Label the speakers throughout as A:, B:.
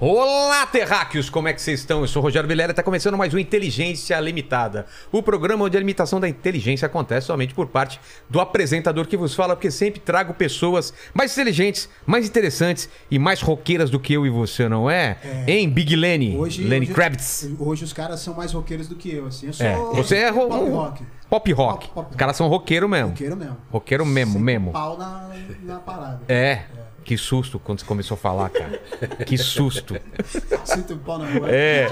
A: Olá, terráqueos! Como é que vocês estão? Eu sou o Rogério Vilela e está começando mais um Inteligência Limitada, o programa onde a limitação da inteligência acontece somente por parte do apresentador que vos fala, porque sempre trago pessoas mais inteligentes, mais interessantes e mais roqueiras do que eu e você, não é? Hein, Big Lenny?
B: Hoje,
A: Lenny
B: hoje-
A: Kravitz.
B: Hoje os caras são mais roqueiros do que eu, assim. Eu sou
A: É, você é ro-
B: pop
A: um-
B: rock.
A: Pop rock.
B: Pop- pop
A: Os caras são roqueiro mesmo.
B: Roqueiro mesmo.
A: Roqueiro mesmo,
B: Sem
A: mesmo.
B: pau na, na parada.
A: um É. Que susto quando você começou a falar, cara. que susto.
B: Sinto um pau na rua.
A: É.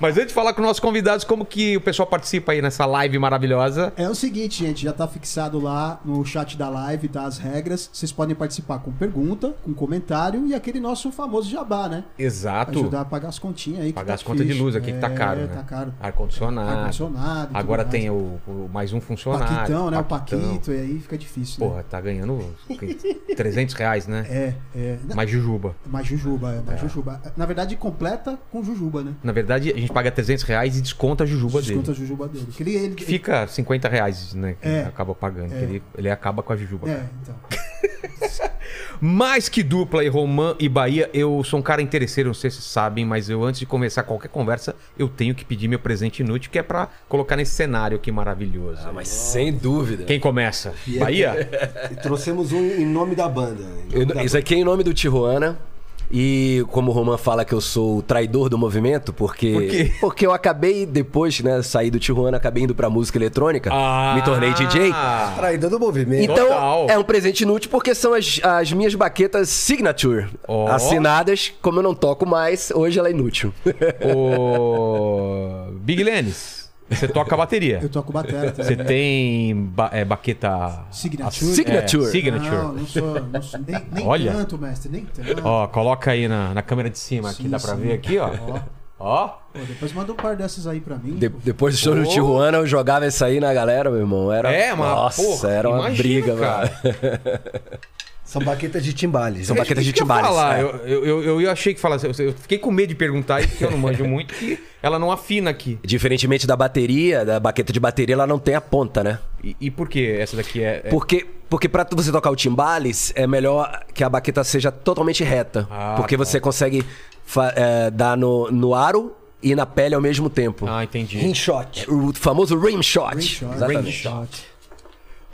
A: Mas antes de falar com nossos convidados, como que o pessoal participa aí nessa live maravilhosa?
B: É o seguinte, gente, já tá fixado lá no chat da live, tá as regras. Vocês podem participar com pergunta, com comentário e aquele nosso famoso jabá, né?
A: Exato.
B: Ajudar a pagar as continhas aí. que
A: Pagar
B: tá
A: as contas de
B: difícil.
A: luz aqui que tá
B: É,
A: caro. né?
B: Tá caro.
A: Ar-condicionado.
B: Ar-condicionado e tudo
A: Agora
B: mais.
A: tem o, o mais um funcionário.
B: Paquitão, né? O
A: Paquitão.
B: Paquito, e aí fica difícil. né?
A: Porra, tá ganhando 300 reais, né?
B: É, é.
A: Mais jujuba.
B: Mais Jujuba, é, mais Jujuba. Na verdade, completa com Jujuba, né?
A: Na verdade, a gente paga 300 reais e desconta a jujuba
B: Desconta a
A: dele.
B: Jujuba dele. Que ele, ele,
A: Que fica 50 reais, né? Que
B: É.
A: ele acaba pagando. que ele, ele acaba com a jujuba.
B: É, então.
A: Mais que dupla e Romã e Bahia, eu sou um cara interesseiro, não sei se vocês sabem, mas eu antes de começar qualquer conversa, eu tenho que pedir meu presente inútil, que é pra colocar nesse cenário aqui maravilhoso.
C: Ah, mas sem dúvida.
A: Quem começa? Bahia?
D: E trouxemos um em nome da banda. Em nome
C: Eu-
D: da
C: isso aqui é em nome do Tijuana. E como o Roman fala que eu sou o traidor do movimento, porque
A: Por quê?
C: porque eu acabei depois, né, sair do Tijuana, acabei indo pra música eletrônica,
A: Ah,
C: me tornei DJ.
D: banda. Traidor do movimento.
C: Então,
A: Total.
C: é um presente inútil porque são as, as minhas baquetas signature
A: Ó.
C: assinadas, como eu não toco mais, hoje ela é inútil.
A: O Big Lenis, você toca a
B: Eu
A: bateria.
B: toco batera
A: Você
B: também.
A: tem ba é, baqueta...
B: Signature?
A: É,
C: Signature.
B: Não,
A: signature.
B: não sou. Não sou nem nem
A: Olha.
B: tanto, mestre, nem tanto.
A: Ó, coloca aí na, na câmera de cima, aqui
B: Sim,
A: dá pra
B: sim.
A: ver aqui, ó. Ó.
B: Pô, depois manda um par dessas aí pra mim.
C: De- depois do show do Tijuana, eu jogava isso aí na galera, meu irmão. Era,
A: É, mas
C: nossa,
A: porra,
C: era uma
A: imagina,
C: briga,
A: cara.
C: mano.
D: São baquetas de timbales.
C: São
D: É.
C: baquetas de
A: Isso que eu ia
C: timbales.
A: falar,
C: é.
A: Eu, eu, eu, eu achei que falasse. Eu, eu fiquei com medo de perguntar isso, porque eu não manjo muito, que ela não afina aqui.
C: Diferentemente da bateria, da baqueta de bateria, ela não tem a ponta, né?
A: E, e por que essa daqui é. é-
C: Porque, porque pra tu- você tocar o timbales, é melhor que a baqueta seja totalmente reta.
A: Ah,
C: porque você consegue fa- é, dar no, no aro e na pele ao mesmo tempo. É,
A: Ah, entendi.
D: Rimshot.
C: O famoso rim shot.
B: Ring shot.
C: Exatamente.
B: Ring shot.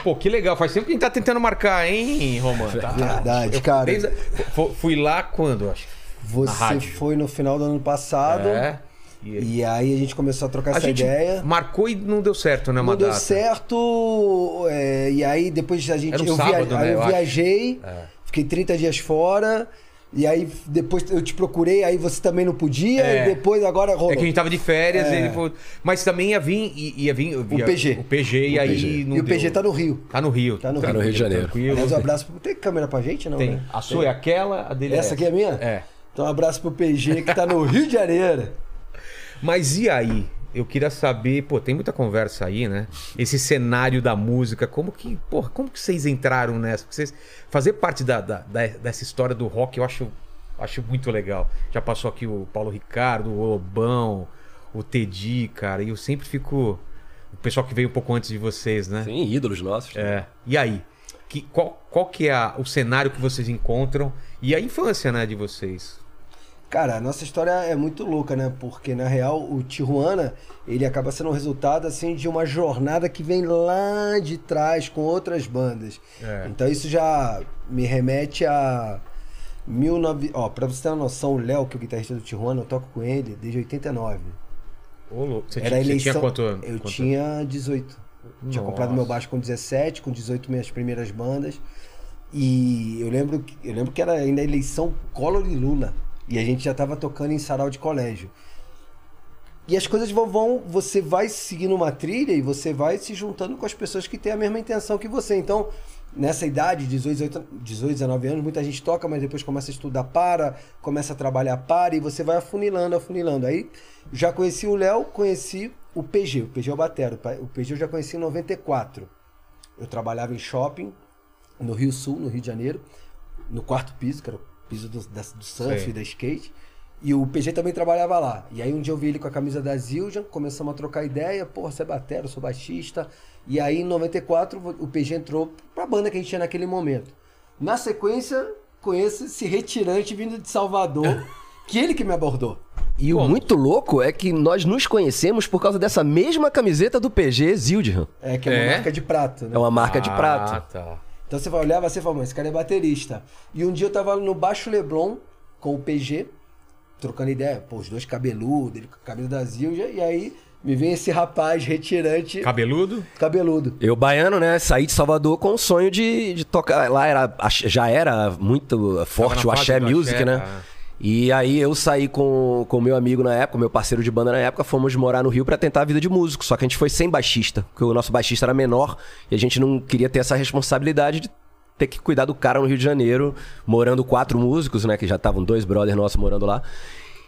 A: Pô, que legal. Faz tempo que a gente tá tentando marcar, hein, Roman? Tá.
D: Verdade,
A: Eu-
D: cara.
A: desde a- fu- fui lá quando? Acho. Na
D: Você
A: rádio.
D: foi no final do ano passado.
A: É. E,
D: E aí a gente começou a trocar
A: a
D: essa
A: gente
D: ideia.
A: marcou e não deu certo, né,
D: Não deu
A: Madata?
D: certo. é, e aí depois a gente.
A: Era um
D: eu
A: sábado,
D: viaje- aí
A: né,
D: eu
A: eu É.
D: viajei, fiquei 30 dias fora. E aí depois eu te procurei, aí você também não podia.
A: É.
D: E depois agora rolou.
A: É que a gente tava de férias, ele foi... mas também ia vir, i- ia vir
D: É. O PG.
A: tá o PG e aí não
D: e o PG
A: deu.
D: tá no Rio.
A: tá no Rio,
D: Tá no
C: Rio. Tá no Rio de Janeiro.
A: Tranquilo.
D: Aliás, um abraço. pro- Tem câmera pra gente, não?
A: Tem.
D: né?
A: A sua é aquela, a dele
D: Essa aqui é a minha?
A: É.
D: Então, um abraço pro PG que tá no Rio de Janeiro.
A: Mas e aí? Eu queria saber, pô, tem muita conversa aí, né? Esse cenário da música, como que, porra, como que vocês entraram nessa? Porque vocês fazer parte da, da- da- dessa história do rock, eu acho, acho muito legal. Já passou aqui o Paulo Ricardo, o Lobão, o Teddy, cara, e eu sempre fico o pessoal que veio um pouco antes de vocês, né?
C: Sim, ídolos nossos.
A: É. E aí? Que, qual, qual que é a- o cenário que vocês encontram e a infância, né, de vocês?
D: Cara, a nossa história é muito louca, né? Porque, na real, o Tijuana, ele acaba sendo o resultado, assim, de uma jornada que vem lá de trás com outras bandas.
A: É.
D: Então, isso já me remete a... 19... Ó, pra você ter uma noção, o Léo, que é o guitarrista do Tijuana, eu toco com ele desde 89.
A: Ô, louco, você,
D: Era
A: tinha, você
D: eleição...
A: tinha quanto
D: Eu
A: quanto-
D: tinha 18. Tinha comprado
A: Nossa.
D: meu baixo com 17, com 18 minhas primeiras bandas. E eu lembro, que- eu lembro que era ainda a eleição Collor e Lula. E a gente já tava tocando em sarau de colégio. E as coisas vão, vão- você vai seguindo uma trilha e você vai se juntando com as pessoas que têm a mesma intenção que você. Então, nessa idade, 18, 18, 18, 19 anos, muita gente toca, mas depois começa a estudar para, começa a trabalhar para e você vai afunilando, afunilando. Aí já conheci o Léo, conheci o PG, o PG é o Batero. O PG eu já conheci em 94. Eu trabalhava em shopping no Rio Sul, no Rio de Janeiro, no quarto piso, que era o piso do, da- do surf
A: Sei.
D: e da skate. E o PG também trabalhava lá. E aí um dia eu vi ele com a camisa da Zildjian, começamos a trocar ideia. Porra, você é batera, eu sou baixista. E aí em 94 o PG entrou pra banda que a gente tinha naquele momento. Na sequência, conheço esse retirante vindo de Salvador, que ele que me abordou.
C: E o
A: Como?
C: muito louco é que nós nos conhecemos por causa dessa mesma camiseta do PG Zildjian.
D: É, que é uma
A: É?
D: marca de prato, né?
C: É uma marca de
A: Ah,
C: prato.
A: tá.
D: Então você vai olhar, você fala, mano, esse cara é baterista. E um dia eu tava no Baixo Leblon com o PG, trocando ideia, pô, os dois cabeludos, ele com a camisa da Zilja, e aí me vem esse rapaz retirante
A: Cabeludo?
D: cabeludo.
C: Eu, baiano, né, saí de Salvador com o sonho de, de tocar. Lá era, ach- já era muito forte o
A: na fase
C: axé
A: do
C: music,
A: axé,
C: né?
A: ah.
C: E aí eu saí com o meu amigo na época, meu parceiro de banda na época, fomos morar no Rio pra tentar a vida de músico. Só que a gente foi sem baixista, porque o nosso baixista era menor e a gente não queria ter essa responsabilidade de ter que cuidar do cara no Rio de Janeiro, morando quatro músicos, né? Que já estavam dois brothers nossos morando lá.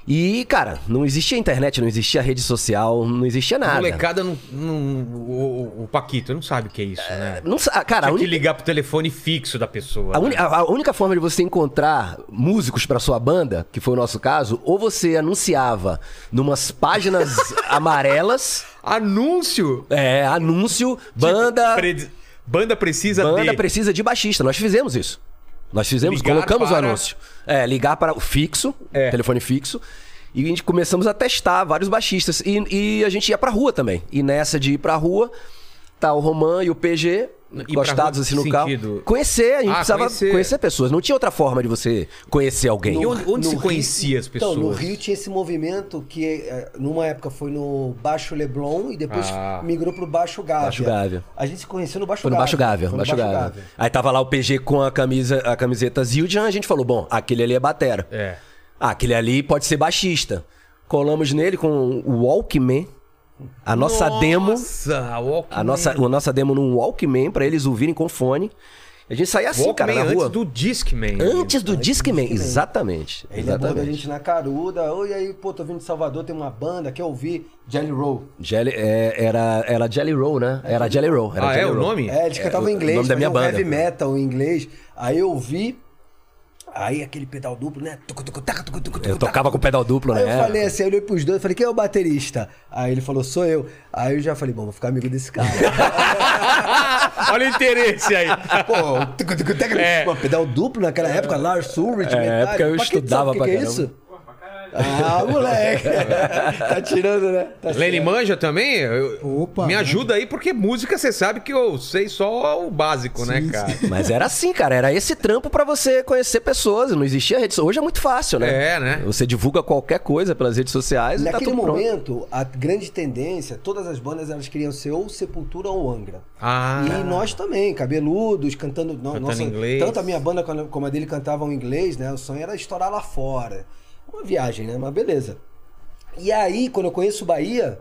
C: E, cara, não existia internet, não existia rede social, não existia
A: A
C: nada.
A: molecada não. não- o, o- o Paquito não sabe o que é isso, né?
C: Não, sa- ah, cara, a
A: Tinha que
C: única,
A: ligar pro telefone fixo da pessoa.
C: A,
A: né?
C: uni- a- a única forma de você encontrar músicos pra sua banda, que foi o nosso caso, ou você anunciava numas páginas amarelas,
A: Anúncio!
C: é, anúncio, banda,
A: Pre- Banda precisa
C: banda
A: de.
C: precisa de baixista. Nós fizemos isso. Nós fizemos,
A: Ligar
C: colocamos o
A: para-
C: anúncio. É, ligar para o fixo,
A: É.
C: telefone fixo. E a gente começamos a testar vários baixistas. E, e a gente ia pra rua também. E nessa de ir pra rua, tá o Roman e o PG.
A: pra
C: gostados
A: rua,
C: assim
A: que
C: no carro.
A: sentido?
C: Conhecer, a gente
A: Ah,
C: precisava
A: conhecer.
C: conhecer. pessoas. Não tinha outra forma de você conhecer alguém.
A: E onde, onde
D: No
A: se
D: Rio-
A: conhecia as pessoas?
D: Então, no Rio tinha esse movimento que eh, numa época foi no Baixo Leblon e depois
A: Ah.
D: migrou pro Baixo Gávea.
C: Baixo Gávea.
D: A gente se conheceu no Baixo
C: Foi no
D: Gávea.
C: Baixo Gávea,
D: Foi no
C: Baixo Gávea. Aí tava lá o PG com a camisa, a camiseta Zildjian, a gente falou, bom, aquele ali é batera.
A: É.
C: Ah, aquele ali pode ser baixista. Colamos nele com o Walkman, a nossa demo,
A: Nossa, Walkman.
C: a nossa, a nossa demo num Walkman pra eles ouvirem com fone. A gente saía assim,
A: Walkman
C: cara, na rua.
A: antes do Discman.
C: Antes do Discman,
D: Discman.
C: exatamente.
D: Ele abordou a
C: Exatamente.
D: gente na caruda. Oi, aí, pô, tô vindo de Salvador, tem uma banda, quer ouvir? Jelly Roll.
C: Jelly, é, era, era Jelly Roll, né? Era Jelly Roll. Era
A: Ah, é
C: Jelly
A: o
C: Roll.
A: nome?
D: É, eles cantavam
C: o
D: em inglês,
C: nome da minha
D: faziam
C: banda. né?
D: heavy metal em inglês. Aí eu vi, aí aquele pedal duplo, né? Tucu, tucu, taca, tucu, tucu,
C: Eu
D: tucu,
C: tocava com pedal duplo, né?
D: Aí eu falei assim, eu olhei pros dois, falei, quem é o baterista? Aí ele falou, sou eu. Aí eu já falei, bom, vou ficar amigo desse cara.
A: Olha o interesse aí.
D: Pô, tucu, tucu, taca,
A: É.
D: pô, pedal duplo naquela época, Lars Ulrich,
C: É,
D: Metallica.
C: época eu
D: Pra quem
C: estudava
D: sabe
C: pra
D: o que que é
C: caramba.
D: isso? Ah, moleque. tá tirando, né? Tá
A: Lenny
D: tirando.
A: manja também? Eu-
B: Opa,
A: me
B: manja.
A: ajuda aí, porque música você sabe que eu sei só o básico,
B: Sim,
A: né,
B: sim.
A: cara?
C: Mas era assim, cara. Era esse trampo pra você conhecer pessoas. Não existia rede social. Hoje é muito fácil, né?
A: É, né?
C: Você divulga qualquer coisa pelas redes sociais e tá
D: Naquele
C: tudo pronto.
D: momento, a grande tendência, todas as bandas elas queriam ser ou Sepultura ou Angra.
A: Ah,
D: E nós também, cabeludos, cantando. no-
A: Cantando
D: nossa,
A: inglês.
D: Tanto a minha banda quando- como a dele cantavam inglês, né? O sonho era estourar lá fora. Uma viagem, né? Mas beleza. E aí, quando eu conheço Bahia,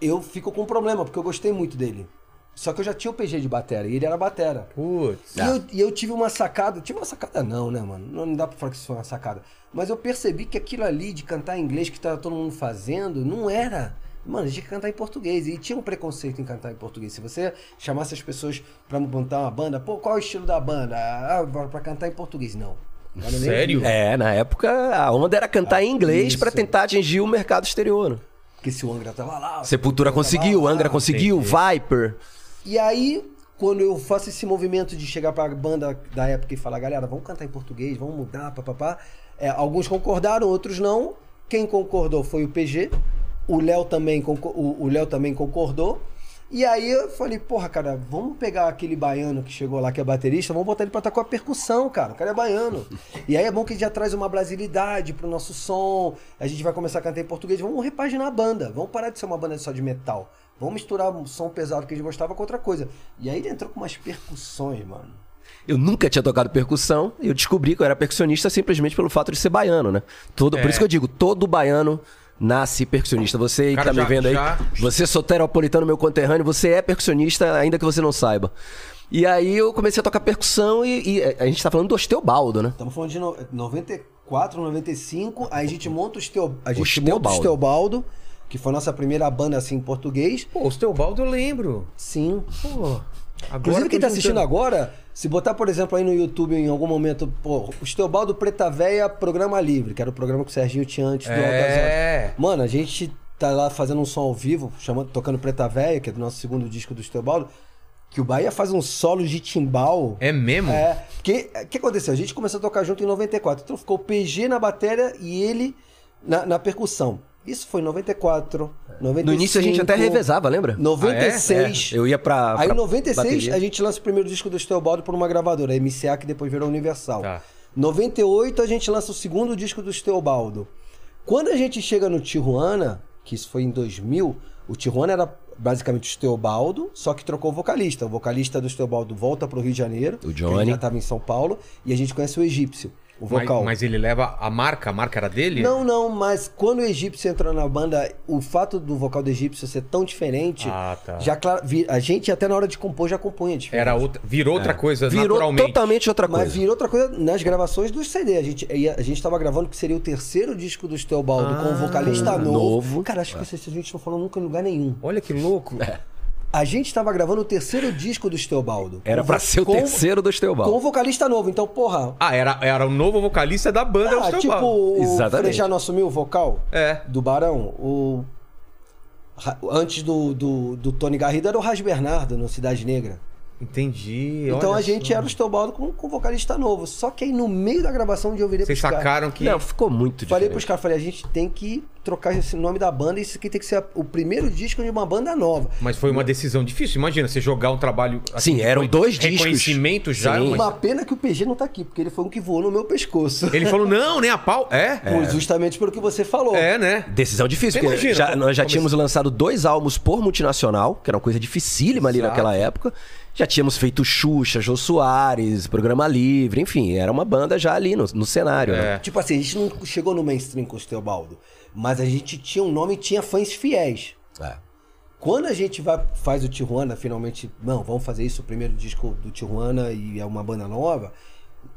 D: eu fico com um problema, porque eu gostei muito dele. Só que eu já tinha o PG de batera, e ele era batera.
A: putz.
D: E eu, e eu tive uma sacada, tive uma sacada não, né, mano? Não, não dá pra falar que isso foi uma sacada. Mas eu percebi que aquilo ali de cantar em inglês que tava todo mundo fazendo, não era. Mano, a gente tinha que cantar em português. E tinha um preconceito em cantar em português. Se você chamasse as pessoas pra montar uma banda, pô, qual é o estilo da banda? Ah, pra- pra cantar em português. Não. Cara, nem-
A: Sério?
C: É, na época a onda era cantar em inglês
D: isso.
C: pra tentar atingir o mercado exterior. né?
D: Porque se o Angra tava lá. o
C: Sepultura
D: tava
C: conseguiu,
D: lá.
A: Ah,
C: Angra conseguiu, Viper.
D: E aí, quando eu faço esse movimento de chegar pra banda da época e falar, galera, vamos cantar em português, vamos mudar, papapá. É, alguns concordaram, outros não. Quem concordou foi o PG. O Léo também, concor- o, o Léo também concordou. E aí eu falei, porra, cara, vamos pegar aquele baiano que chegou lá, que é baterista, vamos botar ele pra tocar a percussão, cara. O cara é baiano. E aí é bom que ele já traz uma brasilidade pro nosso som. A gente vai começar a cantar em português. Vamos repaginar a banda. Vamos parar de ser uma banda só de metal. Vamos misturar um som pesado que a gente gostava com outra coisa. E aí ele entrou com umas percussões, mano.
C: Eu nunca tinha tocado percussão e eu descobri que eu era percussionista simplesmente pelo fato de ser baiano, né? Todo,
A: É.
C: Por isso que eu digo, todo baiano nasce percussionista. Você aí que
A: Cara,
C: tá
A: já-
C: me vendo aí,
A: já-
C: você soteropolitano, meu conterrâneo, você é percussionista, ainda que você não saiba. E aí eu comecei a tocar percussão e, e a gente tá falando do osteobaldo, né?
D: Estamos falando de no- 94, 95. Aí a gente monta o Esteo... a gente monta o
C: Teobaldo.
D: Teobaldo, que foi nossa primeira banda assim em português.
A: Pô, o Teobaldo eu lembro.
D: Sim.
A: Pô, agora
D: Inclusive, quem
A: tô
D: tá assistindo
A: juntando.
D: agora, se botar, por exemplo, aí no YouTube em algum momento, pô, o Teobaldo Preta Véia Programa Livre, que era o programa com o Serginho tinha antes do Altas Horas.
A: É.
D: Mano, a gente tá lá fazendo um som ao vivo, chamando, tocando Preta Véia, que é do nosso segundo disco do Teobaldo, que o Bahia faz um solo de timbal.
A: É mesmo?
D: É, porque o que aconteceu? A gente começou a tocar junto em 94. Então ficou o PG na bateria e ele na, na percussão. Isso foi em 94, 95.
C: No início a gente até revezava, lembra? Ah, é?
D: 96.
C: Eu ia pra.
D: Aí
C: pra
D: em 96
C: bateria.
D: a gente lança o primeiro disco do Steobaldo por uma gravadora, a MCA, que depois virou Universal.
A: Tá.
D: 98 a gente lança o segundo disco do Steobaldo. Quando a gente chega no Tijuana, que isso foi em 2000, o Tijuana era basicamente o Steobaldo, só que trocou o vocalista. O vocalista do Steobaldo volta pro Rio de Janeiro,
C: O
D: que ele
C: Johnny.
D: já tava em São Paulo, e a gente conhece o egípcio, o
A: Mas,
D: vocal.
A: mas ele leva a marca? A marca era dele?
D: Não, não, mas quando o egípcio entrou na banda, o fato do vocal do egípcio ser tão diferente,
A: Ah, tá.
D: já clara- vi- a gente até na hora de compor já compunha é diferente.
A: Era outra, virou
D: É.
A: outra coisa
C: Virou
A: naturalmente.
C: totalmente outra coisa.
D: Mas virou outra coisa nas gravações do CD. A gente, ia- a gente tava gravando que seria o terceiro disco do Steobaldo com o
A: Ah.
D: vocalista novo.
C: novo. É.
D: Cara, acho que isso a gente não falou nunca em lugar nenhum.
A: Olha que louco.
D: A gente tava gravando o terceiro disco do Steobaldo.
C: Era pra ser o terceiro do
D: Com o
C: Esteobal.
D: vocalista novo. Então, porra.
A: Ah, era, era o novo vocalista da banda
D: Ah,
A: do
D: tipo,
A: Teobaldo.
D: o
C: Exatamente.
D: Frejano assumiu o vocal
A: É.
D: do Barão. O... Ra- Antes do, do, do Tony Garrido era o Ras Bernardo no Cidade Negra.
A: Entendi.
D: Então
A: olha
D: a gente
A: só.
D: era o Steobaldo com, com vocalista novo. Só que aí no meio da gravação de eu virei
A: Vocês
D: pros caras.
A: sacaram que.
C: Não, ficou muito
D: Falei
C: diferente.
D: pros caras, falei, a gente tem que trocar esse nome da banda, isso aqui tem que ser a- o primeiro disco de uma banda nova.
A: Mas foi uma decisão difícil. Imagina, você jogar um trabalho. assim,
C: Sim, eram
A: foi-
C: dois discos.
A: Reconhecimento já.
C: Sim.
A: é uma-
D: Uma pena que o PG não tá aqui, porque ele foi um que voou no meu pescoço.
A: Ele falou, não, nem a pau. É?
D: Por- Justamente pelo que você falou.
A: É, né?
C: Decisão difícil, porque
A: Imagina,
C: já-
A: como-
C: nós já
A: como
C: tínhamos lançado dois álbuns por multinacional, que era uma coisa dificílima ali
A: Exato.
C: naquela época. Já tínhamos feito Xuxa, Jô Soares, Programa Livre, enfim, era uma banda já ali no, no cenário. né?
A: É.
D: Tipo assim, a gente não chegou no mainstream com o Teobaldo, mas a gente tinha um nome e tinha fãs fiéis.
C: É.
D: Quando a gente vai, faz o Tijuana, finalmente, não, vamos fazer isso, o primeiro disco do Tijuana e é uma banda nova,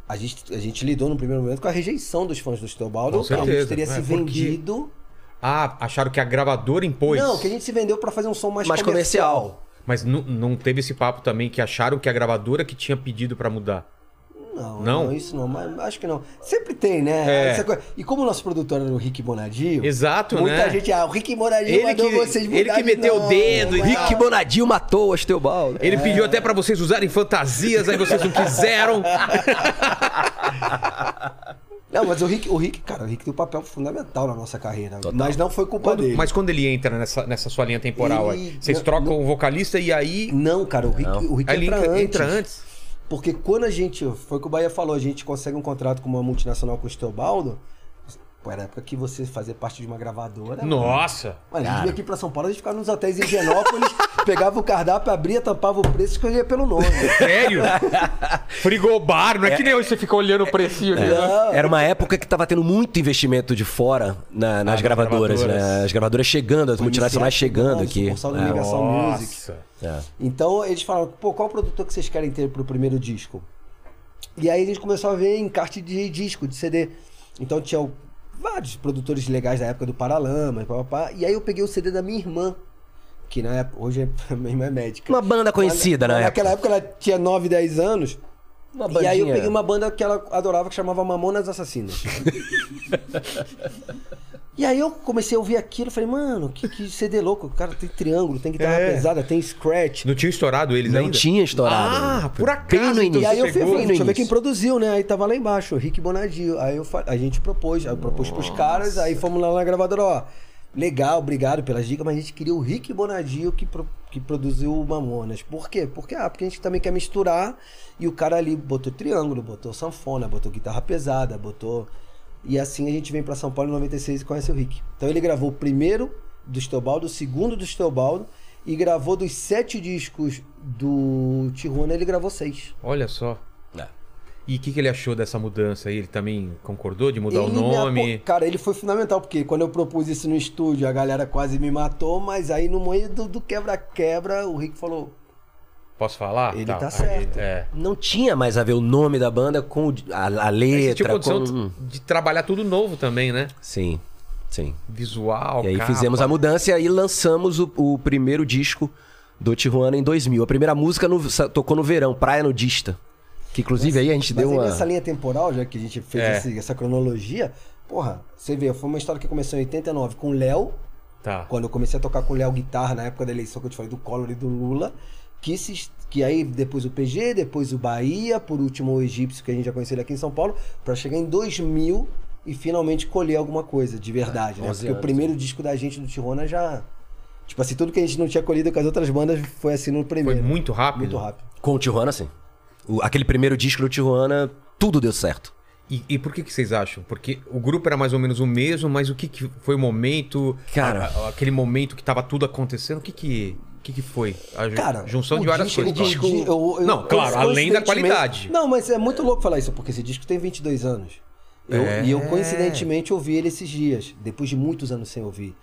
D: a gente, a gente lidou no primeiro momento com a rejeição dos fãs do Teobaldo.
A: Com
D: A gente
A: certeza,
D: teria
A: né?
D: se
A: Porque-
D: vendido...
A: Ah, acharam que a gravadora impôs.
D: Não, que a gente se vendeu pra fazer um som mais,
C: Mais comercial.
A: Mas nu- não teve esse papo também que acharam que a gravadora que tinha pedido pra mudar.
D: Não,
A: Não?
D: não, isso não, mas acho que não. Sempre tem, né?
A: É.
D: Essa coisa. E como o nosso produtor era o Rick Bonadio,
A: Exato,
D: muita
A: né?
D: gente, ah, o Rick Bonadio
A: Ele
D: mandou
A: que-
D: vocês
A: ele que
D: mudarem de
A: meteu o
D: nome,
A: dedo e
D: mas-
C: Rick Bonadil matou o É. Esteobal.
A: Ele pediu até pra vocês usarem fantasias, aí vocês não quiseram.
D: Não, mas o Rick, o Rick, cara, o Rick tem um papel fundamental na nossa carreira. Mas não foi culpa dele.
A: Quando- mas quando ele entra nessa, nessa sua linha temporal aí,
D: Ele-
A: vocês
D: não-
A: trocam o vocalista e aí.
D: Não, cara, o Rick, o Rick
A: aí ele
D: entra, antes,
A: É antes.
D: Porque quando a gente, foi o que o Bahia falou, a gente consegue um contrato com uma multinacional com o Estobaldo, pô, era a época que você fazer parte de uma gravadora.
A: Nossa!
D: Mano, a gente vinha aqui pra São Paulo, a gente ficava nos hotéis em Genópolis, pegava o cardápio, abria, tampava o preço e escolhia pelo nome.
A: Sério? Frigobar, não é, que nem hoje você fica olhando o
D: É.
A: precinho ali. né?
C: Era uma época que tava tendo muito investimento de fora na- nas
A: Ah,
C: gravadoras,
A: gravadoras.
C: né? As gravadoras chegando, as multinacionais chegando aqui.
D: Sucursal do
C: É.
D: Universal Music.
A: Nossa!
C: É.
D: Então eles falaram, pô, qual produtor que vocês querem ter pro primeiro disco? E aí a gente começou a ver encarte de disco, de CD. Então tinha o- vários produtores legais da época do Paralama, e papapá. E aí eu peguei o CD da minha irmã, que na época, hoje é, minha irmã é médica.
C: Uma banda conhecida na
D: Naquela
C: época.
D: época ela tinha 9, 10 anos.
C: Uma
D: E aí eu
C: bandinha.
D: peguei uma banda que ela adorava que chamava Mamonas Assassinas. e aí eu comecei a ouvir aquilo, falei, mano, que, que CD louco, cara, tem triângulo, tem guitarra
A: É.
D: pesada, tem scratch.
A: Não tinha estourado eles
C: Não
A: ainda?
C: tinha estourado.
A: Ah, por acaso.
C: Bem no
A: então
C: início.
D: E
A: você
D: aí eu fui,
A: pegou.
D: falei, deixa eu ver quem
C: início.
D: produziu, né? Aí tava lá embaixo, o Rick Bonadio. Aí eu, fa- a gente propôs, aí eu propus pros caras, aí fomos lá na gravadora, ó. Legal, obrigado pelas dicas, mas a gente queria o Rick Bonadio que, pro- que produziu o Mamonas. Por quê? Porque, ah, porque a gente também quer misturar e o cara ali botou triângulo, botou sanfona, botou guitarra pesada, botou. E assim a gente vem pra São Paulo em 96 e conhece o Rick. Então ele gravou o primeiro do Estobaldo, o segundo do Estobaldo e gravou dos sete discos do Tijuana, ele gravou seis.
A: Olha só.
C: É.
A: E o que, que ele achou dessa mudança aí? Ele também concordou de mudar o
D: Ele me
A: nome?
D: apo- Cara, ele foi fundamental, porque quando eu propus isso no estúdio, a galera quase me matou, mas aí no meio do do quebra-quebra, o Rick falou.
A: Posso falar?
D: Ele tá
A: aí,
D: certo.
A: É.
C: Não tinha mais a ver o nome da banda com o- a, a
A: Mas Você tinha
C: letra.
A: condição
C: com... um,
A: de trabalhar tudo novo também, né?
C: Sim. Sim.
A: Visual,
C: E aí
A: capa.
C: fizemos a mudança e aí lançamos o, o primeiro disco do Tijuana em 2000. A primeira música no- sa- tocou no verão, Praia Nudista. Que inclusive aí a gente
D: Mas
C: deu
D: aí
C: uma...
D: nessa linha temporal, já que a gente fez
A: É.
D: esse- essa cronologia, porra, você vê, foi uma história que começou em 89 com o Léo,
A: Tá.
D: quando eu comecei a tocar com o Léo guitarra na época da eleição que eu te falei do Collor e do Lula, que, se, que aí depois o PG, depois o Bahia, por último o egípcio que a gente já conheceu ele aqui em São Paulo, pra chegar em 2000 e finalmente colher alguma coisa de verdade,
A: Ah,
D: né?
C: 11
D: Porque o
C: anos,
D: primeiro disco da gente do Tirona já tipo assim, tudo que a gente não tinha colhido com as outras bandas foi assim no
A: Foi
D: primeiro.
A: muito rápido.
D: muito rápido.
C: Com o Tijuana, sim. O- aquele primeiro disco do Tijuana, tudo deu certo.
A: E, e por que, que vocês acham? Porque o grupo era mais ou menos o mesmo, mas o que, que foi o momento?
C: Cara.
A: A- a- aquele momento que tava tudo acontecendo, o que que, o que, que foi? A ju-
D: Cara,
A: junção
D: o
A: de várias
D: disco-
A: coisas.
D: o
A: claro.
D: disco- eu- eu-
A: Não, claro,
D: eu-
A: além da
D: coincidentemente-
A: qualidade.
D: Não, mas é muito louco falar isso, porque esse disco tem 22 anos. Eu-
A: É.
D: E eu, coincidentemente, ouvi ele esses dias, depois de muitos anos sem ouvir.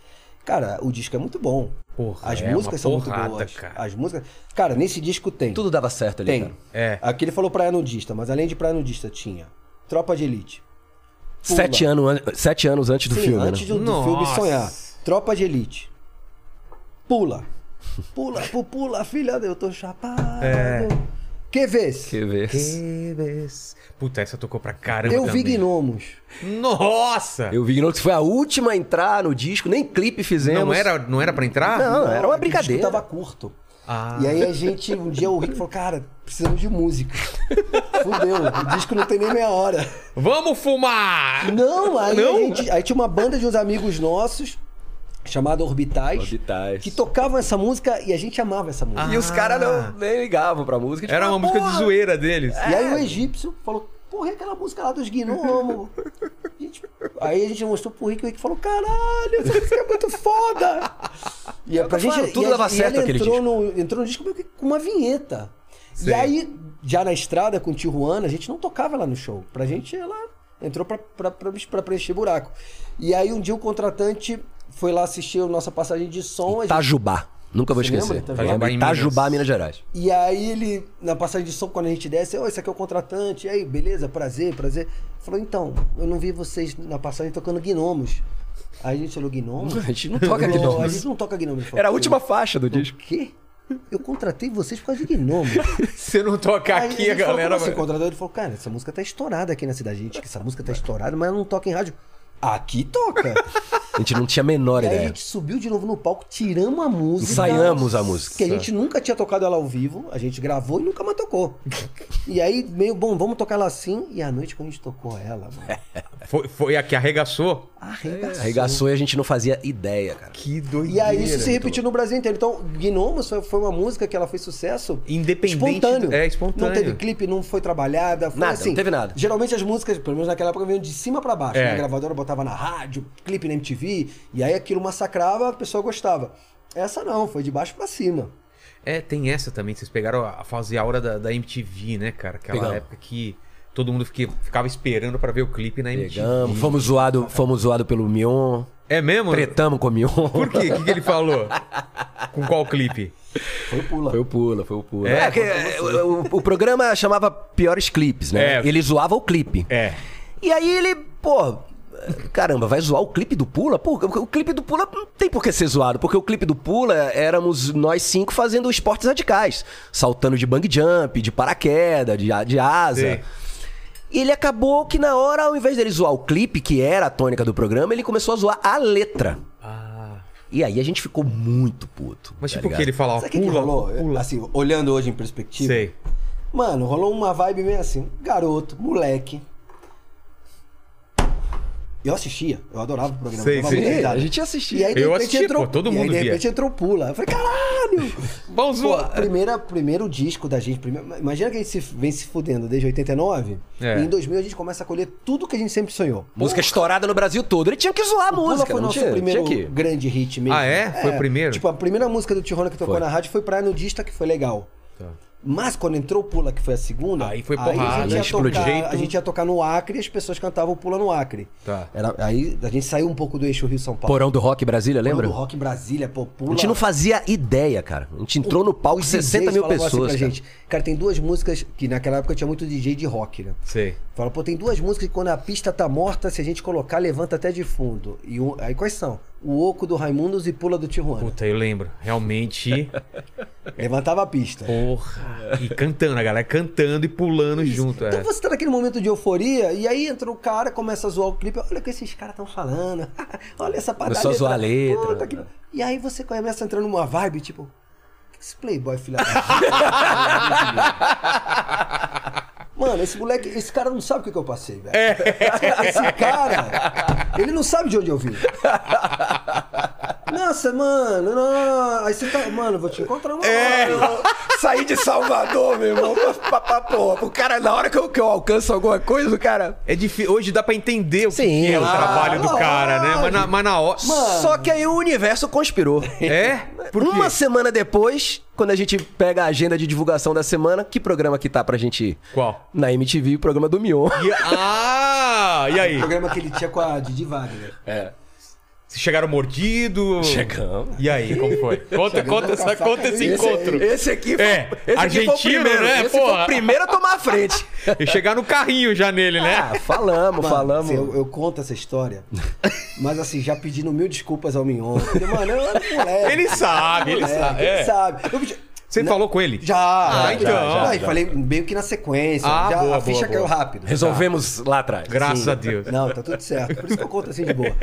D: Cara, o disco é muito bom.
A: Porra,
D: As
A: é
D: músicas
A: uma
D: são
A: porrada,
D: muito boas.
A: cara.
D: As músicas. Cara, nesse disco tem.
C: Tudo dava certo ali,
D: tem.
C: cara.
A: É.
D: Aqui ele falou praia nudista, mas além de praia nudista, tinha Tropa de Elite. Pula.
C: Sete, ano, an- sete anos antes do
D: Sim,
C: filme,
D: antes um,
C: né?
D: do, do
A: Nossa.
D: filme sonhar. Tropa de elite. Pula. Pula, pu- pula, filha, eu tô chapado. Que vez?
C: Que ver.
A: Que vez- Puta, essa tocou pra caramba.
D: eu vi
A: também.
D: gnomos.
A: Nossa!
C: Eu vi Gnome que foi a última a entrar no disco, nem clipe fizemos.
A: Não era, não era pra entrar?
C: Não, era uma
D: O disco
C: brincadeira.
D: tava curto.
A: Ah.
D: E aí a gente, um dia o Rick falou, cara, precisamos de música. Fudeu, o disco não tem nem meia hora.
A: Vamos fumar!
D: Não, aí,
A: Não?
D: A gente, aí tinha uma banda de uns amigos nossos, chamada Orbitais,
C: Orbitais.
D: que tocavam essa música e a gente amava essa música.
C: E os caras não nem ligavam pra música. tipo,
A: Ah. Era uma
C: ah,
A: música de
C: porra,
A: zoeira deles.
D: E aí o
C: É.
D: egípcio falou, porra, é aquela música lá dos gnomos. Gente, Aí a gente mostrou pro Rick e o Rick falou, caralho, essa música é muito foda. E é pra
C: Claro,
D: gente,
C: tudo
D: e a-
C: dava
D: e
C: certo
D: ela
C: aquele
D: entrou
C: disco.
D: No, entrou no disco meio que com uma vinheta.
A: Sei.
D: E aí, já na estrada com o Tijuana, a gente não tocava lá no show. Pra gente, ela entrou pra, pra, pra, pra preencher buraco. E aí um dia o contratante foi lá assistir a nossa passagem de som. a gente
C: Itajubá. Nunca vou
D: Você
C: esquecer.
D: lembra?
C: Eu lembro
A: Itajubá, em
C: Itajubá,
A: Minas.
C: Minas Gerais.
D: E aí ele, na passagem de som, quando a gente desce, ô, esse aqui é o contratante, e aí, beleza, prazer, prazer. Falou, então, eu não vi vocês na passagem tocando gnomos. Aí a gente olhou gnomos.
C: A gente não toca
D: Falou,
C: gnomos.
D: A gente não toca gnomos. Falou,
C: Era a última faixa do
D: O
C: disco.
D: quê? Eu contratei vocês por causa de gnomos.
A: Se eu não tocar
D: Aí
A: aqui, a
D: gente falou,
A: galera.
D: "Como assim?" o
A: vai-
D: contratante ele falou, cara, essa música tá estourada aqui na cidade. Gente, que essa música tá estourada, mas ela não toca em rádio. Aqui toca.
C: A gente não tinha a menor
D: E aí a
C: ideia.
D: gente subiu de novo no palco, tiramos a música.
C: É. Ensaiamos a música.
D: Que a gente nunca tinha tocado ela ao vivo, a gente gravou e nunca mais tocou. E aí, meio, bom, vamos tocar ela assim. E à noite, quando a gente tocou ela,
C: É.
D: mano,
A: Foi, foi a que arregaçou.
D: arregaçou.
C: Arregaçou e a gente não fazia ideia, cara.
A: Que doideira.
D: E aí, isso se repetiu no Brasil inteiro. Então, Gnomos foi, foi uma música que ela fez sucesso.
A: Independente-
D: Espontâneo.
A: é, espontâneo.
D: Não teve clipe, não foi trabalhada. Foi
C: Nada,
D: assim,
C: não teve nada.
D: Geralmente as músicas, pelo menos naquela época, vinham de cima pra baixo.
A: É.
D: né? A gravadora botava na rádio, clipe na MTV. E aí aquilo massacrava, a pessoa gostava. Essa não, foi de baixo pra cima.
A: É, tem essa também. Vocês pegaram a a fase aura da, da MTV, né, cara? Aquela
C: Pegamos.
A: época que todo mundo fique- ficava esperando pra ver o clipe na MTV.
C: Pegamos, fomos zoados fomos zoado pelo Mion.
A: É mesmo?
C: Tretamos com o Mion.
A: Por quê? O que, que ele falou? Com qual clipe?
D: Foi pula.
C: Foi o Pula, foi o Pula.
A: É,
C: É, porque é, o, o- o programa chamava Piores Clipes,
A: É.
C: né? Ele zoava o clipe.
A: É.
C: E aí ele, pô. Caramba, vai zoar o clipe do Pula? Pô, o clipe do Pula não tem por que ser zoado, porque o clipe do Pula éramos nós cinco fazendo esportes radicais. Saltando de bang jump, de paraquedas, de, a- de asa.
A: Sim.
C: E ele acabou que na hora, ao invés dele zoar o clipe, que era a tônica do programa, ele começou a zoar a letra.
A: Ah.
C: E aí a gente ficou muito puto.
A: Mas
C: tá
A: tipo o que
C: ligado?
A: ele falava?
D: Sabe o que, que
A: pula,
D: rolou?
A: pula.
D: Assim, olhando hoje em perspectiva.
A: Sei.
D: Mano, rolou uma vibe meio assim. Garoto, moleque. Eu assistia, eu adorava o programa.
A: Sei,
D: dava
A: sei.
D: muita risada.
C: A gente assistia.
D: E aí, de
A: Eu
D: repente,
A: assistia,
D: entrou,
A: pô, todo
D: e aí,
A: mundo
D: de
A: via.
D: repente entrou pula. Eu falei, caralho!
A: Vamos
D: Pô,
A: zoar.
D: primeira, primeiro disco da gente. primeiro- imagina que a gente se- vem se fudendo desde 89.
A: É.
D: E em 2000 a gente começa a colher tudo que a gente sempre sonhou.
C: Música estourada no Brasil todo. Ele tinha que zoar a
D: Pula
C: música.
D: foi
C: não
D: nosso
C: tinha,
D: primeiro
C: tinha que...
D: grande hit mesmo.
A: Ah, é? Foi o primeiro?
D: Tipo, a primeira música do Tijuana que tocou
C: Foi. Tá.
D: na rádio foi Praia Nudista, que foi legal. Mas quando entrou o Pula, que foi a segunda.
A: Aí foi
D: a,
A: porrada,
D: gente ia
C: né? explodiu.
D: tocar, a gente ia tocar no Acre e as pessoas cantavam Pula no Acre.
A: Tá.
D: Era, aí a gente saiu um pouco do eixo Rio-São Paulo.
C: Porão do Rock Brasília, lembra?
D: Do Rock em Brasília, pô, pula.
C: A gente não fazia ideia, cara. A gente entrou no palco
D: Os
C: 60
D: DJs
C: mil
D: falavam assim pra
C: pessoas. cara.
D: gente. Cara, tem duas músicas que naquela época tinha muito DJ de rock, né?
A: Sei.
D: Fala, pô, tem duas músicas que quando a pista tá morta, se a gente colocar, levanta até de fundo. E um- aí quais são? O Oco do Raimundos e Pula do Tijuana.
A: Puta, eu lembro. Realmente.
D: Levantava a pista.
A: Porra. E cantando, a galera cantando e pulando junto.
D: Então
A: é.
D: você tá naquele momento de euforia, e aí entra o cara, começa a zoar o clipe, olha o que esses caras estão falando, olha essa parada.
C: Começou a zoar a letra.
D: Puta que- E aí você começa entrando numa vibe, tipo, "Que esse playboy, filha da Mano, esse moleque, esse cara não sabe o que, que eu passei, velho.
C: É.
D: Esse cara, ele não sabe de onde eu vim. Nossa, mano, não. Aí você tá. Mano, eu vou te encontrar uma
C: É.
D: hora.
C: Saí de Salvador, meu irmão. Pra, pra- porra, o cara, na hora que eu, que eu alcanço alguma coisa, o cara.
A: É difícil. Hoje dá pra entender o que
C: Sim.
A: que é o
C: Ah,
A: trabalho do cara, né? Mas na, mas na hora.
C: Só que aí o universo conspirou.
A: É? Por quê?
C: Uma semana depois, quando a gente pega a agenda de divulgação da semana, que programa que tá pra gente ir?
A: Qual?
C: Na MTV, o programa do Mion.
A: E- Ah! E aí?
D: O programa que ele tinha com a Didi Wagner.
C: É.
A: Vocês chegaram mordido?
C: Chegamos.
A: E aí, como foi? Conta, conta, essa, conta esse
D: Esse-
A: encontro.
C: Esse aqui foi,
A: É,
C: esse aqui foi o
A: argentino,
C: primeiro.
A: né,
C: Esse foi
A: porra?
C: o primeiro a tomar a frente.
A: E chegar no carrinho já nele, né?
C: Ah, falamos,
D: Mano,
C: falamos.
D: assim, eu, eu conto essa história, mas assim, já pedindo mil desculpas ao Mignon. Porque, mano, eu era moleque.
A: Ele sabe, ele
D: moleque,
A: sabe.
D: Ele
A: é.
D: sabe. Eu pedi-
A: Você
D: Né?
A: falou com ele?
D: Já,
A: Ah,
D: já,
A: então.
D: já, já.
A: Já.
D: Falei meio que na sequência.
A: Ah,
D: já,
A: boa,
D: a ficha
A: boa,
D: caiu
A: boa.
D: rápido.
C: Resolvemos lá atrás.
A: Graças
D: Sim.
A: a Deus.
D: Não, tá tudo certo. Por isso que eu conto assim de boa.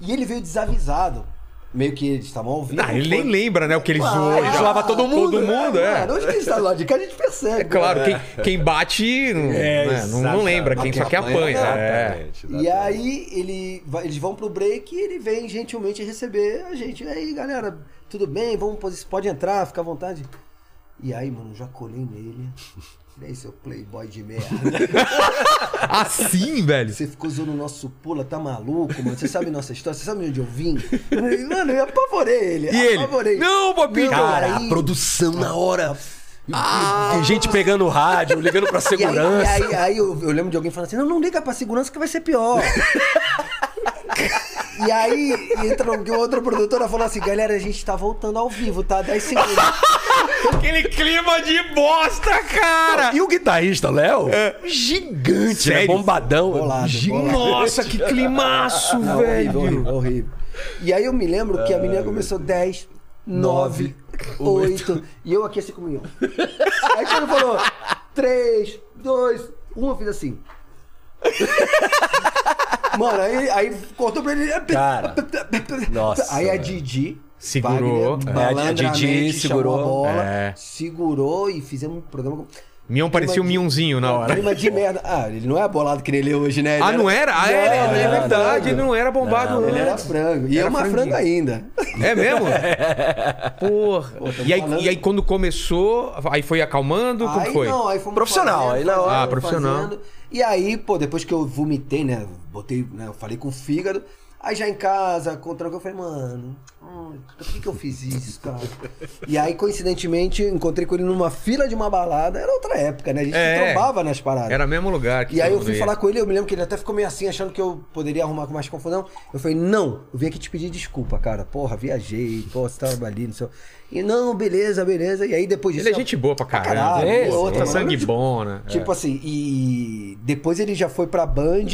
D: E ele veio desavisado. Meio que eles estavam ouvindo.
A: Ah, ele nem
D: Foi-
A: lembra, né, o que ele
D: Ah,
A: zoou.
D: ah,
A: já.
C: zoava todo mundo,
A: Todo mundo, é.
D: Mano, onde que ele está do lado de cá, a gente percebe.
A: Claro,
D: né?
A: quem, quem bate não, né,
C: É,
A: não- não,
C: exatamente.
A: lembra, quem só quer apanha. É.
C: Exatamente,
D: E
C: exatamente.
D: aí ele vai- eles vão pro break e ele vem gentilmente receber a gente. E aí, galera, tudo bem? Vamos, pos- pode entrar, fica à vontade. E aí, mano, já colei nele. E aí, seu playboy de merda.
A: Assim, velho.
D: Você ficou zoando o nosso pula, tá maluco, mano? Você sabe nossa história, você sabe de onde eu vim? E, mano, eu apavorei ele.
A: E ele?
D: apavorei.
A: Não, então, papinho!
C: Cara,
D: aí-
C: a produção na hora. Tem gente pegando o rádio, ligando pra
D: E aí,
C: segurança.
D: e aí- aí eu, eu lembro de alguém falando assim: não, não liga pra segurança que vai ser pior. e aí entra um- outra produtora falando assim: galera, a gente tá voltando ao vivo, tá? 10 segundos.
A: Aquele clima de bosta, cara!
C: E o guitarrista, Léo? Gigante, né?
A: É, Sério?
C: Bombadão.
D: Bolado,
C: Gi-
D: bolado.
A: Nossa, que climaço,
D: Não, horrível,
A: velho!
D: horrível, horrível. E aí eu me lembro que a menina começou 10, 9, 8, e eu aqui assim comigo. Aí quando falou 3, 2, 1, eu fiz assim. Mano, aí, aí cortou pra ele. "É,
C: Cara, nossa,
D: Aí é a
C: velho.
D: Didi.
A: Segurou.
D: Wagner,
C: É, a Didi
D: malandramente
C: segurou.
D: chamou a bola,
A: É.
D: Segurou e fizemos um programa. com-
A: Mion parecia um
D: Clima de-
A: Mionzinho na hora.
D: Clima de merda. Ah, ele não é bolado que nem ele é hoje, né? Ele
A: Ah, não era? Ah, é,
D: Não,
A: é
D: não,
A: verdade,
D: não.
A: ele não era bombado
D: Ele era
A: antes.
D: frango. E
A: Era
D: é uma
A: franguinho.
D: franga ainda.
A: É mesmo? Porra. e, aí,
D: falando-
A: e aí quando começou, aí foi acalmando? Como
D: aí
A: foi?
D: não, aí fomos
C: Profissional,
D: fazendo,
C: aí na hora.
D: fazendo,
A: Ah, profissional.
D: fazendo. E aí, pô, depois que eu vomitei, né? Botei, né? Eu falei com o fígado. Aí já em casa, contra eu falei, mano, ai, por que, que eu fiz isso, cara? e aí, coincidentemente, encontrei com ele numa fila de uma balada. Era outra época, né? A gente
A: É.
D: se trombava nas paradas.
A: Era mesmo lugar que
D: E aí
A: todo
D: eu
A: mundo
D: fui
A: ia.
D: falar com ele, eu me lembro que ele até ficou meio assim, achando que eu poderia arrumar com mais confusão. Eu falei, não, eu vim aqui te pedir desculpa, cara. Porra, viajei, pô, você tava ali, não sei. o- E não, beleza, beleza. E aí depois disso.
A: Ele é gente boa pra caramba.
D: caralho,
A: É,
D: outra,
A: outra
D: mano.
A: sangue bom, né?
D: Tipo assim, e depois ele já foi pra Band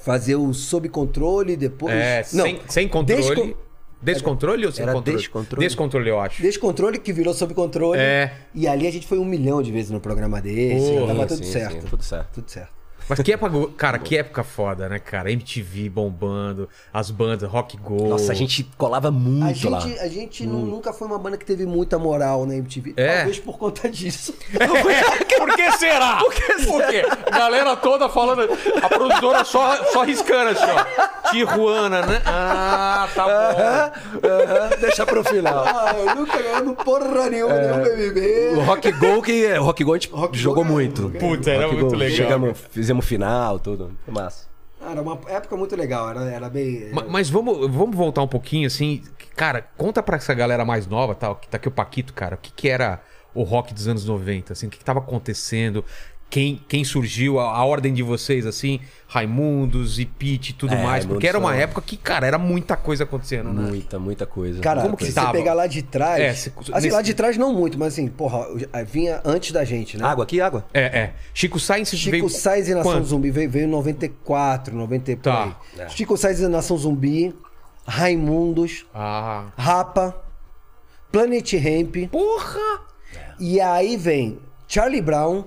D: fazer o sob controle, depois.
A: É,
D: não,
A: sem, sem controle.
D: Descon-
A: Descontrole ou sem
C: Era
A: controle?
C: descontrole.
A: Descontrole, eu acho.
D: Descontrole que virou sob controle.
A: É.
D: E ali a gente foi um milhão de vezes no programa desse.
A: Porra,
D: já tava
C: Sim,
D: tudo
C: sim,
D: certo.
C: sim, tudo certo.
D: Tudo certo.
A: Mas que época, cara, que época foda, né, cara? MTV bombando, as bandas, Rock Go.
C: Nossa, a gente colava muito
D: A
C: lá.
D: gente, a gente nu- nunca foi uma banda que teve muita moral na MTV.
A: É.
D: Talvez por conta disso.
A: Por que será? Por que Galera toda falando, a produtora só, só riscando assim, ó. Tijuana, né? Ah, tá bom.
C: Aham, deixa pro final.
D: ah, eu nunca ganhando porra nenhuma
A: É.
D: nenhum
C: O
D: BBB.
C: Rock Go, que o Rock Go a gente
D: Rock Go
C: jogou
D: é-
C: muito.
A: Puta, era
C: Rock
A: muito
C: Go,
A: legal.
C: Chegamos, fizemos final, tudo. Foi massa.
D: Ah, Era uma época muito legal, era, era bem.
A: Ma- Mas vamos, vamos voltar um pouquinho, assim. Cara, conta pra essa galera mais nova, tal, que tá aqui o Paquito, cara. O que que era o rock dos anos 90? Assim, o que estava acontecendo? Quem, quem surgiu, a, a ordem de vocês, assim, Raimundos e Pete e tudo
C: É,
A: mais. Porque
C: Raimundos
A: era uma
C: são-
A: época que, cara, era muita coisa acontecendo,
D: Hum.
A: né?
C: Muita, muita coisa.
D: Cara,
A: Como que
D: se
A: tava?
D: você pegar lá de trás.
A: É, se-
D: assim,
A: nesse-
D: lá de trás não muito, mas assim, porra, eu- vinha antes da gente, né?
C: Água aqui, água.
A: É, é. Chico Sainz
D: Chico
A: veio.
D: Sainz e Nação
A: quando?
D: Zumbi veio, veio em 94, 90 e por
A: Tá.
D: aí. Chico Sainz e Nação Zumbi, Raimundos,
A: Ah.
D: Rapa, Planet Hemp.
A: Porra!
D: E aí vem Charlie Brown,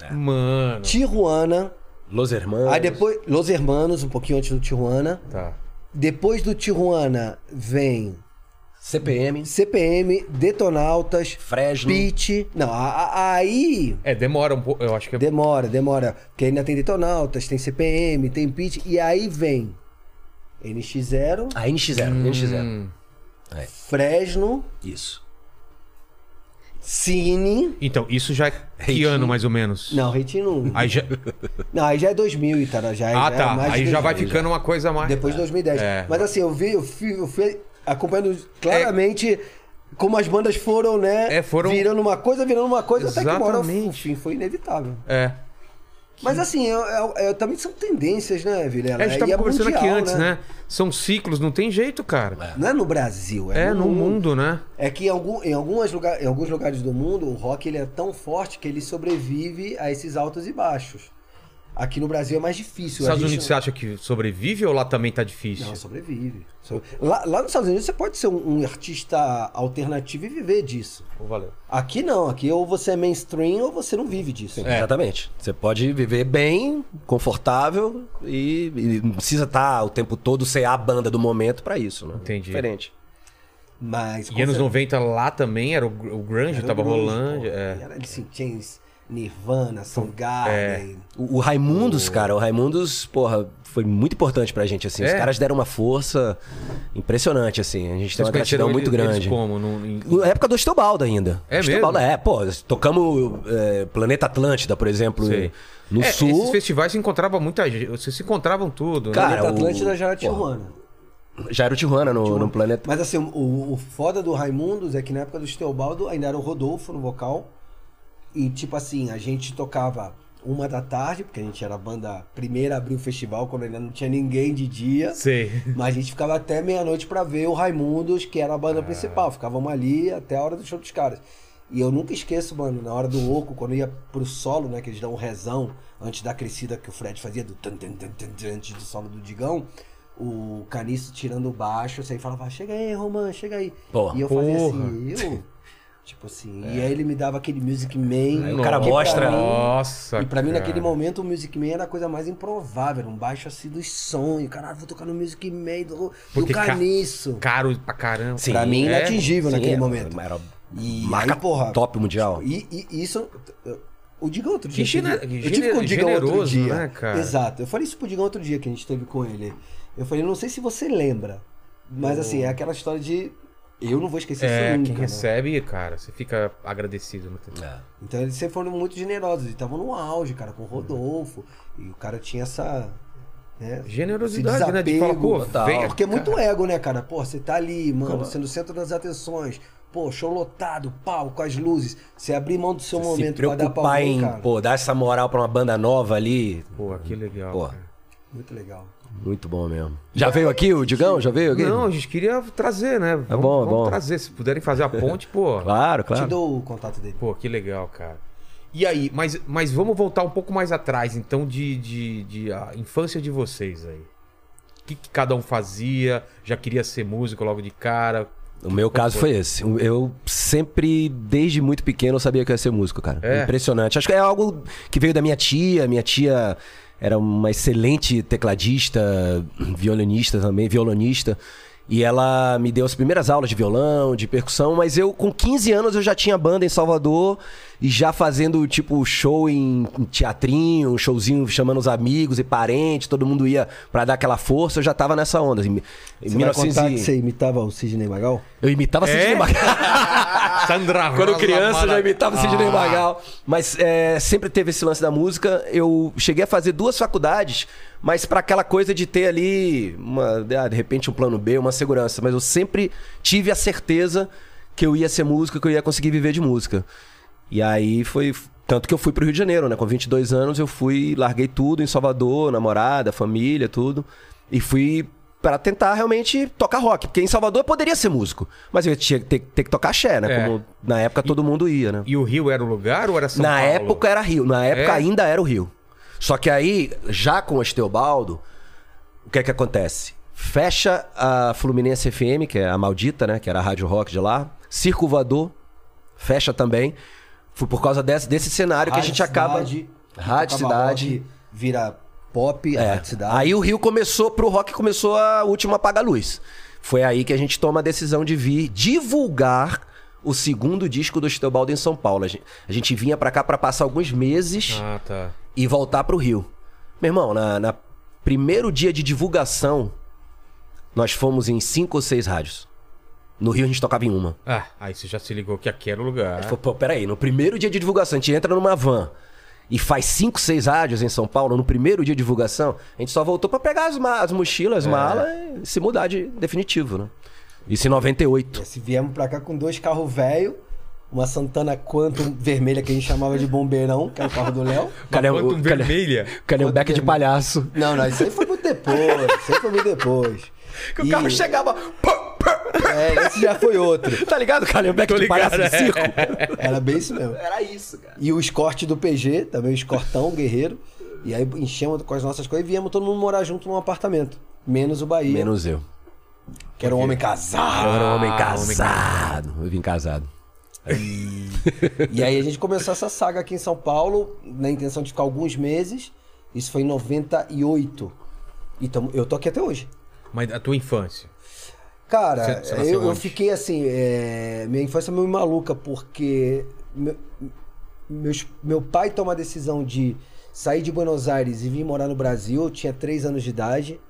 D: É.
A: Mano.
D: Tijuana.
C: Los Hermanos.
D: Aí depois, Los Hermanos, um pouquinho antes do Tijuana.
A: Tá.
D: Depois do Tijuana vem
C: CPM.
D: CPM, Detonautas,
C: Fresno.
D: Pit. Não, a- a- aí
A: É, demora um pouco. Eu acho que é.
D: demora, demora. Porque ainda tem Detonautas, tem CPM, tem Pit. E aí vem NX0,
C: A NX0. NX0.
A: Hum.
D: Fresno,
C: Isso.
D: Cine.
A: Então, isso já é. Que ano, mais ou menos?
D: Não, Retino.
A: Aí já...
D: Não, aí já é 2000, Itara. Já,
A: Ah,
D: já é
A: tá.
D: mais de
A: Aí já vai
D: 2000.
A: ficando uma coisa a mais.
D: Depois de 2010.
A: É.
D: Mas assim, eu vi, eu fui, eu fui acompanhando claramente como as bandas foram, né?
A: É, foram-
D: Virando uma coisa, virando uma coisa, até que uma hora,
A: Exatamente.
D: enfim, foi inevitável.
A: É.
D: Mas assim, eu, eu- eu- também são tendências, né, Vilela?
A: É, a gente tava
D: E
A: conversando aqui
D: mundial,
A: antes, né? São ciclos, não tem jeito, cara.
D: Não é no Brasil,
A: É, no
D: mundo.
A: mundo, né?
D: É que em, algum, em, algumas lugar, em alguns lugares do mundo, o rock ele é tão forte que ele sobrevive a esses altos e baixos. Aqui no Brasil é mais
A: Os
D: difícil. a
A: Estados
D: gente-
A: Unidos, você acha que sobrevive ou lá também tá difícil?
D: Não, sobrevive. Sobre- Lá, lá nos Estados Unidos você pode ser um, um artista alternativo e viver disso.
A: Pô, Valeu.
D: Aqui não, aqui ou você é mainstream ou você não vive disso.
A: É.
C: Exatamente. Você pode viver bem, confortável e, e não precisa estar o tempo todo ser a banda do momento pra isso, né?
A: Entendi.
C: Diferente.
D: Mas
A: E é anos 90 lá também era o, gr- o grunge,
D: Era o
A: tava
D: grunge,
A: rolando.
D: pô.
A: É.
D: Era Alice in Chains, Nirvana, Soundgarden.
C: O, o Raimundos, cara, o Raimundos, porra, foi muito importante pra gente, assim. Os
A: É?
C: caras deram uma força impressionante, assim. A gente tem
A: Vocês
C: uma gratidão
A: conheceram
C: muito
A: eles- eles
C: grande. é,
A: como? No- em-
C: Na época do Estobaldo ainda.
A: É
C: Estobaldo,
A: mesmo?
C: é, pô. Tocamos é, Planeta Atlântida, por exemplo,
A: Sei.
C: no
A: É, Esses
C: sul.
A: festivais se encontrava muita gente. Vocês se encontravam tudo, né?
C: Cara,
D: Planeta
C: o-
D: Atlântida já era
C: porra.
D: Tijuana.
C: Já era o Tijuana no, no Planeta.
D: Mas assim, o, o foda do Raimundos é que na época do Steobaldo ainda era o Rodolfo no vocal. E tipo assim, a gente tocava uma da tarde, porque a gente era a banda primeira a abrir o festival, quando ainda não tinha ninguém de dia.
A: Sei.
D: Mas a gente ficava até meia-noite pra ver o Raimundos, que era a
C: Ah.
D: banda principal. Ficávamos ali até a hora do show dos caras. E eu nunca esqueço, mano, na hora do oco, quando eu ia pro solo, né, que eles dão um rezão antes da crescida que o Fred fazia do tan tan tan tan tan, antes do solo do Digão, o Caniço tirando o baixo, assim, falava: "Chega aí, Roman, chega aí".
C: Porra.
D: e eu fazia
A: Porra.
D: assim, eu Tipo assim, e aí ele me dava aquele Music Man.
C: É. Aí o cara
D: que pra
C: mostra-
D: mim-
A: Nossa.
D: e pra mim, naquele
A: cara.
D: momento, o Music Man era a coisa mais improvável. era Um baixo assim dos sonhos. Caralho, vou tocar no Music Man do, do
A: Porque ca-
D: caniço.
A: Caro pra caramba.
C: Sim.
D: pra mim,
A: é,
D: inatingível
C: Sim,
D: naquele
C: era-
D: momento.
C: Era
D: E
C: marca
D: aí, porra.
C: top mundial.
D: E, e- e isso. eu- O Digão outro
A: Que
D: dia.
A: gene-
D: eu
A: que
D: tive- eu
A: gene-
D: tive com o Digão outro
A: generoso,
D: dia.
A: né, cara?
D: Exato. Eu falei isso pro Digão outro dia que a gente teve com ele. Eu falei, não sei se você lembra. Mas assim, é aquela história de. Eu não vou esquecer
A: É,
D: isso nunca.
A: quem
D: né?
A: recebe, cara, você fica agradecido. Né?
C: É.
D: Então eles sempre foram muito generosos. Eles estavam no auge, cara, com o Rodolfo. E o cara tinha essa. Né,
A: Generosidade,
D: esse
A: né? De falar, pô,
C: total.
A: vem,
D: Porque é muito ego, né, cara? Pô, você tá ali, mano,
C: Claro.
D: sendo o centro das atenções. Pô, show lotado, pau, com as luzes. Você abrir mão do seu
C: Se
D: é um momento pra dar pra
C: preocupar
D: alguém,
C: em,
D: cara.
C: pô, dar essa moral pra uma banda nova ali.
A: Pô, que legal.
C: Pô.
A: cara.
D: Muito legal.
C: Muito bom mesmo. Já veio aqui o Digão? Já veio aqui?
A: Não, a gente queria trazer, né? Vamos,
C: bom, é
A: vamos
C: bom.
A: trazer. Se puderem fazer a ponte, pô.
C: Claro,
D: Te
C: claro.
D: dou o contato dele.
A: Pô, que legal, cara. E aí, mas, mas vamos voltar um pouco mais atrás, então, de, de, de a infância de vocês aí. O que, que cada um fazia? Já queria ser músico logo de cara?
C: O meu caso foi esse. Eu sempre, desde muito pequeno, eu sabia que eu ia ser músico, cara.
A: É.
C: Impressionante. Acho que é algo que veio da minha tia. Minha tia era uma excelente tecladista, violinista também, violonista. E ela me deu as primeiras aulas de violão, de percussão, mas eu, com 15 anos, eu já tinha banda em Salvador e já fazendo, tipo, show em, em teatrinho, um showzinho chamando os amigos e parentes, todo mundo ia pra dar aquela força, eu já tava nessa onda. Em, em
D: Você vai contar
C: 1900
D: que
C: e-
D: você É? imitava o Sidney Magal?
C: eu imitava Sidney Magal.
A: É? Sandra
C: Quando
A: Rosa
C: criança, eu já
A: Mara-
C: imitava Sidney
A: Ah,
C: Magal. Mas é, sempre teve esse lance da música. Eu cheguei a fazer duas faculdades, mas pra aquela coisa de ter ali, uma, ah, de repente, um plano B, uma segurança. Mas eu sempre tive a certeza que eu ia ser músico, que eu ia conseguir viver de música. E aí foi. Tanto que eu fui pro Rio de Janeiro, né? Com 22 anos eu fui, larguei tudo em Salvador, namorada, família, tudo. E fui para tentar realmente tocar rock. Porque em Salvador eu poderia ser músico, mas eu tinha que ter, ter que tocar axé, né?
A: É.
C: Como na época todo mundo ia, né?
A: E o Rio era o lugar ou era São
C: na
A: Paulo?
C: época era Rio. Na época
A: É?
C: ainda era o Rio. Só que aí, já com o Esteobaldo, o que é que acontece? Fecha a Fluminense FM, que é a maldita, né? Que era a Rádio Rock de lá. Circo Voador, fecha também. Foi por causa desse, desse cenário É que a gente acaba.
D: de
C: Rádio Cidade.
D: Vira pop,
C: É.
D: Rádio Cidade.
C: Aí o Rio começou, pro rock começou a última apaga-luz. Foi aí que a gente toma a decisão de vir divulgar o segundo disco do Esteobaldo em São Paulo. A gente, a gente vinha pra cá pra passar alguns meses
A: Ah, tá.
C: e voltar pro Rio. Meu irmão, na, na primeiro dia de divulgação, nós fomos em cinco ou seis rádios. No Rio a gente tocava em uma.
A: Ah, aí você já se ligou que aqui era o
C: A
A: lugar.
C: gente falou, pô, peraí, no primeiro dia de divulgação, a gente entra numa van e faz cinco, seis rádios em São Paulo, no primeiro dia de divulgação, a gente só voltou pra pegar as, ma- as mochilas, mala e se mudar de definitivo, né? Isso em 98.
D: Se viemos pra cá com dois carros velhos, uma Santana Quantum vermelha que a gente chamava de bombeirão, que era o carro do Léo.
C: Calhau-
A: Quantum
C: Calhau-
A: vermelha.
C: Calhambeque de palhaço.
D: Não, não, isso aí foi muito depois. Isso aí foi muito depois.
C: Que o carro
D: chegou.
C: chegava. pá, pá,
D: É, esse já foi outro.
C: tá ligado, Calhambeque
A: Tô
C: de palhaço
A: ligado,
C: de circo?
D: Era bem isso mesmo.
C: Era isso, cara.
D: E o escorte do PG, também o escortão guerreiro. E aí enchemos com as nossas coisas e viemos todo mundo morar junto num apartamento. Menos o Bahia,
C: Menos eu.
D: que era um homem casado.
C: Eu era um homem
A: homem
C: casado. Eu vim casado.
D: E aí a gente começou essa saga aqui em São Paulo, na intenção de ficar alguns meses. Isso foi em 98. E tamo- eu tô aqui até hoje.
A: Mas a tua infância.
D: Cara,
A: Você- você nasceu
D: eu, eu
A: onde?
D: fiquei assim. é, Minha infância é meio maluca, porque meu, meus- meu pai toma a decisão de sair de Buenos Aires e vir morar no Brasil. Eu tinha 3 anos de idade.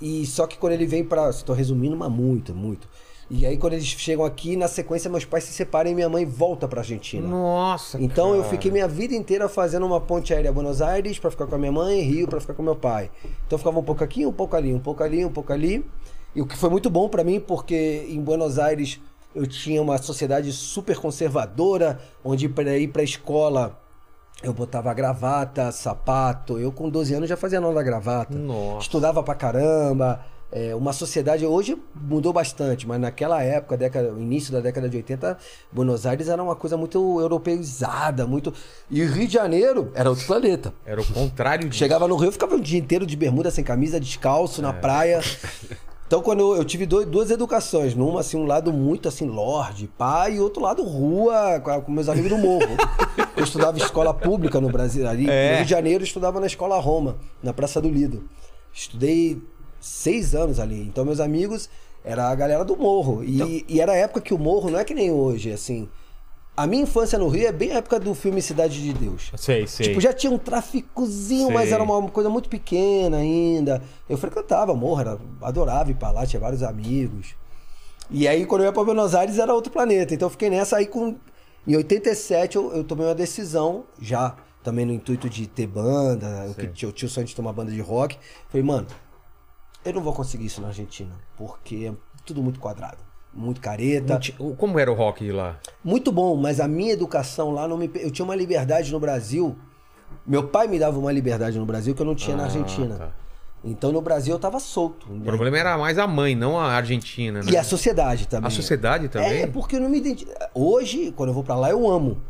D: E só que quando ele vem pra. Estou resumindo, mas muito, muito. E aí, quando eles chegam aqui, na sequência, meus pais se separam e minha mãe volta pra Argentina.
A: Nossa,
D: Então eu
A: cara.
D: fiquei minha vida inteira fazendo uma ponte aérea a Buenos Aires pra ficar com a minha mãe, Rio pra ficar com meu pai. Então eu ficava um pouco aqui, um pouco ali, um pouco ali, um pouco ali. E o que foi muito bom pra mim porque em Buenos Aires eu tinha uma sociedade super conservadora, onde para ir pra escola eu botava gravata, sapato. Eu com 12 anos já fazia nó da gravata.
A: Nossa.
D: Estudava pra caramba. É, uma sociedade hoje mudou bastante, mas naquela época, década, início da década de 80, Buenos Aires era uma coisa muito europeizada, muito. E Rio de Janeiro era outro planeta.
A: Era o contrário disso.
D: Chegava no Rio, eu ficava o dia inteiro de bermuda, sem camisa, descalço, na praia. Então, quando eu, eu tive dois- duas educações, numa, assim, um lado muito, assim, lorde, pai, e outro lado rua, com a- com meus amigos do morro. Eu estudava escola pública no Brasil, ali no Rio de Janeiro, eu estudava na escola Roma, na Praça do Lido. Estudei seis anos ali, então meus amigos era a galera do morro. E, e era a época que o morro não é que nem hoje, assim. A minha infância no Rio é bem a época do filme Cidade de Deus.
A: Sei, sei.
D: Tipo, já tinha um traficozinho,
A: Sei.
D: mas era uma coisa muito pequena ainda. Eu frequentava morro, era, adorava ir pra lá, tinha vários amigos. E aí, quando eu ia pra Buenos Aires, era outro planeta. Então, eu fiquei nessa aí com... Em 87, eu, eu tomei uma decisão, já também no intuito de ter banda. Eu, que tinha- eu tinha o sonho de ter uma banda de rock. Falei, mano, eu não vou conseguir isso na Argentina, porque é tudo muito quadrado. Muito careta.
A: Não ti- o- Como era o rock de lá?
D: Muito bom, mas a minha educação lá não me. Eu tinha uma liberdade no Brasil. Meu pai me dava uma liberdade no Brasil que eu não tinha na
A: Ah,
D: Argentina.
A: tá.
D: Então no Brasil eu tava solto.
A: O
D: né?
A: problema era mais a mãe, não a Argentina, né?
D: E a sociedade também.
A: A sociedade também?
D: É, porque eu não me identifico. Hoje, quando eu vou pra lá, eu amo.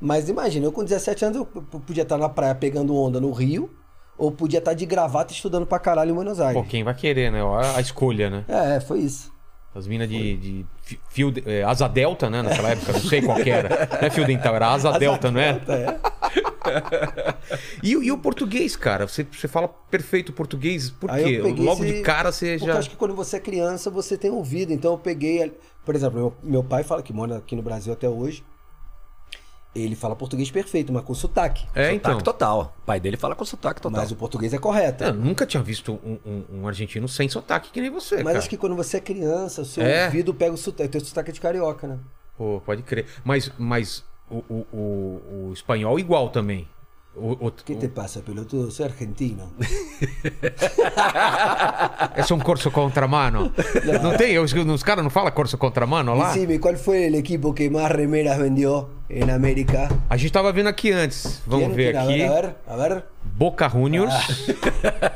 D: Mas imagina, eu com 17 anos eu p- p- podia estar na praia pegando onda no Rio, ou podia estar de gravata estudando pra caralho em Buenos Aires.
A: Pô, quem vai querer, né? A a escolha, né?
D: É, foi isso.
A: As minas de, de fi- fio de- é, asa delta, né? Naquela época, não sei qual que era. Não é fio dental, era asa, delta, não é?
D: É.
A: E, e o português, cara? Você, você fala perfeito português, por
D: Aí eu
A: quê?
D: peguei
A: Logo
D: esse-
A: de cara você
D: Porque
A: já.
D: eu acho que quando você é criança, você tem ouvido. Então eu peguei. ali- Por exemplo, meu, meu pai fala que mora aqui no Brasil até hoje. Ele fala português perfeito, mas com sotaque.
A: É,
C: sotaque
A: então.
C: total. O pai dele fala com sotaque total.
D: Mas o português é correto.
A: Eu nunca tinha visto um, um- um argentino sem sotaque que nem você,
D: mas
A: cara.
D: acho que quando você é criança, o seu
A: É.
D: ouvido pega o sotaque. O teu sotaque é de carioca, né?
A: Pô, pode crer. Mas, mas o, o- o- o espanhol igual também. O, o,
D: ¿Qué te pasa, pelotudo? Soy argentino.
A: é um corso contra mano. Não, tem? Os, os caras não falam corso contra mano lá?
D: Decime, ¿cuál fue el equipo que más remeras vendió en América?
A: A gente tava vendo aqui antes. Vamos
D: ¿Quién?
A: ver aqui.
D: ¿Quién? A ver, a ver. a ver.
A: Boca Juniors.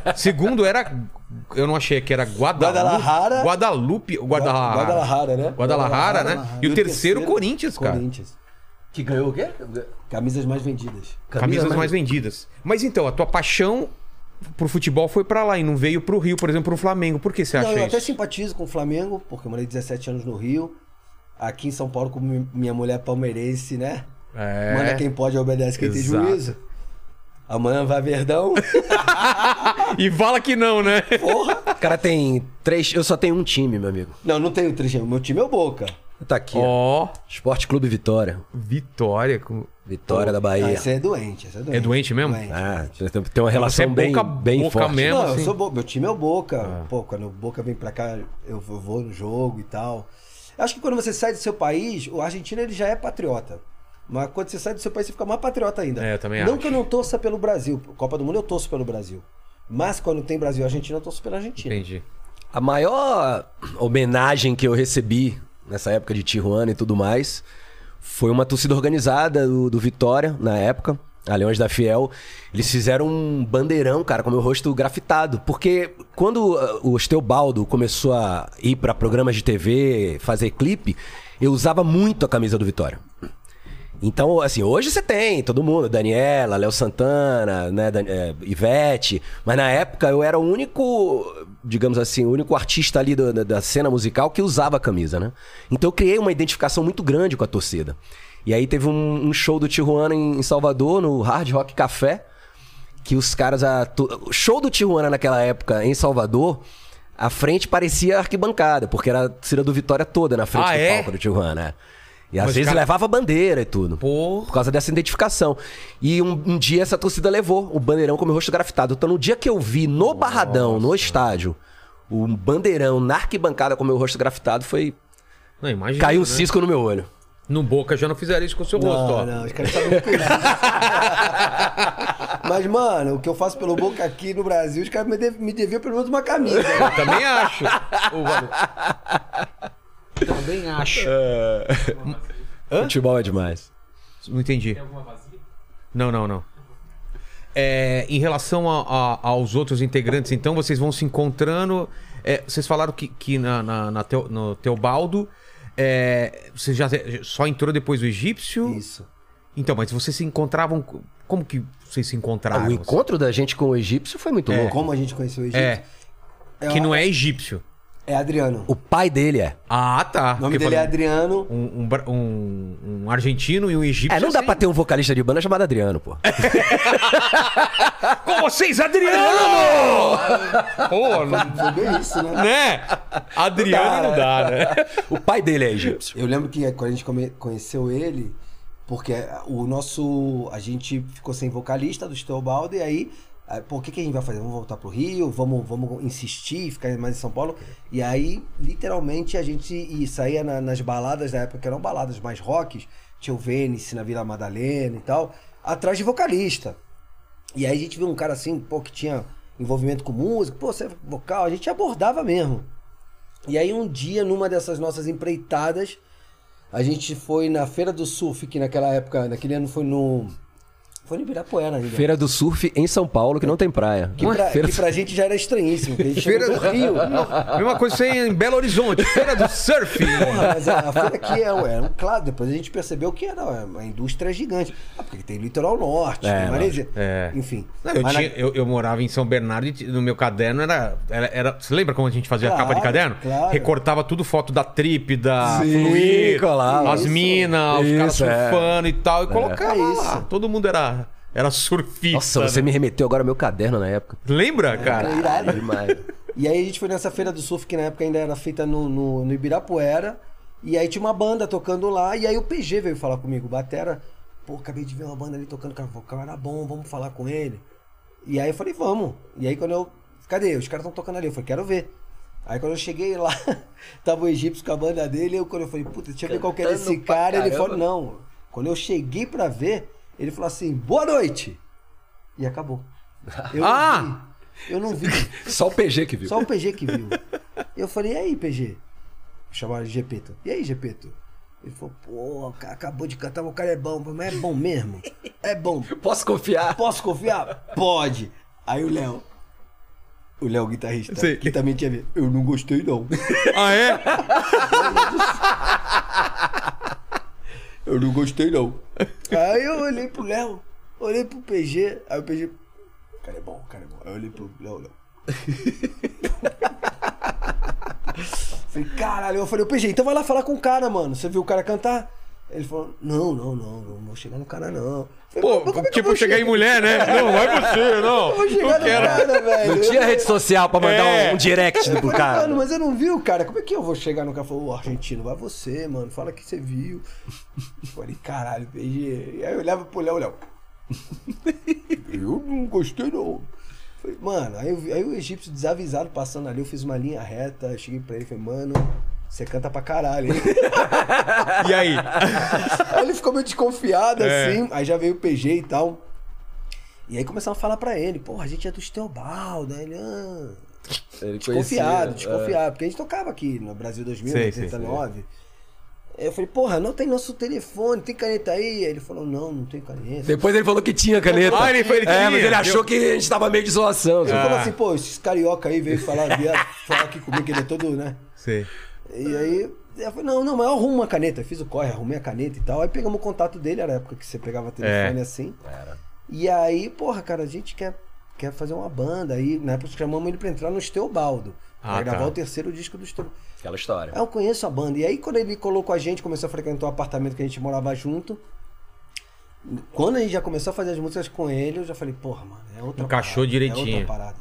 D: Ah.
A: Segundo era. Eu não achei que era Guadalajara.
D: Guadalajara.
A: Guadalupe. Guadalajara.
D: Guadalajara, né?
A: Guadalajara, né?
D: Guadalajara.
A: E o terceiro, Corinthians, cara.
D: Corinthians.
C: Que ganhou o quê?
D: Camisas mais vendidas.
A: Camisas mais, vendidas. Mas então, a tua paixão pro futebol foi pra lá e não veio pro Rio, por exemplo, pro Flamengo. Por que você
D: Não,
A: acha
D: eu
A: isso?
D: até simpatizo com o Flamengo, porque eu morei 17 anos no Rio. Aqui em São Paulo, como mi- minha mulher é palmeirense, né?
A: É.
D: Manda quem pode, obedece quem
A: Exato.
D: tem juízo. Amanhã vai Verdão.
A: E fala que não, né?
C: O cara tem três. Eu só tenho um time, meu amigo.
D: não, não tenho tristinho. Meu time é o Boca.
C: Tá aqui. ó.
A: Ó,
C: Esporte Clube Vitória.
A: vitória. com-
C: Vitória da
D: Ah,
C: Bahia.
D: você é doente, esse é doente.
A: É doente mesmo?
C: Ah, tem- tem uma relação
A: Você é
C: bem,
A: boca-
C: bem
A: boca
C: forte.
A: mesmo?
D: Não,
A: assim? Ah.
D: eu sou Boca. Meu time é o Boca. Pô, quando o Boca vem pra cá, eu vou- vou no jogo e tal. Eu acho que quando você sai do seu país, o argentino ele já é patriota. Mas quando você sai do seu país, você fica mais patriota ainda.
A: É, eu também
D: não
A: acho.
D: que eu não torça pelo Brasil. Copa do Mundo eu torço pelo Brasil. Mas quando tem Brasil e Argentina, eu torço pela Argentina.
A: Entendi.
C: A maior homenagem que eu recebi nessa época de Tijuana e tudo mais foi uma torcida organizada do, do Vitória, na época, a Leões da Fiel. Eles fizeram um bandeirão, cara, com meu rosto grafitado. Porque quando ah, o Esteubaldo começou a ir pra programas de TV, fazer clipe, eu usava muito a camisa do Vitória. Então, assim, hoje você tem todo mundo, Daniela, Léo Santana, né, Dan- é, Ivete, mas na época eu era o único, digamos assim, o único artista ali do- da, da cena musical que usava a camisa, né? Então eu criei uma identificação muito grande com a torcida. E aí teve um, um show do Tijuana em, em Salvador, no Hard Rock Café, que os caras. A, to- o show do Tijuana naquela época em Salvador, a frente parecia arquibancada, porque era a torcida do Vitória toda na frente
A: Ah,
C: do
A: é?
C: palco do Tijuana. né? E às
A: Mas,
C: vezes
A: cara-
C: levava bandeira e tudo.
A: Porra.
C: Por causa dessa identificação. E um, um dia essa torcida levou o bandeirão com o meu rosto grafitado. Então, no dia que eu vi no Barradão, no estádio, o bandeirão na arquibancada com o meu rosto grafitado, foi.
A: Não, imagina.
C: Caiu um
A: né?
C: cisco no meu olho.
A: No Boca já não fizeram isso com o seu rosto, ó.
D: Não, não, os caras sabem muito isso. Mas, mano, o que eu faço pelo Boca aqui no Brasil, os caras me, dev- me deviam pelo menos uma camisa.
A: Eu também acho. O valor. Também acho.
C: Futebol é demais.
A: Não entendi. Não, não, não. É, em relação a- a- aos outros integrantes, então, vocês vão se encontrando. é, vocês falaram que, que na, na- na Teo- no Teobaldo é, você já só entrou depois do egípcio.
D: Isso.
A: Então, mas vocês se encontravam. Como que vocês se encontraram?
C: Ah,
A: Assim?
C: o encontro da gente com o egípcio foi muito louco.
D: Como a gente conheceu o Egito?
A: É. Que não é egípcio.
D: É Adriano.
C: O pai dele é.
A: Ah, tá.
D: O
A: Porque
D: nome dele
A: falei-
D: é Adriano.
A: um, um bra- um- um argentino e um egípcio.
C: É, não dá
A: assim.
C: pra ter um vocalista de banda chamado Adriano, pô.
A: Com vocês, Adriano! Pô, não-
D: Foi bem isso, né?
A: né? Adriano não dá, né?
C: O pai dele é egípcio.
D: Eu lembro que quando a gente come- conheceu ele, porque o nosso. A gente ficou sem vocalista do Storbaldo, e aí. ah, Pô, o que, que a gente vai fazer? Vamos voltar pro Rio? Vamos, vamos insistir, ficar mais em São Paulo? E aí, literalmente, a gente e saía na- nas baladas da época, que eram baladas mais rocks, tinha o Vênice na Vila Madalena e tal, atrás de vocalista. E aí a gente viu um cara assim, pô, que tinha envolvimento com música, pô, você é vocal, a gente abordava mesmo. E aí um dia, numa dessas nossas empreitadas, a gente foi na Feira do Surf, que naquela época, naquele ano foi no. Foi no Ibirapuera ainda.
C: Feira do surf em São Paulo, que não tem praia.
D: que, pra,
C: Feira
D: que pra gente já era estranhíssimo, porque a gente
A: Feira
D: chegou do Rio.
A: né? Mesma coisa que você em Belo Horizonte, feira do surf.
D: Porra, mas a, a feira aqui é, ué, é um claro, depois a gente percebeu que era ué, uma indústria gigante. Ah, porque tem litoral norte,
C: É,
D: tem maresia.
A: é.
D: Enfim.
A: Não, eu,
D: Mas na-
A: tinha- eu- eu morava em São Bernardo e ti- no meu caderno era, era, era- Você lembra como a gente fazia a
D: Claro,
A: capa de caderno?
D: claro.
A: Recortava tudo foto da trip, da
C: Sim,
A: Fluir,
C: colava.
A: as
D: Isso.
A: minas, os caras
C: Isso, é.
A: surfando e tal, e colocava
D: É isso.
A: lá. Todo mundo era, era surfista.
C: Nossa, você
A: né?
C: me remeteu agora ao meu caderno na época.
D: É.
A: Lembra, cara?
D: Era irado.
C: Demais.
D: E aí a gente foi nessa feira do surf que na época ainda era feita no, no, no Ibirapuera. E aí tinha uma banda tocando lá. E aí o PG veio falar comigo, Batera. Pô, acabei de ver uma banda ali tocando, cara, o vocal era bom, vamos falar com ele. E aí eu falei, vamos. E aí quando eu. Cadê? Os caras estão tocando ali. Eu falei, quero ver. Aí quando eu cheguei lá, tava o egípcio com a banda dele. Eu quando eu falei, puta, deixa eu ver qual que é
C: Cantando
D: desse
C: pra
D: cara. Ele
C: caramba.
D: falou, não. Quando eu cheguei pra ver, ele falou assim, boa noite. E acabou. Eu
A: Ah!
D: Não vi, eu não vi.
C: Só o PG que viu.
D: Só o PG que viu. Eu falei, e aí, PG? Chamaram de Gepeto. E aí, Gepeto? Ele falou, pô, o cara acabou de cantar, o cara é bom. Mas é bom mesmo? É bom.
C: Posso confiar?
D: Posso confiar? Pode. Aí o Léo. O Léo, guitarrista,
A: Sim.
D: que também tinha ver. Eu não gostei, não.
A: Ah, é?
D: Eu não gostei, não. Aí eu olhei pro Léo, olhei pro PG, aí o PG. O cara é bom, o cara é bom. Aí eu olhei pro Léo, Léo. falei, caralho, eu falei, ô PG, então vai lá falar com o cara, mano. Você viu o cara cantar? Ele falou, não, não, não, não vou chegar no cara, não. Eu Falei,
A: Pô,
D: "Mas como é que eu
A: tipo,
D: vou
A: chegar em mulher, né? Não, não é você, não.
D: Eu vou chegar
A: Não
D: no
A: quero.
D: cara, velho.
C: Não tinha rede social pra mandar
A: É.
C: um, um direct
D: Eu
C: pro
D: falei,
C: cara.
D: Mano, mas eu não vi o cara. Como é que eu vou chegar no cara e falar, ô argentino, vai você, mano. Fala que você viu. Eu falei, caralho, PG. E aí eu olhava pro Léo, Léo. Eu não gostei, não. Falei, mano, aí, eu vi- aí o egípcio desavisado passando ali, eu fiz uma linha reta, eu cheguei pra ele e falei, mano, você canta pra caralho. hein?
A: E aí?
D: aí ele ficou meio desconfiado,
A: É.
D: assim. Aí já veio o PG e tal. E aí começaram a falar pra ele, porra, a gente é do Steobaldo, né? Ele, ah,
C: Ele é.
D: Desconfiado,
A: é.
C: conhecia,
D: desconfiado. Porque a gente tocava aqui no Brasil né, 2000,
A: Sei,
D: 89. Aí Eu falei, porra, não tem nosso telefone, tem caneta aí? Aí ele falou, não, não tem caneta.
C: é. Depois ele falou que tinha caneta.
A: Ah, ele- ele
C: é,
A: tinha.
C: mas ele achou
A: Eu-
C: que a gente tava meio de zoação.
D: Ele
C: sabe?
A: Ah.
D: falou assim, pô, esses carioca aí veio falar, vieram falar aqui comigo, que ele é todo, né?
A: Sei.
D: E aí, eu falei, não, não, mas eu arrumo uma caneta. Eu fiz o corre, arrumei a caneta e tal. Aí pegamos o contato dele, era a época que você pegava telefone
A: É.
D: assim. E aí, porra, cara, a gente quer, quer fazer uma banda. Aí, na época, chamamos ele pra entrar no Esteobaldo. pra
A: Ah, tá.
D: gravar o terceiro disco do Esteobaldo.
C: Aquela história.
D: Aí Eu conheço a banda. E aí, quando ele colocou a gente, começou a frequentar o apartamento que a gente morava junto. Quando a gente já começou a fazer as músicas com ele, eu já falei, porra, mano, é outra
A: Encaixou
D: parada, É
A: direitinho.
D: outra parada.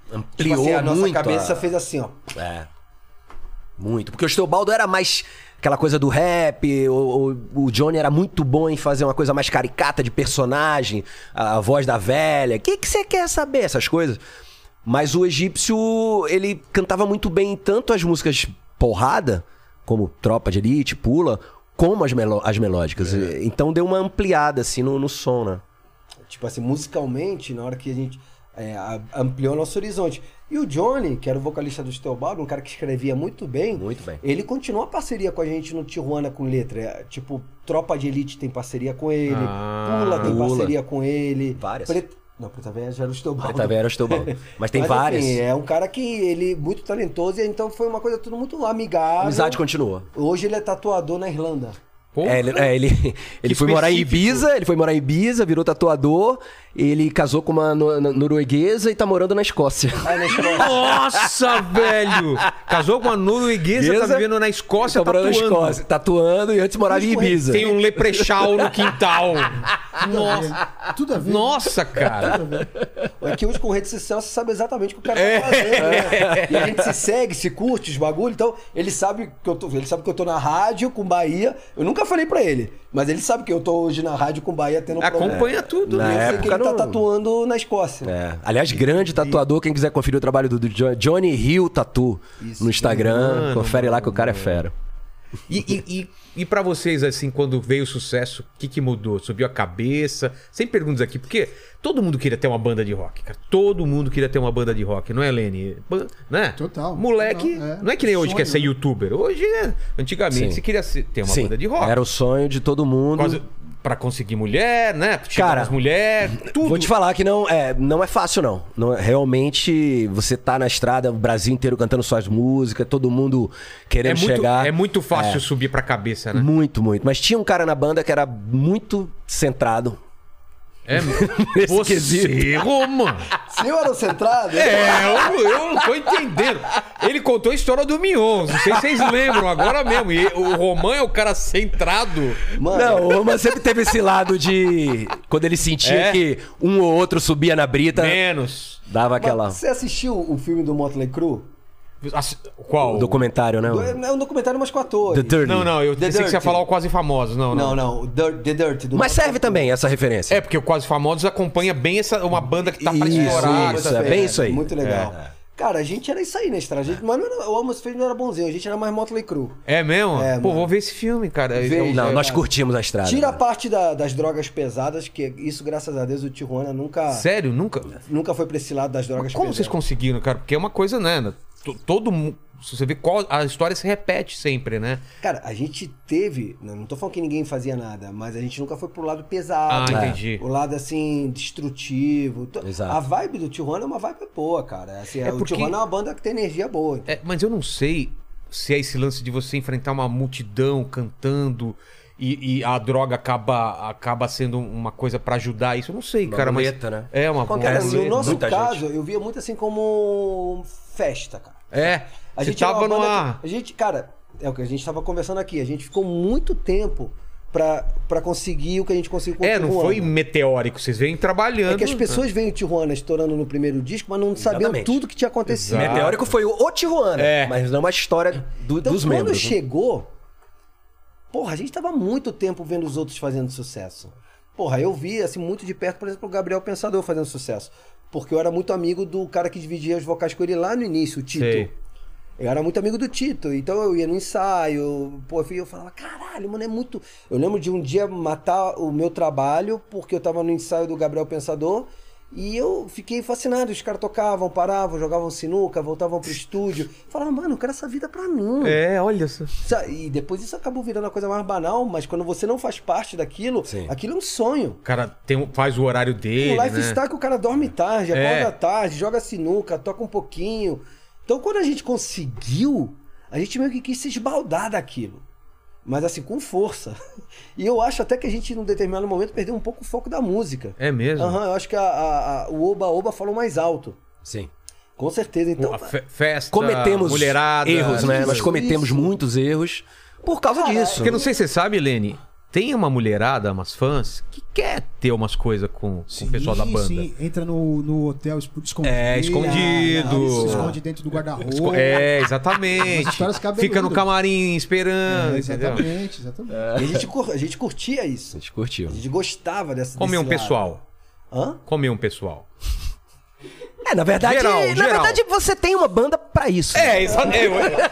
D: Tipo
C: Ampliou
D: assim, a nossa
C: muito.
D: cabeça
C: a-
D: fez assim, ó.
C: É. Muito. Porque o Steobaldo era mais aquela coisa do rap, o, o, o Johnny era muito bom em fazer uma coisa mais caricata de personagem, a, a voz da velha. O que que você quer saber? Essas coisas. Mas o egípcio, ele cantava muito bem tanto as músicas porrada, como Tropa de Elite, Pula, como as, melo- as melódicas. E- Então deu uma ampliada, assim, no, no som, né?
D: Tipo assim, musicalmente, na hora que a gente é, a- ampliou nosso horizonte. E o Johnny, que era o vocalista do Steelbaldo, um cara que escrevia muito bem,
C: Muito bem.
D: ele continuou a parceria com a gente no Tijuana com letra. É, Tipo, Tropa de Elite tem parceria com ele,
A: Ah.
D: Pula tem
C: Pula.
D: parceria com ele.
C: Várias.
D: Preta... Não, Preta Velha já era o Steelbaldo.
C: Preta Velha era tá o Steobaldo. Mas tem
D: Mas,
C: várias.
D: assim, é um cara que ele é muito talentoso, e então foi uma coisa tudo muito
C: A
D: amigável.
C: amizade continua.
D: Hoje ele é tatuador na Irlanda.
A: Pô,
C: É, ele, é, ele, ele foi morar em
A: específico.
C: Ibiza, ele foi morar em Ibiza, virou tatuador, ele casou com uma no- no- norueguesa e tá morando na Escócia.
A: Ah,
D: Aí na escola.
A: Nossa, velho! Casou com uma norueguesa, tá
C: Guesa?
A: vivendo na Escócia,
C: tá morando na
A: tatuando.
C: Escócia, tatuando e antes morava em Ibiza.
A: Tem um leprechal no quintal.
B: Tudo a ver. Tudo a ver.
A: Nossa, cara.
D: É que hoje com rede social você sabe exatamente o que o cara tá fazendo, né? E a gente se segue, se curte os bagulho, então ele sabe que eu tô, ele sabe que eu tô na rádio com Bahia. Eu nunca falei pra ele, mas ele sabe que eu tô hoje na rádio com Bahia tendo
A: Acompanha tudo.
C: Na
D: Eu sei que
C: né? época
D: ele tá
C: não-
D: tatuando na Escócia.
C: É. Aliás, grande tatuador, quem quiser conferir o trabalho do, do John- Johnny Hill Tatu no Instagram, confere lá que o cara é fera.
A: E, e, e, e pra vocês, assim, quando veio o sucesso, o que, que mudou? Subiu a cabeça? Sem perguntas aqui, porque todo mundo queria ter uma banda de rock, cara. Todo mundo queria ter uma banda de rock, não é, Lene? Ban- Né?
B: Total,
A: Moleque,
B: total, é.
A: não é que nem hoje
B: Sonho,
A: quer ser
B: né?
A: youtuber. Hoje, né? antigamente,
C: Sim.
A: você queria ser- ter É uma
C: Sim,
A: banda de rock.
C: era o sonho de todo mundo.
A: Quase pra conseguir mulher, né? Chegar
C: Cara,
A: nas mulher, tudo.
C: Vou te falar que não é, não é fácil, não. não é- realmente, você tá na estrada, o Brasil inteiro cantando suas músicas, todo mundo
A: é,
C: querendo
A: muito,
C: chegar. É,
A: é muito fácil subir pra cabeça, né?
C: Muito, muito. Mas tinha um cara na banda que era muito centrado.
A: É
C: Nesse
A: Você,
C: quesito.
A: Romano.
D: Se eu era o centrado,
A: É, eu, eu não tô entendendo. Ele contou a história do Mion. Não sei se vocês lembram agora mesmo. E o Romão é o cara centrado.
D: mano,
C: Não, o Roman sempre teve esse lado de. Quando ele sentia
A: É.
C: que um ou outro subia na brita,
A: Né? Menos.
C: dava
D: mas
C: aquela.
D: você assistiu o filme do Motley Crue?
A: Ass- Assim, Qual?
C: O documentário, né? o-
D: É um documentário, mas com ator.
C: The Dirty.
A: Não, não, eu
D: The
A: pensei que você ia
D: Dirty.
A: falar o Quase Famosos. Não, É, não.
D: Não, não, o Dir- The Dirty. Do
C: Mas serve também essa referência.
A: É, porque o Quase Famosos acompanha bem essa, uma banda que tá pra
C: Isso,
A: estourar.
C: isso,
A: tá-
C: é bem isso aí.
D: Muito legal. Cara, a gente era isso aí, né, Estrada? A gente- Mas não era, o Almost Fez não era bonzinho, a gente era mais Motley Crue.
A: É mesmo?
D: É,
A: Pô,
D: mano.
A: vou ver esse filme, cara.
D: Veja.
A: Eu-
C: Não,
D: é,
C: nós
D: cara.
C: curtimos a estrada.
D: Tira a
C: né?
D: parte da- das drogas pesadas, que isso, graças a Deus, o Tijuana nunca,
A: Ah. Sério? Nunca.
D: nunca foi pra esse lado das drogas
A: Como
D: pesadas.
A: vocês conseguiram, cara? Porque é uma coisa, né? to- Todo mundo. Se você vê qual. A história se repete sempre, né?
D: Cara, a gente teve. né, Não não tô falando que ninguém fazia nada, mas a gente nunca foi pro lado
A: Ah,
D: pesado.
C: é.
A: entendi.
D: O lado assim, destrutivo. T-
C: Exato.
D: A vibe do Tijuana é uma vibe boa, cara. Assim,
A: É
D: O
A: porque-
D: Tijuana é uma banda que tem energia boa.
A: É, mas eu não sei se é esse lance de você enfrentar uma multidão cantando e, e a droga acaba, acaba sendo uma coisa pra ajudar isso. Eu não sei,
C: Uma
A: cara,
C: muleta,
A: mas.
C: né?
A: É uma
D: Cara,
C: Acontece.
A: muleta.
D: no nosso
C: muita gente.
D: caso, eu via muito assim como festa, cara.
A: É.
D: A
A: você
D: gente era
A: tava
D: uma banda
A: numa.
D: que- A gente, cara, é o que a gente tava conversando aqui. A gente ficou muito tempo pra, pra conseguir o que a gente conseguiu com o
A: É, não
D: Tijuana.
A: foi meteórico. Vocês vêm trabalhando.
D: É que as pessoas veem o Tijuana estourando no primeiro disco, mas não sabiam
C: Exatamente.
D: tudo que tinha acontecido.
A: Exato.
C: Meteórico foi o, o Tijuana,
A: É.
C: mas não a história do-
D: Então,
C: dos
D: quando
C: membros. né?
D: chegou, porra, a gente tava muito tempo vendo os outros fazendo sucesso. Porra, eu vi assim muito de perto, por exemplo, o Gabriel Pensador fazendo sucesso, porque eu era muito amigo do cara que dividia os vocais com ele lá no início, o Tito.
A: Sei.
D: Eu era muito amigo do Tito, então eu ia no ensaio, pô, eu falava, caralho, mano, é muito. Eu lembro de um dia matar o meu trabalho, porque eu tava no ensaio do Gabriel Pensador, e eu fiquei fascinado. Os caras tocavam, paravam, jogavam sinuca, voltavam pro estúdio. Falava, mano, eu quero essa vida pra mim.
A: É, olha só.
D: Sa- E depois isso acabou virando a coisa mais banal, mas quando você não faz parte daquilo,
C: Sim.
D: aquilo é um sonho.
A: O cara tem, um- faz o horário dele.
D: o
A: né?
D: lifestyle que o cara dorme tarde, acorda
A: É.
D: tarde, joga sinuca, toca um pouquinho. Então quando a gente conseguiu, a gente meio que quis se esbaldar daquilo. Mas assim, com força. E eu acho até que a gente, num determinado momento, perdeu um pouco o foco da música.
A: É mesmo.
D: Aham, eu acho que a- a- a- o Oba Oba falou mais alto.
C: Sim.
D: Com certeza. Então,
A: A fe- festa,
C: Cometemos
A: mulherada,
C: erros, né?
A: essas
C: Nós
A: coisas.
C: cometemos
D: Isso.
C: muitos erros por causa disso.
A: Porque não sei se você sabe, Lene, tem uma mulherada, umas fãs, que quer ter umas coisas com, com o pessoal da
B: Sim,
A: banda.
B: Sim, entra no, no hotel espo- escondido.
A: É, escondido.
B: Ah, não, se esconde dentro do
A: Esco-
B: guarda-roupa.
A: É,
B: Umas
A: exatamente.
B: histórias cabeludas.
A: Fica no camarim
B: É,
A: esperando, entendeu? É.
B: exatamente, exatamente.
D: a, gente, cur- a gente curtia
C: A
D: isso.
C: gente curtiu.
D: A gente gostava dessa
A: Comer
D: desse
A: um
D: lado.
A: pessoal.
D: Hã?
A: Comer um pessoal.
C: É, na verdade,
A: Geral,
C: na
A: geral.
C: verdade você tem uma banda pra isso. né?
A: É, exatamente.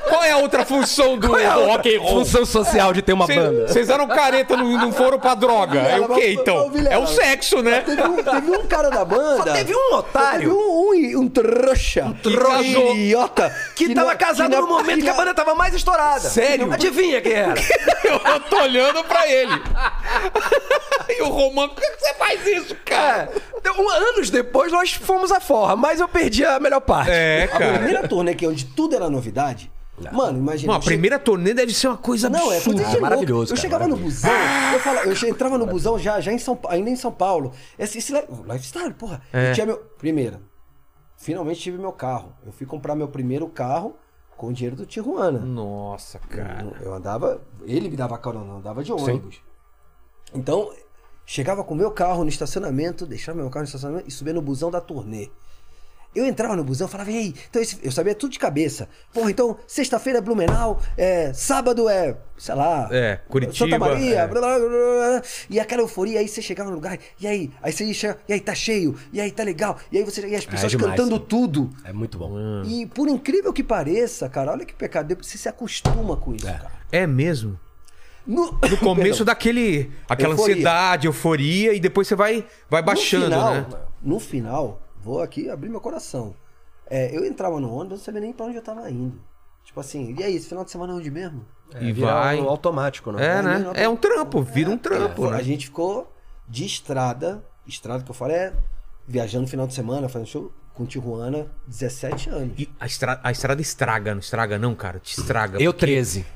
A: Qual é a outra função do,
C: É a
A: do
C: outra
A: rock and roll?
C: função social de ter uma banda.
A: Vocês eram careta, não, não foram pra droga. É o quê, então? É o sexo, né?
D: Teve um, teve um cara da banda.
C: Só teve um
D: Teve
C: otário
D: um, um, um trouxa. Um
A: trouxa.
D: Idiota.
C: que, tava
D: na-
C: casado
D: na-
C: no momento que, a
D: na-
C: banda tava mais estourada.
A: Sério?
C: Adivinha quem era?
A: Eu tô olhando pra ele. E o Romano, por que que você faz isso, cara?
C: Então, um- anos depois nós fomos à forra, mas eu perdi a melhor parte.
A: É,
D: A
A: cara.
D: primeira turnê que onde tudo era novidade. Mano, imagina.
A: Não, a
D: eu
A: primeira turnê deve ser uma coisa
D: Não, é
A: absurda.
D: coisa de louco.
C: maravilhoso,
D: Eu
C: cara,
D: chegava no
C: maravilhoso.
D: busão, eu, falava, eu che- entrava no busão já, já em São, Pa- ainda em São Paulo. Esse, esse li- lifestyle, porra.
A: É.
D: Eu tinha meu. Primeira, finalmente tive meu carro. Eu fui comprar meu primeiro carro com o dinheiro do
A: Hum.
D: Tijuana.
A: Nossa, cara.
D: Eu andava, ele me dava carona, eu andava de ônibus. Então, chegava com o meu carro no estacionamento, deixava meu carro no estacionamento e subia no busão da turnê. Eu entrava no busão e falava, ei, então esse- eu sabia tudo de cabeça. Porra, então sexta-feira é Blumenau, é, sábado é, sei lá,
A: É, Curitiba,
D: Santa Maria,
A: é.
D: blá, blá, blá, blá, blá. e aquela euforia, aí você chegava no lugar, e aí, aí você chega, e aí tá cheio, e aí tá legal, e aí você,
A: Ah, é
D: e as pessoas
C: demais.
D: cantando tudo.
C: É muito bom.
D: E por incrível que pareça, cara, olha que pecado, depois você se acostuma com isso, cara.
A: É mesmo.
D: No,
A: No começo tá daquele aquela
D: Euforia.
A: ansiedade, euforia e depois você vai vai baixando,
D: no final,
A: né?
D: No final, vou aqui abrir meu coração. É, eu entrava no ônibus, eu não sabia nem pra onde eu tava indo. Tipo assim, e aí, esse final de semana é onde mesmo?
A: e vai.
C: um automático, né?
A: É,
D: vai
A: né?
D: melhor.
A: É um trampo, vira um trampo,
D: A
A: né?
D: gente ficou de estrada, estrada que eu falo é viajando no final de semana, fazendo show com Tijuana, 17 anos.
A: E a, estra- a estrada estraga, não estraga não, cara, te estraga.
C: Eu 13.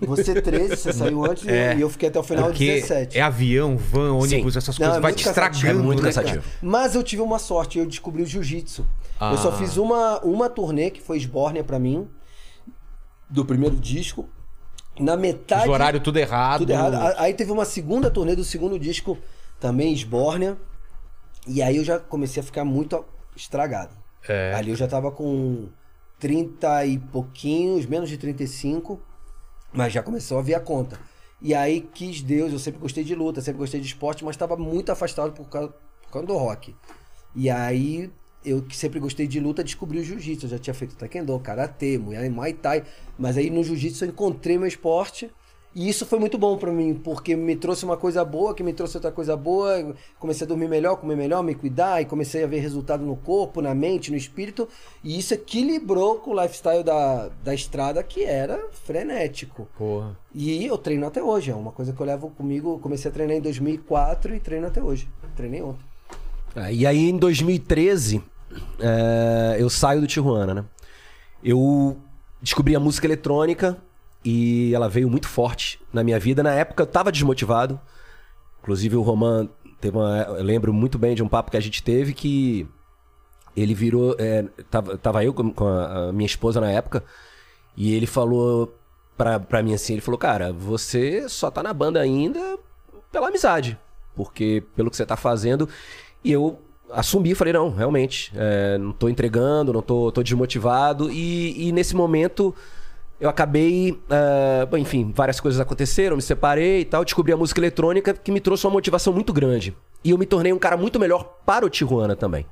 D: Você 13, você saiu antes e- e eu fiquei até o final de
A: porque
D: 17.
A: é avião, van, ônibus,
C: Sim.
A: essas
D: Não,
A: coisas,
D: é
A: vai
D: muito
A: te
D: cansativo.
A: estragando.
C: É muito
A: né,
C: cansativo.
D: Mas eu tive uma sorte, eu descobri o jiu-jitsu. Eu
A: Ah.
D: só fiz uma, uma turnê que foi esbórnia pra mim, do primeiro disco. Na
A: cara?
D: metade.
A: Os horários tudo errado.
D: Tudo errado. Ah. A- Aí teve uma segunda turnê do segundo disco, também esbórnia. E aí eu já comecei a ficar muito estragado.
A: É.
D: Ali eu já tava com 30 e pouquinhos, menos de 35, mas já começou a vir a conta. E aí, quis Deus, eu sempre gostei de luta, sempre gostei de esporte, mas estava muito afastado por causa, por causa do rock. E aí eu que sempre gostei de luta, descobri o jiu-jitsu. Eu já tinha feito taekwondo, karatê, muay muay thai, mas aí no jiu-jitsu eu encontrei meu esporte. E isso foi muito bom pra mim, porque me trouxe uma coisa boa, que me trouxe outra coisa boa. eu Comecei a dormir melhor, comer melhor, me cuidar, e comecei a ver resultado no corpo, na mente, no espírito. E isso equilibrou com o lifestyle da, da estrada, que era frenético.
A: Porra.
D: E eu treino até hoje, é uma coisa que eu levo comigo. Eu Comecei a treinar em 2004 e treino até hoje. Treinei ontem.
C: Ah, E aí, em 2013, é, eu saio do Tijuana, né? Eu descobri a música eletrônica e ela veio muito forte na minha vida. Na época, eu tava desmotivado. Inclusive, o Roman teve uma... Eu lembro muito bem de um papo que a gente teve que ele virou... é, tava, tava eu com com a, a minha esposa na época e ele falou pra, pra mim assim, ele falou, cara, você só tá na banda ainda pela amizade. Porque pelo que você tá fazendo... E eu assumi, falei, não, realmente, é, não tô entregando, não tô, tô desmotivado. E, e nesse momento eu acabei, ah, bom, enfim, várias coisas aconteceram, me separei e tal, descobri a música eletrônica que me trouxe uma motivação muito grande. E eu me tornei um cara muito melhor para o Tijuana também.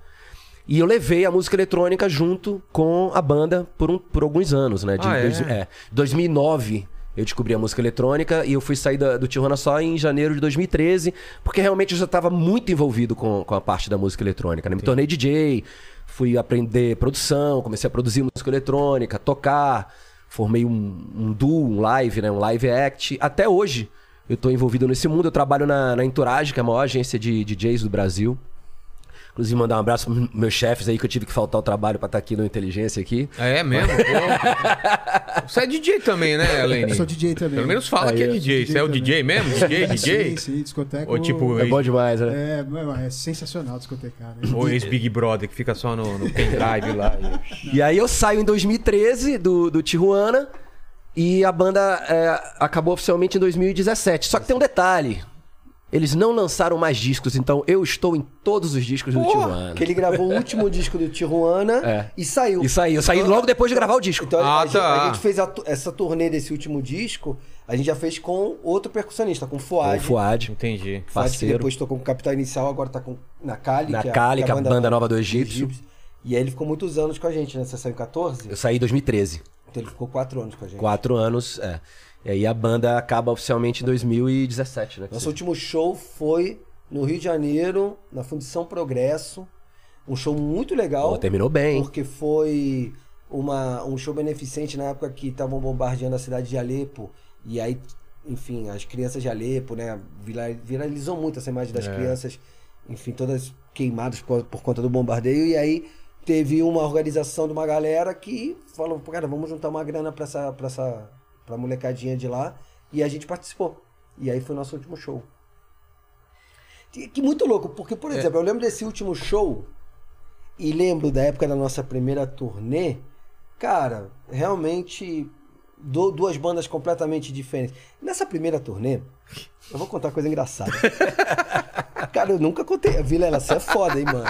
C: E eu levei a música eletrônica junto com a banda por, um- por alguns anos, né? De
A: Ah, é?
C: dois- é, 2009 eu descobri a música eletrônica e eu fui sair da- do Tijuana só em janeiro de 2013, porque realmente eu já estava muito envolvido com, com a parte da música eletrônica. Né? Me tornei DJ, fui aprender produção, comecei a produzir música eletrônica, tocar, formei um, um duo, um live, né? um live act. Até hoje eu estou envolvido nesse mundo, eu trabalho na, na Entourage, que é a maior agência de DJs do Brasil. Inclusive, mandar um abraço para meus chefes aí, que eu tive que faltar o trabalho para estar aqui no Inteligência aqui.
A: É mesmo? Pô. Você é DJ também, né, Helene?
B: Eu sou DJ também.
A: Pelo menos fala que é
C: Aí, ó.
A: DJ. Você é o
B: também.
A: DJ mesmo? DJ, DJ?
B: Sim, sim, discoteca.
A: Ou tipo,
C: É bom demais, né?
B: É, mano, é sensacional discotecar, né?
A: ou ex-Big Brother, que fica só no, no pendrive lá. e-
C: E aí eu saio em 2013 do, do Tijuana e a banda é, acabou oficialmente em 2017. Só que tem um detalhe. Eles não lançaram mais discos, então eu estou em todos os discos do Tijuana.
D: Que ele gravou o último disco do Tijuana
C: É.
D: e saiu.
C: Isso aí, eu saí logo depois de gravar o disco.
D: Então a,
A: Ah,
D: gente,
A: tá.
D: a gente fez a tu- essa turnê desse último disco, a gente já fez com outro percussionista, com o
C: o
D: Fuad.
C: Fuad,
A: Entendi.
D: Fuad que
C: parceiro.
D: depois tocou com o Capital Inicial, agora tá com, na Cali.
C: Na
D: que é
C: Cali,
D: que é
C: que é a banda nova do Egípcio.
D: E aí ele ficou muitos anos com a gente, né? Você saiu em 14?
C: Eu saí em 2013.
D: Então ele ficou quatro anos com a gente.
C: Quatro anos, é. E aí a banda acaba oficialmente em 2017, né?
D: Nosso último show foi no Rio de Janeiro, na Fundição Progresso. Um show muito legal.
C: Pô, terminou bem, hein?
D: Porque foi uma, um show beneficente na época que estavam bombardeando a cidade de Alepo. E aí, enfim, as crianças de Alepo, né? vira- Viralizou muito essa imagem das crianças, enfim, todas queimadas por, por conta do bombardeio. E aí teve uma organização de uma galera que falou, "Pô, cara, vamos juntar uma grana pra essa, pra essa pra molecadinha de lá. E a gente participou. E aí foi o nosso último show. Que, que muito louco, porque, por exemplo, eu lembro desse último show e lembro da época da nossa primeira turnê. Cara, realmente du- duas bandas completamente diferentes. Nessa primeira turnê, eu vou contar uma coisa engraçada. Cara, eu nunca contei. Vilela, você é foda, hein, mano?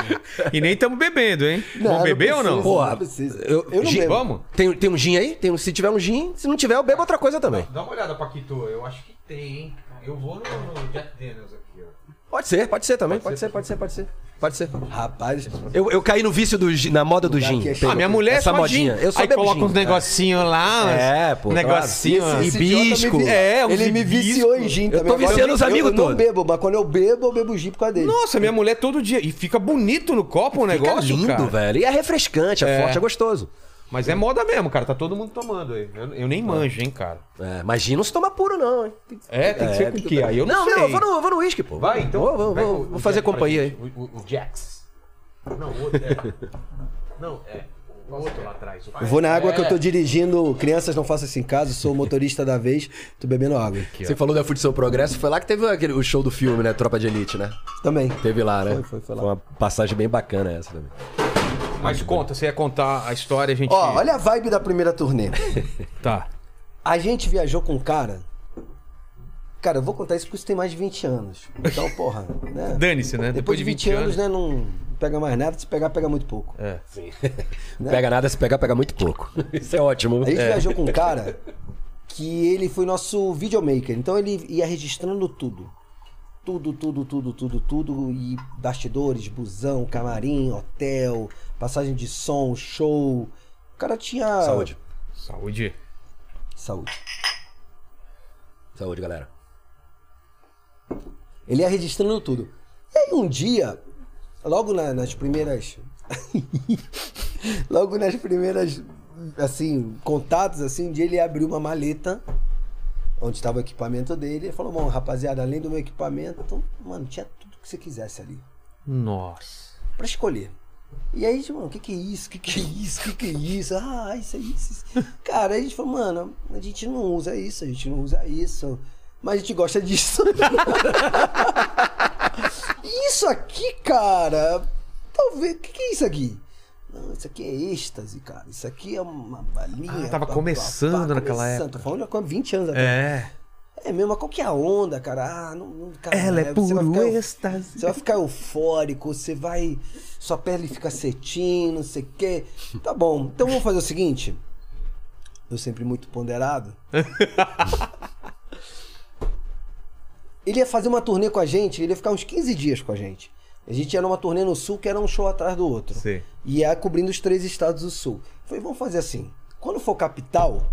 A: E nem estamos bebendo, hein? Vamos beber ou não?
D: precisa,
C: Porra,
D: precisa.
C: eu-
D: Eu não
C: Gi-
D: bebo.
A: Vamos?
C: Tem, tem um gin aí? Tem, um- se tiver um gin, se não tiver, eu bebo outra coisa também.
A: Dá uma olhada, Paquito. Eu acho que tem, hein? Eu vou no, Jack Daniels aqui, ó.
C: Pode ser, pode ser também. Pode, ser, pode ser, pode ser. Pode ser.
D: Rapaz,
C: Eu, eu caí no vício do gin- na moda do
D: Lugar
C: gin.
D: que é
C: Pedro.
D: cheio.
A: Ah, minha mulher
C: Essa
A: é só
C: modinha.
A: gin.
C: Eu só
A: Aí
C: bebo
A: coloca
C: gin,
A: uns negocinho lá. uns-
C: É, pô,
A: Negocinho.
C: claro.
A: ó.
C: Esse-
D: idiota me
C: hibisco.
D: vi-
A: É, uns
D: ele me
A: hibisco.
D: viciou em gin
C: um Eu
D: também.
C: tô
D: Agora
C: viciando os
D: eu-
C: amigos
D: eu, eu não
C: todos.
D: bebo, mas quando eu bebo, eu bebo gin por causa dele.
A: Nossa, minha mulher é todo dia. E fica bonito no copo o
C: É, Fica
A: negócio,
C: lindo,
A: cara.
C: velho. E é refrescante, é,
A: É.
C: forte, é gostoso.
A: Mas é moda mesmo, cara. Tá todo mundo tomando aí. Eu, eu nem manjo, hein, cara.
C: É, mas gin não se toma puro, não, hein? Tem-
A: É, tem que ser com o quê? Aí eu não,
C: não,
A: sei.
C: não, eu vou no, eu vou no whisky, pô.
A: Vai, então.
C: Vou, vou,
A: Vai
C: vou-
A: o-
C: vou
A: o
C: fazer
A: Jack pra
C: companhia aí.
A: gente. O, o, o Jax. Não, o outro é. Não, é. O É, outro lá atrás.
D: Eu vou na água que eu
C: É.
D: tô dirigindo. Crianças, não façam isso em casa. Sou o motorista da vez. Tô bebendo água.
C: Você falou da Futsal Progresso, foi lá que teve aquele, o show do filme, né? Tropa de Elite, né?
D: Também.
C: Teve lá, né?
D: Foi, foi, foi lá.
C: uma passagem bem bacana essa também.
A: Mas conta, você ia contar a história, a gente.
D: Ó, olha a vibe da primeira turnê.
A: Tá.
D: A gente viajou com um cara. Cara, eu vou contar isso porque isso tem mais de 20 anos. Então, porra, né?
A: Dane-se, né?
D: Depois, de 20, anos, né? Não pega mais nada. Se pegar, pega muito pouco.
A: É.
C: Não pega nada, se pegar, pega muito pouco. Né? Isso é ótimo.
D: A gente
C: É.
D: viajou com um cara que ele foi nosso videomaker. Então ele ia registrando tudo. tudo, tudo, tudo, tudo, tudo. E bastidores, busão, camarim, hotel, passagem de som, show. O cara tinha.
C: Saúde.
A: Saúde.
D: Saúde.
C: Saúde, galera.
D: Ele ia registrando tudo. E aí um dia, logo na- nas primeiras. logo nas primeiras. Assim, contatos, assim, um dia ele abriu uma maleta onde estava o equipamento dele e falou: Bom, rapaziada, além do meu equipamento, mano, tinha tudo que você quisesse ali
A: Nossa.
D: pra escolher. E aí, tipo, mano, o que que é isso? O que que é isso? O que que é isso? Ah, isso é isso. isso. Cara, aí a gente falou, mano, a gente não usa isso, a gente não usa isso. Mas a gente gosta disso. isso aqui, cara, talvez. O que que é isso aqui? Não, isso aqui é êxtase, cara. Isso aqui é uma balinha.
A: Ah, tava começando naquela época.
D: Tô falando com 20 anos atrás.
A: É.
D: É, mesmo, mas qual que é a onda, cara? Ah, não, não cara,
A: Ela é
D: você vai
A: puro
D: ficar-
A: êxtase.
D: você vai ficar eufórico, você vai. Sua pele fica cetim, não sei o quê. Tá bom, então vamos fazer o seguinte. Eu sempre muito ponderado. ele ia fazer uma turnê com a gente, ele ia ficar uns 15 dias com a gente. A gente ia numa turnê no sul que era um show atrás do outro.
A: Sim.
D: E ia cobrindo os três estados do sul. Falei, vamos fazer assim. Quando for capital,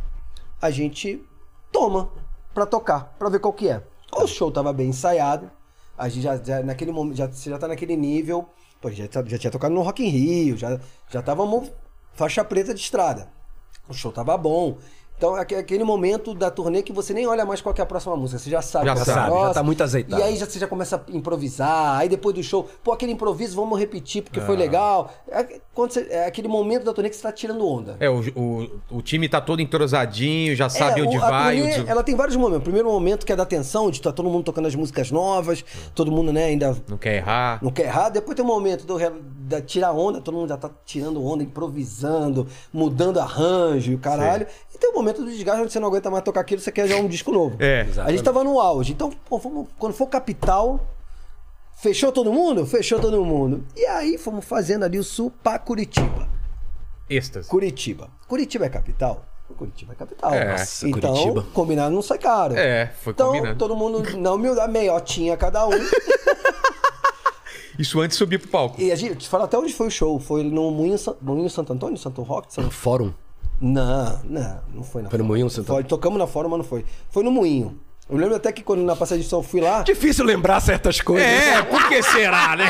D: a gente toma pra tocar, pra ver qual que é. O show tava bem ensaiado. A gente já, já naquele momento, já, você já tá naquele nível. Pô, já, tá- já tinha tocado no Rock in Rio, já, já tava mo- faixa preta de estrada. O show tava bom. Então, aque- aquele momento da turnê que você nem olha mais qual que é a próxima música. Você já sabe.
A: Já
D: qual que é a
A: sabe, já
D: próxima.
C: tá muito azeitado.
D: E aí já, você já começa a improvisar. Aí depois do show, pô, aquele improviso, vamos repetir porque foi legal. É, quando você- é aquele momento da turnê que você tá tirando onda.
A: É, o, o, o time tá todo entrosadinho, já sabe
D: É,
A: onde
D: o- a
A: vai.
D: turnê,
A: onde-
D: Ela tem vários momentos. O primeiro momento que é da tensão, de tá todo mundo tocando as músicas novas,
A: Hum.
D: todo mundo, né, ainda
A: Não quer errar.
D: não quer errar. Depois tem um momento do, re- da tirar onda, todo mundo já tá tirando onda, improvisando, mudando arranjo e o caralho. E tem o momento do desgaste onde você não aguenta mais tocar aquilo, você quer já um disco novo.
A: É.
D: A gente tava no auge. Então, pô, vamos- quando for capital, fechou todo mundo? Fechou todo mundo. E aí fomos fazendo ali o sul pra Curitiba.
A: Êxtase.
D: Curitiba. Curitiba é capital? Curitiba é capital.
A: É,
D: Nossa, então,
C: Curitiba.
D: combinado não sai caro.
A: É, foi
D: Então,
A: combinado.
D: todo mundo na humildade, meiotinha cada um.
A: Isso antes de subir pro palco.
D: E a gente, te fala até onde foi o show. Foi no Moinho, San- Moinho Santo Antônio? Santo Roque? Santo...
C: Fórum.
D: Não, não, não foi na
C: Foi no
D: Fórmula.
C: Moinho Santo
D: Foi, tocamos na Fórmula, mas não foi. Foi no Moinho. Eu lembro até que quando na passagem de som eu fui lá...
C: Difícil lembrar certas coisas.
A: É, por que será, né?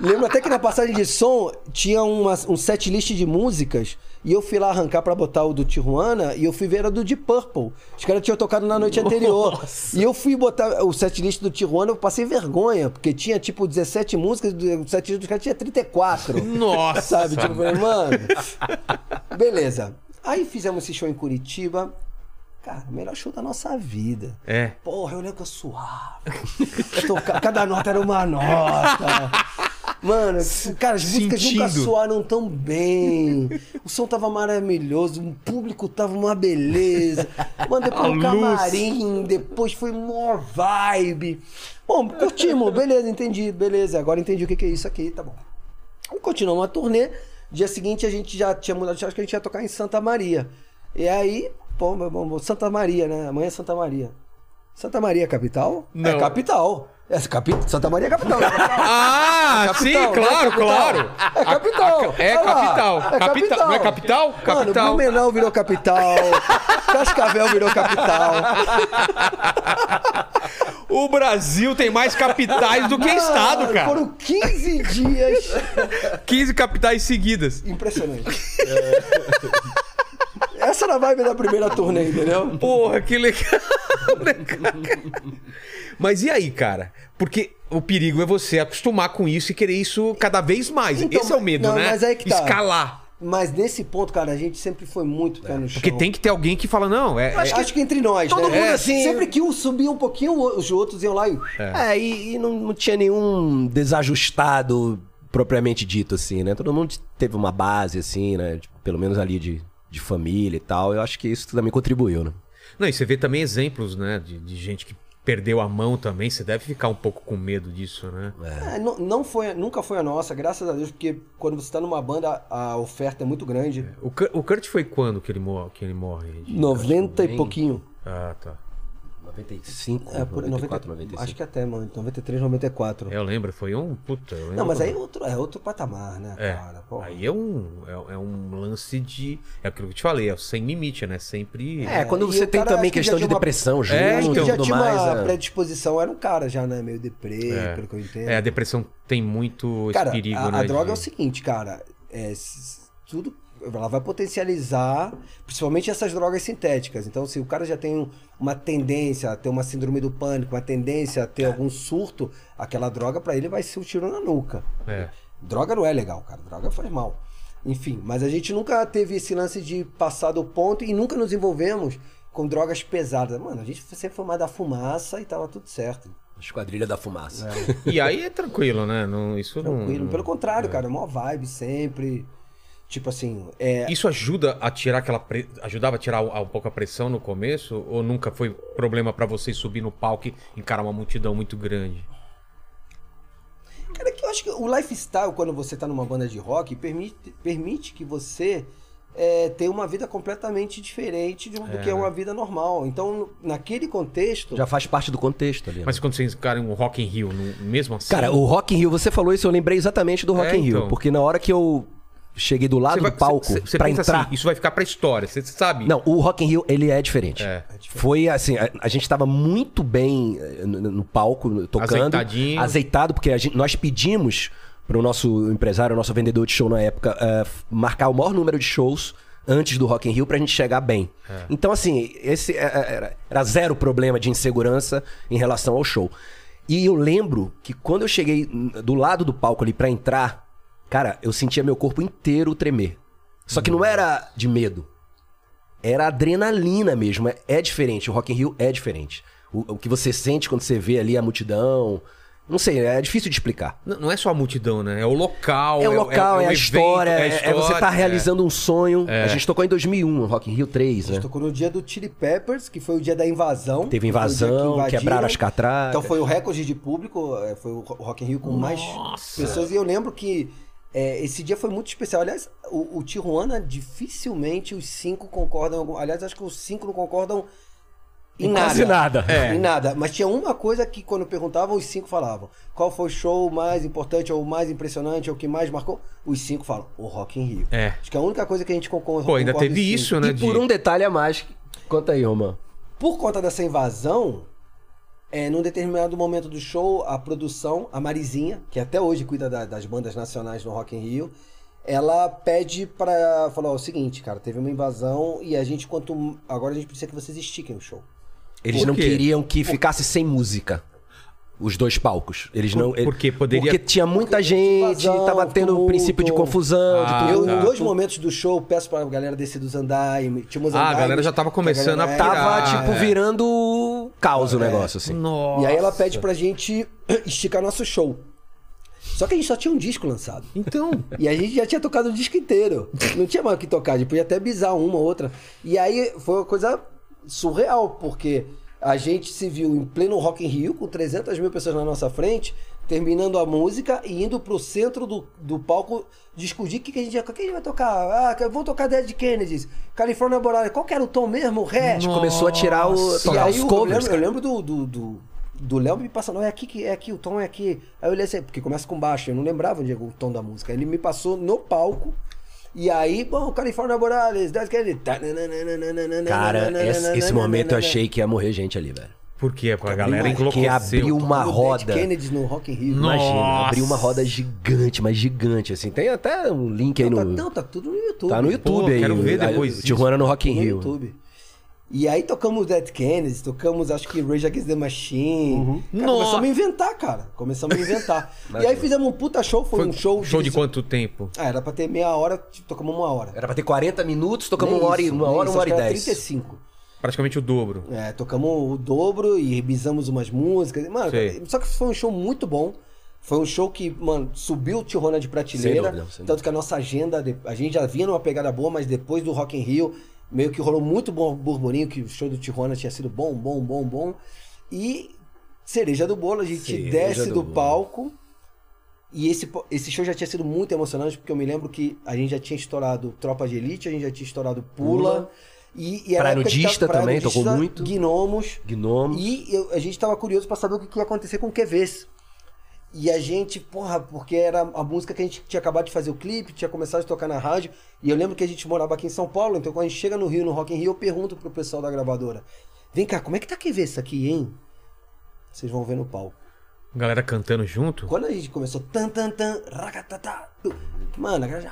D: Lembro até que na passagem de som tinha uma, um set list de músicas e eu fui lá arrancar pra botar o do Tijuana e eu fui ver era do Deep Purple. Os caras tinham tocado na noite anterior. E eu fui botar o set list do Tijuana, eu passei vergonha, porque tinha tipo 17 músicas, o set list dos caras tinha 34.
A: Nossa.
D: Sabe? Tipo, eu falei, mano. Beleza. Aí fizemos esse show em Curitiba. Cara, o melhor show da nossa vida.
A: É.
D: Porra, eu lembro que eu suava. Eu toca- Cada nota era uma nota. Mano, cara, as músicas nunca
A: Sentindo.
D: soaram tão bem. O som tava maravilhoso, o público tava uma beleza. Mano,
A: A
D: depois um
A: luz.
D: camarim, depois foi mó vibe. Bom, curtimos, beleza, entendi, beleza. Agora entendi o que que é isso aqui, tá bom. E continuamos a turnê. Dia seguinte a gente já tinha mudado de acho que a gente ia tocar em Santa Maria. E aí, pô, meu bom, Santa Maria, né? Amanhã é Santa Maria. Santa Maria é capital? É
A: Não.
D: capital. É capi... Santa Maria é capital. né?
A: Ah,
D: Capital,
A: sim,
D: né?
A: claro,
D: Capital.
A: claro.
D: É capital.
A: A- a- é
D: Olha lá.
A: capital. Capital. Não é capital?
D: Mano,
A: Capital.
D: Blumenau virou capital. Cascavel virou capital.
A: O Brasil tem mais capitais do que estado,
D: Mano,
A: cara.
D: Ah, Foram 15 dias.
A: 15 capitais seguidas.
D: Impressionante.
A: É.
D: Essa era a vibe da primeira turnê, entendeu?
A: Porra, que legal, né, cara? Mas e aí, cara? Porque o perigo é você acostumar com isso e querer isso cada vez mais.
D: Então,
A: Esse é o medo,
D: não,
A: né?
D: mas aí que tá.
A: Escalar.
D: Mas nesse ponto, cara, a gente sempre foi muito pé no chão.
A: Porque tem que ter alguém que fala, não, é.
D: Acho,
A: é-
D: que, acho que entre nós,
C: Todo
D: né?
C: mundo assim-
D: Sempre que um subia um pouquinho, os outros iam lá e...
C: É, e, e não, não tinha nenhum desajustado propriamente dito, assim, né? Todo mundo teve uma base, assim, né? Tipo, pelo menos ali de, de família e tal. Eu acho que isso também contribuiu, né?
A: Não, e você vê também exemplos, né? De, de gente que perdeu a mão também. Você deve ficar um pouco com medo disso, né?
D: É, não, não foi, nunca foi a nossa, graças a Deus, porque quando você tá numa banda, a oferta é muito grande.
A: O, Cur- o Kurt foi quando que ele, mor- que ele morre?
D: 90 e pouquinho.
A: Ah, tá.
C: 95,
D: É, por
C: 94,
D: 90,
C: 95.
D: acho que até, mano. 93, 94.
A: Eu lembro, foi um. Puta, eu lembro.
D: Não, mas aí é outro, é outro patamar, né,
A: É,
D: cara? Pô,
A: Aí é um, é, é um lance de. É aquilo que eu te falei, é o sem limite, né? Sempre.
C: É, quando
D: E
C: você
D: o
C: tem
D: cara
C: também
D: acho que
C: questão
D: já
C: de
D: tinha uma-
C: depressão junto
A: É,
C: e
A: então.
D: já
C: tudo
D: tinha
C: mais.
D: uma
C: é.
D: predisposição, era um cara já, né? Meio deprê,
A: É.
D: pelo que eu entendo.
A: É, a depressão tem muito esse
D: cara,
A: perigo,
D: a,
A: né?
D: a droga
A: de-
D: é o seguinte, cara. É, s- tudo. Ela vai potencializar, principalmente essas drogas sintéticas. Então, se o cara já tem um- uma tendência a ter uma síndrome do pânico, uma tendência a
A: É.
D: ter algum surto, aquela droga pra ele vai ser um tiro na nuca.
A: É.
D: Droga não é legal, cara. Droga faz mal. Enfim, mas a gente nunca teve esse lance de passar do ponto e nunca nos envolvemos com drogas pesadas. Mano, a gente sempre foi mais da fumaça e tava tudo certo.
C: Esquadrilha da fumaça.
D: então.
A: E aí é tranquilo, né? Não, isso não-
D: Tranquilo.
A: não.
D: Pelo contrário, cara, mó vibe sempre. Tipo assim, é.
A: Isso ajuda a tirar aquela. pre- Ajudava a tirar um, um pouco a pressão no começo? Ou nunca foi problema pra vocês subir no palco e encarar uma multidão muito grande?
D: Cara, é que eu acho que o lifestyle, quando você tá numa banda de rock, permite, permite que você é, tenha uma vida completamente diferente de- do que é uma vida normal. Então, naquele contexto.
C: Já faz parte do contexto ali. né?
A: Mas quando vocês encaram um Rock in Rio, não- mesmo assim.
C: Cara, o Rock in Rio, você falou isso, eu lembrei exatamente do Rock
A: É,
C: in Rio.
A: então.
C: Porque na hora que eu cheguei do lado
A: Você vai-
C: do palco
A: você- você
C: pra
A: pensa
C: entrar...
A: assim, isso vai ficar pra história, você sabe.
C: Não, o Rock in Rio, ele é diferente.
A: É.
C: Foi assim, a, a gente tava muito bem eh, no, no palco, no- tocando.
A: Azeitadinho.
C: Azeitado, porque a gente- nós pedimos pro nosso empresário, nosso vendedor de show na época, eh, f- marcar o maior número de shows antes do Rock in Rio pra gente chegar bem.
A: É.
C: Então, assim, esse eh, eh, era, era zero problema de insegurança em relação ao show. E eu lembro que quando eu cheguei hum, do lado do palco ali pra entrar, cara, eu sentia meu corpo inteiro tremer. Só que
A: Hum.
C: não era de medo era adrenalina mesmo. É, é diferente. O Rock in Rio é diferente. O, o que você sente quando você vê ali a multidão. Não sei, é difícil de explicar.
A: N- Não é só a multidão, né? É o local.
C: É o local, é,
A: o
C: a,
A: evento,
C: história,
A: a
C: é, é
A: história,
C: você
D: tá
C: estar
A: é.
C: realizando um sonho. A gente tocou em 2001, no Rock in Rio 3,
D: A gente
C: né?
D: tocou no dia do Chili Peppers, que foi o dia da invasão.
C: Teve
D: que foi o dia que
C: invasão,
D: invadiram.
C: quebraram as catracas.
D: Então foi o recorde de público, é, foi o Rock in Rio com mais
A: Nossa.
D: pessoas. E eu lembro que é, esse dia foi muito especial. Aliás, o, o Tijuana, dificilmente os cinco concordam. em algum- Aliás, acho que os cinco não concordam em, nada. É.
C: quase nada.
D: Em nada. Mas tinha uma coisa que quando perguntavam, os cinco falavam. Qual foi o show mais importante, ou o mais impressionante, ou o que mais marcou? Os cinco falam, o Rock in Rio.
A: É.
D: Acho que a única coisa que a gente concorda...
A: Pô, ainda
D: concorda
A: teve
D: os cinco.
A: isso, né?
C: E por
A: de-
C: um detalhe a mais, conta aí, Romão.
D: Por conta dessa invasão, é, num determinado momento do show, a produção, a Marizinha, que até hoje cuida da- das bandas nacionais no Rock in Rio, ela pede pra. falar "Ó, o seguinte, cara, teve uma invasão e a gente quanto agora a gente precisa que vocês estiquem o show.
C: Eles
A: Por
C: não
A: quê?
C: queriam que ficasse sem música. Os dois palcos. Eles não.
A: porque poderia-
C: Porque tinha muita
D: Porque
C: gente,
D: invasão,
C: tava tendo um
D: tumulto.
C: princípio de confusão,
A: Ah,
C: de
D: eu,
C: tudo.
A: tá.
D: em dois momentos do show, peço pra galera descer dos andaime. Tinha uns
A: Ah, a
D: andaimes
A: galera já tava
D: que
A: começando a
D: galera-
A: pirar.
C: Tava,
A: Ah,
C: tipo,
A: é.
C: virando caos o negócio, assim.
A: Nossa.
D: E aí ela pede pra gente esticar nosso show. Só que a gente só tinha um disco lançado.
A: Então,
D: E a gente já tinha tocado o disco inteiro. Não tinha mais o que tocar, a gente podia até bizar uma ou outra. E aí foi uma coisa surreal, porque a gente se viu em pleno Rock in Rio, com 300 mil pessoas na nossa frente, terminando a música e indo pro centro do, do palco discutir o que, que a gente ia o que a gente vai tocar. Ah, que- vamos tocar Dead Kennedys, California Borada. Qual que era o tom mesmo? O Ré?
C: gente começou a tirar o.
D: E
C: tocar
D: aí
C: os
D: eu
C: covers.
D: lembro- Eu lembro, do. do, do... do Léo me passando, é aqui, que é aqui, o tom é aqui. Aí eu olhei assim, porque começa com baixo, eu não lembrava onde era o tom da música. Ele me passou no palco, e aí, bom, California Morales, Dead Kennedy.
C: cara, cara, esse, esse momento eu achei que ia morrer gente ali, velho.
A: por quê? Pô, A galera
D: Porque
A: enlouqueceu.
C: abriu uma-
D: Tocando
C: roda.
D: Dead Kennedy no Rock in Rio.
A: Nossa.
C: Imagina, abriu uma roda gigante, mas gigante, assim. Tem até um link aí
D: Não, tá,
C: no.
D: não, tá tudo no YouTube.
C: Tá no YouTube
A: Pô,
C: aí.
A: quero ver
C: aí,
A: depois isso.
C: Tijuana no Rock in
D: no
C: Rio.
D: YouTube. E aí tocamos Dead Kennedys, tocamos acho que Rage Against the Machine.
C: Uhum.
D: Cara,
A: Nossa.
D: começamos a inventar, cara. Começamos a inventar. e aí fizemos um puta show, foi,
A: Foi
D: um show...
A: show de quanto tempo?
D: Ah, era pra ter meia hora, tipo, tocamos uma hora.
C: Era pra ter 40 minutos, tocamos
D: Nem
C: uma hora, e
D: isso,
C: uma
D: nem
C: hora,
D: isso,
C: uma hora
D: acho
C: e
D: que era
C: dez.
D: 35.
A: Praticamente o dobro.
D: É, tocamos o dobro e revisamos umas músicas. Mano,
A: Sei.
D: só que foi um show muito bom. Foi um show que, mano, subiu o Tijuana de prateleira.
C: Sem dúvida, sem dúvida.
D: tanto que a nossa agenda, de- a gente já vinha numa pegada boa, mas depois do Rock in Rio, meio que rolou muito bom burburinho, que o show do Tijuana tinha sido bom, bom, bom, bom. E cereja do bolo, a gente
C: Cereja
D: desce
C: do
D: do,
C: bolo.
D: palco. E esse, po- esse show já tinha sido muito emocionante, porque eu me lembro que a gente já tinha estourado Tropa de Elite, a gente já tinha estourado Pula.
C: Pula.
D: E, e era
C: Praia
D: a época que
C: Nudista
D: tava- Praia
C: também,
D: Nudista,
C: tocou muito.
D: Gnomos.
C: Gnomo.
D: E eu- a gente tava curioso pra saber o que que ia acontecer com o QVs. E a gente, porra, porque era a música que a gente tinha acabado de fazer o clipe, tinha começado a tocar na rádio. E eu lembro que a gente morava aqui em São Paulo, então quando a gente chega no Rio, no Rock in Rio, eu pergunto pro pessoal da gravadora: Vem cá, como é que tá QV isso aqui, hein? Vocês vão ver no palco.
A: Galera cantando junto.
D: Quando a gente começou, tan, tan, tan, racatatá, tu, mano, a galera já.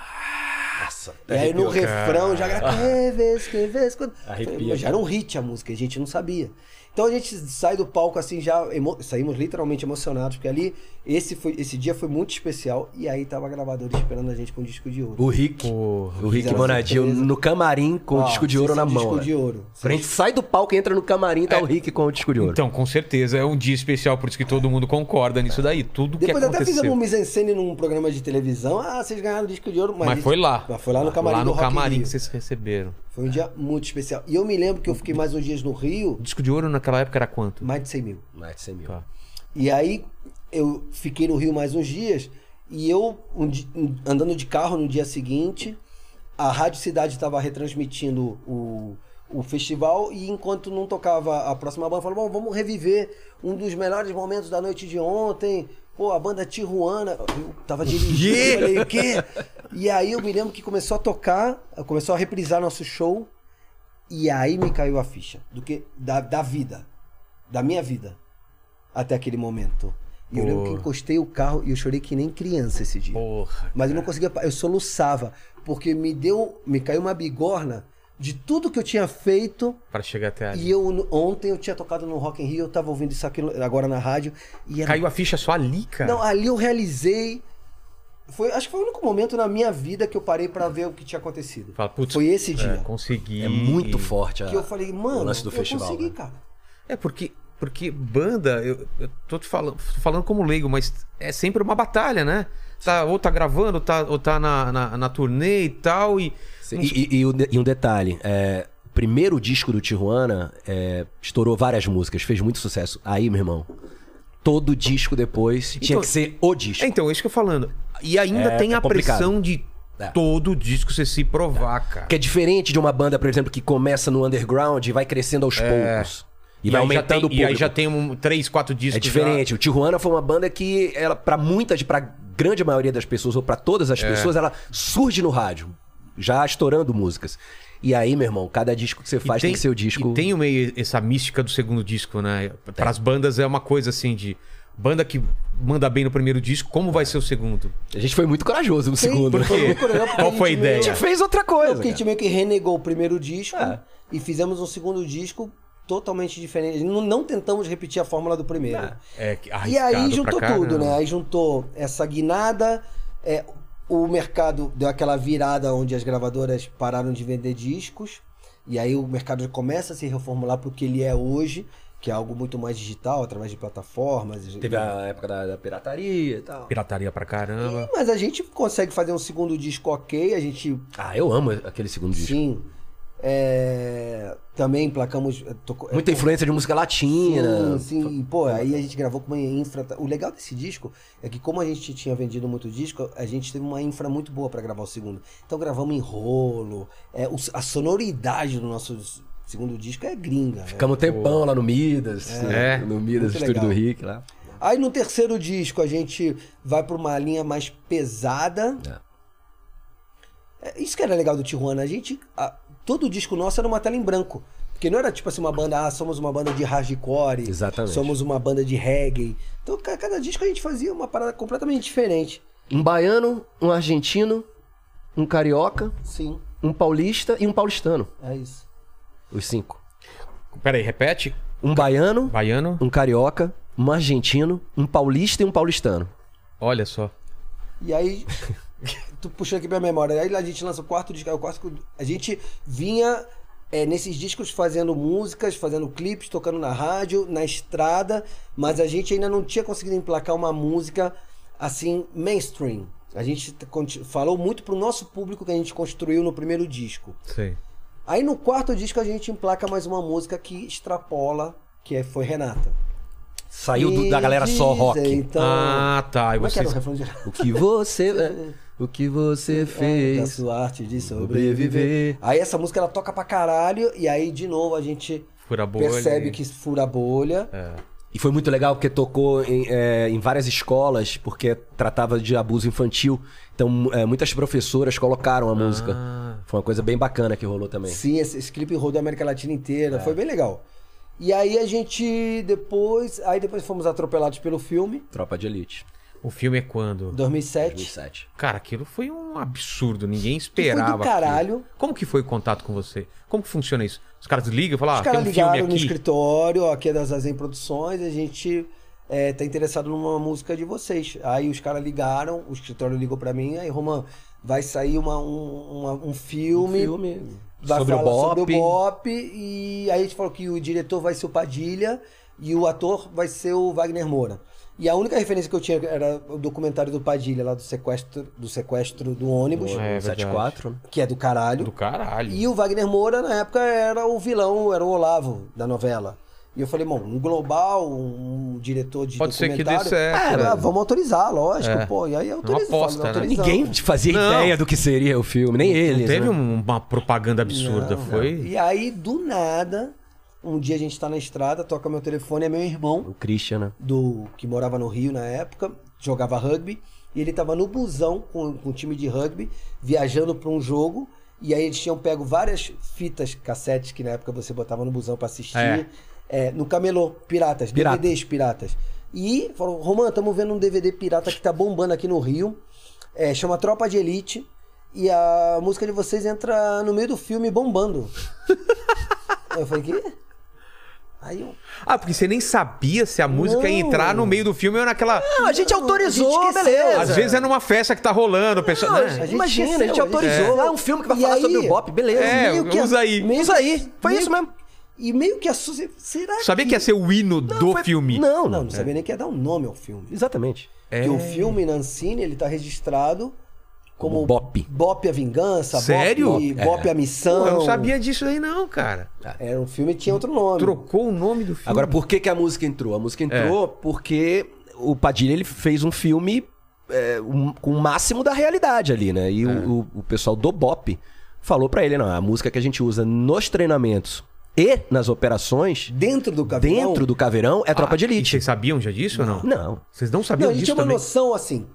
C: Nossa,
D: E aí no
C: arrepiou, cara.
D: refrão já "Ah, era que vez, que vez, quando...
C: Arrepia,
D: Falei, "Pô, já era um hit a música, a gente não sabia. Então a gente sai do palco assim já emo- saímos literalmente emocionados, porque ali esse foi esse dia foi muito especial e aí tava a gravadora esperando a gente com um disco de ouro.
C: O Rick.
A: Porra.
C: O Rick
D: Fizeram
C: Bonadil
D: surpresa.
C: no camarim com o
D: Ó,
C: disco de ouro
D: esse é
C: na
D: um
C: mão.
D: Disco
C: né?
D: de ouro.
C: A gente sai do palco, entra no camarim, tá o Rick com o disco de ouro.
A: Então, com certeza, é um dia especial, por isso que todo mundo concorda nisso daí. Tudo que
D: Depois até fizemos
A: aconteceu.
D: um mise-en-scène num programa de televisão. Ah, vocês ganharam o disco de ouro, mas,
A: Mas
D: isso-
A: foi lá.
D: Mas foi lá no camarim
A: Lá
D: do
A: no
D: Rock in
A: camarim
D: Rio.
A: que vocês receberam.
D: Foi um dia muito especial. E eu me lembro que eu fiquei mais uns dias no Rio,
A: O disco de ouro naquela época era quanto?
D: mais de 100 mil.
C: Mais de 100 mil.
A: Tá.
D: E aí eu fiquei no Rio mais uns dias e eu um di- um- andando de carro no dia seguinte, a Rádio Cidade estava retransmitindo o, o festival e enquanto não tocava a próxima banda, eu falava, bom, vamos reviver um dos melhores momentos da noite de ontem. Pô, a banda Tijuana, eu tava dirigindo, eu falei, o quê? E aí eu me lembro que começou a tocar, começou a reprisar nosso show, e aí me caiu a ficha do que da, da vida, da minha vida até aquele momento. E eu lembro que
A: Boa.
D: encostei o carro e eu chorei que nem criança esse dia.
A: Porra.
D: Mas eu não conseguia, pa- eu soluçava, porque me deu, me caiu uma bigorna de tudo que eu tinha feito
A: Pra chegar até ali.
D: e eu ontem eu tinha tocado no Rock in Rio, eu tava ouvindo isso aqui agora na rádio e era
A: Caiu a ficha só ali, cara.
D: não, ali eu realizei. Foi, acho que foi o único momento na minha vida que eu parei pra ver o que tinha acontecido.
A: Fala, putz,
D: foi esse dia.
A: é, consegui.
C: É muito forte a...
D: que eu falei,
C: o
D: mano,
C: lance do
D: eu
C: festival,
D: consegui,
C: né?
D: cara.
A: É porque, porque banda, eu, eu tô te falando, tô falando como leigo, mas é sempre uma batalha, né? Tá, ou tá gravando, tá, ou tá na, na, na turnê e tal, e.
C: Sim. E, e- e um de- e um detalhe, é, o primeiro disco do Tijuana é, estourou várias músicas, fez muito sucesso. Aí, meu irmão, todo disco depois tinha
A: Então-
C: que ser o disco.
A: É, então, é isso que eu tô falando. E ainda
C: É,
A: tem
C: é
A: a
C: complicado.
A: pressão de
C: É.
A: todo disco você se provar, cara.
C: Que é diferente de uma banda, por exemplo, que começa no underground e vai crescendo aos poucos. E, vai
A: aí já
C: aumentando
A: tem-
C: o público.
A: É. E aí já tem um, três, quatro discos.
C: É diferente. O Tijuana foi uma banda que ela para muitas, para grande maioria das pessoas ou para todas
A: É.
C: as pessoas, ela surge no rádio, já estourando músicas. E aí, meu irmão, cada disco que você
A: já. E
C: faz tem, que ser o disco.
A: E tem meio essa mística do segundo disco, né? Para as bandas é uma coisa assim de. Banda que manda bem no primeiro disco, como vai ser o segundo?
C: A gente foi muito corajoso no segundo.
A: por
C: né?
A: quê? Qual foi a ideia?
C: A gente fez outra coisa.
D: Porque a gente meio que tipo, renegou o primeiro disco
C: É.
D: e fizemos um segundo disco totalmente diferente. Não, não tentamos repetir a fórmula do primeiro.
A: É, que
D: E
A: arriscado
D: aí juntou
A: pra caramba.
D: tudo, né? Aí juntou essa guinada, é, o mercado deu aquela virada onde as gravadoras pararam de vender discos, e aí o mercado começa a se reformular para o que ele é hoje, que é algo muito mais digital, através de plataformas.
C: Teve a época da, da pirataria e tal.
A: Pirataria pra caramba.
D: Mas a gente consegue fazer um segundo disco ok, a gente
C: Ah, eu amo aquele segundo disco.
D: Sim. É, também placamos. é, tocou- é,
C: Muita influência de música latina.
D: Sim, sim. E, Pô, aí a gente gravou com uma infra. O legal desse disco é que, como a gente tinha vendido muito disco, a gente teve uma infra muito boa pra gravar o segundo. Então gravamos em rolo. É, o- a sonoridade do nosso segundo disco é gringa. né?
C: Ficamos um tempão lá no Midas.
A: É.
C: No Midas,
D: Muito
C: estúdio
D: legal.
C: do Rick lá.
D: Aí no terceiro disco a gente vai pra uma linha mais pesada. É, Isso que era legal do Tijuana, a gente. a- todo disco nosso era uma tela em branco. Porque não era tipo assim uma banda, ah, somos uma banda de hardcore,
C: Exatamente.
D: somos uma banda de reggae. Então ca- cada disco a gente fazia uma parada completamente diferente.
C: Um baiano, um argentino, um carioca,
D: Sim,
C: um paulista e um paulistano.
D: é isso.
C: Os cinco.
A: Pera aí, repete.
C: Um baiano,
A: Baiano,
C: um carioca, um argentino, um paulista e um paulistano.
A: olha só.
D: E aí, tu puxando aqui pra memória, aí a gente lança o quarto disco, aí o quarto, a gente vinha é, nesses discos fazendo músicas, fazendo clipes, tocando na rádio, na estrada, mas a gente ainda não tinha conseguido emplacar uma música assim, mainstream. A gente t- conti- falou muito pro nosso público que a gente construiu no primeiro disco.
A: Sei.
D: Aí no quarto disco a gente emplaca mais uma música que extrapola, que é, foi Renata.
C: Saiu do- da galera só
D: Dizem,
C: rock.
D: Então,
A: ah, tá. E
D: como é que era
A: vocês...
D: o refrão de
C: O que você. é, O que você
D: da
C: fez?
D: sua arte de
C: Sobreviver.
D: sobreviver. Aí essa música ela toca pra caralho, e aí de novo a gente
A: Fura a bolha. É.
D: percebe que fura a bolha.
C: E foi muito legal porque tocou em, é, em várias escolas, porque tratava de abuso infantil. Então, é, muitas professoras colocaram a música.
A: Ah,
C: Foi uma coisa bem bacana que rolou também.
D: Sim, esse, esse clipe rodou a América Latina
A: É.
D: inteira, foi bem legal. E aí a gente depois, aí depois fomos atropelados pelo filme,
C: Tropa de Elite,
A: o filme é quando?
D: 2007.
C: 2007.
A: Cara, aquilo foi um absurdo. Ninguém
D: Que
A: esperava.
D: Foi do
A: aquilo.
D: caralho.
A: Como que foi o contato com você? Como que funciona isso? Os caras ligam e falam,
D: Os
A: ah, tem
D: caras
A: um filme
D: ligaram no
A: aqui.
D: escritório, ó, aqui é da Zazen Produções, a gente é, tá interessado numa música de vocês. Aí os caras ligaram, o escritório ligou pra mim, aí, Roman, vai sair uma, um, uma- um filme,
C: filme
D: vai
A: sobre o
D: falar sobre o
A: Bop.
D: Bop, e aí a gente falou que o diretor vai ser o Padilha e o ator vai ser o Wagner Moura. E a única referência que eu tinha era o documentário do Padilha, lá do sequestro do, sequestro do ônibus,
A: É,
C: 74, né?
D: que é do caralho.
A: Do caralho.
D: E o Wagner Moura, na época, era o vilão, era o Olavo da novela. E eu falei, bom, um global, um diretor de
A: Pode ser que dê
D: documentário...
A: certo,
D: É,
A: né?
D: vamos autorizar, lógico,
A: É.
D: pô. E aí autoriza,
A: aposta, né?
D: autorizamos.
C: Ninguém te fazia
A: Não.
C: ideia do que seria o filme, nem eles.
A: Não teve
C: né?
A: um- uma propaganda absurda,
D: Não,
A: foi.
D: não. E aí, do nada, um dia a gente tá na estrada, toca meu telefone, é meu irmão,
C: O Christian, né?
D: do que morava no Rio na época, jogava rugby, e ele tava no busão com, com o time de rugby, viajando pra um jogo, e aí eles tinham pego várias fitas, cassetes que na época você botava no busão pra assistir,
A: É.
D: é, no camelô, piratas,
C: Pirata.
D: DVDs piratas. E falou, Roman, estamos vendo um DVD pirata que tá bombando aqui no Rio, é, chama Tropa de Elite, e a música de vocês entra no meio do filme bombando. Aí eu falei, que? Aí eu,
A: Ah, porque você nem sabia se a música ia
D: Não.
A: entrar no meio do filme ou naquela.
C: Não, a gente autorizou,
D: A gente esqueceu.
C: beleza.
A: Às vezes é numa festa que tá rolando, o pessoal.
C: Não,
A: né?
D: gente
C: imagina,
D: esqueceu,
C: a gente
D: a
C: autorizou.
D: gente-
C: É um filme que vai
D: E
C: falar
D: aí-
C: sobre o Bop, beleza.
A: É,
D: meio que
A: usa aí.
D: meio-
C: Isso aí, foi
D: meio-
C: isso mesmo.
D: E meio que a Suzy. Será
A: Sabia que ia ser o hino do
C: foi-
A: filme?
C: Não,
D: Não,
C: não.
D: não sabia nem que ia dar um nome ao filme.
C: Exatamente.
A: É.
D: Porque o filme Nancini, ele tá registrado como,
C: Como Bop.
D: Bop a Vingança,
A: Sério?
D: Bop, Bop a Missão.
A: Pô, eu não sabia disso aí, não, cara.
D: Era um filme que tinha outro nome.
A: Trocou o nome do filme.
C: Agora, por que, que a música entrou? A música entrou porque o Padilha ele fez um filme é, um- com o máximo da realidade ali, né? E o- o, o pessoal do Bop falou pra ele, não, a música que a gente usa nos treinamentos e nas operações,
D: Dentro do Gavião.
C: dentro do caveirão, é Tropa de
A: Ah, E
C: Elite.
A: vocês sabiam já disso ou não?
C: Não.
A: Vocês não
D: Não,
A: sabiam
D: a gente
A: disso
D: tinha uma
A: também?
D: noção assim.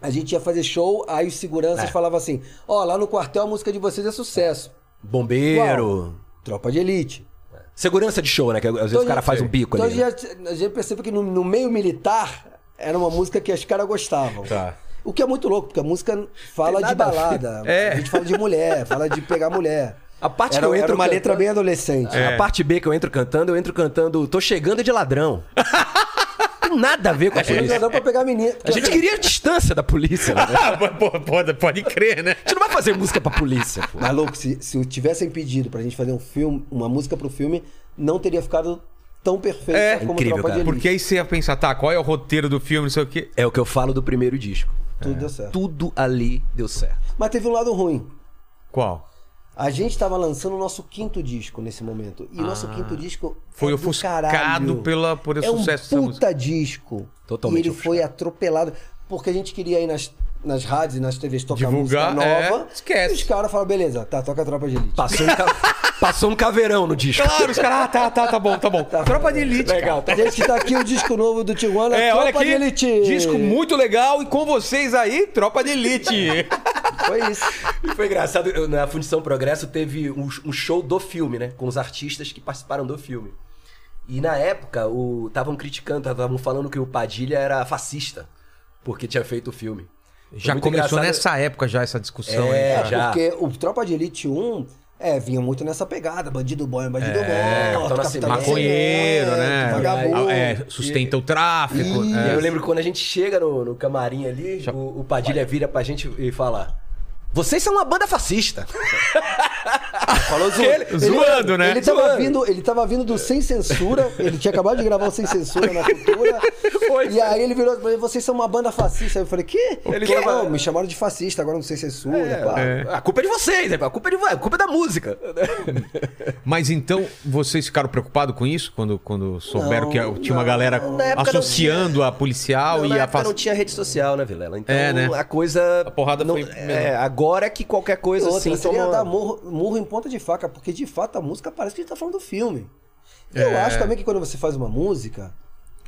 D: A gente ia fazer show, aí os seguranças
A: É.
D: falavam assim: ó, lá no quartel a música de vocês é sucesso.
C: Bombeiro.
D: Tropa de Elite.
C: Segurança de show, né? Que às vezes
D: Então,
C: o cara
D: gente,
C: faz um bico
D: então
C: ali.
D: a gente, já- a gente percebeu que no, no meio militar era uma música que os caras gostavam.
A: Tá.
D: O que é muito louco, porque a música fala
C: Tem
D: de
C: nada a ver.
D: balada, a,
A: É.
D: gente fala de mulher, fala de pegar mulher.
C: A parte que
D: era,
C: é- eu
D: era
C: entro
D: uma
C: cantando-
D: letra bem adolescente.
C: né? A parte B que eu entro cantando, eu entro cantando Tô Chegando de Ladrão. Tem nada a ver com a
D: Não
C: polícia.
D: dá pra pegar menina.
C: A gente queria a distância da polícia, né? A
A: Ah, pô, pode, pode crer, né?
C: gente não vai fazer música pra polícia, pô.
D: Mas louco, se, se tivessem pedido pra gente fazer um filme, uma música pro filme, não teria ficado tão perfeito
A: É.
D: como
C: Incrível,
D: Tropa
C: cara.
D: de Elite.
A: Porque aí você ia pensar, tá, qual é o roteiro do filme, não sei o quê.
C: É o que eu falo do primeiro disco.
D: Tudo deu certo.
C: Tudo ali deu certo.
D: Mas teve um lado ruim.
A: Qual?
D: A gente tava lançando o nosso quinto disco nesse momento. E o nosso quinto disco
A: Ah. Foi
D: é do
A: ofuscado
D: caralho.
A: pela, por esse
D: é
A: sucesso
D: um
A: dessa música.
D: puta disco.
C: Totalmente
D: E ele foi atropelado. Porque a gente queria ir nas, nas rádios e nas TVs tocar
A: Divulgar,
D: música nova.
A: é, esquece.
D: E os caras falam, beleza, tá, toca a Tropa de Elite.
C: Passou um, ca... Passou um caveirão no disco.
A: Claro, os caras, ah, tá, tá, tá bom, tá bom. Tropa de elite, cara.
D: A gente tá aqui o disco novo do Tijuana,
A: É,
D: Tropa
A: olha aqui,
D: de Elite.
A: disco muito legal e com vocês aí, Tropa de Elite.
D: Foi isso.
C: E foi engraçado, eu- na Fundição Progresso teve um, um show do filme, né? Com os artistas que participaram do filme. E na época, estavam criticando, estavam falando que o Padilha era fascista, porque tinha feito o filme. Foi
A: já
C: muito
A: começou
C: engraçado.
A: nessa época já essa discussão
C: É,
A: aí,
D: É,
A: cara.
C: já.
D: porque o Tropa de Elite 1 é, vinha muito nessa pegada. Bandido bom é bandido morto.
C: Capitão Nascimento.
A: Maconheiro, né?
D: Vagabundo.
A: Ah, é, sustenta o tráfico.
C: E
A: é.
C: eu lembro que quando a gente chega no, no camarim ali, o, o Padilha vira pra gente e fala: Vocês são uma banda fascista.
D: Falou zo-
C: Ele-
D: ele-
A: zoando, né?
D: Ele tava,
C: Zoando.
D: Vindo, ele tava vindo do Sem Censura. Ele tinha acabado de gravar o Sem Censura na cultura.
C: Foi,
D: e aí ele virou e falou: vocês são uma banda fascista. Eu falei, quê?
C: Ele
D: Quê?
C: tava-
D: Não, me chamaram de fascista, agora não sei censura. pá."
C: É, A culpa é de vocês, né? a culpa é, de, vo- a culpa é da música.
A: Mas então, vocês ficaram preocupados com isso? Quando, quando souberam
D: Não,
A: que tinha uma
D: não.
A: galera
D: Na
C: época não
A: associando a policial
C: Não,
A: e
C: na
A: a
C: época
A: Ah, faz-
C: não tinha rede social, né, Vilela? Então
A: É, né?
C: a coisa.
A: A porrada
C: não,
A: foi
C: é,
A: menor.
C: Agora é que qualquer
D: E
C: coisa
D: outra,
C: assim.
D: seria
C: toma-
D: dar murro, murro em ponta de faca, porque de fato a música parece que a gente tá falando do filme. Eu
C: É.
D: acho também que quando você faz uma música,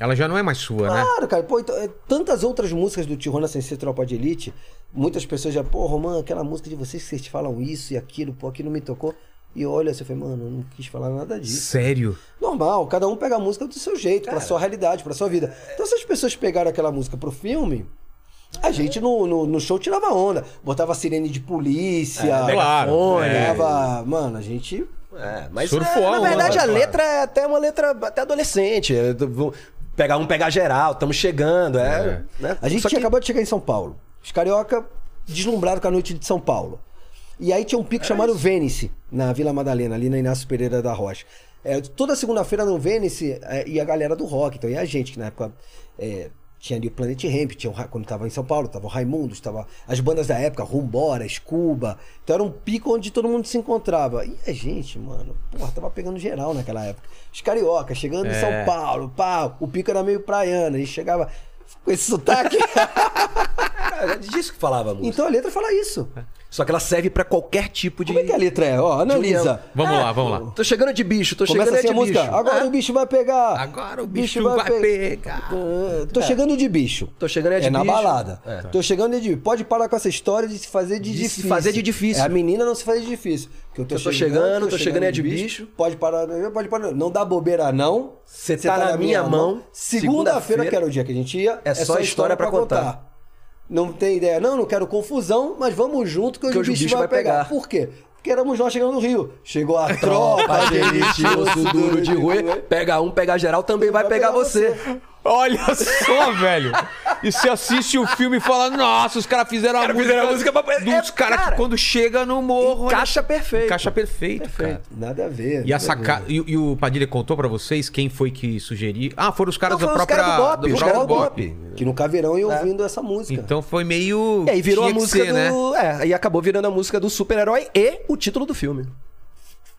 A: Ela já não é mais sua, né?
D: Claro, cara. Pô, então, é, tantas outras músicas do Tijuana sem ser Tropa de Elite, muitas pessoas já, pô, Romã, aquela música de vocês que vocês falam isso e aquilo, pô, aquilo me tocou. E olha, você foi, mano, eu não quis falar nada disso.
A: Sério?
D: Normal, cada um pega a música do seu jeito, pra sua realidade, pra sua vida. Então, se as pessoas pegaram aquela música pro filme, a gente no, no, no show tirava onda. Botava sirene de polícia,
A: É, claro, é.
D: pegava. Mano, a gente.
C: É, mas
A: Surfou né?
C: é,
A: a
C: na
A: onda,
C: verdade a
A: claro.
C: letra é até uma letra até adolescente. É, do- vou Pegar um, pegar geral, estamos chegando. É, né?
D: A gente
C: Só que-
D: tinha acabado de chegar em São Paulo. Os carioca deslumbraram com a noite de São Paulo. E aí tinha um pico chamado Vênice, na Vila Madalena, ali na Inácio Pereira da Rocha. É, toda segunda-feira no Vênice é, ia a galera do rock, então ia a gente, que na época é, tinha ali o Planet Ramp, tinha o Ra- quando tava em São Paulo, tava o Raimundos, tava as bandas da época, Rumbora, Scuba. Então era um pico onde todo mundo se encontrava. E a gente, mano, porra, tava pegando geral naquela época. Os carioca, chegando em São Paulo, pá, o pico era meio praiano, a gente chegava com esse sotaque.
C: É disso que falava a música.
D: então a letra fala isso.
C: Só que ela serve pra qualquer tipo de. Ah,
D: Como é que a letra é? Ó, analisa.
A: Vamos lá, vamos lá.
C: Tô chegando de bicho, tô
D: Começa
C: chegando é
D: assim a
C: de
D: música.
C: bicho.
D: Agora
C: É.
D: o bicho vai pegar.
A: Agora o bicho vai
D: pe-
A: pegar.
D: Ah, Tô chegando de bicho.
C: É. Tô chegando é de
D: É na
C: bicho.
D: balada.
C: É.
D: Tô chegando de bicho. Pode parar com essa história de se fazer de,
C: De se
D: difícil.
C: fazer de difícil.
D: É, a menina não se faz de difícil. Porque eu tô,
C: Eu tô
D: chegando,
C: chegando, tô chegando é de bicho.
D: Pode parar, pode parar. Não dá bobeira, não.
C: Cê tá na minha mão.
D: Segunda-feira,
C: Segunda-feira,
D: que era o dia que a gente ia,
C: é só história pra contar.
D: Não tem ideia, não, não quero confusão, mas vamos junto que hoje, o bicho, vai, pegar. Por quê? Porque éramos nós chegando no Rio. Chegou a tropa
C: Tropa de elite, osso duro de
D: rua.
C: roer. Pega um, pega geral, também vai pegar você.
A: Olha só, velho. E você assiste o filme e fala: Nossa, os caras fizeram a música,
C: fizeram a música pra-
A: dos
C: É,
A: caras
C: cara.
A: que quando chega no morro. olha-
C: Encaixa perfeito.
A: Encaixa perfeito, cara.
D: Nada a ver.
A: E, a
D: nada
A: saca... e, e o Padilha contou pra vocês quem foi que sugeriu. Ah, foram os caras
C: Não,
A: da
C: foram os
A: própria.
C: caras do Bop,
A: do
C: os
A: próprio
C: caras do
A: Bop.
C: Bop.
D: Que no caveirão e
C: É.
D: ouvindo essa música.
A: Então foi meio.
C: E aí virou
A: Tinha
C: a
A: que
C: música
A: ser, né?
C: do. É, e acabou virando a música do super-herói e o título do filme.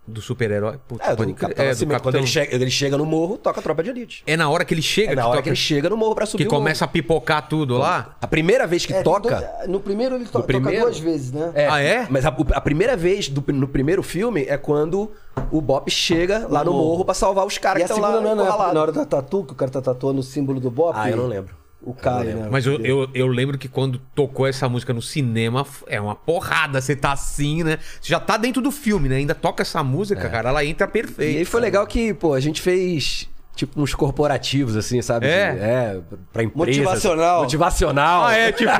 A: Do super-herói. Puta,
C: É, do
A: pode crer.
C: Capitão
A: é, do
C: Nascimento. Quando
A: Capitão-
C: ele chega, ele chega no morro, toca a tropa de elite.
A: É na hora que ele chega
C: É na
A: que,
C: hora
A: toca-
C: que ele chega no morro pra
A: que
C: subir o morro.
A: começa a pipocar tudo lá.
C: A primeira vez que
D: É, tem
C: toca.
D: dois- no primeiro ele to- toca
C: primeiro?
D: duas vezes, né?
A: Ah, é?
C: Mas a, a primeira vez do- no primeiro filme é quando o Bop chega lá no morro pra salvar os caras
D: E
C: que
D: a
C: estão lá
D: segunda não é na,
C: encurralados.
D: na hora da tatu, que o cara tá tatuando o símbolo do Bop.
C: Ah, eu não lembro.
D: O Caio,
C: é um
D: né?
A: Mas eu, eu, eu lembro que quando tocou essa música no cinema, f- é uma porrada. Você tá assim, né? Você já tá dentro do filme, né? Ainda toca essa música, cara. Ela entra
C: É. E aí
A: perfeita.
C: foi legal que, pô, a gente fez tipo uns corporativos, assim, sabe?
A: É.
C: De- é pra empresas.
D: Motivacional.
C: Motivacional.
A: Ah, é, tipo,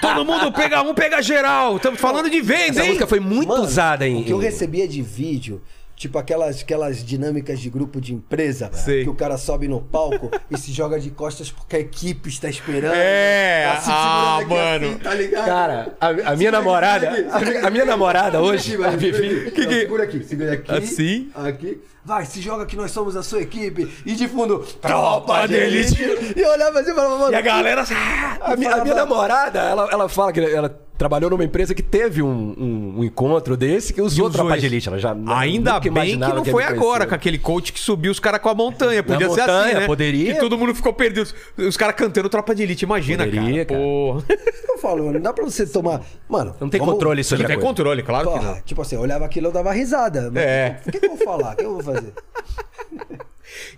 A: todo mundo pega um, pega geral. Estamos falando de venda,
C: Essa
A: hein?
C: música foi muito
D: Mano,
C: usada em.
D: O que eu
C: em-
D: recebia de vídeo, tipo aquelas, aquelas dinâmicas de grupo de empresa,
A: Sei.
D: que o cara sobe no palco e se joga de costas porque a equipe está esperando. Tá
A: É, ah,
D: segurando aqui
A: mano.
D: tá ligado?
C: Cara, a, a minha namorada. A, a minha namorada hoje, a Vivi.
D: Que, que... Segura aqui, segura aqui.
A: Assim?
D: Aqui. Vai, se joga que nós somos a sua equipe. E de fundo, tropa de elite. E eu olhava assim e falava, mano.
A: E a galera. ah,
C: A, minha- a minha namorada, ela, ela fala que ela trabalhou numa empresa que teve um, um- um encontro desse que usou
A: os
C: Tropa
A: dois?
C: de Elite. Ela já
A: Ainda
C: nunca
A: bem que
C: imaginava
A: não
C: ia
A: foi
C: me
A: agora,
C: conhecer.
A: com aquele coach que subiu os caras com a montanha. Podia ser assim,
C: montanha,
A: né?
C: poderia.
A: Que todo mundo ficou perdido. Os caras cantando Tropa de Elite, imagina,
C: Poderia,
A: cara.
C: cara.
A: Porra.
D: Isso que eu falo, mano. Não dá pra você tomar. Mano.
C: Não tem
D: vamos-
C: controle
A: Não
C: sobre a
A: tem
C: coisa.
A: controle, claro que
D: Porra,
A: não.
D: Tipo assim, eu olhava aquilo e eu dava risada. Mas
A: É.
D: O que, que eu vou falar? O que eu vou fazer?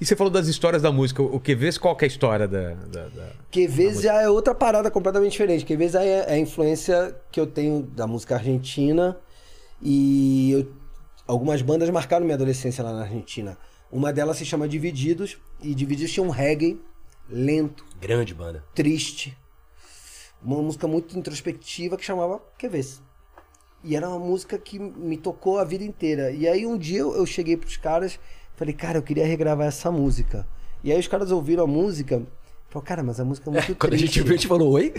A: E você falou das histórias da música. O que vê qual que é a história da. da- da-
D: QV já é outra parada completamente diferente. QV já é é a influência que eu tenho da música argentina. E eu- algumas bandas marcaram minha adolescência lá na Argentina. Uma delas se chama Divididos. E Divididos tinha um reggae lento,
C: Grande banda.
D: triste. Uma música muito introspectiva que chamava QVs. E era uma música que me tocou a vida inteira. E aí um dia eu eu cheguei pros caras, falei, cara, eu queria regravar essa música. E aí os caras ouviram a música, falaram, cara, mas a música é
C: Quando a
D: muito
C: tipo-
D: triste.
C: gente viu, a gente falou, oi?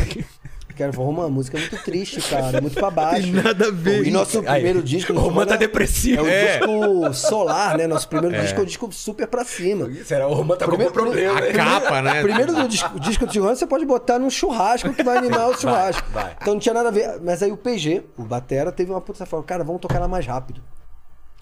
D: Cara, eu falei, Romã, a música é muito triste, cara. É muito pra baixo.
A: Tem nada a ver.
D: E nosso
C: Aí,
D: primeiro disco.
C: Romã tá
D: É
C: depressivo.
D: o
A: É.
D: disco solar, né? Nosso primeiro disco é um disco super pra cima.
C: Será? O Romã tá
D: Primeiro-
C: com algum problema.
A: A capa, né?
D: Primeiro do disco, o disco do Tijuana, você pode botar num churrasco que vai animar o churrasco.
C: vai.
D: Então não tinha nada a ver. Mas aí o PG, o Batera, teve uma puta falou, cara, vamos tocar ela mais rápido.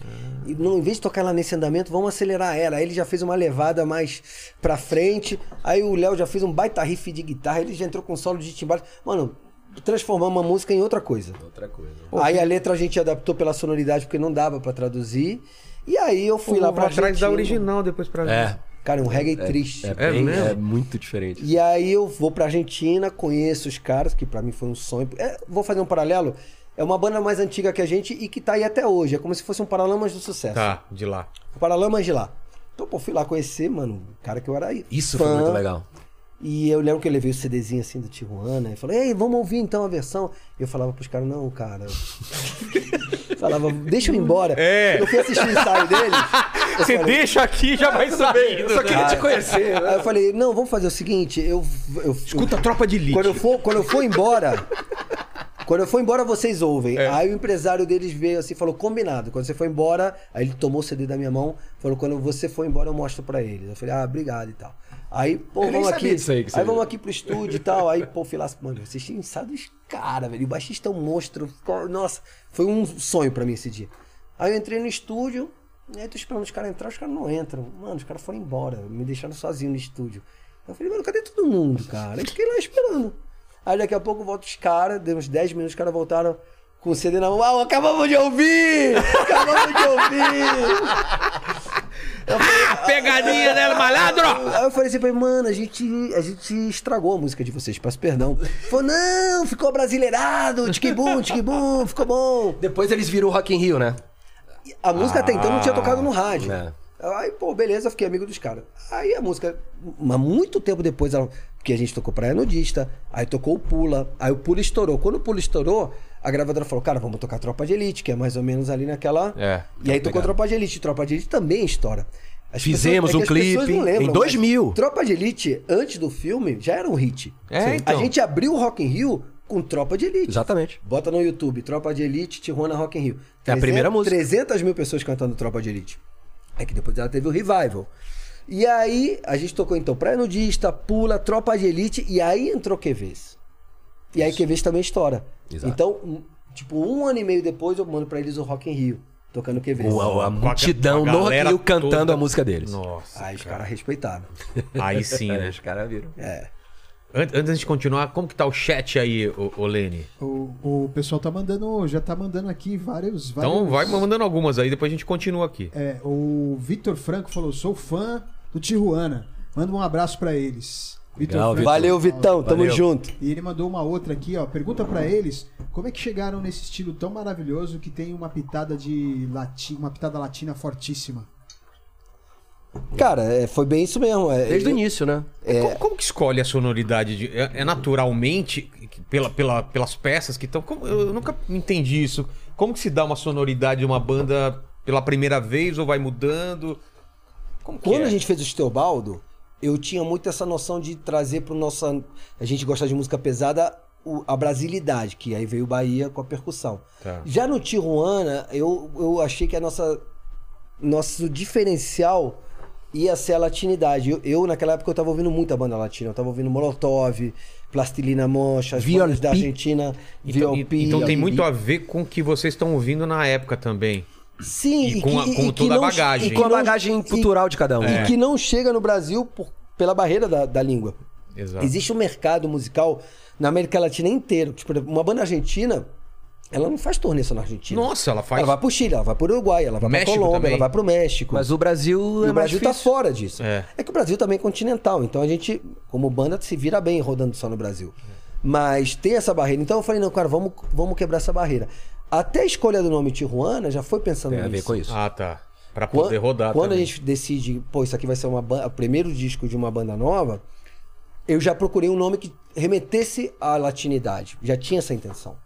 C: Ah.
D: E não, em vez de tocar ela nesse andamento, vamos acelerar ela. Aí ele já fez uma levada mais pra frente. Aí o Léo já fez um baita riff de guitarra, ele já entrou com solo de timbal. Mano, transformamos a música em outra coisa.
C: Outra coisa.
D: Aí a letra a gente adaptou pela sonoridade porque não dava pra traduzir. E aí eu fui lá pra
A: trás Um da
D: Argentina.
A: original, depois pra.
C: É.
D: Cara, um reggae triste.
C: É,
A: É
C: bem-
A: mesmo?
C: é muito diferente.
D: E aí eu vou pra Argentina, conheço os caras, que pra mim foi um sonho. É, vou fazer um paralelo. É uma banda mais antiga que a gente e que tá aí até hoje. É como se fosse um Paralamas do Sucesso.
A: Tá, de lá.
D: O Paralamas de lá. Então, pô, fui lá conhecer, mano, o cara que eu era aí.
C: Isso
D: fã.
C: foi muito legal.
D: E eu lembro que eu levei o CDzinho assim do Tijuana e falei, ei, vamos ouvir então a versão. E eu falava pros caras, não, cara. falava, deixa eu ir embora.
A: É.
D: Eu fui assistir o ensaio deles. eu
A: Você
D: falei,
A: deixa aqui já vai sair.
C: Só queria te conhecer. né?
D: Aí eu falei, não, vamos fazer o seguinte, eu. eu
A: Escuta a tropa de
D: Quando
A: lítio.
D: eu for, quando eu for embora. Quando eu for embora, vocês ouvem.
C: É.
D: Aí o empresário deles veio assim e falou: combinado. Quando você for embora, aí ele tomou o CD da minha mão, falou: quando você for embora, eu mostro pra eles. Eu falei: ah, obrigado e tal. Aí, pô,
C: Eu nem
D: vamos
C: sabia
D: aqui.
C: disso aí que você
D: aí
C: viu.
D: vamos aqui pro estúdio e tal. Aí, pô, fui lá, mano, vocês tinham ensaio dos caras, velho. E O baixista é um monstro. Co- Nossa, foi um sonho pra mim esse dia. Aí eu entrei no estúdio, aí tô esperando os caras entrar, os caras não entram. Mano, os caras foram embora, me deixaram sozinho no estúdio. Eu falei, mano, cadê todo mundo, cara? Eu fiquei lá esperando. Aí daqui a pouco volta os caras, deu uns 10 minutos, os caras voltaram com o CD na mão. Ah, acabamos de ouvir! Acabamos de ouvir!
A: Pegadinha dela, malandro!
D: Aí eu falei assim pra ele, mano, a gente, a gente estragou a música de vocês, peço perdão. Falou, não, ficou brasileirado, tiquibum, tiquibum, ficou bom.
C: Depois eles viram o Rock in Rio, né?
D: E A música até então
C: Ah,
D: não tinha tocado no rádio.
C: É.
D: Aí, pô, beleza, fiquei amigo dos caras. Aí a música, mas muito tempo depois, ela- porque a gente tocou Praia Nudista, aí tocou o Pula, aí o Pula estourou. Quando o Pula estourou, a gravadora falou, cara, vamos tocar Tropa de Elite, que é mais ou menos ali naquela...
C: É,
D: e aí
C: tá pegado.
D: tocou Tropa de Elite, Tropa de Elite também estoura. As
C: Fizemos
D: pessoas- é
C: um
D: que as pessoas
C: clipe
D: não lembram,
C: em 2000.
D: mas Tropa de Elite, antes do filme, já era um hit.
A: É, então.
D: A gente abriu o Rock in Rio com Tropa de Elite.
C: Exatamente.
D: Bota no YouTube, Tropa de Elite, Tijuana Rock in Rio.
C: É a primeira
D: 300
C: música.
D: 300 mil pessoas cantando Tropa de Elite. É que depois ela teve o revival. E aí, a gente tocou então Praia Nudista, Pula, Tropa de Elite, e aí entrou QVs. E aí QVs também estoura.
C: Exato.
D: Então, um- tipo, um ano e meio depois eu mando pra eles o Rock in Rio, tocando QVs.
C: O- a, a
A: Com a-
C: multidão
A: com a
C: no Rock in
A: galera
C: Rio cantando
A: toda.
C: a música deles.
A: Nossa.
D: Aí os caras respeitaram.
A: Aí sim,
C: É,
A: né?
C: Os caras viram.
D: É.
A: An- Antes de continuar, como que tá o chat aí, ô, ô Lene?
B: O, o pessoal tá mandando, já tá mandando aqui vários.
A: Então vai
B: vários-
A: mandando algumas aí, depois a gente continua aqui.
B: É, o Vitor Franco falou: sou fã do Tijuana. Manda um abraço pra eles. Vitor
C: Legal,
B: Franco.
C: Vitor.
D: Valeu, Vitão. Tamo
C: Valeu.
D: junto.
B: E ele mandou uma outra aqui, ó. Pergunta pra eles como é que chegaram nesse estilo tão maravilhoso que tem uma pitada de latim, uma pitada latina fortíssima.
D: Cara, é, foi bem isso mesmo. é,
C: Desde o
D: eu-
C: início, né?
D: É.
A: Como, como que escolhe a sonoridade? de- é, é naturalmente, que- pela, pela- pelas peças que estão. como- Eu nunca entendi isso. Como que se dá uma sonoridade de uma banda pela primeira vez ou vai mudando? Como que
D: Quando
A: é?
D: a gente fez o Steobaldo, eu tinha muito essa noção de trazer pro nosso. A gente gosta de música pesada, o- a brasilidade, que aí veio Bahia com a percussão.
A: Tá.
D: Já no Tijuana, eu, eu achei que a nossa. Nosso diferencial ia ser a latinidade. Eu, eu, naquela época, eu tava ouvindo muita banda latina. Eu tava ouvindo Molotov, Plastilina Mancha, as bandas
C: VLP.
D: da Argentina,
A: Então,
D: VLP.
A: e- então tem muito a ver com o que vocês estão ouvindo na época também.
D: Sim,
A: e com a- com
D: que
A: toda a
D: não-
A: bagagem.
D: que
A: E
C: Com a
D: não-
C: bagagem
D: e-
C: cultural de cada um.
D: Então,
A: É.
D: e que não chega no Brasil por- pela barreira da, da língua.
A: Exato.
D: Existe um mercado musical na América Latina inteira. Tipo, uma banda argentina, ela não faz turnê só na Argentina.
A: Nossa, ela faz.
D: Ela vai pro Chile, ela vai pro Uruguai, ela vai
A: México
D: pra Colômbia,
A: também.
D: ela vai pro México.
C: Mas o Brasil
D: E
C: é
D: o Brasil tá
C: mais difícil.
D: fora disso.
A: É.
D: É. que o Brasil também é continental, então a gente, como banda, se vira bem rodando só no Brasil. Mas tem essa barreira. Então eu falei, não, cara, vamos, vamos quebrar essa barreira. Até a escolha do nome Tijuana já foi pensando
C: Tem a
D: nisso.
C: ver É, com isso.
A: Ah, tá. Pra
D: Quan-
A: poder rodar.
D: Quando
A: também.
D: a gente decide, pô, isso aqui vai ser uma ban- o primeiro disco de uma banda nova, eu já procurei um nome que remetesse à latinidade. Já tinha essa intenção.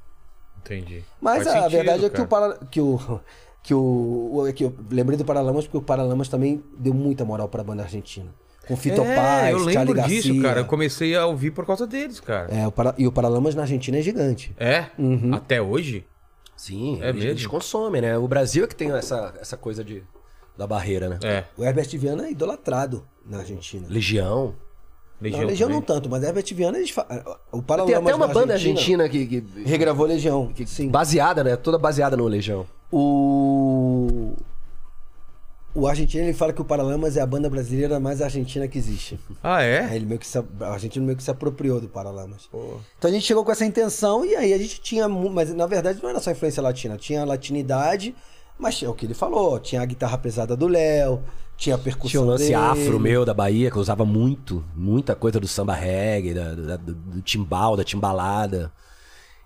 A: Entendi.
D: Mas
A: Faz
D: a
A: sentido,
D: verdade é que
A: cara.
D: o, para, que o que o o- é que eu lembrei do Paralamas porque o Paralamas também deu muita moral pra banda argentina. Com Fito Paz,
A: eu
D: Charlie
A: lembro
D: Garcia.
A: disso, cara. Eu comecei a ouvir por causa deles, cara.
D: É, o Para- E o Paralamas na Argentina é gigante.
A: É? Até hoje?
C: Sim,
A: É
C: eles,
A: mesmo?
C: eles consomem, né? O Brasil é que tem essa, essa coisa de, da barreira, né?
A: É.
D: O Herbert Viana é idolatrado na Argentina.
C: Legião.
A: Legião.
D: Não, Legião
A: também.
D: não tanto, mas Herbert Viana eles fa... O Paralamas
C: Tem até uma
D: na
C: banda
D: Argentina
C: argentina que, que-
D: regravou Legião. Sim.
C: baseada, né? Toda baseada no Legião.
D: O. O argentino ele fala que o Paralamas é a banda brasileira mais argentina que existe.
A: Ah,
D: Aí
A: é?
D: ele meio que se, a- o argentino meio que se apropriou do Paralamas. Então a gente chegou com essa intenção e aí a gente tinha. mu- Mas na verdade não era só influência latina, tinha a latinidade, mas é o que ele falou: tinha a guitarra pesada do Léo, tinha a percussão.
C: Tinha um lance
D: dele.
C: afro meu da Bahia, que eu usava muito, muita coisa do samba reggae, da- da- do, do timbal, da timbalada.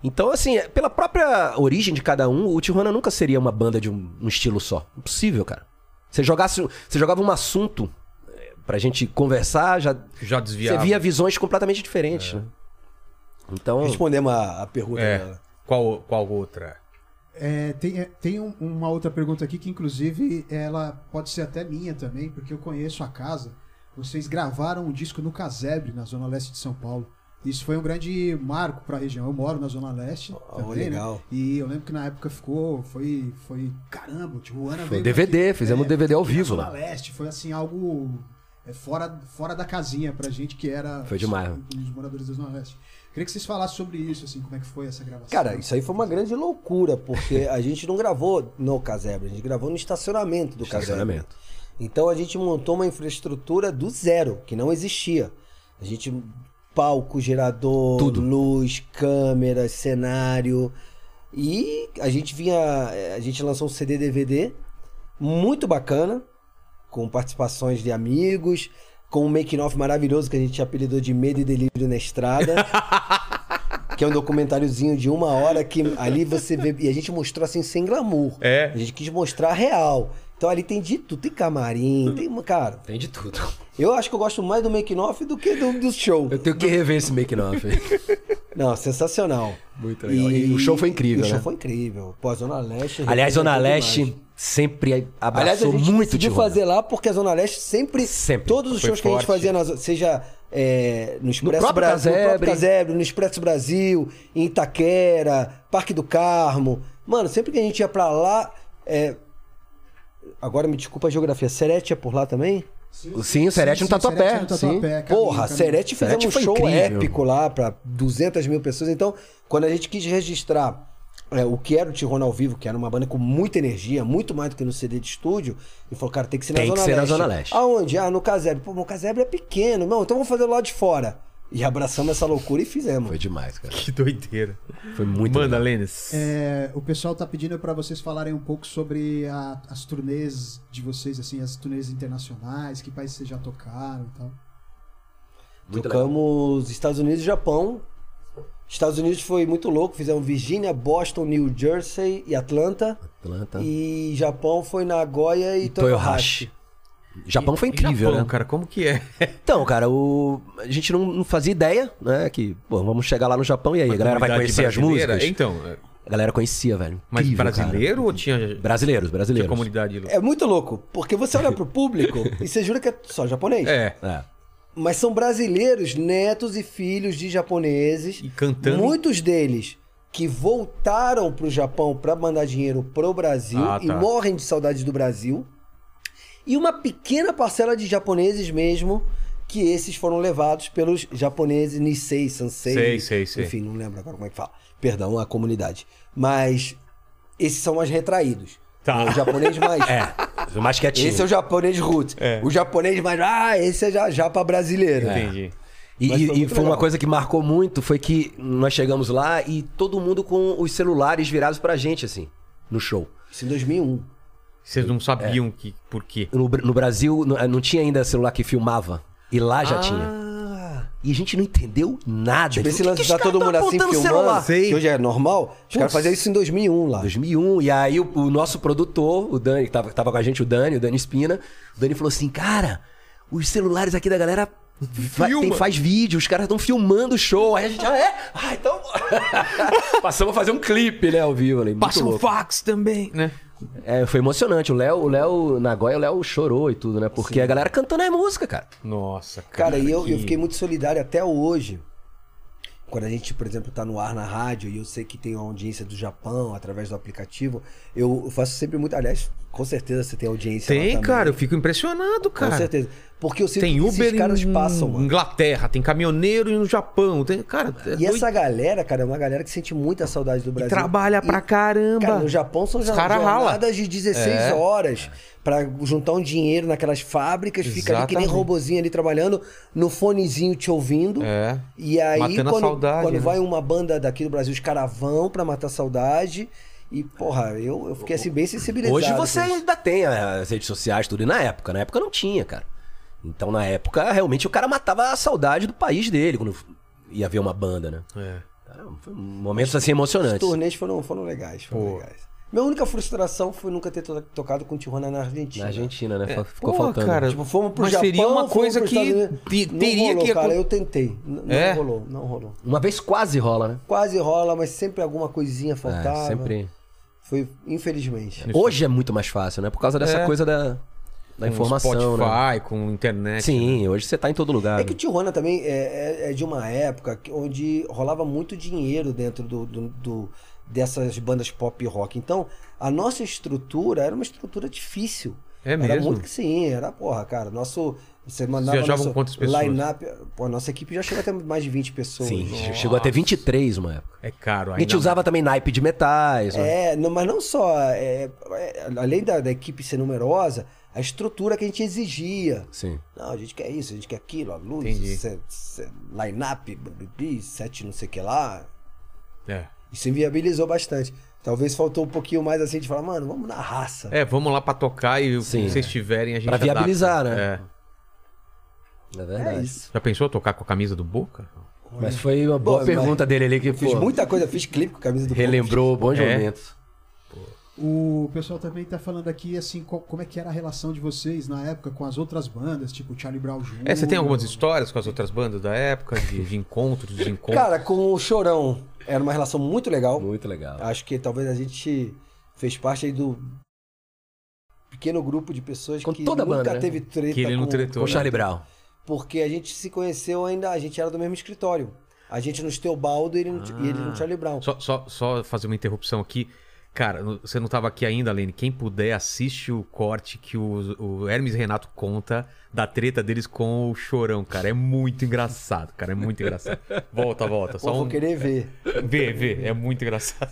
C: Então, assim, é, pela própria origem de cada um, o Tijuana nunca seria uma banda de um, um estilo só. Impossível, cara. Você jogasse, você jogava um assunto é, pra gente conversar, já
A: Já
C: você
A: desviava.
C: via visões completamente diferentes, né? Então,
D: Respondemos a, a pergunta
A: É.
D: dela.
A: Qual, qual outra?
B: É, tem é, tem um- uma outra pergunta aqui que, inclusive, ela pode ser até minha também, porque eu conheço a casa. Vocês gravaram um disco no Casebre, na Zona Leste de São Paulo. Isso foi um grande marco para a região. Eu moro na Zona Leste.
D: Oh,
B: também,
D: legal.
B: Né? E eu lembro que na época ficou. Foi. foi caramba, tipo, o Tijuana
C: foi um
B: veio.
C: DVD, fizemos um
B: é,
C: DVD ao
B: daqui, na
C: vivo
B: Zona
C: lá.
B: Leste. Foi assim, algo é, fora, fora da casinha pra gente que era.
C: Foi demais.
B: Os moradores da Zona Leste. Queria que vocês falassem sobre isso, assim, como é que foi essa gravação.
D: Cara, isso aí foi uma grande loucura, porque a gente não gravou no casebre, a gente gravou no estacionamento do casebre.
C: Estacionamento.
D: Então a gente montou uma infraestrutura do zero, que não existia. A gente. Palco, gerador,
C: Tudo.
D: luz, câmeras, cenário. E a gente vinha. A gente lançou um CD DVD muito bacana, com participações de amigos, com um making off maravilhoso que a gente apelidou de Medo e Delírio na Estrada. que é um documentáriozinho de uma hora que ali você vê. E a gente mostrou assim sem glamour.
A: É.
D: A gente quis mostrar a real. Então ali tem de tudo, tem camarim, tem uma. Cara,
C: Tem de tudo.
D: eu acho que eu gosto mais do making off do que do, do show.
C: Eu tenho que rever esse make-off.
D: Não, sensacional.
C: Muito legal. E o show foi incrível,
D: e O show
C: né?
D: foi incrível. Pô, a Zona Leste.
C: Aliás, Zona
D: representou
C: Leste
D: é demais.
C: sempre abraçou
D: Aliás, a gente
C: muito
D: decidiu
C: Tijuana.
D: fazer lá porque a Zona Leste sempre.
C: Sempre.
D: Todos os
A: Foi
D: shows que a gente
A: forte.
D: fazia, na zo- seja é, no Expresso
C: próprio
D: Brasil, no
C: Casebre.
D: próprio Casebre, no Expresso Brasil, em Itaquera, Parque do Carmo. Mano, sempre que a gente ia pra lá. é, Agora me desculpa a geografia. Serete é por lá também?
C: Sim, o Serete tá
B: Sim,
C: no
B: sim,
C: Tatuapé.
D: tá
B: Serete no Tatuapé, É, caminho,
D: Porra,
B: caminho.
D: Serete fez
C: Serete
D: um
C: foi
D: show
C: incrível.
D: épico lá pra 200 mil pessoas. Então, quando a gente quis registrar é, o que era o Tijuana ao vivo, que era uma banda com muita energia, muito mais do que no CD de estúdio, e falou, cara, tem que ser na
C: Tem que
D: Zona
C: ser na
D: Leste.
C: Zona Leste.
D: Aonde? Ah, no Casebre. Pô, mas o Casebre é pequeno. Não, então vamos fazer lá de fora. E abraçamos essa loucura e fizemos.
C: Foi demais, cara.
A: Que doideira.
C: Foi muito
A: Manda,
C: legal.
A: Lênis.
B: É, o pessoal tá pedindo pra vocês falarem um pouco sobre a- as turnês de vocês, assim, as turnês internacionais, que países vocês já tocaram e tal.
C: Muito legal.
D: Tocamos Estados Unidos e Japão. Estados Unidos foi muito louco. Fizemos Virgínia, Boston, New Jersey e Atlanta.
C: Atlanta.
D: E Japão foi Nagoya e,
C: E
D: Toyohashi.
C: Toyohashi. Japão foi
A: E
C: incrível,
A: Japão,
C: né?
A: cara, como que é?
C: Então, cara, o... a gente não, não fazia ideia, né? Que, pô, vamos chegar lá no Japão e aí a galera vai
A: Comunidade
C: conhecer as
A: brasileira?
C: músicas.
A: Então, é,
C: A galera conhecia, velho.
A: mas
C: Incrível, cara.
A: brasileiro ou tinha,
C: Brasileiros,
A: tinha
C: brasileiros.
A: comunidade?
D: É muito louco, porque você olha pro público e você jura que é só japonês.
A: É.
C: É.
D: Mas são brasileiros, netos e filhos de japoneses.
A: E cantando.
D: Muitos deles que voltaram pro Japão pra mandar dinheiro pro Brasil
A: Ah,
D: e
A: tá.
D: morrem de saudade do Brasil. E uma pequena parcela de japoneses mesmo, que esses foram levados pelos japoneses Nisei, Sansei.
A: Sei, sei, sei.
D: Enfim, não lembro agora como é que fala. Perdão, a comunidade. Mas esses são mais retraídos.
A: Tá.
D: O japonês mais.
C: É. O mais quietinho.
D: Esse é o japonês root.
A: É.
D: O japonês mais. Ah, esse é já, japa brasileiro.
A: Entendi.
C: E,
D: Mas
C: e-
D: foi
C: e
D: muito
C: foi uma
D: legal.
C: coisa que marcou muito, foi que nós chegamos lá e todo mundo com os celulares virados pra gente, assim, no show.
D: Isso em 2001.
A: Vocês não sabiam que, por quê?
C: No, Br- no Brasil não, não tinha ainda celular que filmava, e lá já tinha.
D: Ah.
C: E a gente não entendeu nada.
D: Tipo,
C: Por
D: esse
C: que
D: lance
C: que
D: tá
C: os caras
D: todo
C: tão
D: mundo assim
C: apontando o
D: filmando,
A: Sei.
D: que hoje é normal. Os caras
C: Putz.
D: faziam isso em 2001 lá.
C: 2001. E aí o, o nosso produtor, o Dani, que tava, tava com a gente, o Dani, o Dani Espina, o Dani falou assim, cara, os celulares aqui da galera... fa-
A: Filma.
C: tem- faz vídeo, os caras estão filmando o show. Aí a gente, ah, é? Ah, então. Passamos a fazer um clipe, né, ao vivo. ali, muito
A: Passa um
C: louco.
A: fax também, né?
C: É, foi emocionante. O Léo, o Léo Nagoya, o Léo chorou e tudo, né? Porque a galera cantando é música, cara.
A: Nossa, cara.
D: Cara, e eu,
A: que-
D: eu fiquei muito solidário até hoje. Quando a gente, por exemplo, tá no ar na rádio e eu sei que tem uma audiência do Japão através do aplicativo, eu faço sempre muito. Aliás, com certeza você tem audiência. lá
A: Tem,
D: também.
A: cara, eu fico impressionado,
D: Com
A: cara.
D: certeza. Porque eu sinto
A: Tem
D: que
A: Uber
D: esses caras
A: em
D: passam, mano.
A: Inglaterra, tem caminhoneiro no Japão, tem, cara, é
D: E
A: doido.
D: essa galera, cara, é uma galera que sente muita saudade do
A: E
D: Brasil.
A: trabalha pra caramba.
D: Cara, no Japão são
A: Os
D: jo-
A: cara rala.
D: jornadas de 16
A: É.
D: horas pra juntar um dinheiro naquelas fábricas, fica ali que nem
A: Exatamente.
D: robozinho ali trabalhando, no fonezinho te ouvindo.
A: É.
D: E aí,
A: Matando a
D: quando,
A: saudade,
D: quando
A: né?
D: vai uma banda daqui do Brasil, os caras vão pra matar a saudade. E, porra, eu, eu fiquei assim bem sensibilizado.
C: Hoje você
D: com isso.
C: ainda tem as redes sociais, tudo. E na época, na época não tinha, cara. Então, na época, realmente o cara matava a saudade do país dele quando ia ver uma banda, né?
A: é.
C: Cara, foi um momentos assim
D: Os
C: emocionantes.
D: turnês foram, foram legais, foram
A: Pô.
D: legais. Minha única frustração foi nunca ter to- tocado com o Tijuana na Argentina.
C: Na Argentina,
D: É.
C: né? Fa- Ficou
A: Porra,
C: faltando.
A: cara.
D: Tipo, fomos pro
A: Mas
D: Japão,
A: seria uma
D: fomos
A: coisa
D: pros
A: que
D: Estados Unidos.
A: te-
D: Não
A: teria
D: rolou,
A: que
D: cara,
A: acon-
D: eu tentei. N- Não
A: É?
D: rolou, não rolou.
C: Uma vez quase rola, né?
D: Quase rola, mas sempre alguma coisinha faltava.
C: É, sempre.
D: Foi, infelizmente.
C: Hoje é muito mais fácil, né? Por causa dessa
A: É.
C: coisa da, da
A: Com
C: informação, né?
A: Spotify, com internet.
C: Sim, hoje você tá em todo lugar.
D: É que o Tijuana também é, é- é de uma época que- onde rolava muito dinheiro dentro do, do- do- dessas bandas pop e rock. Então, a nossa estrutura era uma estrutura difícil.
A: É
D: Era
A: mesmo?
D: muito que sim, era porra, cara. Nosso. Você mandava
A: viajavam
D: nosso
A: com quantas pessoas?
D: line-up. Pô, a nossa equipe já chegou até mais de 20 pessoas.
C: Sim,
D: Nossa.
C: chegou a ter 23 uma época.
A: É caro
C: A
A: ainda.
C: gente usava também naipe de metais, né?
D: É, não- mas não só. é, é, além da, da equipe ser numerosa, a estrutura que a gente exigia.
C: Sim.
D: Não, a gente quer isso, a gente quer aquilo, a luz,
A: Entendi.
D: se- se- line-up, BBB, sete não sei o que lá.
A: É.
D: Isso inviabilizou bastante. Talvez faltou um pouquinho mais assim de falar, mano, vamos na raça.
A: É, vamos lá pra tocar e
C: Sim.
A: se vocês tiverem a gente
C: Pra
A: adapta.
C: viabilizar, né?
A: É.
C: É verdade.
D: É isso.
A: Já pensou tocar com a camisa do Boca?
C: Mas foi uma boa
D: Pô,
C: pergunta dele ali que
D: Fiz
C: pô, um
D: muita coisa, fiz clipe com a camisa do Boca.
C: Relembrou bons
A: É.
C: momentos.
B: O pessoal também tá falando aqui, assim, co- como é que era a relação de vocês na época com as outras bandas, tipo Charlie Brown Jr.
A: É, você tem algumas histórias com as outras bandas da época, de, de encontros, desencontros?
D: Cara, com o Chorão, era uma relação muito legal.
C: Muito legal.
D: Acho que talvez a gente fez parte aí do pequeno grupo de pessoas
C: Com
D: que
C: toda a
D: nunca
C: banda, né?
D: teve treta
A: Que ele não
D: com-
A: tretou.
C: Com Charlie Brown.
D: porque a gente se conheceu ainda, a gente era do mesmo escritório. A gente no Steelbaldo e ele no, e ele no Charlie Brown.
A: Só, só- só fazer uma interrupção aqui. Cara, no- você não estava aqui ainda, Lene. Quem puder, assiste o corte que o, o Hermes Renato conta da treta deles com o Chorão, cara. É muito engraçado, cara. É muito engraçado. Volta, volta.
D: Pô,
A: Só
D: vou
A: um...
D: querer ver.
A: Vê, vê. É muito engraçado.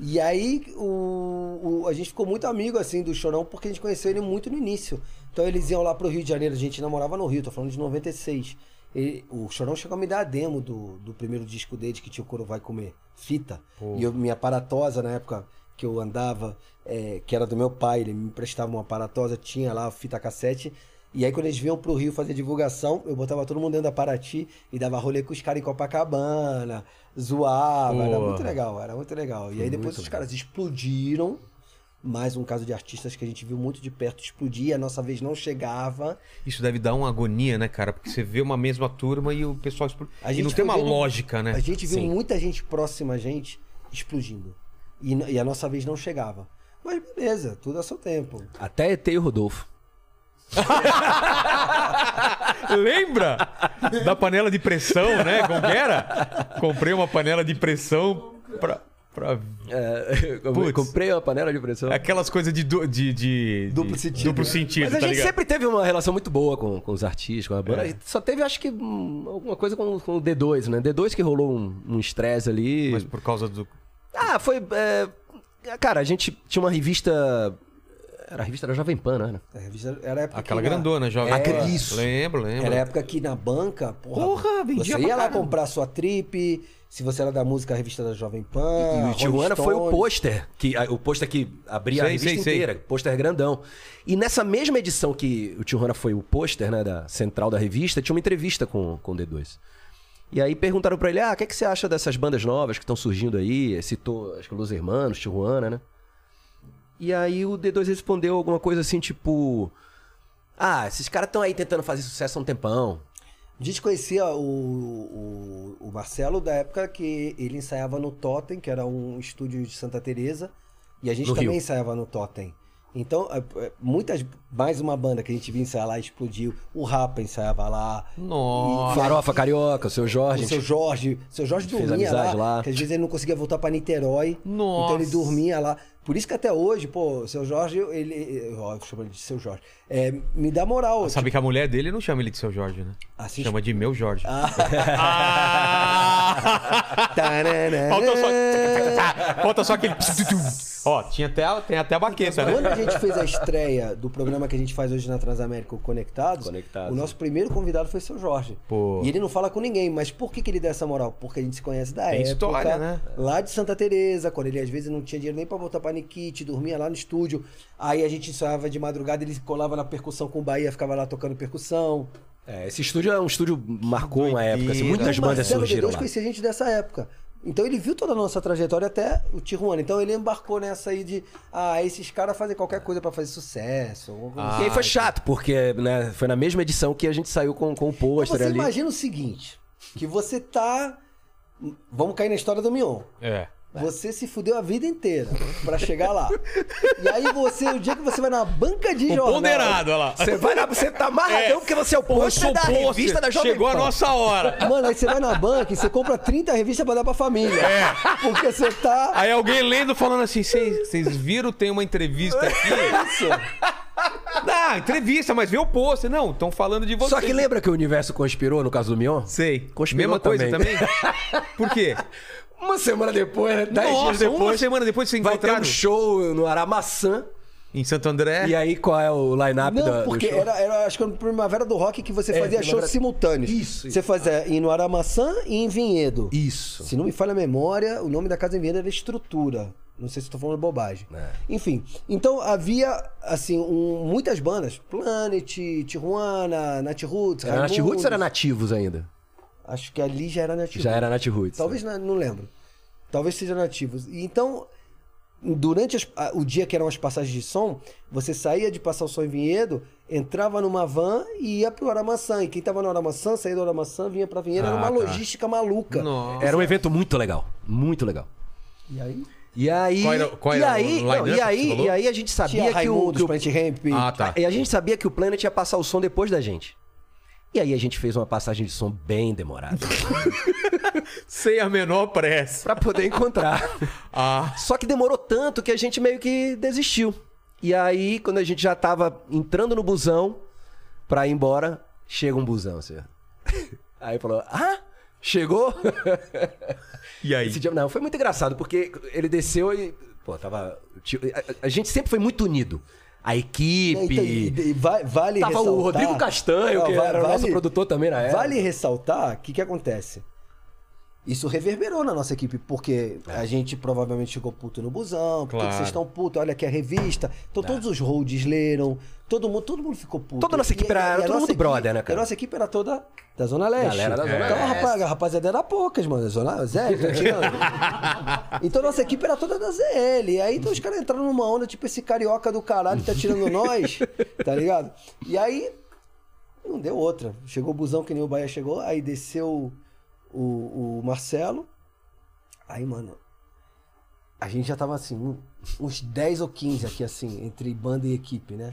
D: E aí o, o- a gente ficou muito amigo assim do Chorão porque a gente conheceu ele muito no início. Então eles iam lá pro Rio de Janeiro, a gente namorava no Rio, tô falando de 96. E o Chorão chegou a me dar a demo do, do primeiro disco dele que tinha o Coro Vai Comer, fita.
A: Pô.
D: E eu, minha paratosa na época que eu andava, é, que era do meu pai, ele me emprestava uma paratosa, tinha lá a fita cassete. E aí quando eles vinham pro Rio fazer divulgação, eu botava todo mundo dentro da Paraty e dava rolê com os caras em Copacabana, zoava, era
A: Pô.
D: muito legal, era muito legal. E aí depois os caras explodiram. Mais um caso de artistas que a gente viu muito de perto explodir, a nossa vez não chegava.
A: Isso deve dar uma agonia, né, cara? Porque você vê uma mesma turma e o pessoal. expl-
D: A
A: e
D: gente
A: não tem
D: foi
A: uma
D: vendo-
A: lógica, né?
D: A gente viu um-
A: Sim.
D: muita gente próxima a gente explodindo. E, n- e a nossa vez não chegava. Mas beleza, tudo a seu tempo.
C: Até ET e o Rodolfo.
A: Lembra da panela de pressão, né? Como que era? Comprei uma panela de pressão pra. pra...
C: É, eu
A: Putz.
C: comprei uma panela de pressão.
A: Aquelas coisas de, du- de, de-
D: Então, Duplo
A: de-
D: sentido.
A: É Duplo sentido,
C: Mas a
A: tá
C: gente
A: ligado?
C: sempre teve uma relação muito boa com, com os artistas, com a banda.
A: É.
C: A gente só teve, acho que, hum, alguma coisa com, com o D2, né? D2 que rolou um um estresse ali.
A: Mas por causa do.
C: Ah, foi. é, Cara, a gente tinha uma revista. Era a revista da Jovem Pan, né?
D: A revista era a época
A: Aquela
D: que na-
A: grandona, jovem.
C: É,
A: Pan.
C: isso. é
A: Lembro, lembro.
D: Era a época que na banca, porra,
A: Porra, vendia
D: você
A: pra
D: ia lá
A: caramba.
D: comprar sua trip, se você era da música, a revista da Jovem
C: E
D: Pan.
C: o Tijuana
D: Rolling
C: foi o
D: Stones.
C: pôster, que, a- o pôster que abria a
A: Sei,
C: revista
A: sei, sei.
C: inteira, pôster grandão. E nessa mesma edição que o Tijuana foi o pôster, né, da central da revista, tinha uma entrevista com, com o D2. E aí perguntaram pra ele, ah, o que, é que você acha dessas bandas novas que estão surgindo aí? Citou, acho que é Los Hermanos, Tijuana, né? E aí o D2 respondeu alguma coisa assim, tipo... Ah, esses caras estão aí tentando fazer sucesso há um tempão.
D: A gente conhecia o, o, o Marcelo da época que ele ensaiava no Totem, que era um estúdio de Santa Teresa E a gente
C: No
D: também
C: Rio.
D: ensaiava no Totem. Então, é, é, muitas. Mais uma banda que a gente vinha ensaiar lá explodiu. O Rapa ensaiava lá.
A: Nossa.
C: Farofa Carioca, o seu Jorge.
D: O seu Jorge. seu Jorge
C: Fez
D: dormia lá,
C: amizade lá.
D: que às vezes ele não conseguia voltar pra Niterói.
A: Nossa.
D: Então ele dormia lá. Por isso que até hoje, pô, o seu Jorge, ele. Ó, eu chamo ele de seu Jorge. É, me dá moral. tipo,
A: Sabe que a mulher dele não chama ele de seu Jorge, né?
D: Assiste-
A: Chama de meu Jorge.
C: Ah.
D: Tarará.
A: Falta só. Falta só aquele. Ó, tinha até, a- tem até a baqueta,
D: Quando
A: né?
D: a gente fez a estreia do programa que a gente faz hoje na Transamérica, o Conectados,
C: Conectados.
D: o nosso primeiro convidado foi seu Jorge.
A: Pô.
D: E ele não fala com ninguém, mas por que, que ele dá essa moral? Porque a gente se conhece da
A: Tem
D: época.
A: história, né?
D: Lá de Santa Teresa, quando ele às vezes não tinha dinheiro nem pra voltar pra Nikit, dormia lá no estúdio. Aí a gente ensaiava de madrugada, ele colava na percussão com o Bahia, ficava lá tocando percussão.
C: É, esse estúdio é um estúdio marcou uma época, assim,
A: Doideira.
C: muitas
D: O
C: bandas
D: Então, Marcelo
C: surgiram
D: Deus
C: lá.
D: conhecia a gente dessa época. Então ele viu toda a nossa trajetória até o Tijuana. Então ele embarcou nessa aí de, ah, esses caras fazem qualquer coisa pra fazer sucesso. alguma coisa
C: e aí foi chato, porque né, foi na mesma edição que a gente saiu com, com o
D: Então
C: pôster
D: você
C: ali.
D: imagina o seguinte: que você tá. Vamos cair na história do Mion.
A: É.
D: Você se fudeu a vida inteira pra chegar lá. E aí você, o dia que você vai na banca de
A: O
D: jornal.
A: ponderado, olha lá.
C: Você vai na, você tá amarradão porque você é o
A: Porra,
C: pôster
A: sou
C: da
A: pôster.
C: revista da Jovem
A: Chegou a
C: Pan.
A: nossa hora.
D: Mano, aí você vai na banca e você compra 30 revistas pra dar pra família.
C: É.
D: Porque você tá.
A: Aí alguém lendo falando assim: "Vocês vocês viram, tem uma entrevista aqui.
D: Isso.
A: Não, entrevista, mas vê o pôster. Não, estão falando de você.
C: Só que lembra que o universo conspirou no caso do Mion?
A: Sei.
C: Conspirou
A: Mesma coisa também?
C: também.
A: Por quê?
C: Uma semana depois, né? Dez dias
A: Nossa,
C: depois.
A: uma semana Tá depois se
C: Vai ter
A: encontraram
C: um show no Aramaçã.
A: em Santo André.
C: E aí, qual é o line-up da-
D: Não,
C: do
D: porque
C: show?
D: era, era, acho que era Primavera do Rock que você
C: É,
D: fazia
C: Primavera-
D: shows simultâneos.
C: Isso, isso.
D: Você fazia em no Aramaçã e em Vinhedo.
C: Isso.
D: Se não me falha a memória, o nome da casa em Vinhedo era Estrutura. Não sei se estou falando bobagem.
C: É.
D: Enfim, então havia, assim, um- muitas bandas. Planet, Tijuana, Nat Roots,
C: Era Nat Roots
D: Raimundos.
C: ou era Nativos ainda?
D: Acho que ali já era Nat
C: Já era Nat Roots. é.
D: Talvez, na- não lembro. Talvez seja nativos. E Então, durante as- a- o dia que eram as passagens de som, você saía de passar o som em Vinhedo, entrava numa van e ia pro Aramaçã. E quem tava no Aramaçã, saía do Aramaçã, vinha pra Vinhedo. era
A: Ah,
D: uma
A: tá.
D: logística maluca.
A: Nossa.
C: Era um evento muito legal. Muito legal.
D: E aí?
C: E aí.
A: Qual era- qual
C: e
A: era o
C: aí, não,
A: line-up
C: e
A: que você
C: aí,
A: falou?
C: e aí a gente sabia
D: Tinha
C: que o.
D: Raimundos,
C: Que o
D: Plant Ramp.
A: Ah, tá.
C: E a gente sabia que o Planet ia passar o som depois da gente. E aí a gente fez uma passagem de som bem demorada.
A: É, Sem a menor pressa.
C: pra poder encontrar.
A: Ah.
C: Só que demorou tanto que a gente meio que desistiu. E aí, quando a gente já tava entrando no busão pra ir embora, chega um busão, senhor. Aí falou: Ah, chegou?
A: E aí?
C: Esse dia, não, foi muito engraçado, porque ele desceu e. Pô, tava. tipo, a, a gente sempre foi muito unido. A
D: Então,
C: equipe.
D: e- e va- vale
C: Tava
D: ressaltar-
C: o Rodrigo Castanho,
D: Não,
C: que
D: va-
C: era o nosso produtor também na época.
D: Vale ressaltar o que, que acontece. Isso reverberou na nossa equipe, porque
C: É.
D: a gente provavelmente chegou puto no busão, por que que
A: Claro.
D: vocês estão puto, olha aqui a revista. Então todos os holds leram, todo mundo, todo mundo ficou puto.
C: Toda a nossa equipe era- era
D: a
C: todo
D: nossa
C: mundo
D: equipe-
C: brother, né, cara?
D: A nossa equipe era toda da Zona Leste.
C: Galera da Zona
D: então,
C: Leste.
D: rapaz, a rapaziada era poucas, mano. Zona Zé, tá tirando. então nossa equipe era toda da ZL. E aí então, os caras entraram numa onda, tipo, esse carioca do caralho tá tirando nós, tá ligado? E aí não deu outra. Chegou o busão que nem o Bahia chegou, aí desceu o, o Marcelo. Aí, mano, a gente já tava assim, um- uns 10 ou 15 aqui, assim, entre banda e equipe, né?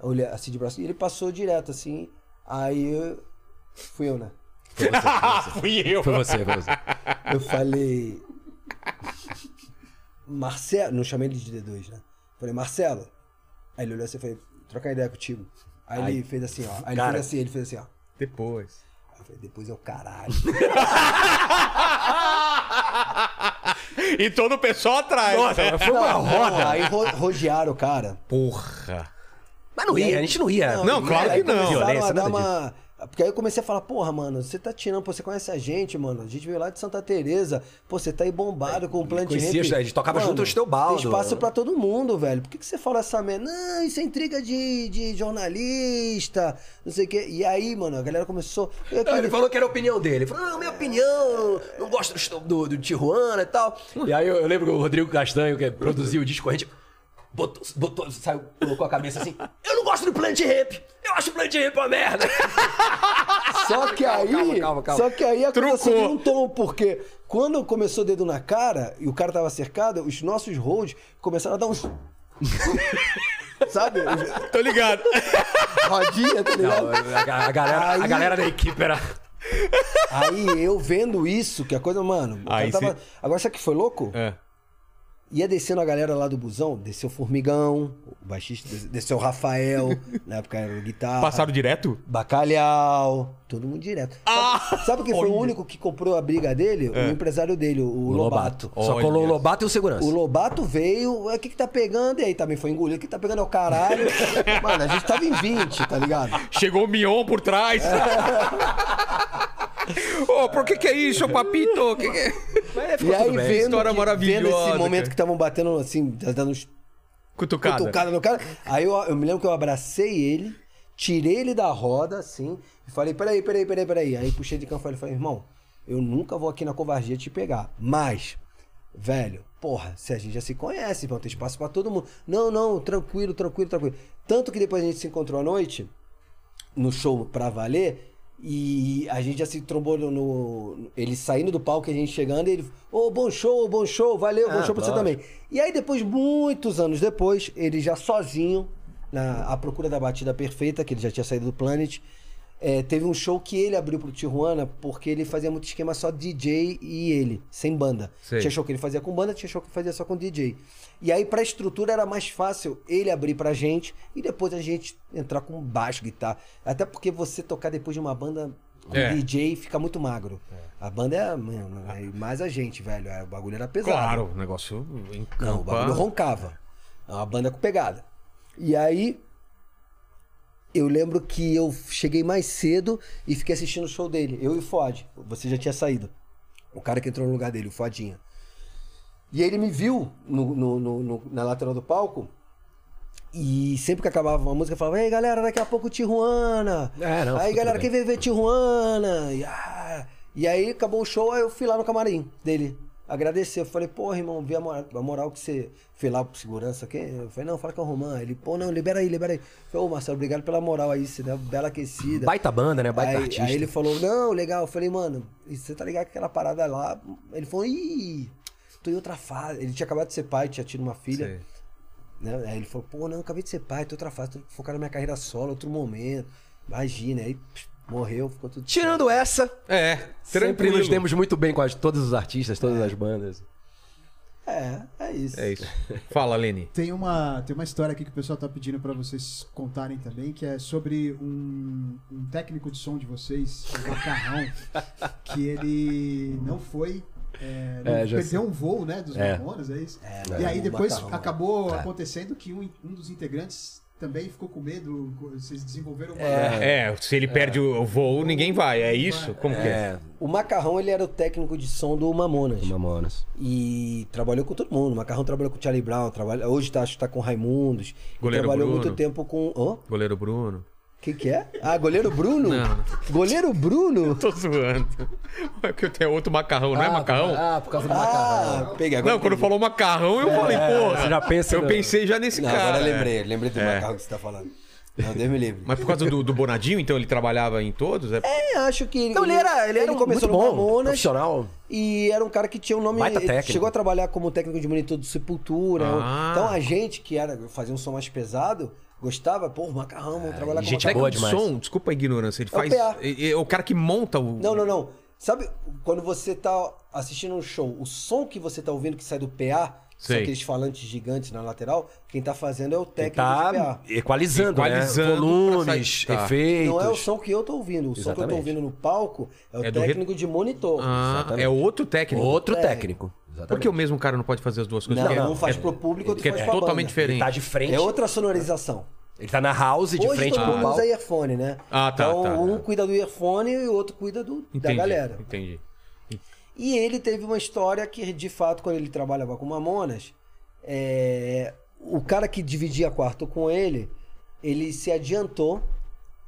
D: Olha, assim de braço. E ele passou direto, assim. Aí eu- fui eu, né?
A: Ah, Fui eu.
C: Foi você, foi você.
D: Eu falei. Marcelo. Não chamei ele de D2, né? Falei, Marcelo. Aí ele olhou assim e falei, trocar ideia contigo. Aí ele fez assim, ó. Aí ele
C: cara.
D: fez assim, ele fez assim, ó.
A: Depois.
D: Aí eu falei, depois é o caralho.
A: E todo o pessoal atrás.
C: Nossa, mas foi uma
D: Não,
C: roda.
D: Aí ro rodearam o cara.
A: Porra.
C: Mas não ia, a gente não ia.
A: Não, claro
D: aí
A: que não.
D: começaram
C: Violência,
D: é, a
C: nada
D: dar uma- Porque aí eu comecei a falar, porra, mano, você tá tirando, pô, você conhece a gente, mano. A gente veio lá de Santa Teresa. Pô, você tá aí bombado com o Plant
C: É, conhecia,
D: Ramp.
C: a gente tocava junto no Estobaldo.
D: Tem espaço pra todo mundo, velho. Por que, que você fala essa merda? Não, isso é intriga de, de jornalista, não sei o quê. E aí, mano, a galera começou... Eu,
C: Não, ele falou que era a opinião dele. Ele falou, não, minha opinião, não gosto do, esto- do, do Tijuana e tal. E aí eu, eu lembro que o Rodrigo Castanho, que produziu o disco, a gente botou, botou, saiu, colocou a cabeça assim, eu não gosto do Plant Ramp, eu acho o Plant Ramp uma merda.
D: Só que aí.
C: calma, calma, calma.
D: Só que aí a coisa
A: Trucou.
D: subiu um tom, porque quando começou o dedo na cara e o cara tava cercado, os nossos holds começaram a dar uns. Sabe? Os-
A: Tô ligado.
D: Rodinha, tá ligado?
C: Não, a, a galera, a
D: Aí-
C: galera da equipe era.
D: Aí eu vendo isso, que a coisa, mano. o
A: Aí
D: cara tava-
A: cê-
D: Agora, sabe o que foi louco?
A: É.
D: Ia descendo a galera lá do busão, desceu o Formigão, o baixista, des- desceu o Rafael, na época era guitarra.
A: Passaram direto?
D: Bacalhau, todo mundo direto. Sabe, sabe quem foi o
A: Ah! olha. É.
D: único que comprou a briga dele? O empresário dele, o, Lobato.
C: Só
A: Olha.
C: colou o Lobato e o segurança.
D: O Lobato veio, o que que tá pegando? E aí também foi engolido, o que tá pegando é o caralho. Mano, a gente tava em 20, tá ligado?
A: Chegou o Mion por trás. Ô, por que que é isso, ô papito? Que que é?
D: E aí
C: tudo bem.
D: vendo,
A: História
D: que-
A: maravilhosa,
D: vendo esse momento
A: cara.
D: que estavam batendo assim, dando uns
A: Cutucada.
D: cutucada no cara. Aí eu, eu me lembro que eu abracei ele, tirei ele da roda, assim, e falei, peraí, peraí, peraí, peraí. Aí puxei de canto e falei, irmão, eu nunca vou aqui na covardia te pegar. Mas, velho, porra, se a gente já se conhece, vão ter espaço pra todo mundo. Não, não, tranquilo, tranquilo, tranquilo. Tanto que depois a gente se encontrou à noite, no show pra valer. E a gente já se trombou no, no- Ele saindo do palco e a gente chegando e ele. Ô, bom show, bom show, valeu, bom
C: Ah,
D: show pra
C: lógico.
D: você também. E aí, depois, muitos anos depois, ele já sozinho, na à procura da batida perfeita, que ele já tinha saído do Planet, é, teve um show que ele abriu pro Tijuana, porque ele fazia muito esquema só DJ e ele, sem banda.
A: Sei.
D: Tinha show que ele fazia com banda, tinha show que fazia só com DJ. E aí, pra estrutura, era mais fácil ele abrir pra gente e depois a gente entrar com baixo, guitarra. Até porque você tocar depois de uma banda com
A: É.
D: DJ fica muito magro. A banda é, mano, é mais a gente, velho. é, O bagulho era pesado.
A: Claro, o negócio ah. encampa.
D: Não, o bagulho roncava. É uma banda com pegada. E aí, eu lembro que eu cheguei mais cedo e fiquei assistindo o show dele. Eu e o Fod. Você já tinha saído. O cara que entrou no lugar dele, o Fodinha. E ele me viu no- no- no- no- na lateral do palco. E sempre que acabava uma música, eu falava, ei galera, daqui a pouco Tijuana.
C: É, não,
D: aí
C: tudo
D: galera,
C: bem.
D: quem veio ver Tijuana? E, ah, e aí acabou o show, aí eu fui lá no camarim dele. Agradecer. Eu falei, porra, irmão, vi a moral, a moral que você fez lá pro segurança aqui. Eu falei, não, fala que é o Romã. Ele, pô, não, libera aí, libera aí. Eu falei, ô Marcelo, obrigado pela moral aí, você deu uma bela aquecida
C: Baita banda,
A: É
C: né? Baita
D: aí,
C: artista.
D: aí ele falou, não, legal. Eu falei, mano, e você tá ligado que aquela parada lá? Ele falou, ih, tô em outra fase. Ele tinha acabado de ser pai, tinha tido uma filha.
A: Sei.
D: Né? Aí ele falou, pô, não, acabei de ser pai, tô em outra fase, tô focado na minha carreira solo, outro momento. Imagina, aí pff, morreu, ficou tudo
C: Tirando essa,
A: É,
C: sempre
A: tranquilo.
C: nos demos muito bem com as- todos os artistas, todas as bandas.
D: É, é isso.
A: É isso. Fala, Lene.
B: Tem uma, tem uma história aqui que o pessoal tá pedindo pra vocês contarem também, que é sobre um, um técnico de som de vocês, o Macarrão, que ele não foi. É, não-
C: É, já
B: perdeu
C: sei.
B: um voo, né? Dos
C: É.
B: Mamonas, é isso?
D: né,
B: e aí
D: o
B: depois
D: Macarrão,
B: acabou acontecendo que um, um dos integrantes também ficou com medo, vocês desenvolveram uma.
A: É, se ele perde o voo, ninguém vai. É isso? Como que é?
D: O Macarrão, ele era o técnico de som do Mamonas.
C: Mamonas.
D: E trabalhou com todo mundo. O Macarrão trabalhou com o Charlie Brown, trabalha... hoje tá, acho que tá com o Raimundos.
A: Goleiro
D: trabalhou
A: Bruno.
D: muito tempo com. Hã?
A: Goleiro Bruno.
D: Que que é? Ah, goleiro Bruno?
A: Não.
D: Goleiro Bruno?
A: Tô zoando. É porque tem outro macarrão, não é macarrão?
C: Ah, por causa do macarrão.
D: Ah, peguei agora.
A: não, quando falou macarrão,
D: É,
A: eu falei, porra.
C: você já pensa
A: eu
C: no-
A: pensei já nesse
D: Não,
A: cara.
D: agora
A: é.
D: lembrei, lembrei do macarrão que você tá falando. Não, Deus me livre.
A: Mas por causa do, do Bonadinho, então ele trabalhava em todos? É...
D: É, acho que.
C: Então ele era, ele era um
D: começou
C: muito
D: no
C: bom,
D: Mamonas
C: profissional.
D: e era um cara que tinha um nome.
C: Baita
D: ele
C: técnico.
D: Chegou a trabalhar como técnico de monitor de Sepultura.
A: Ah.
D: Então a gente que era, fazia um som mais pesado, gostava, pô, macarrão, vamos trabalhar com
C: gente
D: macarrão.
C: boa
A: de
C: demais.
A: é som, desculpa a ignorância, ele
D: É o
A: faz.
D: PA.
A: É, é o cara que monta o.
D: Não, não, não. Sabe quando você tá assistindo um show, o som que você tá ouvindo que sai do PA, que são
A: Sei.
D: aqueles falantes gigantes na lateral, quem tá fazendo é o
C: Ele
D: técnico de
C: tá
D: PA.
C: equalizando,
A: Equalizando
C: né?
A: pra
C: Volumes,
A: sair- tá.
C: efeitos.
D: Não é o som que eu tô ouvindo. O som que eu
C: Exatamente.
D: tô ouvindo no palco é o
A: É do re-
D: técnico de monitor.
A: Ah,
C: Exatamente.
A: é outro técnico.
C: Outro
D: É.
C: técnico. Exatamente.
A: Por que o mesmo cara não pode fazer as duas coisas?
D: Não,
A: Porque
D: um faz
A: é,
D: pro público, outro
A: que
D: faz
A: é
D: pra
A: totalmente
D: banda.
A: diferente.
C: Ele tá de frente.
D: É outra sonorização.
C: Ele tá na house de
D: Hoje
C: frente
D: todo
C: pro
D: mundo
C: palco.
D: usa earphone, né?
A: Ah, tá,
D: Então
A: tá, tá.
D: um cuida do earphone e o outro cuida do, da
A: Entendi,
D: galera.
A: Entendi.
D: E ele teve uma história que, de fato, quando ele trabalhava com Mamonas, é, o cara que dividia quarto com ele, ele se adiantou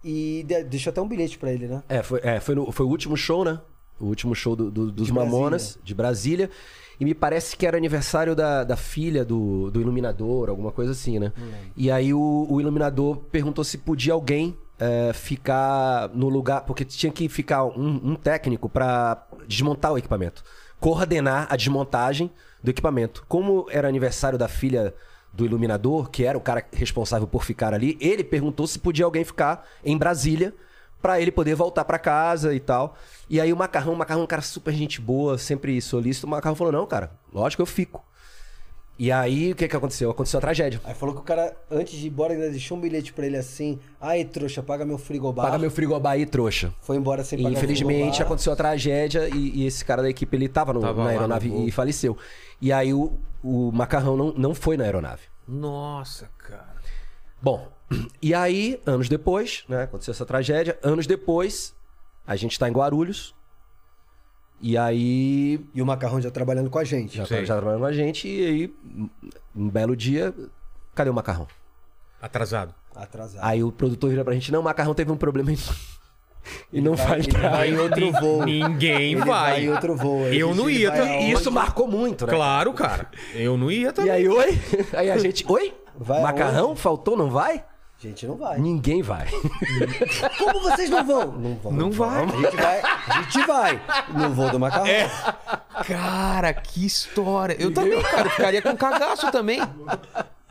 D: e de- deixou até um bilhete pra ele, né?
C: É, foi, é, foi, no- foi o último show, né? O último show do- do- dos
D: De
C: Mamonas,
D: Brasília.
C: de Brasília. E me parece que era aniversário da, da filha do, do iluminador, alguma coisa assim, né? E aí o, o iluminador perguntou se podia alguém é, ficar no lugar. Porque tinha que ficar um, um técnico pra desmontar o equipamento. Coordenar a desmontagem do equipamento. Como era aniversário da filha do iluminador, que era o cara responsável por ficar ali, ele perguntou se podia alguém ficar em Brasília pra ele poder voltar pra casa e tal. E aí o Macarrão, o Macarrão é um cara super gente boa, sempre solícito. O Macarrão falou: Não, cara, lógico, eu fico. E aí o que, que aconteceu? Aconteceu a tragédia.
D: Aí falou que o cara, antes de ir embora, ainda deixou um bilhete pra ele assim. Aí, trouxa, paga meu frigobar.
C: Paga meu frigobar aí, trouxa.
D: Foi embora sem
C: E,
D: pagar
C: infelizmente
D: frigobar.
C: aconteceu a tragédia e, e esse cara da equipe ele tava, no,
A: Tava lá
C: na aeronave
A: no voo.
C: e faleceu. E aí o, o macarrão não, não foi na aeronave.
A: Nossa, cara.
C: Bom, e aí, anos depois, né? Aconteceu essa tragédia. Anos depois, a gente tá em Guarulhos. E aí.
D: E o Macarrão já trabalhando com a gente.
C: Já,
A: Sei.
C: já trabalhando com a gente. E aí, um belo dia, cadê o macarrão?
A: Atrasado.
D: Atrasado.
C: Aí o produtor vira pra gente: não, o macarrão teve um problema e não- e não vai
D: ele
C: entrar.
D: vai em outro voo.
A: Ninguém
D: Ele
A: vai.
D: vai em outro voo. Ele
A: Eu
D: disse,
A: não
D: ele
A: ia.
D: vai
A: também.
D: aonde?
C: Isso marcou muito, né?
A: Claro, cara. Eu não ia
C: E
A: também.
C: aí, oi? Aí a gente, oi?
D: Vai
C: Macarrão?
D: aonde?
C: Faltou? Não vai?
D: Gente, não vai.
C: Ninguém vai.
D: Como vocês não vão? Não vão.
A: Não vai. É.
D: A gente vai. A gente vai. No voo do Macarrão.
A: Cara, que história. Eu também, cara. eu Ficaria com cagaço também.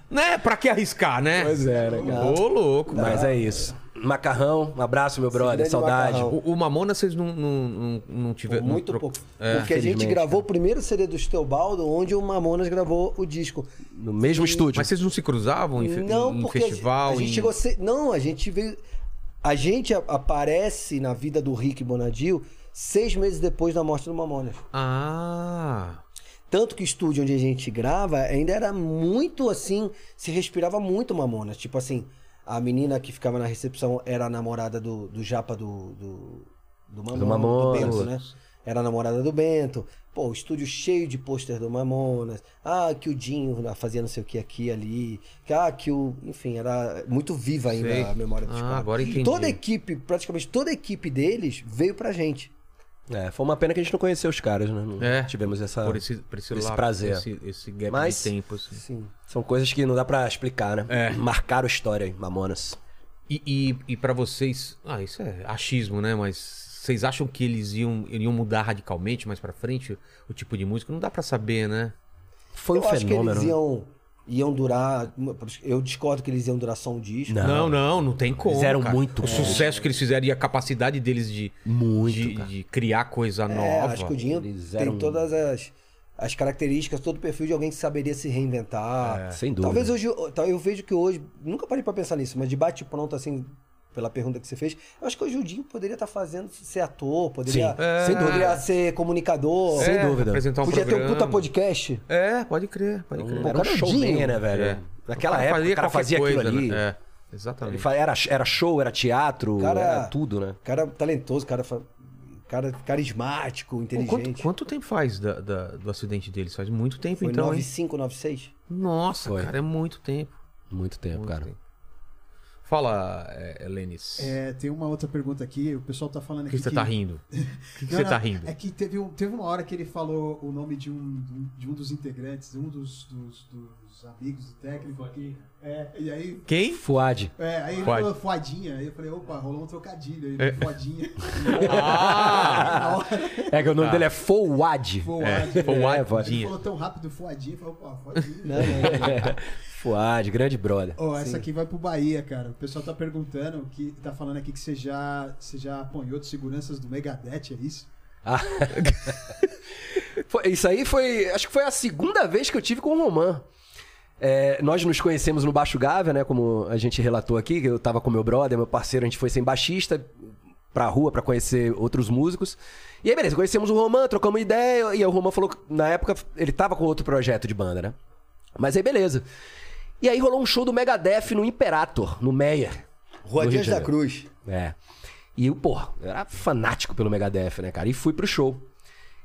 A: Né? Pra que arriscar, né?
C: Pois é, né, cara?
A: Ô, louco.
C: Mas é isso. Macarrão, um abraço, meu brother.
D: grande
C: Saudade.
D: macarrão.
A: O, o Mamona vocês não, não, não, não tiveram. não
D: Muito
A: tro-
D: pouco.
A: É.
D: Porque a gente
C: infelizmente,
D: gravou o primeiro CD do Steobaldo, onde o Mamonas gravou o disco.
C: No mesmo estúdio.
A: Mas vocês não se cruzavam em, fe-
D: Não,
A: em
D: porque a gente-
A: festival?
D: a gente
A: em-
D: chegou a ser, Não, a gente veio. A gente a- aparece na vida do Rick Bonadil seis meses depois da morte do Mamonas.
A: Ah.
D: Tanto que o estúdio onde a gente grava ainda era muito assim, se respirava muito Mamonas. Tipo assim, a menina que ficava na recepção era a namorada do, do japa do, do, do Mamonas, do,
C: Mamonas.
D: Bento, né? Era a namorada do Bento. Pô, o estúdio cheio de pôster do Mamonas. Ah, que o Dinho lá fazia não sei o que aqui e ali. Ah, que o. Enfim, era muito viva ainda
A: Sei.
D: a memória dos
A: Ah,
D: caras.
A: agora entendi.
D: Toda a equipe, praticamente toda a equipe deles veio pra gente.
C: É, foi uma pena que a gente não conheceu os caras, né? Não
A: É.
C: Tivemos essa.
D: Ah.
A: Por esse, por esse,
C: esse
A: lapso,
C: prazer.
A: Esse, esse gap
C: Mas-
A: de tempo. assim.
D: Sim.
C: São coisas que não dá pra explicar, né?
A: É.
C: Marcaram história aí, Mamonas.
A: E, e, e para vocês, ah, isso é achismo, né? Mas vocês acham que eles iam, iriam mudar radicalmente mais pra frente o, o tipo de música? Não dá pra saber, né?
C: Foi
D: eu
C: um
D: acho que
C: fenômeno.
D: eles
C: né?
D: iam, iam durar. Eu discordo que eles iam durar só um disco.
C: Não.
A: Não, não, não tem como.
C: Fizeram
A: cara.
C: muito,
A: O
C: cara.
A: sucesso que eles fizeram e a capacidade deles de,
C: Muito,
A: de,
C: cara.
A: de criar coisa nova.
D: É, acho que o Dinho
C: Eles
D: tem
C: eram-
D: todas as, as características, todo o perfil de alguém que saberia se reinventar.
C: É, Sem dúvida.
D: Talvez hoje, tal- eu vejo que hoje, nunca parei pra pensar nisso, mas de bate-pronto, assim, pela pergunta que você fez, eu acho que hoje o Dinho poderia estar fazendo ser ator, poderia,
C: Sim, é,
D: sem
C: sem
D: poderia
C: dúvida.
D: ser comunicador,
C: Sem dúvida.
A: Apresentar um
D: podia ter um
A: programa.
D: puta podcast.
A: É, pode crer, pode crer.
C: Era um
D: Cara, o
C: showman,
D: Dinho,
C: né, velho?
A: É.
C: Naquela época, o cara
A: qualquer
C: fazia aquilo
A: coisa,
C: ali.
A: Né? É,
C: Ele
A: exatamente.
C: fa- era, era show, era teatro,
D: Cara-
C: era tudo, né?
D: Cara talentoso, cara, fa- cara carismático,
A: Pô, quanto,
D: inteligente.
A: quanto tempo faz da- da- do acidente deles? Faz muito tempo,
D: Foi
A: então, hein?
D: 95, 96?
A: Nossa,
C: Foi.
A: cara, é muito tempo.
C: Muito tempo,
A: muito
C: cara.
A: tempo. Fala, é, Lenis.
B: É, tem uma outra pergunta aqui, o pessoal tá falando
A: Por
B: aqui.
A: que você tá rindo? Por que,
B: Não,
A: você
B: não,
A: tá rindo?
B: É que teve, um, teve uma hora que ele falou o nome de um, de um dos integrantes, um dos, dos- dos amigos do técnico aqui. É, e aí.
A: Quem?
C: Fuad.
B: É, aí ele
A: Fuad.
B: falou foadinha, aí eu falei, opa, rolou um trocadilho aí,
A: É.
B: foadinha.
A: Ah! Tá.
B: Na hora,
C: É que o nome dele é Fuad.
B: foadinha.
A: foi o
C: É,
B: Ele
A: Adinha.
B: falou tão rápido, foadinha, eu falei, opa, foadinha.
D: Não, não, não.
C: Fuad, grande brother.
B: Ó, essa
D: Sim.
B: aqui vai pro Bahia, cara. O pessoal tá perguntando, que tá falando aqui que você já, você já apanhou de seguranças do Megadeth, é isso?
C: Ah. Foi- isso aí foi. Acho que foi a segunda vez que eu tive com o Roman. É, nós nos conhecemos no Baixo Gávea, né? Como a gente relatou aqui, que eu tava com meu brother, meu parceiro, a gente foi sem baixista pra rua pra conhecer outros músicos. E aí, beleza, conhecemos o Roman, trocamos ideia, e aí o Roman falou que na época ele tava com outro projeto de banda, né? Mas aí, beleza. E aí rolou um show do Megadeth no Imperator, no Meyer.
D: Rua
C: no Rio
D: Dias
C: de
D: da
C: Janeiro.
D: Cruz.
C: É. E eu, porra, eu era fanático pelo Megadeth, né, cara? E fui pro show.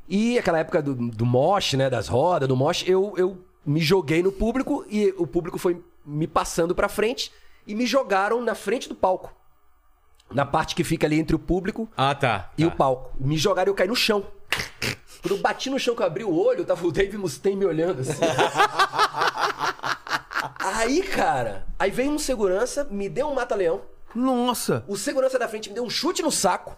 C: E aquela época do, do mosh, né? Das rodas, do mosh, eu, eu me joguei no público e o público foi me passando pra frente e me jogaram na frente do palco. Na parte que fica ali entre o público
A: Ah, tá.
C: e
A: tá.
C: o palco. Me jogaram e eu caí no chão. Quando eu bati no chão que eu abri o olho, tava o Dave Mustaine me olhando assim. aí, cara, aí veio um segurança, me deu um mata-leão.
A: Nossa!
C: O segurança da frente me deu um chute no saco.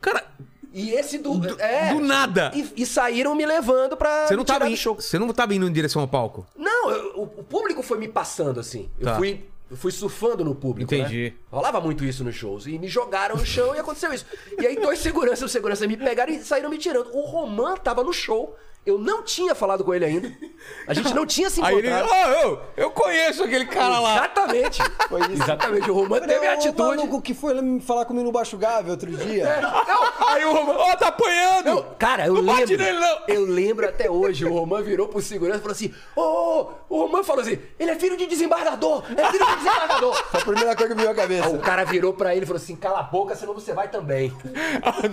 A: Cara,
C: E esse do.
A: do,
C: é,
A: do nada!
C: E, e saíram me levando pra.
A: Você
C: me
A: não,
C: tirar
A: tava
C: do
A: in-
C: show.
A: você não tava indo em direção ao palco.
C: Não, eu- o, o público foi me passando assim. Eu
A: Tá.
C: fui. Eu fui surfando no público.
A: Entendi.
C: né? Rolava muito isso nos shows. E me jogaram no chão e aconteceu isso. E aí, dois seguranças, os seguranças me pegaram e saíram me tirando. O Roman tava no show. Eu não tinha falado com ele ainda. A gente não tinha se
A: Aí
C: encontrado.
A: ele. Ó, eu, eu conheço aquele cara lá.
C: Exatamente.
D: Foi isso.
C: Exatamente. O Roman teve a
D: o
C: atitude. É.
D: maluco que foi lá me falar comigo no Baixo Gávea outro dia.
A: Aí o Romano, ó, tá apanhando!
C: Não, cara, eu
A: Não
C: lembro.
A: bate nele, não.
C: Eu lembro até hoje. O Roman virou pro segurança e falou assim: Ô, ô, ô, o Roman falou assim: ele é filho de desembargador! É filho de desembargador!
D: Foi a primeira coisa que me veio
C: Aí
D: à
C: o
D: cabeça.
C: cara virou pra ele e falou assim: cala a boca, senão você vai também.
A: Ah,
C: E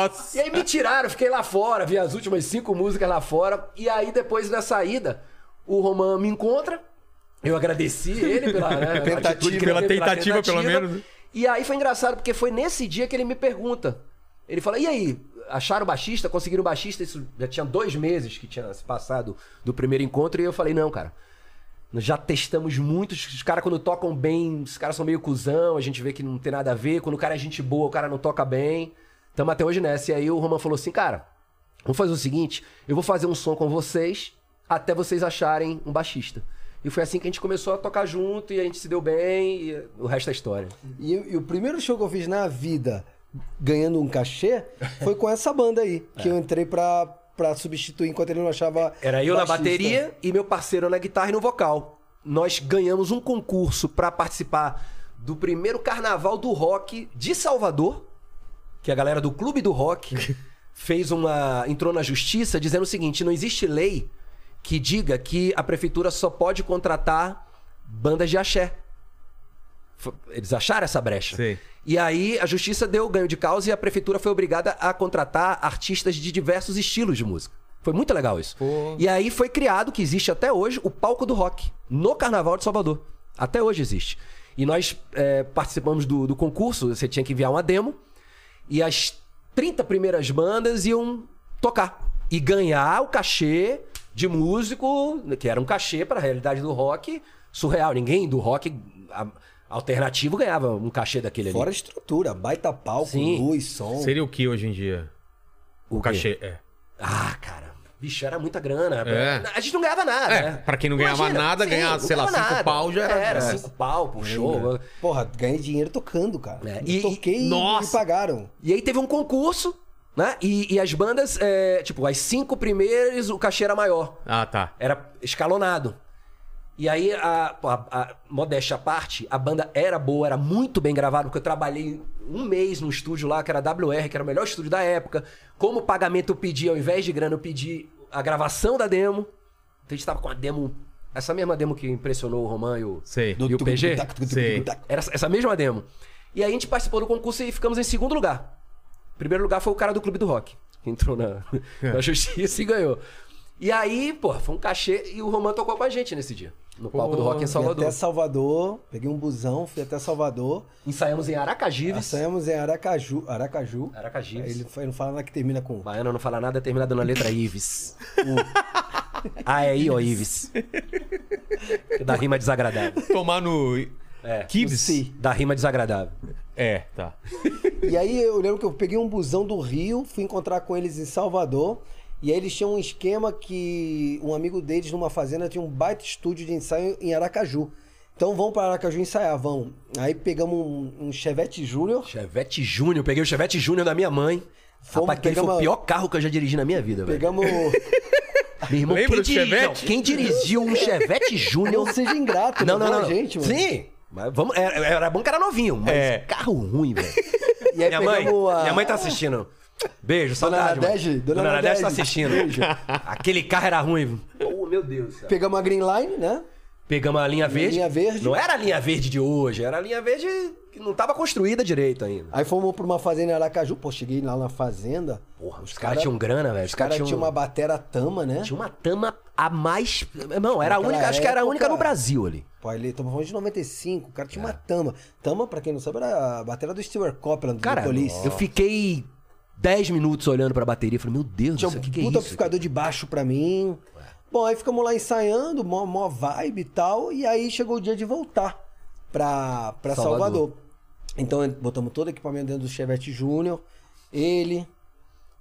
A: Nossa!
C: aí me tiraram, fiquei lá fora, vi as últimas cinco músicas lá fora. E aí depois na saída, o Roman me encontra. Eu agradeci ele pela né,
A: Tentativa,
C: atitude que ele
A: pela
C: teve,
A: tentativa, pelo menos. né?
C: E aí foi engraçado, porque foi nesse dia que ele me pergunta. Ele fala: e aí? Acharam o baixista? Conseguiram o baixista? Isso já tinha dois meses que tinha se passado do primeiro encontro. E eu falei: não, cara. Nós já testamos muitos. Os caras, quando tocam bem, os caras são meio cuzão, a gente vê que não tem nada a ver. Quando o cara é gente boa, o cara não toca bem. Tamo até hoje nessa. E aí o Roman falou assim, cara, vamos fazer o seguinte: eu vou fazer um som com vocês até vocês acharem um baixista. E foi assim que a gente começou a tocar junto e a gente se deu bem e o resto é história.
D: E, e o primeiro show que eu fiz na vida, ganhando um cachê, foi com essa banda aí. Que eu entrei pra, pra substituir enquanto ele não achava.
C: É. Era eu na
D: baixista.
C: bateria e meu parceiro na guitarra e no vocal. Nós ganhamos um concurso pra participar do primeiro carnaval do rock de Salvador, que a galera do Clube do Rock fez uma entrou na justiça dizendo o seguinte, não existe lei que diga que a prefeitura só pode contratar bandas de axé. F- Eles acharam essa brecha.
A: Sim.
C: E aí a justiça deu ganho de causa e a prefeitura foi obrigada a contratar artistas de diversos estilos de música. Foi muito legal isso.
A: Pô.
C: E aí foi criado, que existe até hoje, o palco do rock, no Carnaval de Salvador. Até hoje existe. E nós é, participamos do, do concurso, você tinha que enviar uma demo, e as 30 primeiras bandas iam tocar. E ganhar o cachê de músico, que era um cachê para a realidade do rock surreal. Ninguém do rock a- alternativo ganhava um cachê daquele ali.
D: Fora a estrutura, baita palco,
C: Sim.
D: luz, som.
A: Seria o que hoje em dia?
C: O
A: O
C: quê?
A: cachê. É.
C: Ah, cara. Bicho, era muita grana.
A: É.
C: A gente não ganhava nada.
A: É,
C: né?
A: pra quem não ganhava nada, ganhava,
C: não
A: sei lá,
C: ganhava
A: cinco pau já era-
C: era.
A: é.
C: cinco pau por show.
D: Porra, ganhei dinheiro tocando, cara.
C: É,
D: Eu
C: e-
D: toquei e,
A: nossa.
D: me pagaram.
C: E aí teve um concurso, né? E, e as bandas, é, tipo, as cinco primeiras, o cachê era maior.
A: Ah, tá.
C: Era escalonado. E aí, a, a, a- modéstia à parte, a banda era boa, era muito bem gravada, porque eu trabalhei um mês num estúdio lá, que era WR, que era o melhor estúdio da época. Como pagamento eu pedi, ao invés de grana, eu pedi a gravação da demo. Então a gente tava com a demo, essa mesma demo que impressionou o Roman e o,
A: Sei.
C: e o PG.
D: tá,
A: Sei.
C: Era essa- essa mesma demo. E aí a gente participou do concurso e ficamos em segundo lugar. Primeiro lugar foi o cara do Clube do Rock, que entrou na,
D: É.
C: na justiça e ganhou. E aí, pô, foi um cachê e o Roman tocou com a gente nesse dia. No palco do Rock em
D: Fui
C: Salvador.
D: até Salvador, peguei um busão, fui até Salvador.
C: Ensaiamos em Aracajives.
D: Saímos em Aracaju. Aracaju.
C: Aracajives.
D: é- Ele, ele não fala nada que termina com.
C: Baiano não fala nada, é terminado na letra Ives. Ah, é I, ó, Ives. Da rima desagradável.
A: Tomar no.
C: É.
A: Kids?
D: Sim.
C: Da rima desagradável.
A: É, tá.
D: E aí eu lembro que eu peguei um busão do Rio, fui encontrar com eles em Salvador. E aí eles tinham um esquema que um amigo deles numa fazenda tinha um baita estúdio de ensaio em Aracaju. Então vão para Aracaju ensaiar, vão. Aí pegamos um, um Chevette Júnior.
C: Chevette Júnior, peguei o Chevette Júnior da minha mãe.
D: Fomos,
C: Rapaz, aquele foi o
D: pegamos-
C: pior carro que eu já dirigi na minha vida, velho.
D: Pegamos.
C: Meu irmão,
A: Lembra do
C: quem, dirigi-
A: Chevette?
C: não, quem dirigiu um Chevette Júnior...
D: não seja ingrato, né,
C: Não, não, não. não.
D: Gente, mano.
C: Sim, mas vamos, era, era bom que era novinho, mas
A: É.
C: carro ruim, velho.
D: E aí
C: minha, mãe,
D: pegamos a-
C: minha mãe tá assistindo. Beijo, saudade, mano.
D: Nadege, dona
C: Nadege tá
D: Nadege.
C: assistindo. Aquele carro era ruim. Oh, meu Deus. cara.
D: Pegamos a Green Line, né?
C: Pegamos a linha verde.
D: linha verde.
C: Não era a linha verde de hoje, era a linha verde que não tava construída direito ainda.
D: Aí fomos pra uma fazenda em Aracaju. Pô, cheguei lá na fazenda.
C: Porra, os,
D: cara-
C: caras tinham grana, velho. Os
D: Os caras
C: caras
D: tinham
C: tinham
D: uma batera tama, né?
C: Tinha uma tama a mais. Não, era a
D: Naquela
C: única. Acho que era a
D: época-
C: única no Brasil ali.
D: Pô, ele estamos falando de 95, o cara
C: É.
D: tinha uma tama. Tama, pra quem não sabe, era a batera do Stewart Copeland, do
C: Cara,
D: Police.
C: eu fiquei 10 minutos olhando pra bateria. Falei, meu Deus do
D: Tinha
C: céu,
D: um
C: o que, que é
D: puta
C: isso?
D: amplificador de baixo pra mim. Bom, aí ficamos lá ensaiando, mó, mó vibe e tal. E aí chegou o dia de voltar pra, pra Salvador.
C: Salvador.
D: Então botamos todo o equipamento dentro do Chevette Júnior, ele,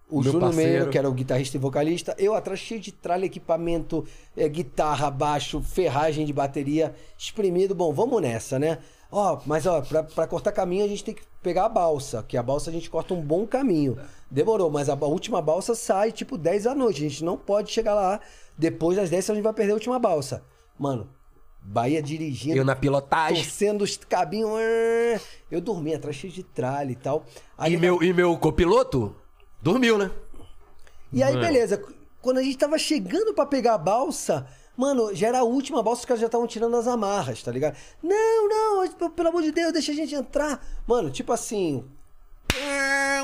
D: o
C: Meu
D: Júnior
C: parceiro.
D: Meiro, que era o guitarrista e vocalista, eu atrás cheio de tralha, equipamento, eh, guitarra, baixo, ferragem de bateria, espremido. Bom, vamos nessa, né? Ó, mas ó, pra, pra cortar caminho a gente tem que pegar a balsa, que a balsa a gente corta um bom caminho. Demorou, mas a, ba- última balsa sai tipo 10 da noite, a gente não pode chegar lá depois das 10 senão a gente vai perder a última balsa. Mano, Bahia dirigindo,
C: Eu na pilotagem.
D: torcendo os cabinhos. é. Eu dormi atrás cheio de tralha e tal. Aí,
C: E meu, e meu copiloto dormiu, né?
D: e aí,
A: Mano.
D: beleza. Quando a gente tava chegando pra pegar a balsa, mano, já era a última balsa, os caras já estavam tirando as amarras, tá ligado? Não, não, p- pelo amor de Deus, deixa a gente entrar. Mano, tipo assim.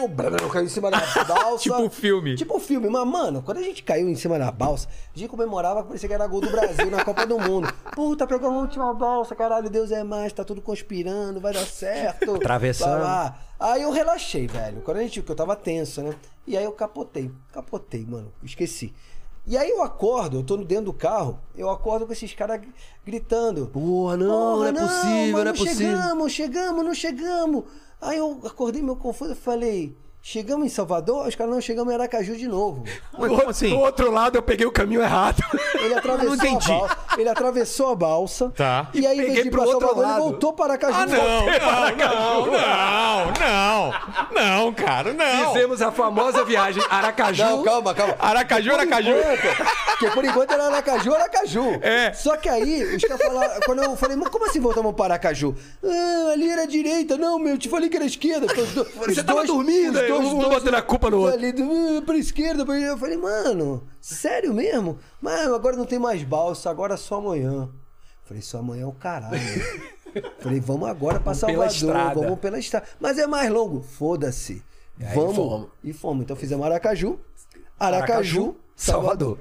D: O brão caiu em cima da balsa.
A: Tipo um filme.
D: Tipo um filme. Mas, mano, quando a gente caiu em cima da balsa, a gente comemorava que parecia que era gol do Brasil na Copa do Mundo. Puta, pegou a última balsa, caralho, Deus é mais, tá tudo conspirando, vai dar certo.
C: Atravessando.
D: Blá, blá. Ah, aí eu relaxei, velho. Quando a gente viu que eu tava tenso, né? E aí eu capotei. Capotei, mano. Esqueci. E aí eu acordo, eu tô dentro do carro, eu acordo com esses caras gr- gritando.
C: Porra, não, não é possível, não é possível.
D: Chegamos, chegamos, não chegamos. Aí eu acordei meu confuso e falei, chegamos em Salvador? Os caras não chegamos em Aracaju de novo.
A: Mas como assim?
C: Do outro lado eu peguei o caminho errado.
D: Ele atravessou
A: Não entendi.
D: a balsa. Ele atravessou a balsa.
A: Tá.
D: E aí, em vez
C: Peguei
D: de ir
C: pro
D: pra
C: outro
D: Salvador,
C: lado.
D: ele voltou para Aracaju.
A: Ah, não, não, não, não, não, não, cara, não.
C: Fizemos a famosa viagem Aracaju.
D: Não, calma, calma.
A: Aracaju, Aracaju.
D: Enquanto, porque É, por enquanto era Aracaju, Aracaju.
A: É.
D: Só que aí, os caras falaram. Quando eu falei, mas como assim voltamos para Aracaju? Ah, ali era a direita. Não, meu, eu te falei que era a esquerda. porque os do- os
C: Você tava
D: dois-
C: dormindo,
D: os
C: aí
D: dois-
C: um
D: os dois-
C: botando a culpa no outro.
D: Ali, "Ah, pra esquerda, pra esquerda." Eu falei, mano, sério mesmo? Mas agora não tem mais balsa, agora é só amanhã. Eu Falei, só amanhã é o caralho. Falei, vamos agora pra
C: pela
D: Salvador,
C: estrada.
D: vamos pela estrada. Mas é mais longo, foda-se.
C: aí
D: Vamos.
C: fomos.
D: E fomos. Então fizemos Aracaju, Aracaju,
C: Salvador.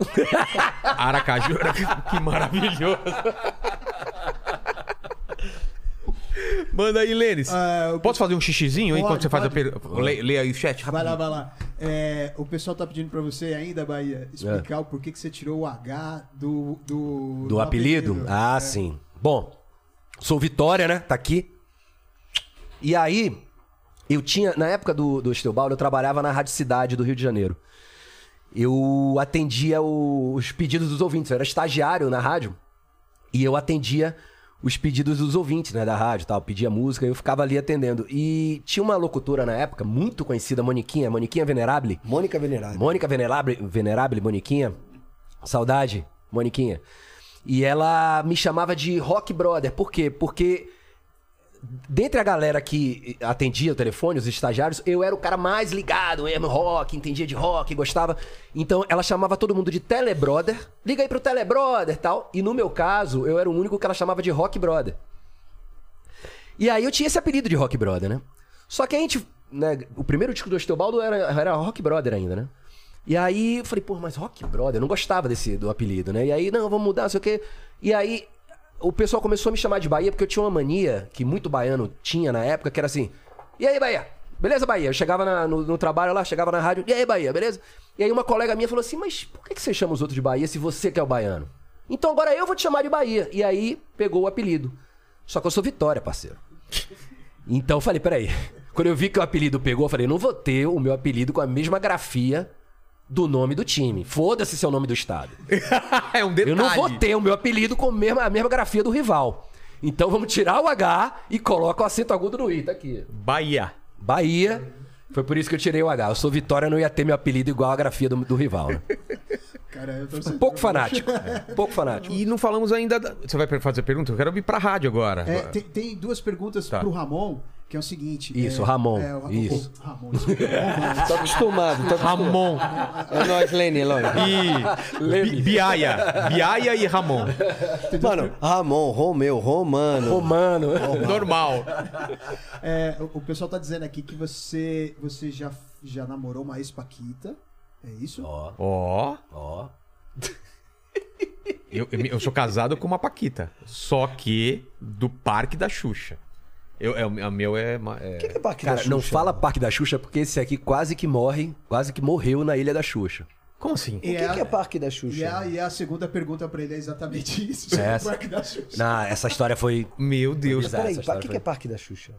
A: Aracaju, Aracaju, que maravilhoso. Manda aí, Lênis.
B: Ah, eu-
A: Posso fazer um xixizinho
B: Pode,
A: enquanto você faz a
B: pode.
A: pergunta? Lê, lê aí o chat
B: Vai lá,
A: rapidinho.
B: vai lá. É, o pessoal tá pedindo pra você ainda, Bahia, explicar o porquê que você tirou o H do. Do,
C: É. Do apelido? Ah, sim. Bom, sou Vitória, né? Tá aqui. E aí, eu tinha. Na época do, do Esteobaldo, eu trabalhava na Rádio Cidade do Rio de Janeiro. Eu atendia o- os pedidos dos ouvintes. Eu era estagiário na rádio. E eu atendia os pedidos dos ouvintes, né? Da rádio e tal. Pedia música e eu ficava ali atendendo. E tinha uma locutora na época, muito conhecida, Moniquinha, Moniquinha Venerable.
D: Mônica Venerada.
C: Mônica Venerable, Venerable, Moniquinha. Saudade, Moniquinha. E ela me chamava de Rock Brother. Por quê? Porque dentre a galera que atendia o telefone, os estagiários, eu era o cara mais ligado mesmo, rock, entendia de rock, gostava. Então ela chamava todo mundo de Telebrother. Liga aí pro Telebrother e tal. E no meu caso, eu era o único que ela chamava de Rock Brother. E aí eu tinha esse apelido de Rock Brother, né? Só que a gente. Né, o primeiro disco do Estobaldo era, era Rock Brother ainda, né? E aí eu falei, pô, mas Rock Brother, eu não gostava desse do apelido, né? E aí, não, vamos mudar, não sei o quê. E aí o pessoal começou a me chamar de Bahia, porque eu tinha uma mania que muito baiano tinha na época, que era assim. E aí, Bahia? Beleza, Bahia? Eu chegava na- no, no trabalho lá, chegava na rádio, e aí, Bahia, beleza? E aí uma colega minha falou assim, mas por que, que você chama os outros de Bahia se você que é o baiano? Então agora eu vou te chamar de Bahia. E aí pegou o apelido. Só que eu sou Vitória, parceiro. Então eu falei, peraí. Quando eu vi que o apelido pegou, eu falei, não vou ter o meu apelido com a mesma grafia do nome do time. Foda-se seu nome do estado.
A: é um detalhe.
C: Eu não vou ter o meu apelido com a mesma, a mesma grafia do rival. Então vamos tirar o H e coloca o acento agudo no I, tá aqui.
A: Bahia.
C: Bahia. Foi por isso que eu tirei o H. Eu sou Vitória, eu não ia ter meu apelido igual a grafia do, do rival. Né?
B: Cara, eu tô sentindo-
C: Tá Pouco fanático. Pouco fanático.
A: E não falamos ainda. da- Você vai fazer pergunta? Eu quero ir pra rádio agora.
B: É, tem, tem duas perguntas
A: Tá.
B: pro Ramon, que é o seguinte.
C: Isso,
B: é,
C: Ramon,
B: é, o-
C: isso.
B: o- Ramon, desculpa, Ramon.
D: Tô acostumado, tô acostumado.
A: Ramon
D: É nóis, Lenny, logo.
A: e Bi- Biaia. Biaia e Ramon.
D: Mano, Ramon, Romeu, Romano.
C: Romano.
A: Normal.
B: É, o- o pessoal tá dizendo aqui que você, você já, já namorou uma ex-paquita. É isso?
C: Ó,
A: Ó.
C: ó.
A: Eu, eu me- eu sou casado com uma Paquita. Só que do Parque da Xuxa. Eu, é, o- a meu é. ma- é-
D: O que, que é Parque da
C: Cara,
D: Xuxa?
C: não fala Parque da Xuxa porque esse aqui quase que morre, quase que morreu na Ilha da Xuxa.
A: Como assim?
D: O que, que é Parque da Xuxa?
B: E a, e a segunda pergunta pra ele é exatamente isso. sobre o
C: Essa.
B: Parque da Xuxa.
C: Na, essa história foi
A: Meu Deus.
C: Exato.
D: Peraí,
C: essa
D: pa- o
C: história
D: que,
C: foi-
D: que é Parque da Xuxa?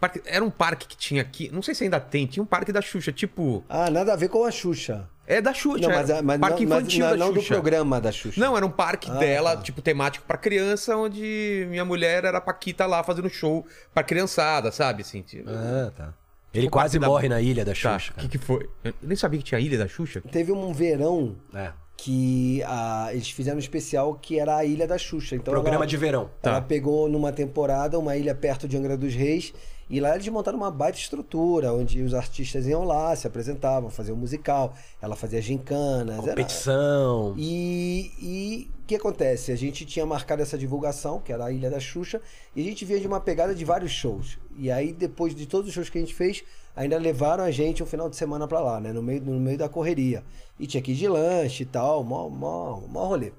A: parque- era um parque que tinha aqui, não sei se ainda tem, tinha um parque da Xuxa, tipo.
D: Ah, nada a ver com a Xuxa.
A: É da Xuxa,
D: Não,
A: era
D: mas, a- mas
A: parque
D: não, mas
A: infantil
D: não-
A: da
D: não do
A: Xuxa.
D: programa da Xuxa.
A: Não, era um parque
D: Ah,
A: dela,
D: tá.
A: tipo, temático pra criança, onde minha mulher era a Paquita lá fazendo show pra criançada, sabe? Assim, tipo,
D: Ah, tá.
C: É, Ele quase morre na ilha da
A: tá,
C: Xuxa.
A: o que, que foi? Eu nem sabia que tinha a Ilha da Xuxa.
D: Teve um verão
C: cara.
D: que ah, eles fizeram um especial que era a Ilha da Xuxa.
C: É.
D: Então
C: Programa
D: ela-
C: de verão. Tá.
D: Ela pegou numa temporada uma ilha perto de Angra dos Reis e lá eles montaram uma baita estrutura onde os artistas iam lá, se apresentavam, faziam musical, ela fazia gincanas. era-
C: Competição.
D: E e o que acontece? A gente tinha marcado essa divulgação, que era a Ilha da Xuxa, e a gente vinha de uma pegada de vários shows. E aí, depois de todos os shows que a gente fez, ainda levaram a gente um final de semana pra lá, né? No meio, no meio da correria. E tinha que ir de lanche e tal, mó, mó, mó rolê.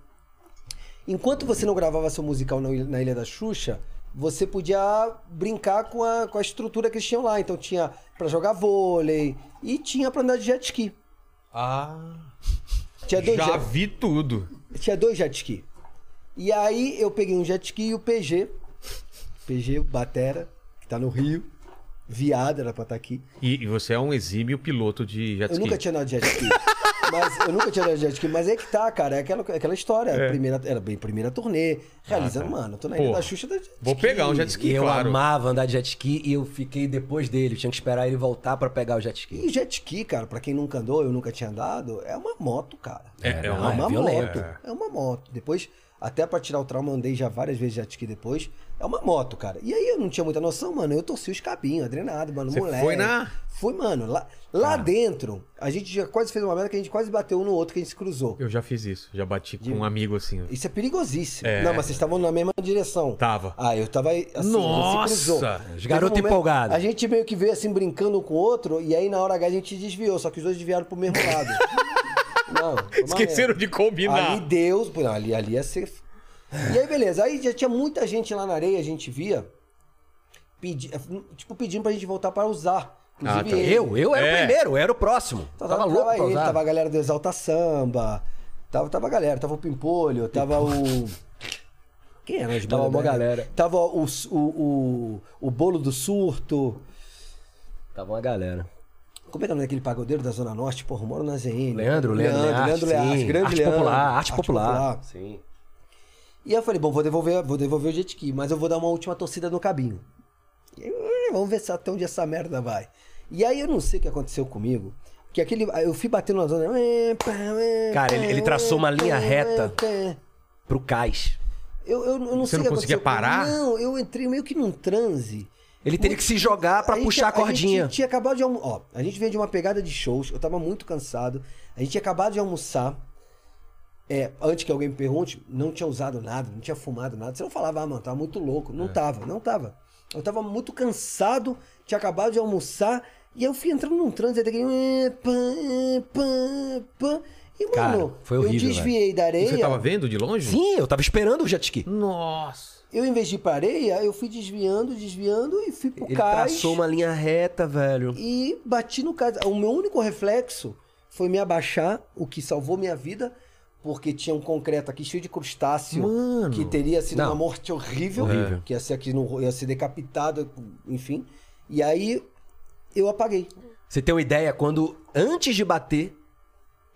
D: Enquanto você não gravava seu musical na Il- na Ilha da Xuxa, você podia brincar com a, com a estrutura que eles tinham lá. Então tinha pra jogar vôlei e tinha pra andar de jet ski.
A: Ah.
D: Tinha dois
A: Já
D: jet-
A: vi tudo.
D: tinha dois jet ski. E aí eu peguei um jet ski e o PG. PG, Batera, que tá no Rio. Viado, era pra estar aqui.
A: E, e você é um exímio piloto de jet
D: Eu
A: ski.
D: nunca tinha andado de jet ski. mas, eu nunca tinha andado de jet ski, mas é que tá, cara. É aquela, aquela história. Primeira, era bem primeira turnê. Realizando, mano, tô na ilha
A: É. Ah, tá. Porra.
D: da Xuxa da jet
A: Vou
D: ski.
A: pegar um jet ski,
C: eu
A: claro.
C: amava andar de jet ski e eu fiquei depois dele. Eu tinha que esperar ele voltar pra pegar o jet ski.
D: E jet ski, cara, pra quem nunca andou, eu nunca tinha andado, é uma moto, cara.
A: É, é
D: uma,
A: uma-
C: é violento.
D: moto. É uma moto. Depois, até pra tirar o trauma, andei já várias vezes jet ski depois. É uma moto, cara. E aí eu não tinha muita noção, mano. Eu torci os cabinhos, adrenado, mano.
A: Você
D: moleque.
A: foi na-
D: Foi, mano. Lá, lá dentro, a gente já quase fez uma merda que a gente quase bateu um no outro, que a gente se cruzou.
A: Eu já fiz isso, já bati com um amigo assim.
D: Isso é perigosíssimo.
A: É.
D: Não, mas vocês estavam na mesma direção.
A: Tava.
D: Ah, eu tava assim, a gente se cruzou.
A: Nossa!
C: Os garotos
D: Teve um momento-
C: empolgados.
D: A gente meio que veio assim brincando um com o outro, e aí na hora H a gente desviou, só que os dois desviaram pro mesmo lado. Não, foi é uma
A: Esqueceram
D: merda.
A: de combinar.
D: Ali Deus, pô, não, ali, ali ia ser. E aí, beleza, aí já tinha muita gente lá na areia, a gente via, pedi... tipo, pedindo pra gente voltar pra usar.
A: Ah, tá.
D: ele.
C: Eu, eu era
A: É.
C: o primeiro, eu era o próximo.
D: Então,
C: tava, louco pra
D: ele,
C: usar.
D: tava a galera do Exalta Samba, tava, tava a galera, tava o Pimpolho, tava o... Quem era as
C: Tava
D: bandas
C: uma
D: da-
C: galera.
D: Tava o, o, o, o Bolo do Surto.
C: Tava uma galera.
D: Como é que é o nome daquele pagodeiro da Zona Norte? Porra, eu moro na ZN.
C: Leandro, Leandro, Leandro,
D: Leandro Learte,
C: sim.
D: grande
C: arte
D: Leandro.
C: popular, arte popular. Sim.
D: E aí eu falei, bom, vou devolver, vou devolver o jet ski, mas eu vou dar uma última torcida no cabinho. E aí, "Eh, vamos ver se até onde essa merda vai. E aí eu não sei o que aconteceu comigo. Que aquele. Eu fui batendo na zona. "Eh,
C: Cara, ele- ele traçou uma linha reta. Pro cais.
D: eh, Eu, eu, eu não
A: Você
D: sei o
A: não
D: que
A: conseguia
D: aconteceu.
A: parar?
D: Não, eu entrei meio que num transe.
C: Ele teria que se jogar pra
D: gente-
C: puxar a
D: A
C: cordinha.
D: gente tinha acabado de almoçar. Ó, a gente veio de uma pegada de shows, eu tava muito cansado. A gente tinha acabado de almoçar. É, antes que alguém me pergunte, não tinha usado nada, não tinha fumado nada. Você não falava, ah, mano, tava muito louco.
C: É.
D: Não tava, não tava. Eu tava muito cansado, tinha acabado de almoçar. E eu fui entrando num trânsito, daquele... pã, pã, pã. E, mano,
C: Cara, foi horrível,
D: eu desviei da
A: E
D: areia.
A: Você tava vendo de longe?
C: Sim, eu tava esperando o jet ski.
A: Nossa!
D: Eu, em vez de ir pra areia, eu fui desviando, desviando e fui pro
C: Ele
D: cais.
C: traçou uma linha reta, velho.
D: E bati no cais. O meu único reflexo foi me abaixar, o que salvou minha vida, porque tinha um concreto aqui cheio de crustáceo,
A: Mano.
D: que teria sido
C: Não.
D: uma morte horrível,
C: Horrível.
D: que ia ser aqui no, ia ser decapitado, enfim. E aí eu apaguei.
C: Você tem uma ideia, quando antes de bater,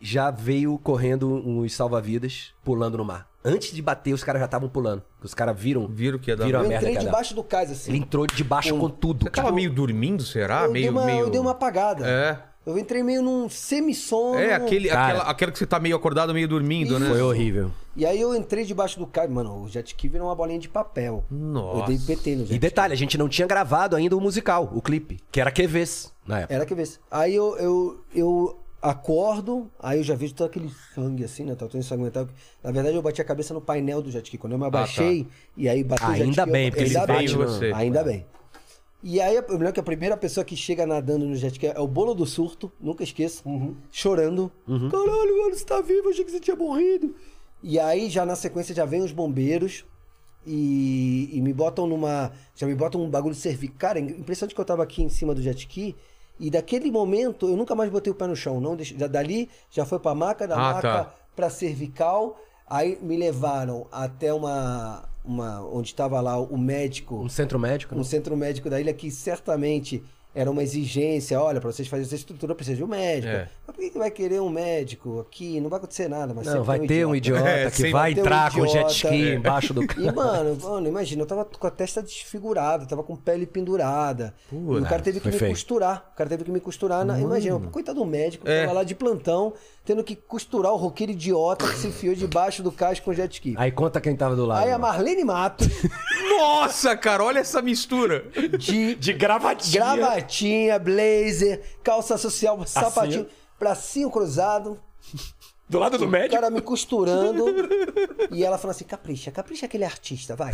C: já veio correndo uns salva-vidas pulando no mar. Antes de bater, os caras já estavam pulando. Os caras viram.
A: Viram que ia dar.
C: Viram a
D: eu
C: merda
D: entrei
C: que ia dar.
D: debaixo do cais assim.
C: Ele entrou de baixo com tudo.
A: Você tava meio dormindo, será?
D: Tipo,
A: tá
D: eu,
A: meio,
D: dei uma,
A: meio.
D: eu dei uma apagada.
A: É.
D: Eu entrei meio num semissono.
A: É, aquele,
C: Cara.
A: aquela, aquela que você tá meio acordado, meio dormindo, né?
C: Foi horrível.
D: E aí eu entrei debaixo do cais. Mano, o jet ski virou uma bolinha de papel.
A: Nossa.
D: Eu dei PT no jet
C: E detalhe, a gente não tinha gravado ainda o musical, o clipe, que era QVs na época.
D: Era que vez. Aí eu, eu, eu acordo, aí eu já vejo todo aquele sangue assim, né? Tá todo ensanguentado. Na verdade, eu bati a cabeça no painel do jet ski. Quando eu me
A: tá.
D: abaixei, e aí bateu o jet
C: Ainda
D: ski,
C: bem,
D: eu-
C: porque ele
D: Ainda
A: veio
D: bem.
A: em você.
D: Ainda bem. E aí, eu lembro que a primeira pessoa que chega nadando no jet ski é o bolo do surto, nunca esqueço,
A: Uhum.
D: chorando. Caralho, mano, você tá vivo, eu achei que você tinha morrido. E aí, já na sequência, já vem os bombeiros e, e me botam numa. Já me botam um bagulho cervical. Cara, é impressionante que eu tava aqui em cima do jet ski. E daquele momento, eu nunca mais botei o pé no chão, não. deixei- já, dali, já foi pra maca, da
A: Ah,
D: maca
A: tá.
D: pra cervical. Aí me levaram até uma. uma onde estava lá o médico,
C: Um centro médico? né?
D: um centro médico da ilha que certamente era uma exigência, olha, para vocês fazerem essa estrutura precisa de um médico.
A: É.
D: Mas por que que vai querer um médico aqui? Não vai acontecer nada, mas
C: Não,
D: sempre
C: vai
D: tem
C: ter um idiota
A: É,
C: que
A: sempre
C: vai
D: vai ter um
C: entrar com jet
D: idiota,
C: ski
D: é.
C: embaixo do
D: E, mano, mano, imagina, eu tava com a testa desfigurada, tava com pele pendurada.
A: Pô,
D: e o
A: cara,
D: cara teve que
C: foi
D: me
C: feio.
D: costurar. O cara teve que me costurar. Na... Imagina, coitado do médico,
A: É.
D: tava lá de plantão, tendo que costurar o roqueiro idiota que se enfiou debaixo do casco com jet ski.
C: Aí conta quem tava do lado.
D: Aí a Marlene Matos,
A: Nossa, cara, olha essa mistura.
D: de
E: De gravatinha.
D: gravatinha, blazer, calça social, sapatinho, bracinho cruzado,
E: Do lado do
D: o
E: médico.
D: cara me costurando. e ela falando assim: capricha, capricha aquele artista, vai.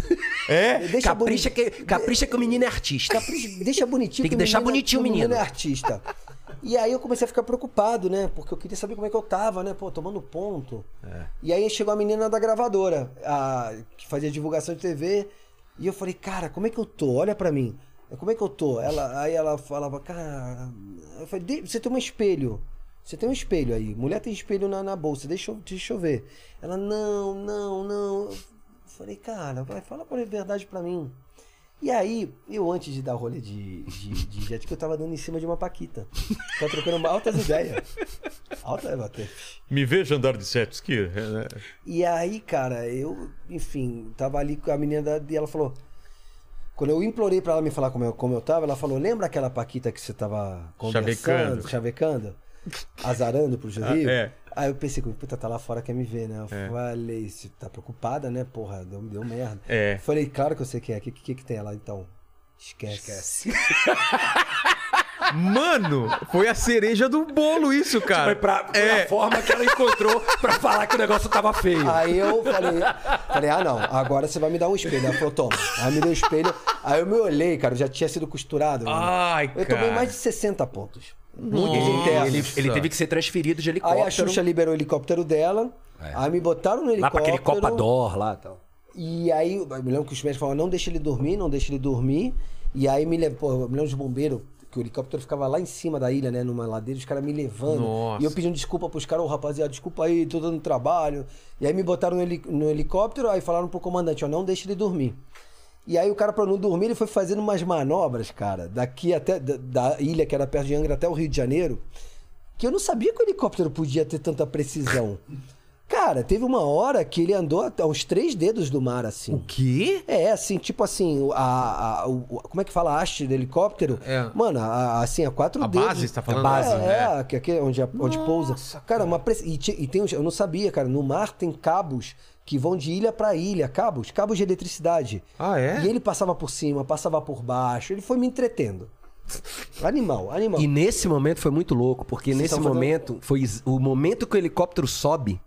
E: É?
D: Deixa
C: capricha,
D: boni-
C: que, capricha que o menino é artista.
D: Capricha, deixa bonitinho.
C: Tem que deixar bonitinho o menino.
D: é artista. E aí eu comecei a ficar preocupado, né? Porque eu queria saber como é que eu tava, né? Pô, tomando ponto.
C: É.
D: E aí chegou a menina da gravadora, a- que fazia divulgação de TV. E eu falei, cara, como é que eu tô? Olha pra mim. Como é que eu tô? Ela, aí ela falava, cara. Eu falei, "De- você tem um espelho. Você tem um espelho aí. Mulher tem espelho na, na bolsa. Deixa eu, deixa eu ver. Ela, não, não, não. Eu falei, cara, vai, fala a verdade pra mim. E aí, eu antes de dar rolê de, de, de jet, que eu tava dando em cima de uma paquita. Tava trocando uma- altas ideias. Alta é, bater.
A: Me veja andar de jet ski. né?
D: E aí, cara, eu, enfim, tava ali com a menina da- e ela falou. Quando eu implorei pra ela me falar como eu, como eu tava, ela falou: Lembra aquela Paquita que você tava conversando,
A: Chavecando.
D: chavecando? Azarando pro Júlio?
A: Ah, é.
D: Aí eu pensei, comigo, puta, tá lá fora, quer me ver, né? Eu falei: Você tá preocupada, né? Porra, deu, deu merda.
A: É.
D: Falei: Claro que eu sei quem é. O que, que, que tem ela então? Esquece.
A: Mano, foi a cereja do bolo isso, cara.
E: Foi, pra, foi
A: é,
E: a forma que ela encontrou pra falar que o negócio tava feio.
D: Aí eu falei, falei, ah não, agora você vai me dar um espelho. Ela falou, toma. Aí me deu um espelho. Aí eu me olhei, cara, eu já tinha sido costurado. mano.
A: Ai,
D: Eu tomei
A: cara.
D: mais de 60 pontos.
C: Ele,
D: Muitos internos.
C: ele, ele teve que ser transferido de
D: Aí
C: helicóptero.
D: a Xuxa liberou o helicóptero dela. Aí me botaram no
C: Lá pra
D: helicóptero.
C: aquele Copador lá e tal.
D: E aí, eu me lembro que os médicos falavam, não deixa ele dormir, não deixa ele dormir. E aí me levou, pô, eu me lembro de um bombeiro, que o helicóptero ficava lá em cima da ilha, né, numa ladeira, os caras me levando.
A: Nossa.
D: E eu pedindo desculpa pros caras, ô rapaziada, desculpa aí, tô dando trabalho. E aí me botaram no, heli- no helicóptero, aí falaram pro comandante, ó, não deixa ele dormir. E aí o cara, pra não dormir, ele foi fazendo umas manobras, cara, daqui até, da, da ilha que era perto de Angra até o Rio de Janeiro, que eu não sabia que o helicóptero podia ter tanta precisão. Cara, teve uma hora que ele andou até uns três dedos do mar, assim.
A: O quê?
D: É, assim, tipo assim, o- a, a- o, o- como é que fala a haste do helicóptero?
A: É.
D: Mano, a- a- assim, a quatro
A: A
D: dedos.
A: base, você tá falando?
D: A base,
A: A base,
D: é, é, que aqui é onde, a- onde pousa. Cara, uma press... e, ti- e tem uns- eu não sabia, cara, no mar tem cabos que vão de ilha pra ilha, cabos, cabos de eletricidade.
A: Ah, é?
D: E ele passava por cima, passava por baixo, ele foi me entretendo. Animal, animal.
C: E nesse momento foi muito louco, porque
D: Vocês
C: nesse
D: estavam fazendo-
C: momento, foi ex- o momento que o helicóptero sobe,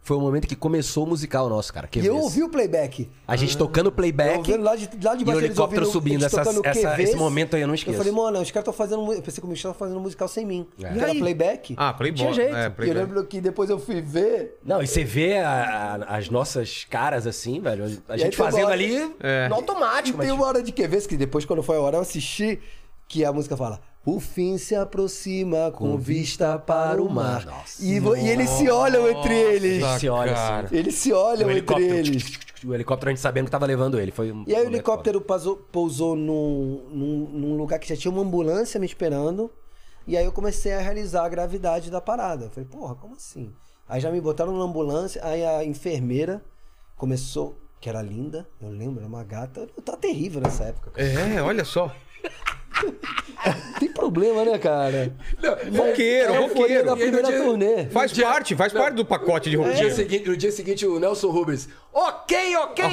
C: foi o momento que começou o musical nosso, cara. Que
D: E eu
C: vez.
D: ouvi o playback.
C: A gente tocando
D: Eu
C: playback.
D: ouvindo lá de, lá
C: É
D: de
C: E o
D: baixo eles
C: helicóptero
D: ouvindo-
C: subindo,
D: eles
C: essas-
D: tocando
C: essa-
D: QVs.
C: esse momento aí eu não esqueço.
D: Eu falei, mano, os caras estão fazendo. mu- Eu pensei que o Michel tava fazendo musical sem mim.
C: É.
D: E era
A: aí?
D: playback.
A: Ah, playboy.
C: Não tinha jeito.
A: É,
D: E eu
A: playboy.
D: lembro que depois eu fui ver.
C: Não, e você vê a- a- as nossas caras assim, velho. A
D: aí
C: gente
D: tem uma
C: fazendo
D: hora-
C: ali
A: É.
C: no automático,
D: e
C: mas tipo,
D: tem uma hora de QVs que depois, quando foi a hora, eu assisti. Que a música fala. O fim se aproxima com, vista para o mar.
C: Nossa.
D: E, vo- e eles se olham entre eles.
A: Nossa,
C: Se olha,
A: cara.
D: Eles se olham
C: o
D: entre
C: helicóptero.
D: eles.
C: O helicóptero a gente sabendo que tava levando ele. Foi um
D: E aí o
C: momento
D: helicóptero pasou- pousou num, num- num lugar que já tinha uma ambulância me esperando. E aí eu comecei a realizar a gravidade da parada. Eu falei, porra, como assim? Aí já me botaram na ambulância, aí a enfermeira começou, que era linda, eu lembro, era uma gata. Eu tava terrível nessa época. cara.
A: É, olha só.
D: Não Tem problema, né, cara?
A: Roqueiro,
D: É a euforia da
A: roqueiro.
D: primeira
E: dia-
D: turnê.
A: Faz
E: dia-
A: parte, faz parte do pacote de
D: É.
E: No
C: É,
E: dia,
A: roqueiro.
E: seguinte, no dia seguinte, o Nelson Rubens. Ok, ok,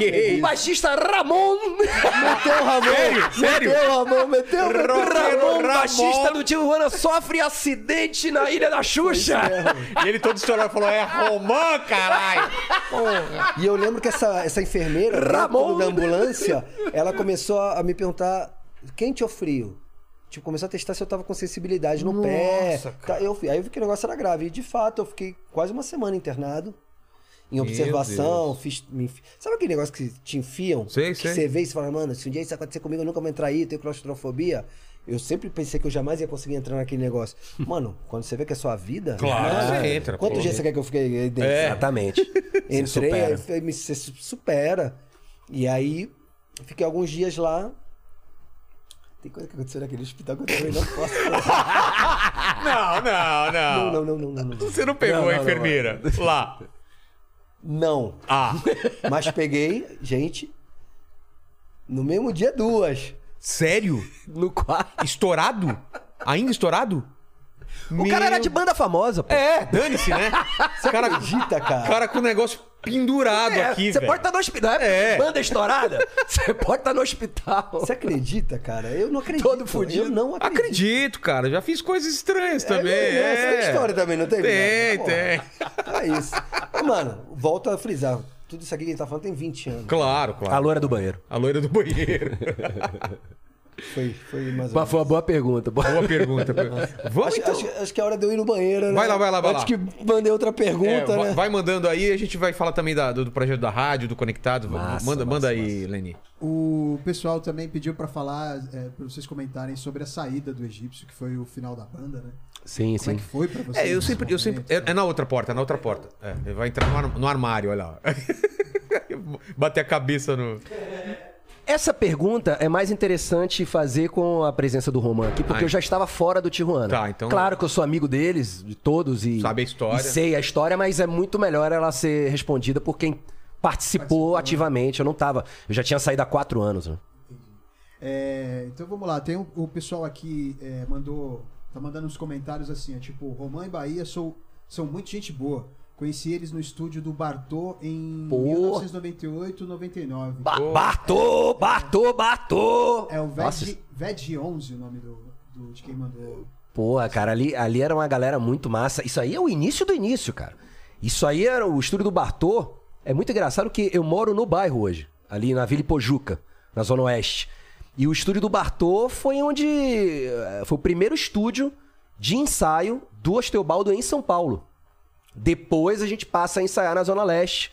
E: ok.
A: Ok.
E: O baixista Ramon.
D: Meteu o Ramon!
A: Sério? Sério?
D: Meteu o Ramon, meteu o Ramon!
A: Roqueiro
E: Ramon, baixista
A: Ramon.
E: do Tijuana, sofre acidente na Ilha da Xuxa.
A: E ele todo estourado falou: é Romã, caralho.
D: E eu lembro que essa, essa enfermeira,
E: Ramon!
D: dentro da ambulância, ela começou a me perguntar quente ou frio? Tipo, começou a testar se eu tava com sensibilidade no pé.
A: Nossa,
D: Tá, eu, fi- aí eu vi que o negócio era grave. E de fato, eu fiquei quase uma semana internado. Em observação, fiz, me enfi- Sabe aquele negócio que te enfiam?
A: Sei,
D: que
A: sei.
D: você vê e você fala, mano, se um dia isso acontecer comigo, eu nunca vou entrar aí, eu tenho claustrofobia. Eu sempre pensei que eu jamais ia conseguir entrar naquele negócio. Mano, quando você vê que é sua vida.
A: Claro,
D: né?
A: você entra,
D: Quantos
A: pô. É.
D: é.
E: É.
D: dias você tá quer que eu fiquei aí dentro?
C: Exatamente. Você
D: Entrei,
C: supera.
D: aí foi- me- você su- supera. E aí, fiquei alguns dias lá. Tem coisa que aconteceu naquele hospital que eu também não posso falar.
A: Não, não,
D: Não, não, não, não, não. não.
A: Você não pegou
D: Não,
A: a
D: não, não.
A: enfermeira lá.
D: Não.
A: Ah,
D: Mas peguei, gente, no mesmo dia duas.
A: sério?
C: No quarto.
A: Estourado? Ainda estourado?
C: O cara era de banda famosa, pô.
A: É, dane-se, né? Esse cara,
D: Acredita, cara?
A: cara com o negócio pendurado
C: É,
A: aqui,
C: você
A: velho.
C: pode estar no hospital.
A: É.
C: É. Banda estourada. Você pode estar no hospital.
D: Você é acredita, cara? Eu não acredito.
C: Todo fudido.
D: Eu não acredito.
A: Acredito, cara. Já fiz coisas estranhas também.
D: É, Você tem história também, não tem? né?
A: Tem,
D: Pô,
A: tem.
D: É isso. Ô, Mano, volto a frisar. Tudo isso aqui que a gente tá falando tem 20 anos.
A: Claro,
C: A
A: claro.
C: loira do banheiro.
A: A loira do banheiro.
D: Foi, foi mais ou
C: Mas
D: menos.
C: foi uma boa pergunta. Boa.
A: Boa pergunta. Vamos
D: Acho,
A: então.
D: acho- acho que é hora de eu ir no banheiro, né?
A: Vai lá, vai lá, vai
D: Antes
A: lá.
D: que mandei outra pergunta,
A: É, va-
D: né?
A: Vai mandando aí, a gente vai falar também da- do, do projeto da rádio, do Conectado. Va-
C: Massa,
A: manda
C: massa,
A: manda aí, Leni.
B: O pessoal também pediu pra falar, é, para vocês comentarem sobre a saída do egípcio, que foi o final da banda, né? Como
C: Sim,
B: é
C: sim.
B: que foi pra vocês?
A: É, eu
B: esse
A: sempre. Eu sempre
B: momento?
A: é, é na outra porta, é na outra porta. É, ele vai entrar no, ar- no armário, olha lá. Bater a cabeça no.
C: Essa pergunta é mais interessante fazer com a presença do Roman aqui, porque
A: Ai.
C: eu já estava fora do Tijuana.
A: Tá, então-
C: Claro que eu sou amigo deles, de todos, e.
A: Sabe a história.
C: e sei a história, mas é muito melhor ela ser respondida por quem participou, né? ativamente. Eu não tava. Eu já tinha saído há quatro anos. Né?
B: É, então vamos lá, tem o, o pessoal aqui é, mandou, tá mandando uns comentários assim, é, tipo, Romã e Bahia sou, são muito gente boa. Conheci eles no estúdio do Bartô em
C: Pô.
B: 1998, 99.
C: Ba- Bartô, Bartô, Bartô!
B: É o
C: Nossa,
B: VED, VED 11 o nome do, do- de quem mandou.
C: Porra, cara, ali, ali era uma galera muito massa. Isso aí é o início do início, cara. Isso aí era o estúdio do Bartô. É muito engraçado que eu moro no bairro hoje, ali na Vila Ipojuca, na Zona Oeste. E o estúdio do Bartô foi onde. eh, Foi o primeiro estúdio de ensaio do Osteobaldo em São Paulo. Depois a gente passa a ensaiar na Zona Leste.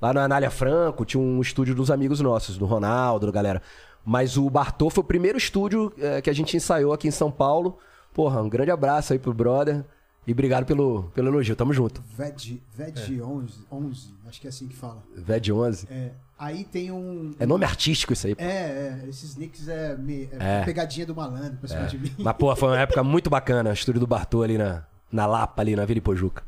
C: Lá na Anália Franco, tinha um estúdio dos amigos nossos, do Ronaldo, da galera. Mas o Bartô foi o primeiro estúdio eh, que a gente ensaiou aqui em São Paulo. Porra, um grande abraço aí pro brother. E obrigado pelo, pelo elogio. Tamo junto.
B: VED, VED 11, 11, acho que é assim que fala.
C: VED 11.
B: É, aí tem um.
C: É nome artístico isso aí. pô.
B: É, é, esses nicks é, me- é
C: É.
B: pegadinha do malandro
A: É.
B: pra cima de mim.
C: Mas, porra, foi uma época muito bacana. Estúdio do Bartô ali na, na Lapa, ali na Vila Ipojuca.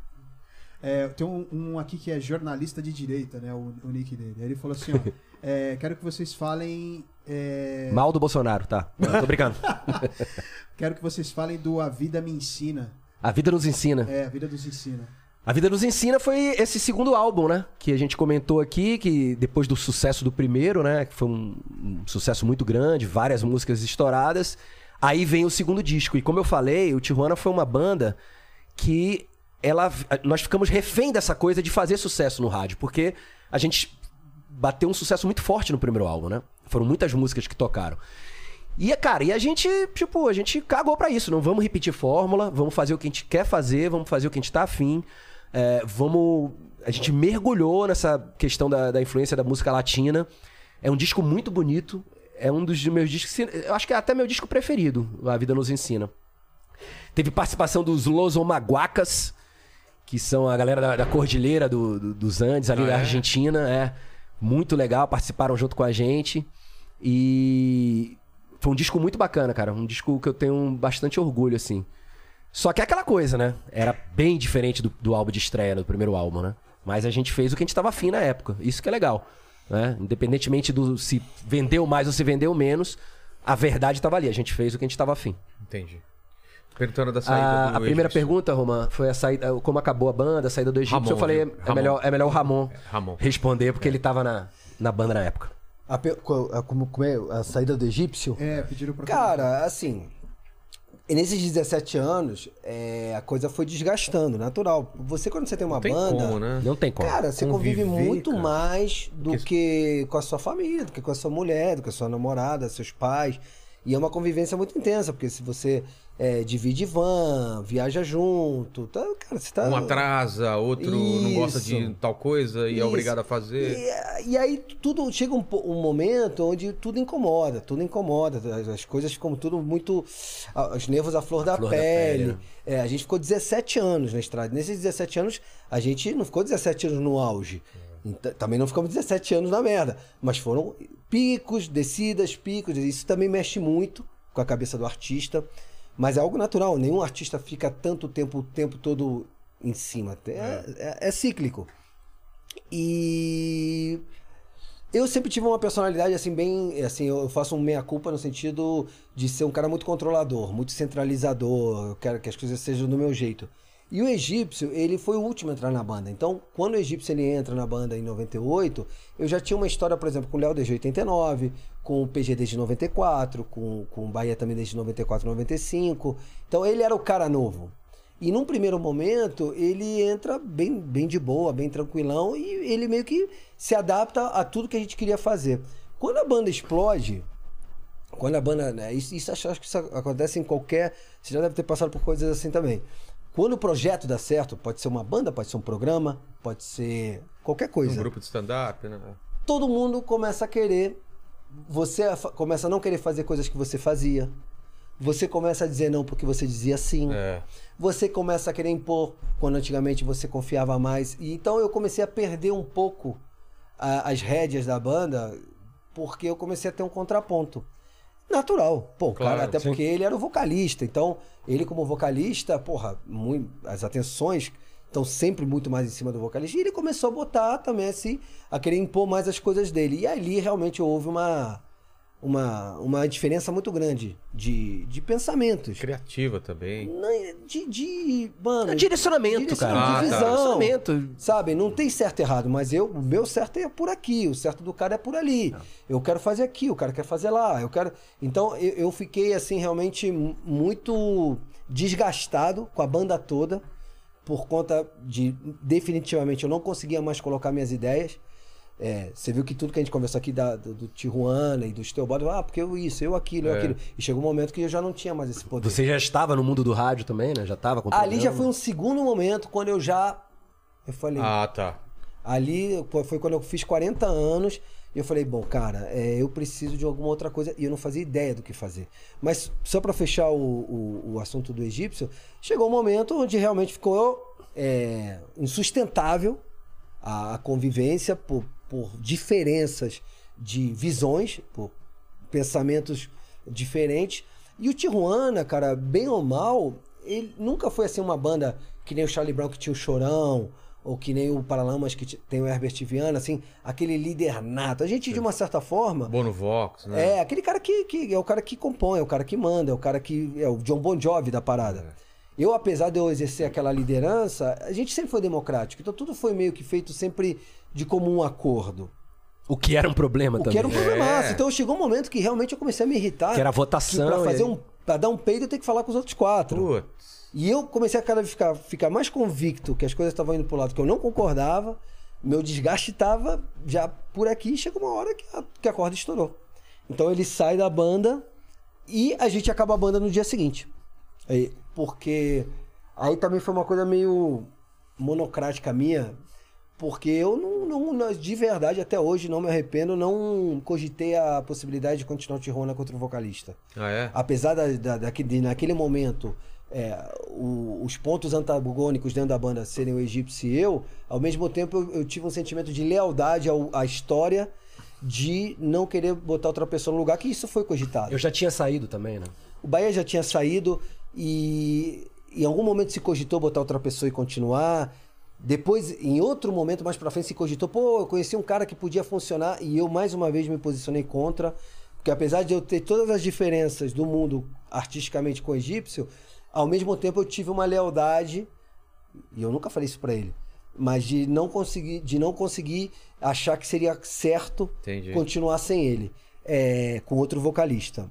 B: É, tem um, um aqui que é jornalista de direita, né? O, o nick dele. Aí Ele falou assim: ó, é, quero que vocês falem. é,
C: Mal do Bolsonaro, tá? Não, tô brincando.
B: quero que vocês falem do A Vida Me Ensina.
C: A vida nos ensina.
B: É, A Vida nos Ensina.
C: A Vida Nos Ensina foi esse segundo álbum, né? Que a gente comentou aqui, que depois do sucesso do primeiro, né? Que foi um, um sucesso muito grande, várias músicas estouradas. Aí vem o segundo disco. E como eu falei, o Tijuana foi uma banda que ela, nós ficamos refém dessa coisa de fazer sucesso no rádio, porque a gente bateu um sucesso muito forte no primeiro álbum, né? Foram muitas músicas que tocaram. E, cara, e a gente, tipo, a gente cagou pra isso. Não vamos repetir fórmula, vamos fazer o que a gente quer fazer, vamos fazer o que a gente tá afim. É, vamos. A gente mergulhou nessa questão da, da influência da música latina. É um disco muito bonito. É um dos meus discos. Eu acho que é até meu disco preferido, A Vida Nos Ensina. Teve participação dos Los Omaguacas, que são a galera da, da Cordilheira do- do- dos Andes, ali
A: Ah,
C: da
A: é?
C: Argentina. É muito legal, participaram junto com a gente. E foi um disco muito bacana, cara. Um disco que eu tenho bastante orgulho, assim. Só que é aquela coisa, né? Era bem diferente do, do álbum de estreia, do primeiro álbum, né? Mas a gente fez o que a gente tava afim na época. Isso que é legal. Né? Independentemente do se vendeu mais ou se vendeu menos, a verdade tava ali. A gente fez o que a gente tava afim.
A: Entendi. Perguntando da saída
C: A,
D: Ah,
A: do
C: Ah, a primeira
A: Egípcio.
C: pergunta, Roman, foi a saída, como acabou a banda, a saída do Egito.
A: Ramon,
C: eu falei,
A: né?
C: é,
A: Ramon.
C: melhor, é melhor o Ramon,
A: Ramon. É.
C: responder, porque ele tava na, na banda na época.
D: A pe- co- a- como, como é? A saída do egípcio?
B: É, pediram pra.
D: Cara, assim. e Nesses 17 anos, é, a coisa foi desgastando, natural. Você, quando você tem uma
A: Não tem
D: banda.
A: como, né?
C: Não tem como.
D: Cara, você convive
A: Conviver,
D: muito
A: cara.
D: mais do que com a sua família, do que com a sua mulher, do que com a sua namorada, seus pais. E é uma convivência muito intensa, porque se você é, divide van, viaja junto, tá, cara, você tá.
A: Um atrasa, outro não gosta de
D: Isso.
A: tal coisa e é
D: Isso.
A: obrigado a fazer.
D: E, e aí tudo chega um, po- um momento onde tudo incomoda, tudo incomoda, as, as coisas ficam tudo muito. a- Os nervos à flor da
C: flor da
D: pele.
C: pele, né?
D: É, a gente ficou 17 anos na estrada. Nesses 17 anos, a gente não ficou 17 anos no auge. Então, também não ficamos 17 anos na merda, mas foram picos, descidas, picos. Isso também mexe muito com a cabeça do artista, mas é algo natural. Nenhum artista fica tanto tempo, o tempo todo em cima. É, é- é cíclico. E eu sempre tive uma personalidade assim bem, assim, eu faço um meia culpa no sentido de ser um cara muito controlador, muito centralizador, eu quero que as coisas sejam do meu jeito. E o egípcio, ele foi o último a entrar na banda. Então, quando o egípcio ele entra na banda em 98, eu já tinha uma história, por exemplo, com o Léo desde 89, com o PG desde 94, com, com o Bahia também desde 94, 95. Então, ele era o cara novo. E num primeiro momento, ele entra bem, bem de boa, bem tranquilão, e ele meio que se adapta a tudo que a gente queria fazer. Quando a banda explode, quando a banda. né, isso, isso acho acho que isso acontece em qualquer. Você já deve ter passado por coisas assim também. Quando o projeto dá certo, pode ser uma banda, pode ser um programa, pode ser qualquer
A: Um
D: coisa
A: grupo de stand-up, né?
D: todo mundo começa a querer. Você fa- começa a não querer fazer coisas que você fazia. Você começa a dizer não porque você dizia sim.
A: É.
D: Você começa a querer impor quando antigamente você confiava mais. E então eu comecei a perder um pouco a- as rédeas da banda porque eu comecei a ter um contraponto. Natural, pô, o
A: Claro,
D: cara, até
A: sim.
D: porque ele era o vocalista. Então, ele como vocalista, porra, mui- as atenções estão sempre muito mais em cima do vocalista. E ele começou a botar também, assim, a querer impor mais as coisas dele. E ali realmente houve uma, uma, uma diferença muito grande de, de pensamentos.
A: Criativa também.
D: Na- De, de, mano,
C: É Direcionamento,
D: direcionamento,
C: cara.
A: Ah, tá.
D: visão.
C: Direcionamento.
D: Sabe, não tem certo e errado, mas eu, o meu certo é por aqui, o certo do cara é por ali.
A: Ah.
D: Eu quero fazer aqui, o cara quer fazer lá, eu quero. Então eu, eu fiquei assim realmente mu- muito desgastado com a banda toda por conta de definitivamente eu não conseguia mais colocar minhas ideias. É, você viu que tudo que a gente conversou aqui da- do, do Tijuana e do Teobado, ah, porque eu isso, eu aquilo, eu
A: É.
D: aquilo. E chegou um momento que eu já não tinha mais esse poder.
C: Você já estava no mundo do rádio também, né? Já estava com
D: Ali
C: programa.
D: já foi um segundo momento quando eu já. Eu falei,
A: Ah, tá.
D: Ali pô, foi quando eu fiz 40 anos e eu falei, bom, cara, é, eu preciso de alguma outra coisa e eu não fazia ideia do que fazer. Mas só para fechar o, o, o assunto do egípcio, chegou um momento onde realmente ficou é, insustentável a, a convivência por, por diferenças de visões, por pensamentos diferentes. E o Tijuana, cara, bem ou mal, ele nunca foi assim uma banda que nem o Charlie Brown que tinha o Chorão, ou que nem o Paralamas que ti- tem o Herbert Viana, assim, aquele líder nato. A gente, de uma certa forma,
A: Bono Vox, né?
D: é, aquele cara que, que é o cara que compõe, é o cara que manda, é o cara que é o John Bon Jovi da parada. Eu, apesar de eu exercer aquela liderança, a gente sempre foi democrático. Então tudo foi meio que feito sempre de comum acordo.
C: O que era um problema
D: O
C: também.
D: que era um problemaço.
A: É.
D: Então chegou um momento que realmente eu comecei a me irritar.
C: Que era
D: que
C: votação.
D: pra,
C: e
D: fazer
C: aí-
D: um, pra dar um peido eu tenho que falar com os outros quatro.
A: Putz.
D: E eu comecei a cada vez ficar, ficar mais convicto que as coisas estavam indo pro lado que eu não concordava, meu desgaste estava já por aqui e chegou uma hora que a, que a corda estourou. Então ele sai da banda e a gente acaba a banda no dia seguinte. Aí, porque aí também foi uma coisa meio monocrática minha, porque eu não, não- não- de verdade até hoje não me arrependo, não cogitei a possibilidade de continuar o Tirona contra o vocalista
A: Ah, é?
D: apesar da, da, daque- de, naquele momento é, o- os pontos antagônicos dentro da banda serem o egípcio e eu, ao mesmo tempo eu, eu tive um sentimento de lealdade ao- à história de não querer botar outra pessoa no lugar, que isso foi cogitado.
C: Eu já tinha saído também, né?
D: O Bahia já tinha saído e em algum momento se cogitou botar outra pessoa e continuar. Depois, em outro momento mais pra frente, se cogitou, pô, eu conheci um cara que podia funcionar e eu mais uma vez me posicionei contra. Porque apesar de eu ter todas as diferenças do mundo artisticamente com o egípcio, ao mesmo tempo eu tive uma lealdade e eu nunca falei isso pra ele, mas de não conseguir, de não conseguir achar que seria certo
A: Entendi.
D: continuar sem ele, é, com outro vocalista.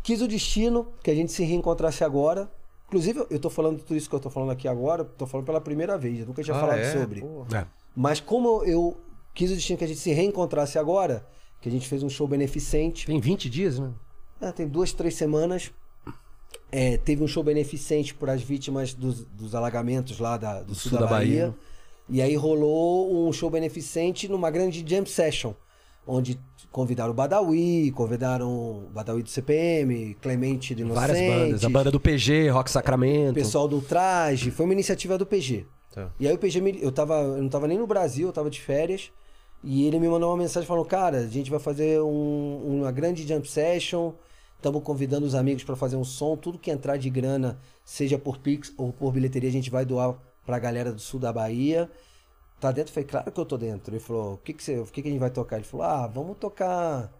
D: Quis o destino que a gente se reencontrasse agora. Inclusive, eu tô falando tudo isso que eu tô falando aqui agora, tô falando pela primeira vez, eu nunca tinha
A: Ah,
D: falado
A: é?
D: sobre.
A: Pô.
D: Mas como eu quis o destino que a gente se reencontrasse agora, que a gente fez um show beneficente,
C: Tem 20 dias, né?
D: é, tem duas, três semanas. É, teve um show beneficente para as vítimas dos, dos alagamentos lá da- do, sul, da, Bahia. E aí rolou um show beneficente numa grande jam session, onde convidaram o Badawi, convidaram o Badawi do CPM, Clemente do Inocente,
C: Várias bandas. A banda do PG, Rock
D: o
C: Sacramento.
D: pessoal do Traje. Foi uma iniciativa do PG.
A: Tá.
D: E aí o PG me, eu tava, eu não tava nem no Brasil, eu tava de férias. E ele me mandou uma mensagem falando: "Cara, a gente vai fazer um- uma grande jump session. Estamos convidando os amigos para fazer um som, tudo que entrar de grana, seja por Pix ou por bilheteria, a gente vai doar pra galera do sul da Bahia." Tá dentro? Eu falei: "Claro que eu tô dentro." Ele falou: "O que que você, o que que a gente vai tocar?" Ele falou: "Ah, vamos tocar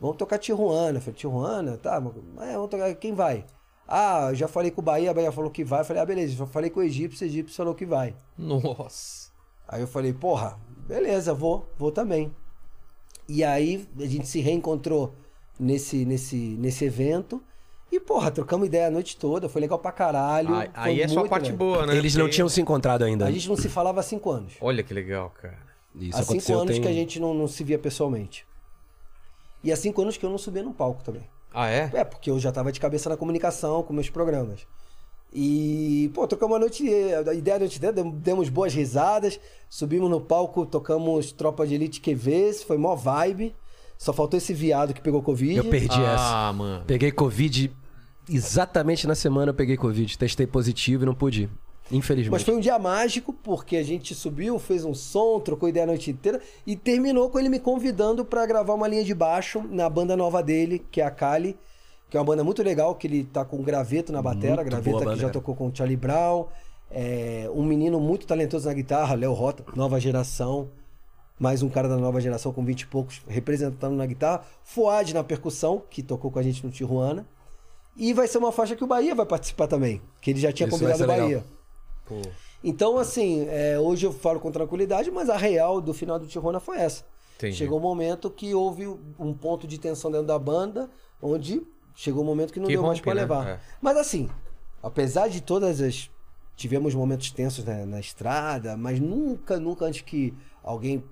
D: Vamos tocar Tijuana. Eu falei, Tijuana? Tá, mas é, vamos tocar. Quem vai? Ah, eu já falei com o Bahia, a Bahia falou que vai. Eu falei, ah, beleza. Já falei com o Egípcio, o Egípcio falou que vai.
A: Nossa.
D: Aí eu falei, porra, beleza, vou, vou também. E aí a gente se reencontrou nesse, nesse, nesse evento. E, porra, trocamos ideia a noite toda. Foi legal pra caralho.
A: Aí,
D: foi
A: aí é só a
D: muito
A: parte
D: legal.
A: boa, né?
C: Eles não
A: Porque-
C: tinham se encontrado ainda. né?
D: A gente não se falava há cinco anos.
A: Olha que legal, cara.
C: Isso
D: há cinco
C: aconteceu
D: anos
C: tem-
D: que a gente não, não se via pessoalmente. E há cinco anos que eu não subia no palco também.
A: Ah, é?
D: É, porque eu já tava de cabeça na comunicação com meus programas. E, pô, trocamos a noite, a ideia da noite dentro, demos boas risadas, subimos no palco, tocamos Tropa de Elite QV, foi mó vibe. Só faltou esse viado que pegou Covid.
C: Eu perdi essa.
A: Ah, mano.
C: Peguei Covid exatamente na semana eu peguei Covid. Testei positivo e não pude. ir. Infelizmente.
D: Mas foi um dia mágico, porque a gente subiu, fez um som, trocou ideia a noite inteira e terminou com ele me convidando pra gravar uma linha de baixo na banda nova dele, que é a Kali, que é uma banda muito legal, que ele tá com o Graveto na batera,
C: Muito
D: Graveto
C: boa
D: que
C: banda,
D: já
C: cara.
D: tocou com o Charlie Brown, é, um menino muito talentoso na guitarra, Léo Rota, nova geração, mais um cara da nova geração com 20 e poucos representando na guitarra, Fuad na percussão, que tocou com a gente no Tijuana. E vai ser uma faixa que o Bahia vai participar também, que ele já tinha
C: Isso vai
D: convidado o
C: ser
D: Bahia.
C: legal.
D: Então, assim, é, hoje eu falo com tranquilidade, mas a real do final do Tijuana foi essa.
A: Entendi.
D: Chegou um momento que houve um ponto de tensão dentro da banda, onde chegou um momento que não
A: Que
D: deu mais
A: rompe,
D: pra
A: né?
D: levar.
A: É.
D: Mas assim, apesar de todas as. Tivemos momentos tensos na, na estrada, mas nunca, nunca antes que alguém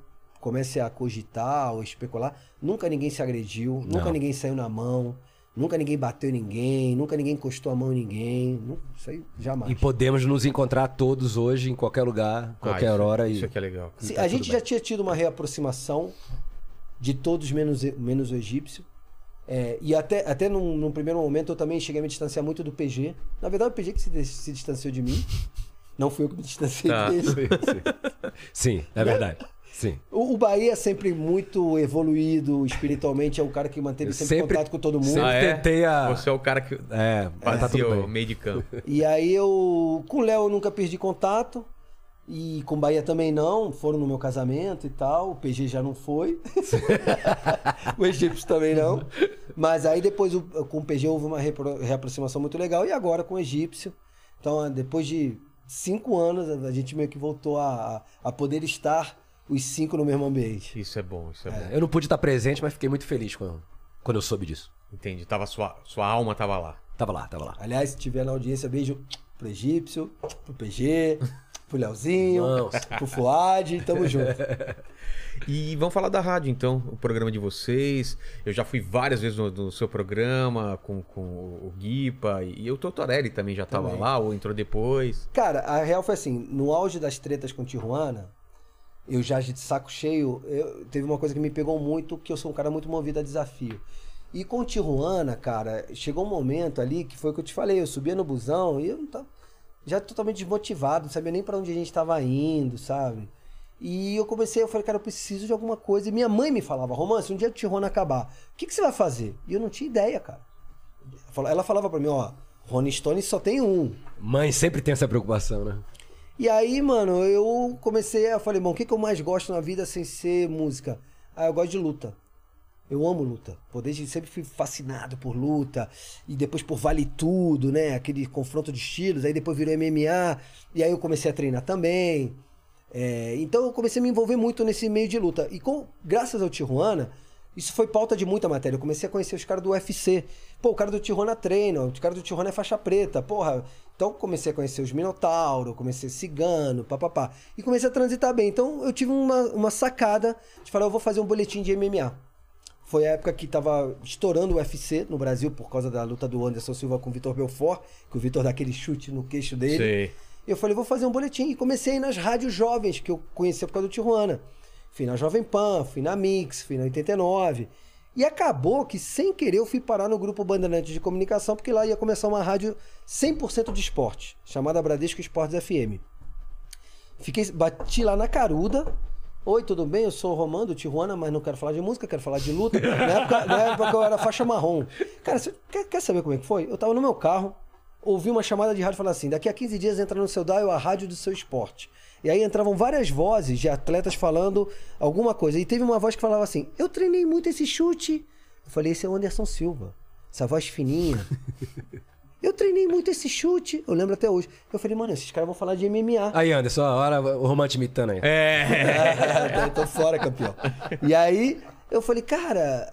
D: comece a cogitar ou especular, nunca ninguém se agrediu, nunca ninguém saiu na mão, nunca ninguém bateu em ninguém, nunca ninguém encostou a mão em ninguém. nu- Isso aí jamais.
C: E podemos nos encontrar todos hoje, em qualquer lugar, qualquer
A: Ah, isso-
C: hora.
A: Isso
C: E...
A: aqui é legal.
D: Sim,
C: tá
D: a
C: tudo
D: gente já tinha tido uma reaproximação de todos menos, menos o egípcio. É, e até, até num, num primeiro momento eu também cheguei a me distanciar muito do PG. Na verdade, o PG que se, dis- se distanciou de mim. Não fui eu que me distanciei
A: Tá.
D: dele.
C: Sim, é verdade. Sim.
D: O, o Bahia é sempre muito evoluído espiritualmente, é um cara que manteve
C: Eu
D: sempre,
C: sempre-
D: contato com todo mundo.
C: sempre-
A: Ah, é?
C: tentei a-
A: Você é o cara que
C: É, mas tá
A: fazia
C: tudo
A: o
C: bem.
A: meio de campo.
D: E aí eu. Com o Léo eu nunca perdi contato. E com o Bahia também não. Foram no meu casamento e tal. O PG já não foi. o Egípcio também não. Mas aí depois o- com o PG houve uma repro- reaproximação muito legal. E agora com o Egípcio. Então, depois de cinco anos, a gente meio que voltou a, a poder estar os cinco no mesmo ambiente.
A: Isso é bom, isso é, bom.
C: Eu não pude estar presente, mas fiquei muito feliz quando, quando eu soube disso.
A: Entendi. Tava sua, sua alma tava lá.
C: Tava lá, tava lá.
D: Aliás, se tiver na audiência, beijo pro Egípcio, pro PG, pro Leozinho,
C: Irmãos.
D: pro Fuad. Tamo junto.
A: E vamos falar da rádio, então, o programa de vocês. Eu já fui várias vezes no, no seu programa com, com o Guipa e, e o Totorelli também já tava
D: Também.
A: lá, ou entrou depois.
D: Cara, a real foi assim, no auge das tretas com Tijuana, eu já de saco cheio, eu- teve uma coisa que me pegou muito, que eu sou um cara muito movido a desafio. E com Tijuana, cara, chegou um momento ali que foi o que eu te falei, eu subia no busão e eu não tava, já totalmente desmotivado, não sabia nem pra onde a gente tava indo, sabe? E eu comecei, eu falei, cara, eu preciso de alguma coisa. E minha mãe me falava, Romance, se um dia Tijuana acabar, o que, que você vai fazer? E eu não tinha ideia, cara. Ela falava pra mim, ó, Rolling Stone só tem um,
C: Mãe sempre tem essa preocupação, né?
D: e aí, mano, eu comecei a falei, bom, o que, que eu mais gosto na vida sem ser música? Ah, eu gosto de luta. Eu amo luta. Pô, desde sempre fui fascinado por luta. E depois por vale tudo, né? Aquele confronto de estilos. Aí depois virou MMA. E aí eu comecei a treinar também. É, então eu comecei a me envolver muito nesse meio de luta. E com, graças ao Tijuana, isso foi pauta de muita matéria. Eu comecei a conhecer os caras do UFC. Pô, o cara do Tijuana treina, o cara do Tijuana é faixa preta, porra. Então comecei a conhecer os Minotauro, comecei cigano, papapá. E comecei a transitar bem. Então eu tive uma, uma sacada de falar, eu vou fazer um boletim de MMA. Foi a época que tava estourando o UFC no Brasil por causa da luta do Anderson Silva com o Vitor Belfort, que o Vitor dá aquele chute no queixo dele.
A: Sei.
D: Eu falei, vou fazer um boletim. E comecei a ir nas rádios jovens, que eu conhecia por causa do Tijuana. Fui na Jovem Pan, fui na Mix, fui na 89. E acabou que, sem querer, eu fui parar no grupo Bandeirantes de Comunicação, porque lá ia começar uma rádio 100% de esporte, chamada Bradesco Esportes FM. Fiquei, bati lá na caruda. Oi, tudo bem? Eu sou o Romano do Tijuana, mas não quero falar de música, quero falar de luta. Na época, na época eu era faixa marrom. Cara, você quer, quer saber como é que foi? Eu tava no meu carro, ouvi uma chamada de rádio falar assim: daqui a 15 dias entra no seu dial a rádio do seu esporte. E aí entravam várias vozes de atletas falando alguma coisa. E teve uma voz que falava assim: eu treinei muito esse chute. Eu falei: esse é o Anderson Silva. Essa voz fininha. Eu treinei muito esse chute, eu lembro até hoje. Eu falei, mano, esses caras vão falar de MMA.
C: Aí, Anderson, a hora o Romano te imitando aí.
D: É, tô fora, campeão. E aí, eu falei, cara,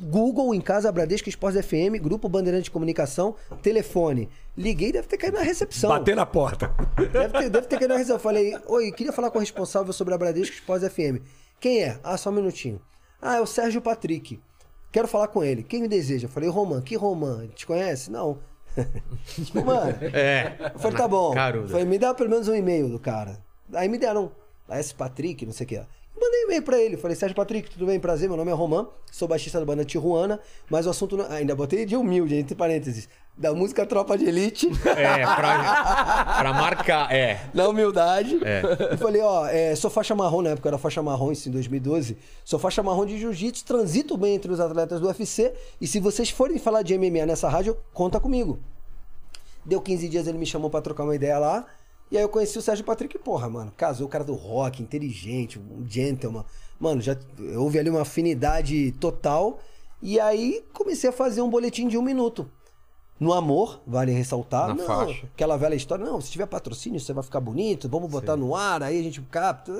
D: Google em casa, Bradesco Esportes FM, Grupo Bandeirante de Comunicação, telefone. Liguei, deve ter caído na recepção.
C: Bater na porta.
D: Deve ter, deve ter caído na recepção. Eu falei, oi, queria falar com o responsável sobre a Bradesco Esportes FM. Quem é? Ah, só um minutinho. Ah, é o Sérgio Patrick. Quero falar com ele. Quem me deseja? Eu falei, Roman, que Roman? Ele Te conhece? Não. Tipo, mano,
A: É.
D: eu falei, tá bom.
A: Caruda.
D: Falei, me dá pelo menos um e-mail do cara. Aí me deram S. Patrick, não sei o que. Mandei um e-mail pra ele. Falei, Sérgio Patrick, tudo bem? Prazer, meu nome é Román, sou baixista da banda Tijuana, mas o assunto... Não... Ainda botei de humilde, entre parênteses. Da música Tropa de Elite,
A: É, pra, pra marcar. É.
D: na humildade. Eu falei, ó, é, sou faixa marrom, na época eu era faixa marrom, isso em 2012. Sou faixa marrom de jiu-jitsu, transito bem entre os atletas do UFC. E se vocês forem falar de MMA nessa rádio, conta comigo. Deu 15 dias, ele me chamou pra trocar uma ideia lá. E aí eu conheci o Sérgio Patrick, porra, mano. Casou o cara do rock, inteligente, um gentleman. Mano, já houve ali uma afinidade total. E aí comecei a fazer um boletim de um minuto. No amor, vale ressaltar.
A: Na
D: não,
A: faixa.
D: aquela velha história. Não, se tiver patrocínio, você vai ficar bonito, vamos botar no ar, aí a gente capta.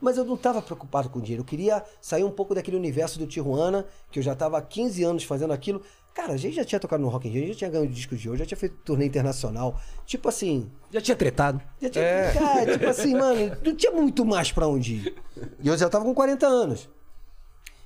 D: Mas eu não estava preocupado com dinheiro. Eu queria sair um pouco daquele universo do Tijuana, que eu já estava há 15 anos fazendo aquilo. Cara, a gente já tinha tocado no Rock in Rio, a gente já tinha ganho disco de ouro, já tinha feito turnê internacional. Tipo assim,
C: Já tinha tretado.
D: já tinha,
A: É.
D: cara, tipo assim, mano, não tinha muito mais pra onde ir. E eu já tava com 40 anos.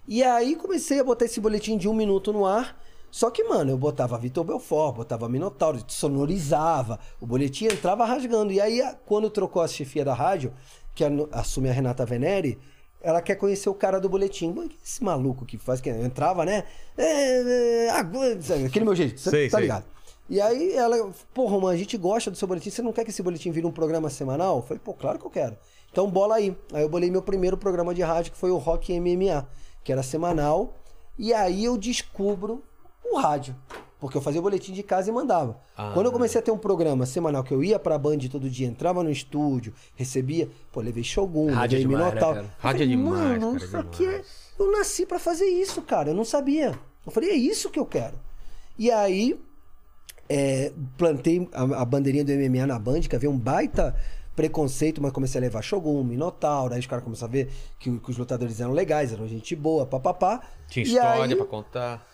D: E aí comecei a botar esse boletim de um minuto no ar. Só que, mano, eu botava Vitor Belfort, botava Minotauro, sonorizava. O boletim entrava rasgando. E aí, a- quando trocou a chefia da rádio, que anu- assume a Renata Venere, ela quer conhecer o cara do boletim. Mas que esse maluco que faz, que entrava, né? É, é, agora- sabe, aquele meu jeito,
A: Sei,
D: você tá
A: sei.
D: ligado? E aí ela, pô, Roman, a gente gosta do seu boletim, você não quer que esse boletim vire um programa semanal? Eu falei, pô, claro que eu quero. Então bola aí. Aí eu bolei meu primeiro programa de rádio, que foi o Rock MMA, que era semanal. E aí eu descubro o rádio, porque eu fazia o boletim de casa e mandava.
A: Ah.
D: Quando eu comecei a ter um programa semanal, que eu ia pra Band todo dia, entrava no estúdio, recebia, pô, levei Shogun,
C: Rádio é
D: levei
C: demais, né,
D: Minotauro.
C: cara?
D: Eu
A: Rádio é
D: falei,
A: demais,
D: Mano,
A: cara,
D: isso
A: é
D: aqui é...
A: demais."
D: Eu nasci pra fazer isso, cara, eu não sabia. Eu falei, é isso que eu quero. E aí, é, plantei a, a bandeirinha do MMA na Band, que havia um baita preconceito, mas comecei a levar Shogun, Minotauro, aí os caras começaram a ver que, que os lutadores eram legais, eram gente boa, papapá.
A: Tinha
D: E
A: história
D: aí,
A: pra contar.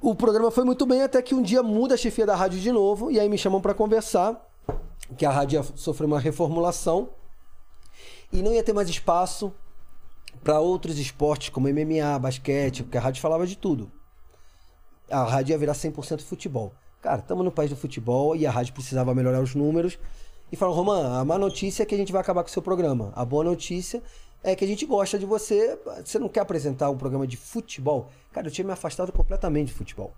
D: o programa foi muito bem, até que um dia muda a chefia da rádio de novo, e aí me chamam pra conversar, que a rádio ia sofrer uma reformulação, e não ia ter mais espaço pra outros esportes como MMA, basquete, porque a rádio falava de tudo. A rádio ia virar 100% futebol. Cara, estamos no país do futebol e a rádio precisava melhorar os números. E falaram, Roman, a má notícia é que a gente vai acabar com o seu programa. A boa notícia é que a gente gosta de você. Você não quer apresentar um programa de futebol? Cara, eu tinha me afastado completamente de futebol.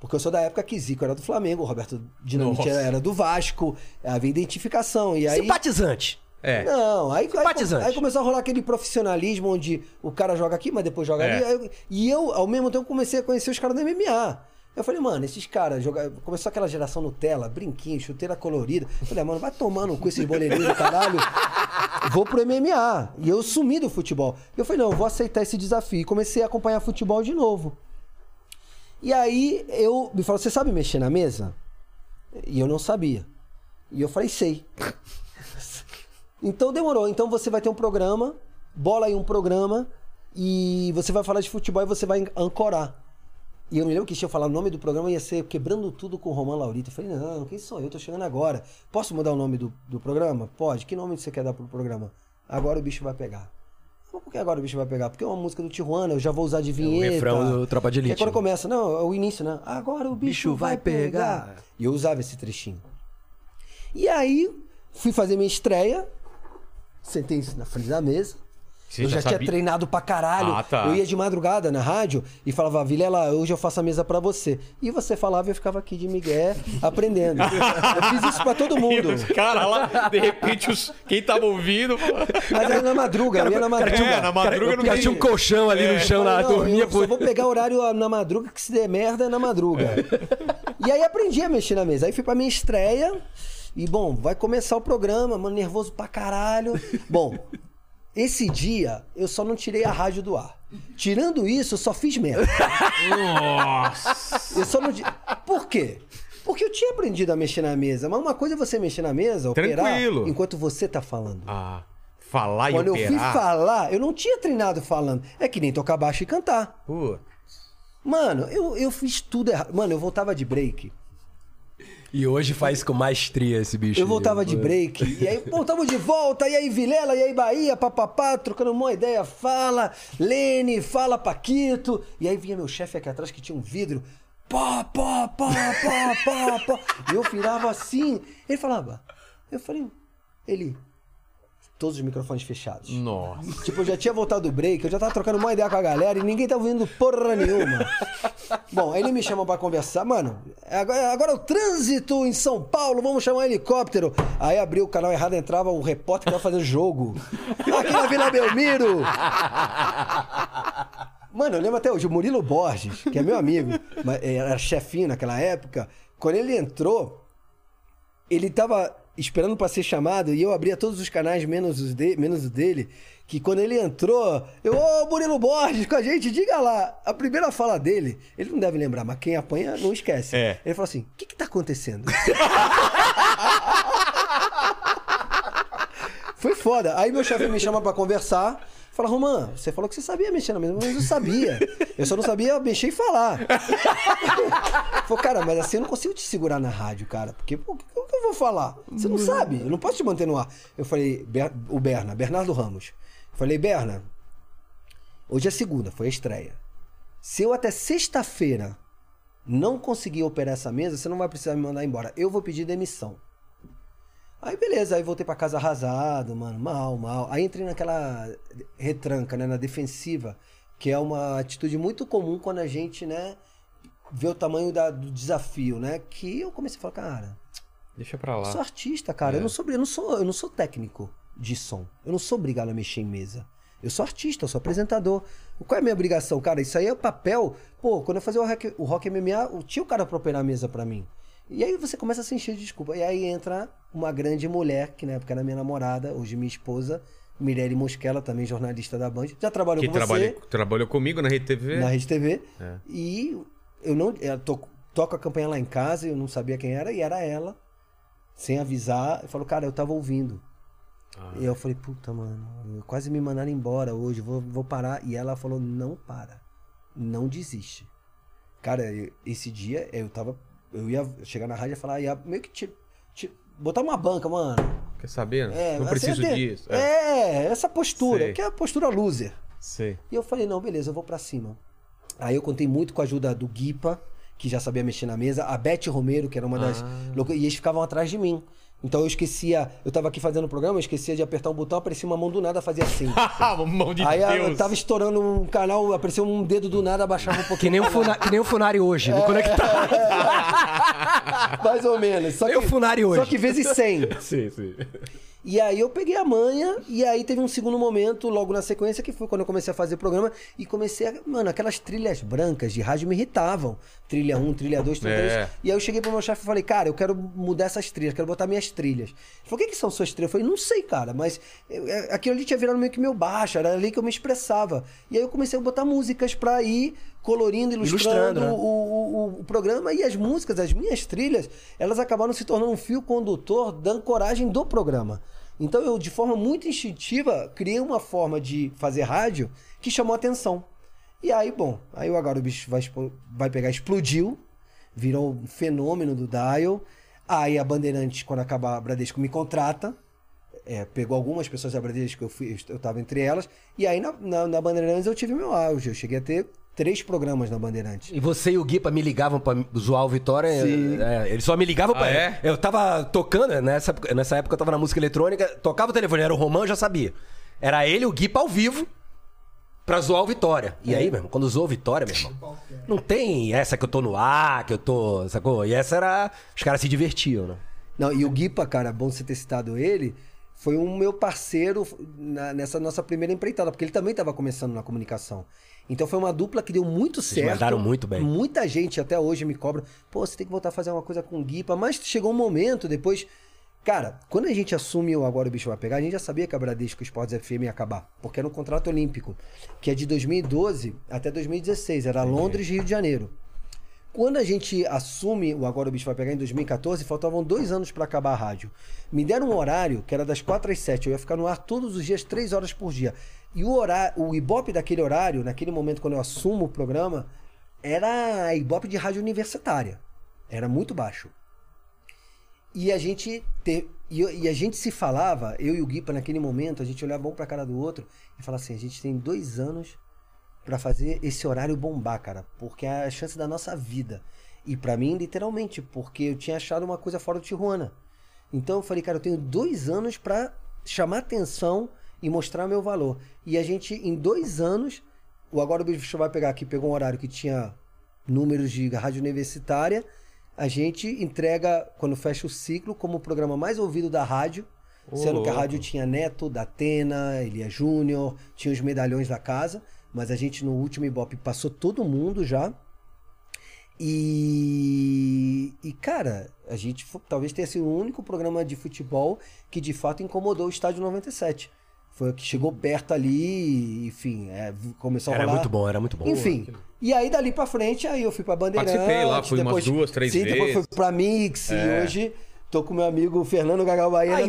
D: Porque eu sou da época que Zico era do Flamengo, Roberto Dinamite
A: Nossa.
D: era do Vasco, havia identificação. E aí...
C: Simpatizante.
A: É.
D: Não, aí, aí,
C: Simpatizante.
D: aí começou a rolar aquele profissionalismo onde o cara joga aqui, mas depois joga
A: É.
D: ali. Aí eu- e eu, ao mesmo tempo, comecei a conhecer os caras do MMA. Eu falei, mano, esses caras joga... Começou aquela geração Nutella, brinquinho, chuteira colorida. Eu falei, ah, mano, vai tomando com esses boleirinhos do caralho. Vou pro MMA. E eu sumi do futebol. Eu falei, não, eu vou aceitar esse desafio. E comecei a acompanhar futebol de novo. E aí eu me falou, você sabe mexer na mesa? E eu não sabia. E eu falei, sei. Então demorou. Então você vai ter um programa, bola aí um programa, e você vai falar de futebol e você vai ancorar. E eu me lembro que se eu falar o nome do programa ia ser Quebrando Tudo com Romão Laurita. Eu falei, não, quem sou eu? Tô chegando agora. Posso mudar o nome do, do programa? Pode. Que nome você quer dar pro programa? Agora o bicho vai pegar. Mas Por que agora o bicho vai pegar? Porque é uma música do Tijuana, eu já vou usar de vinheta.
C: É, refrão do Tropa de
D: Que é
C: Elite,
D: quando
C: né?
D: começa, não, é o início, né? Agora o bicho, vai pegar. E eu usava esse trechinho. E aí, fui fazer minha estreia, sentei na frente da mesa,
A: Você
D: eu
A: já
D: já, tinha
A: sabia?
D: treinado pra caralho.
A: Ah, tá.
D: Eu ia de madrugada na rádio e falava, Vilela, hoje eu faço a mesa pra você. E você falava e eu ficava aqui de migué aprendendo. eu fiz isso pra todo mundo.
A: Os caras lá, de repente, os, quem tava ouvindo. falou,
D: Mas era na madruga, eu ia na madruga.
A: é, na madruga não
C: Já tinha um colchão ali no chão, Então, lá,
D: Falei, não,
C: dormia
D: eu só
C: por...
D: vou pegar horário na madruga, que se der merda é na madruga.
C: É.
D: E aí aprendi a mexer na mesa. Aí fui pra minha estreia. E, bom, vai começar o programa, mano, nervoso pra caralho. Bom, esse dia eu só não tirei a rádio do ar. Tirando isso, eu só fiz merda.
A: Nossa!
D: Eu só não. di- Por quê? Porque eu tinha aprendido a mexer na mesa. Mas uma coisa é você mexer na mesa, operar,
A: Tranquilo.
D: enquanto você tá falando.
A: Ah, falar
D: Quando
A: e
D: eu
A: operar.
D: fui falar, eu não tinha treinado falando. É que nem tocar baixo e cantar.
A: Pô,
D: Mano, eu, eu fiz tudo errado. Mano, eu voltava de break.
C: E hoje faz com maestria esse bicho.
D: Eu voltava de break. E aí, pô, tamo de volta. E aí, Vilela, e aí, Bahia, papapá, trocando uma ideia. Fala, Lene, fala, Paquito. E aí vinha meu chefe aqui atrás que tinha um vidro. Pó, pó, pó, pó, pó, pó. E eu virava assim. Ele falava. Eu falei. Ele. Todos os microfones fechados.
A: nossa.
D: Tipo, eu já tinha voltado do break, eu já tava trocando uma ideia com a galera e ninguém tava ouvindo porra nenhuma. Bom, aí ele me chama pra conversar. Mano, agora, agora é o trânsito em São Paulo, vamos chamar um helicóptero. Aí abriu o canal errado, entrava o repórter que tava fazendo jogo. Aqui na Vila Belmiro. Mano, eu lembro até hoje, o Murilo Borges, que é meu amigo, mas era chefinho naquela época, quando ele entrou, ele tava esperando pra ser chamado e eu abria todos os canais, menos, os de- menos o dele, que quando ele entrou, eu, ô Murilo Borges, com a gente, diga lá. A primeira fala dele, ele não deve lembrar, mas quem apanha não esquece.
A: É.
D: Ele falou assim, o que que tá acontecendo? Foi foda. Aí meu chefe me chama pra conversar. Fala, Roman, você falou que você sabia mexer na mesa, mas eu sabia. Eu só não sabia mexer e falar. Falei, cara, mas assim eu não consigo te segurar na rádio, cara. Porque, pô, o que, o que eu vou falar? Você não sabe, eu não posso te manter no ar. Eu falei, Ber- o Berna, Bernardo Ramos. Eu falei, Berna, hoje é segunda, foi a estreia. Se eu até sexta-feira não conseguir operar essa mesa, você não vai precisar me mandar embora. Eu vou pedir demissão. Aí beleza, aí voltei pra casa arrasado, mano, mal, mal. Aí entrei naquela retranca, né, na defensiva, que é uma atitude muito comum quando a gente, né, vê o tamanho da- do desafio, né? Que eu comecei a falar, cara,
A: Deixa pra
D: eu
A: lá.
D: sou artista, cara.
A: É.
D: Eu, não sou, eu, não sou, eu não sou técnico de som. Eu não sou obrigado a mexer em mesa. Eu sou artista, eu sou apresentador. Qual é a minha obrigação, cara? Isso aí é papel. Pô, quando eu fazia o rock, o rock MMA, o- tinha o cara pra operar a mesa pra mim. E aí você começa a se encher de desculpa. E aí entra uma grande mulher, que na época era minha namorada, hoje minha esposa, Mirelle Mosquela, também jornalista da Band. Já trabalhou
A: Que
D: com você
A: trabalha, trabalhou comigo na Rede TV.
D: na Rede TV.
A: É.
D: E eu não. Eu to- toco a campanha lá em casa, eu não sabia quem era, e era ela. Sem avisar, eu falo, cara, eu tava ouvindo.
A: Ah.
D: E eu falei, puta, mano, quase me mandaram embora hoje, vou, vou parar. E ela falou, não para, não desiste. Cara, eu- esse dia eu tava. Eu ia chegar na rádio e falar, ia meio que te, te- botar uma banca, mano.
A: Quer saber?
D: É,
A: não
D: assim,
A: preciso
D: até-
A: disso. É.
D: É, essa postura,
A: Sei.
D: que é a postura loser.
A: Sei.
D: E eu falei, não, beleza, eu vou pra cima. Aí eu contei muito com a ajuda do Guipa, que já sabia mexer na mesa, a Beth Romero, que era uma das.
A: Ah.
D: louca- E eles ficavam atrás de mim. Então eu esquecia, eu tava aqui fazendo o programa, eu esquecia de apertar um botão, aparecia uma mão do nada, fazia assim.
C: Ah,
A: Mão de
D: Aí eu
A: Deus.
D: tava estourando um canal, apareceu um dedo do nada, abaixava um pouquinho.
C: Que nem, o funa... que nem o Funari hoje, no Conectado.
D: Mais ou menos. Só
C: Nem o Funari hoje.
D: Só que vezes 100.
A: Sim, sim.
D: E aí eu peguei a manha, e aí teve um segundo momento, logo na sequência, que foi quando eu comecei a fazer o programa, e comecei a. Mano, aquelas trilhas brancas de rádio me irritavam. Trilha 1, trilha 2, trilha
A: É.
D: 3. E aí eu cheguei pro meu chefe e falei, cara, eu quero mudar essas trilhas, quero botar minhas trilhas. Ele falou, o que, que são suas trilhas? Eu falei, não sei, cara, mas eu- é- aquilo ali tinha virado meio que meu baixo, era ali que eu me expressava. E aí eu comecei a botar músicas pra ir colorindo,
C: Ilustrando,
D: ilustrando,
C: né?
D: o, o- o- o programa e as músicas, as minhas trilhas, elas acabaram se tornando um fio condutor da ancoragem do programa. Então eu, de forma muito instintiva, criei uma forma de fazer rádio que chamou atenção. E aí, bom, aí o Agora o Bicho vai, expo- vai pegar, explodiu, virou um fenômeno do Dial. Aí a Bandeirantes, quando acabar a Bradesco, me contrata. É, pegou algumas pessoas da Bradesco, eu, fui, eu tava entre elas. E aí na, na, na Bandeirantes eu tive meu auge. Eu cheguei a ter três programas na Bandeirantes.
C: E você e o Guipa me ligavam pra zoar o Vitória.
D: Sim.
C: É, eles só me ligavam pra.
A: Ah, é?
C: né, Eu tava tocando, nessa, nessa época eu tava na música eletrônica, tocava o telefone, era o Romão, eu já sabia. Era ele, o Gui, ao vivo, pra zoar o Vitória. E aí, meu irmão, quando zoou o Vitória, meu irmão, não tem essa que eu tô no ar, que eu tô, sacou? E essa era... Os caras se divertiam, né?
D: Não, e o Guipa, cara, bom você ter citado ele, foi um meu parceiro na- nessa nossa primeira empreitada, porque ele também estava começando na comunicação. Então foi uma dupla que deu muito certo.
C: mandaram muito bem.
D: Muita gente até hoje me cobra, pô, você tem que voltar a fazer uma coisa com o Guipa, mas chegou um momento depois... Cara, quando a gente assume o Agora o Bicho Vai Pegar, a gente já sabia que a Bradesco Esportes FM ia acabar, porque era um contrato olímpico, que é de 2012 até 2016, era Londres, Rio de Janeiro. Quando a gente assume o Agora o Bicho Vai Pegar em 2014, faltavam dois anos para acabar a rádio. Me deram um horário que era das 4 às 7. Eu ia ficar no ar todos os dias, 3 horas por dia. E o, horário, o Ibope daquele horário, naquele momento quando eu assumo o programa, era a Ibope de rádio universitária. Era muito baixo. E a gente te- e, eu- e a gente se falava, eu e o Guipa naquele momento, a gente olhava um pra cara do outro e falava assim, a gente tem dois anos pra fazer esse horário bombar, cara, porque é a chance da nossa vida. E pra mim, literalmente, porque eu tinha achado uma coisa fora do Tijuana. Então eu falei, cara, eu tenho dois anos pra chamar atenção e mostrar meu valor. E a gente, em dois anos, o Agora o Bicho vai pegar aqui, pegou um horário que tinha números de rádio universitária. A gente entrega, quando fecha o ciclo, como o programa mais ouvido da rádio.
A: Ô,
D: sendo que a
A: louco.
D: rádio tinha Neto, Datena, Elia Júnior, tinha os medalhões da casa. Mas a gente, no último Ibope, passou todo mundo já. E, e, cara, a gente fo- talvez tenha sido o único programa de futebol que de fato incomodou o estádio 97. Foi o que chegou perto ali, enfim, é, v- começou a
C: Era
D: rolar.
C: muito bom, era muito bom.
D: Enfim, e aí dali pra frente, aí eu fui pra Bandeirantes.
A: Participei lá, fui umas duas, três
D: sim, depois fui
A: vezes. É.
D: pra Mix e hoje tô com meu amigo Fernando Gagal Bahia
C: Aí,
D: na
C: em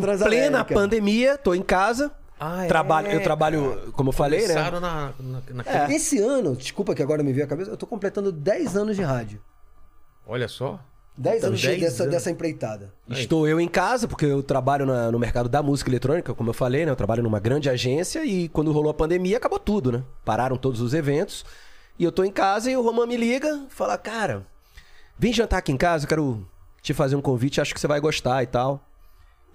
C: plena
D: Transamérica.
C: pandemia, tô em casa.
A: Ah, é,
C: trabalho, eu trabalho, como eu falei, né?
A: Começaram na, na, naquele-
C: É.
D: Esse ano, desculpa que agora me veio a cabeça, eu tô completando 10 anos de rádio.
A: Olha só.
D: 10
A: Então,
D: anos,
A: 10
D: dessa,
A: anos.
D: dessa empreitada.
C: Estou eu em casa, porque eu trabalho na- no mercado da música eletrônica, como eu falei, né? Eu trabalho numa grande agência e quando rolou a pandemia, acabou tudo, né? Pararam todos os eventos. E eu tô em casa e o Roman me liga, fala, cara, vem jantar aqui em casa, eu quero te fazer um convite, acho que você vai gostar e tal.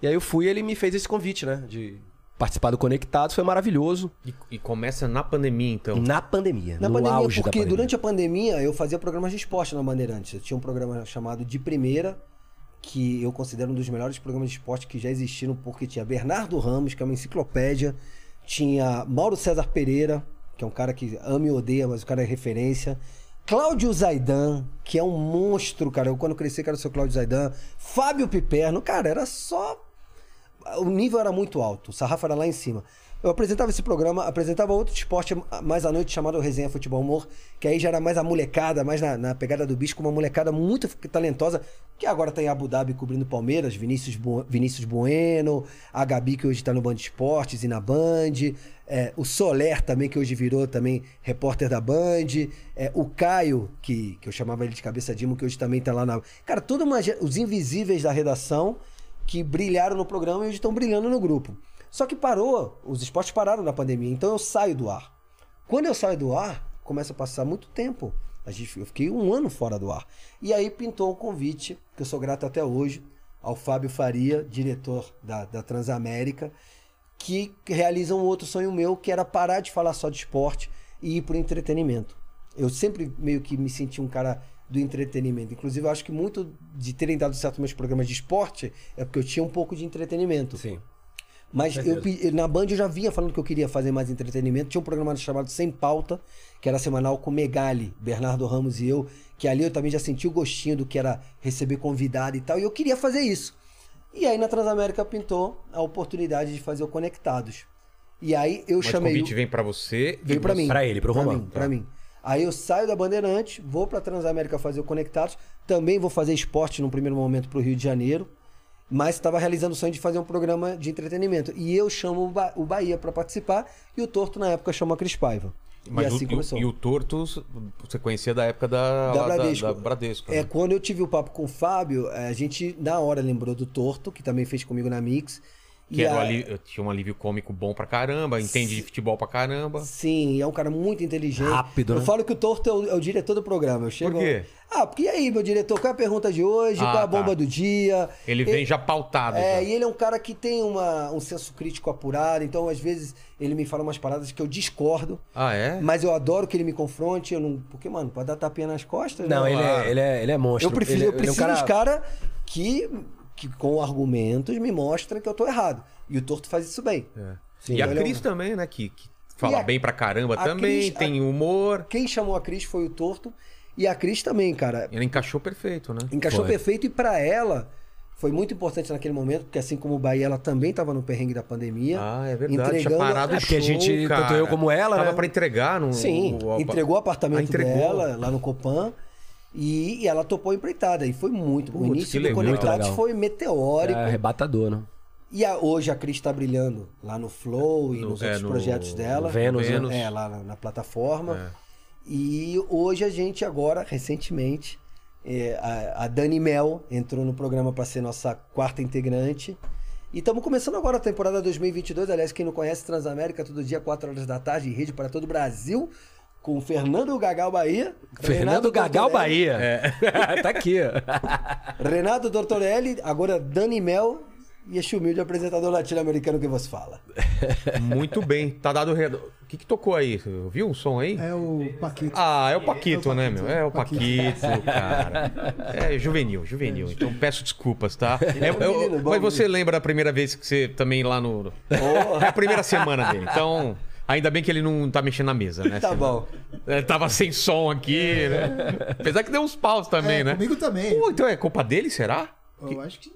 C: E aí eu fui e ele me fez esse convite, né? De participar do Conectados, foi maravilhoso.
A: E, e começa na pandemia, então.
C: Na pandemia,
D: Na
C: no
D: pandemia,
C: auge
D: porque
C: da pandemia.
D: durante a pandemia eu fazia programas de esporte na Bandeirantes. Eu tinha um programa chamado De Primeira, que eu considero um dos melhores programas de esporte que já existiram, porque tinha Bernardo Ramos, que é uma enciclopédia, tinha Mauro César Pereira, que é um cara que ama e odeia, mas o cara é referência. Cláudio Zaidan, que é um monstro, cara. Eu, quando cresci, quero ser o Cláudio Zaidan. Fábio Piperno, cara, era só o nível era muito alto, o sarrafo era lá em cima. Eu apresentava esse programa, apresentava outro esporte mais à noite chamado Resenha Futebol Humor, que aí já era mais a molecada, mais na, na pegada do bicho, com uma molecada muito f- talentosa, que agora tá em Abu Dhabi cobrindo Palmeiras, Vinícius, Bu- Vinícius Bueno, a Gabi, que hoje tá no Band Esportes e na Band, é, o Soler também, que hoje virou também repórter da Band, é, o Caio, que, que eu chamava ele de Cabeça Dimo, que hoje também tá lá na... Cara, toda uma... ge- Os invisíveis da redação que brilharam no programa e hoje estão brilhando no grupo. Só que parou, os esportes pararam na pandemia, então eu saio do ar. Quando eu saio do ar, começa a passar muito tempo. A gente, eu fiquei um ano fora do ar. E aí pintou um convite, que eu sou grato até hoje, ao Fábio Faria, diretor da, da Transamérica, que realiza um outro sonho meu, que era parar de falar só de esporte e ir pro entretenimento. Eu sempre meio que me senti um cara do entretenimento. Inclusive, eu acho que muito de terem dado certo meus programas de esporte é porque eu tinha um pouco de entretenimento.
C: Sim.
D: Mas eu, pe- na Band eu já vinha falando que eu queria fazer mais entretenimento. Tinha um programa chamado Sem Pauta, que era semanal com Megali, Bernardo Ramos e eu, que ali eu também já senti o gostinho do que era receber convidado e tal, e eu queria fazer isso. E aí na Transamérica pintou a oportunidade de fazer o Conectados. E aí eu
A: Mas o
D: chamei.
A: convite vem pra você.
D: Veio pra mim.
C: Pra ele, pro
D: pra
C: Romão,
D: mim,
C: tá.
D: pra mim. Aí eu saio da Bandeirante, vou pra Transamérica fazer o Conectados. Também vou fazer esporte num primeiro momento pro Rio de Janeiro. Mas estava realizando o sonho de fazer um programa de entretenimento. E eu chamo o, ba o Bahia pra participar. E o Torto, na época, chama a Cris Paiva.
A: Mas
D: e assim
A: o,
D: começou.
A: e o Torto, você conhecia da época da,
D: Da
A: lá
D: Bradesco.
A: Da, da Bradesco,
D: É,
A: né?
D: quando é, eu tive o papo com o Fábio, a gente na hora lembrou do Torto, que também fez comigo na Mix.
A: Que
D: E
A: era um
D: a-
A: alívio- eu tinha um alívio cômico bom pra caramba, entende de futebol pra caramba.
D: Sim, é um cara muito inteligente.
C: Rápido,
D: Eu
C: né?
D: falo que o Torto é o, é o diretor do programa. Eu chego
A: Por quê?
D: Ah, porque e aí, meu diretor, qual é a pergunta de hoje?
A: Ah,
D: qual é
A: tá.
D: a bomba do dia?
A: Ele vem já pautado. já.
D: É, e ele é um cara que tem uma, um senso crítico apurado, então às vezes ele me fala umas paradas que eu discordo,
A: Ah, é?
D: mas eu adoro que ele me confronte, eu não... porque, mano, pode dar tapinha nas costas.
C: Não,
D: né?
C: ele é, ele, é, ele é monstro.
D: Eu prefiro,
C: Ele-
D: eu
C: ele é um
D: preciso
C: cara-
D: dos caras que, que com argumentos me mostram que eu tô errado. E o Torto faz isso bem.
A: É.
D: Sim,
A: e a
D: ele é um-
A: Cris também, né? Que, que fala
D: a-
A: bem pra caramba
D: a
A: também,
D: Cris- a-
A: tem humor.
D: Quem chamou a Cris foi o Torto, e a Cris também, cara.
A: Ele encaixou perfeito, né?
D: Encaixou
C: Foi.
D: perfeito e pra ela foi muito importante naquele momento, porque assim como o Bahia, ela também tava no perrengue da pandemia.
A: Ah, é verdade. Tinha
D: Entregando...
A: parado
C: É,
A: o
C: porque a
A: show,
C: gente,
A: cara.
C: tanto eu como ela,
A: Tava
C: né?
A: pra entregar no...
D: Sim,
A: o- o-
D: entregou o apartamento
A: Ah, entregou.
D: dela lá no Copan. E, e ela topou a empreitada. E foi muito. bom. o
A: Putz, que
D: início do
A: legal.
C: Muito
D: Conectados
C: legal.
D: foi meteórico.
C: É arrebatador, né?
D: E a- hoje a Cris tá brilhando lá no Flow e
A: No-
D: nos
A: é,
D: outros
A: no-
D: projetos dela.
A: no
C: né?
A: Vênus, Vênus. É.
D: É, lá na, na plataforma. E hoje a gente agora, recentemente, é, a, a Dani Mel entrou no programa para ser nossa quarta integrante. E estamos começando agora a temporada 2022. Aliás, quem não conhece, Transamérica, todo dia, 4 horas da tarde, em rede para todo o Brasil, com Fernando Gagal Bahia.
C: Fernando
D: Renato
C: Gagal
D: Tortorelli-
C: Bahia. tá aqui.
D: Renato Dortorelli, agora Dani Mel e este humilde apresentador latino-americano que você fala.
A: Muito bem. Tá dado... o re- O que que tocou aí? Viu um som aí?
B: É o Paquito.
A: Ah, é o Paquito, né, meu? É o
B: Paquito.
A: Paquito, cara. É juvenil, juvenil. Então peço desculpas, tá? É,
D: bom
A: é,
D: menino, bom
A: mas
D: menino.
A: você lembra da primeira vez que você também lá no. É a primeira semana dele. Então, ainda bem que ele não tá mexendo na mesa,
C: É
A: né?
D: Tá bom.
A: Ele tava sem som aqui, né? Apesar que deu uns paus também,
B: É,
A: né?
B: Comigo também.
A: Pô, então é culpa dele, será?
B: Eu acho que.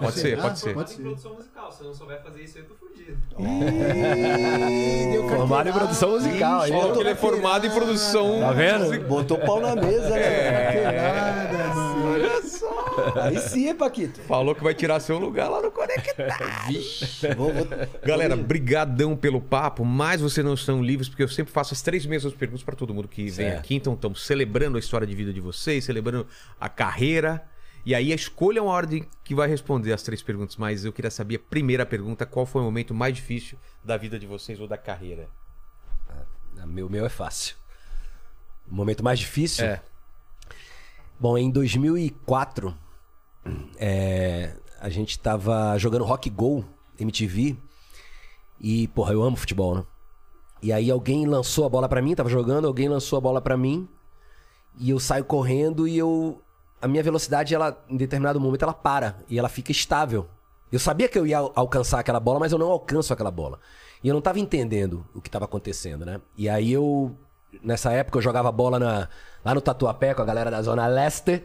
A: Pode ser, pode ser.
B: Pode
F: Em
B: ser.
F: produção musical, se eu não souber fazer isso, eu tô fudido.
B: Ih, deu
C: Formado em
B: carteirada.
C: produção musical. aí.
A: Só que ele é formado em produção.
C: Tá vendo?
D: Botou pau na mesa,
C: É.
D: né?
B: Carteirada, mano.
A: Olha só.
D: Aí sim, hein, Paquito.
A: Falou que vai tirar seu lugar lá no Conectar.
C: É.
D: Vou- vou-
A: Galera, brigadão pelo papo, mas vocês não estão livres, porque eu sempre faço as três mesmas perguntas para todo mundo que vem
C: Certo.
A: aqui. Então, estamos celebrando a história de vida de vocês, celebrando a carreira. E aí, escolham a é ordem que vai responder as três perguntas. Mas eu queria saber a primeira pergunta: qual foi o momento mais difícil da vida de vocês ou da carreira?
C: Ah, Meu, meu é fácil. O momento mais difícil?
A: É.
C: Bom, em 2004, é, a gente tava jogando Rock Go, MTV. E, porra, eu amo futebol, né? E aí alguém lançou a bola pra mim, tava jogando, alguém lançou a bola pra mim. E eu saio correndo e eu... A minha velocidade, ela, em determinado momento, ela para. E ela fica estável. Eu sabia que eu ia al- alcançar aquela bola, mas eu não alcanço aquela bola. E eu não tava entendendo o que tava acontecendo, né? E aí eu... Nessa época eu jogava bola na- lá no Tatuapé com a galera da Zona Leste.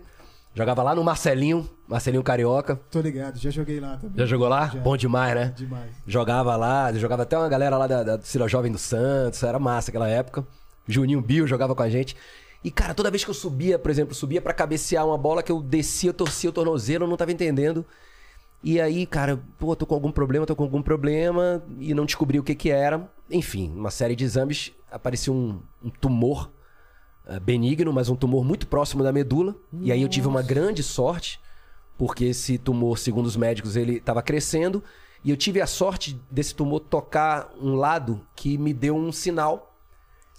C: Jogava lá no Marcelinho, Marcelinho Carioca.
B: Tô ligado, já joguei lá também.
C: Já jogou lá?
B: Já.
C: Bom demais, né?
B: Demais.
C: Jogava lá, jogava até uma galera lá da, da Cira Jovem do Santos, era massa aquela época. Juninho Bill jogava com a gente. E, cara, toda vez que eu subia, por exemplo, subia pra cabecear uma bola que eu descia, eu torcia o tornozelo, eu não tava entendendo. E aí, cara, pô, tô com algum problema, tô com algum problema, e não descobri o que que era. Enfim, uma série de exames, apareceu um, um tumor eh, benigno, mas um tumor muito próximo da medula. E aí eu tive uma grande sorte, porque esse tumor, segundo os médicos, ele estava crescendo. E eu tive a sorte desse tumor tocar um lado que me deu um sinal,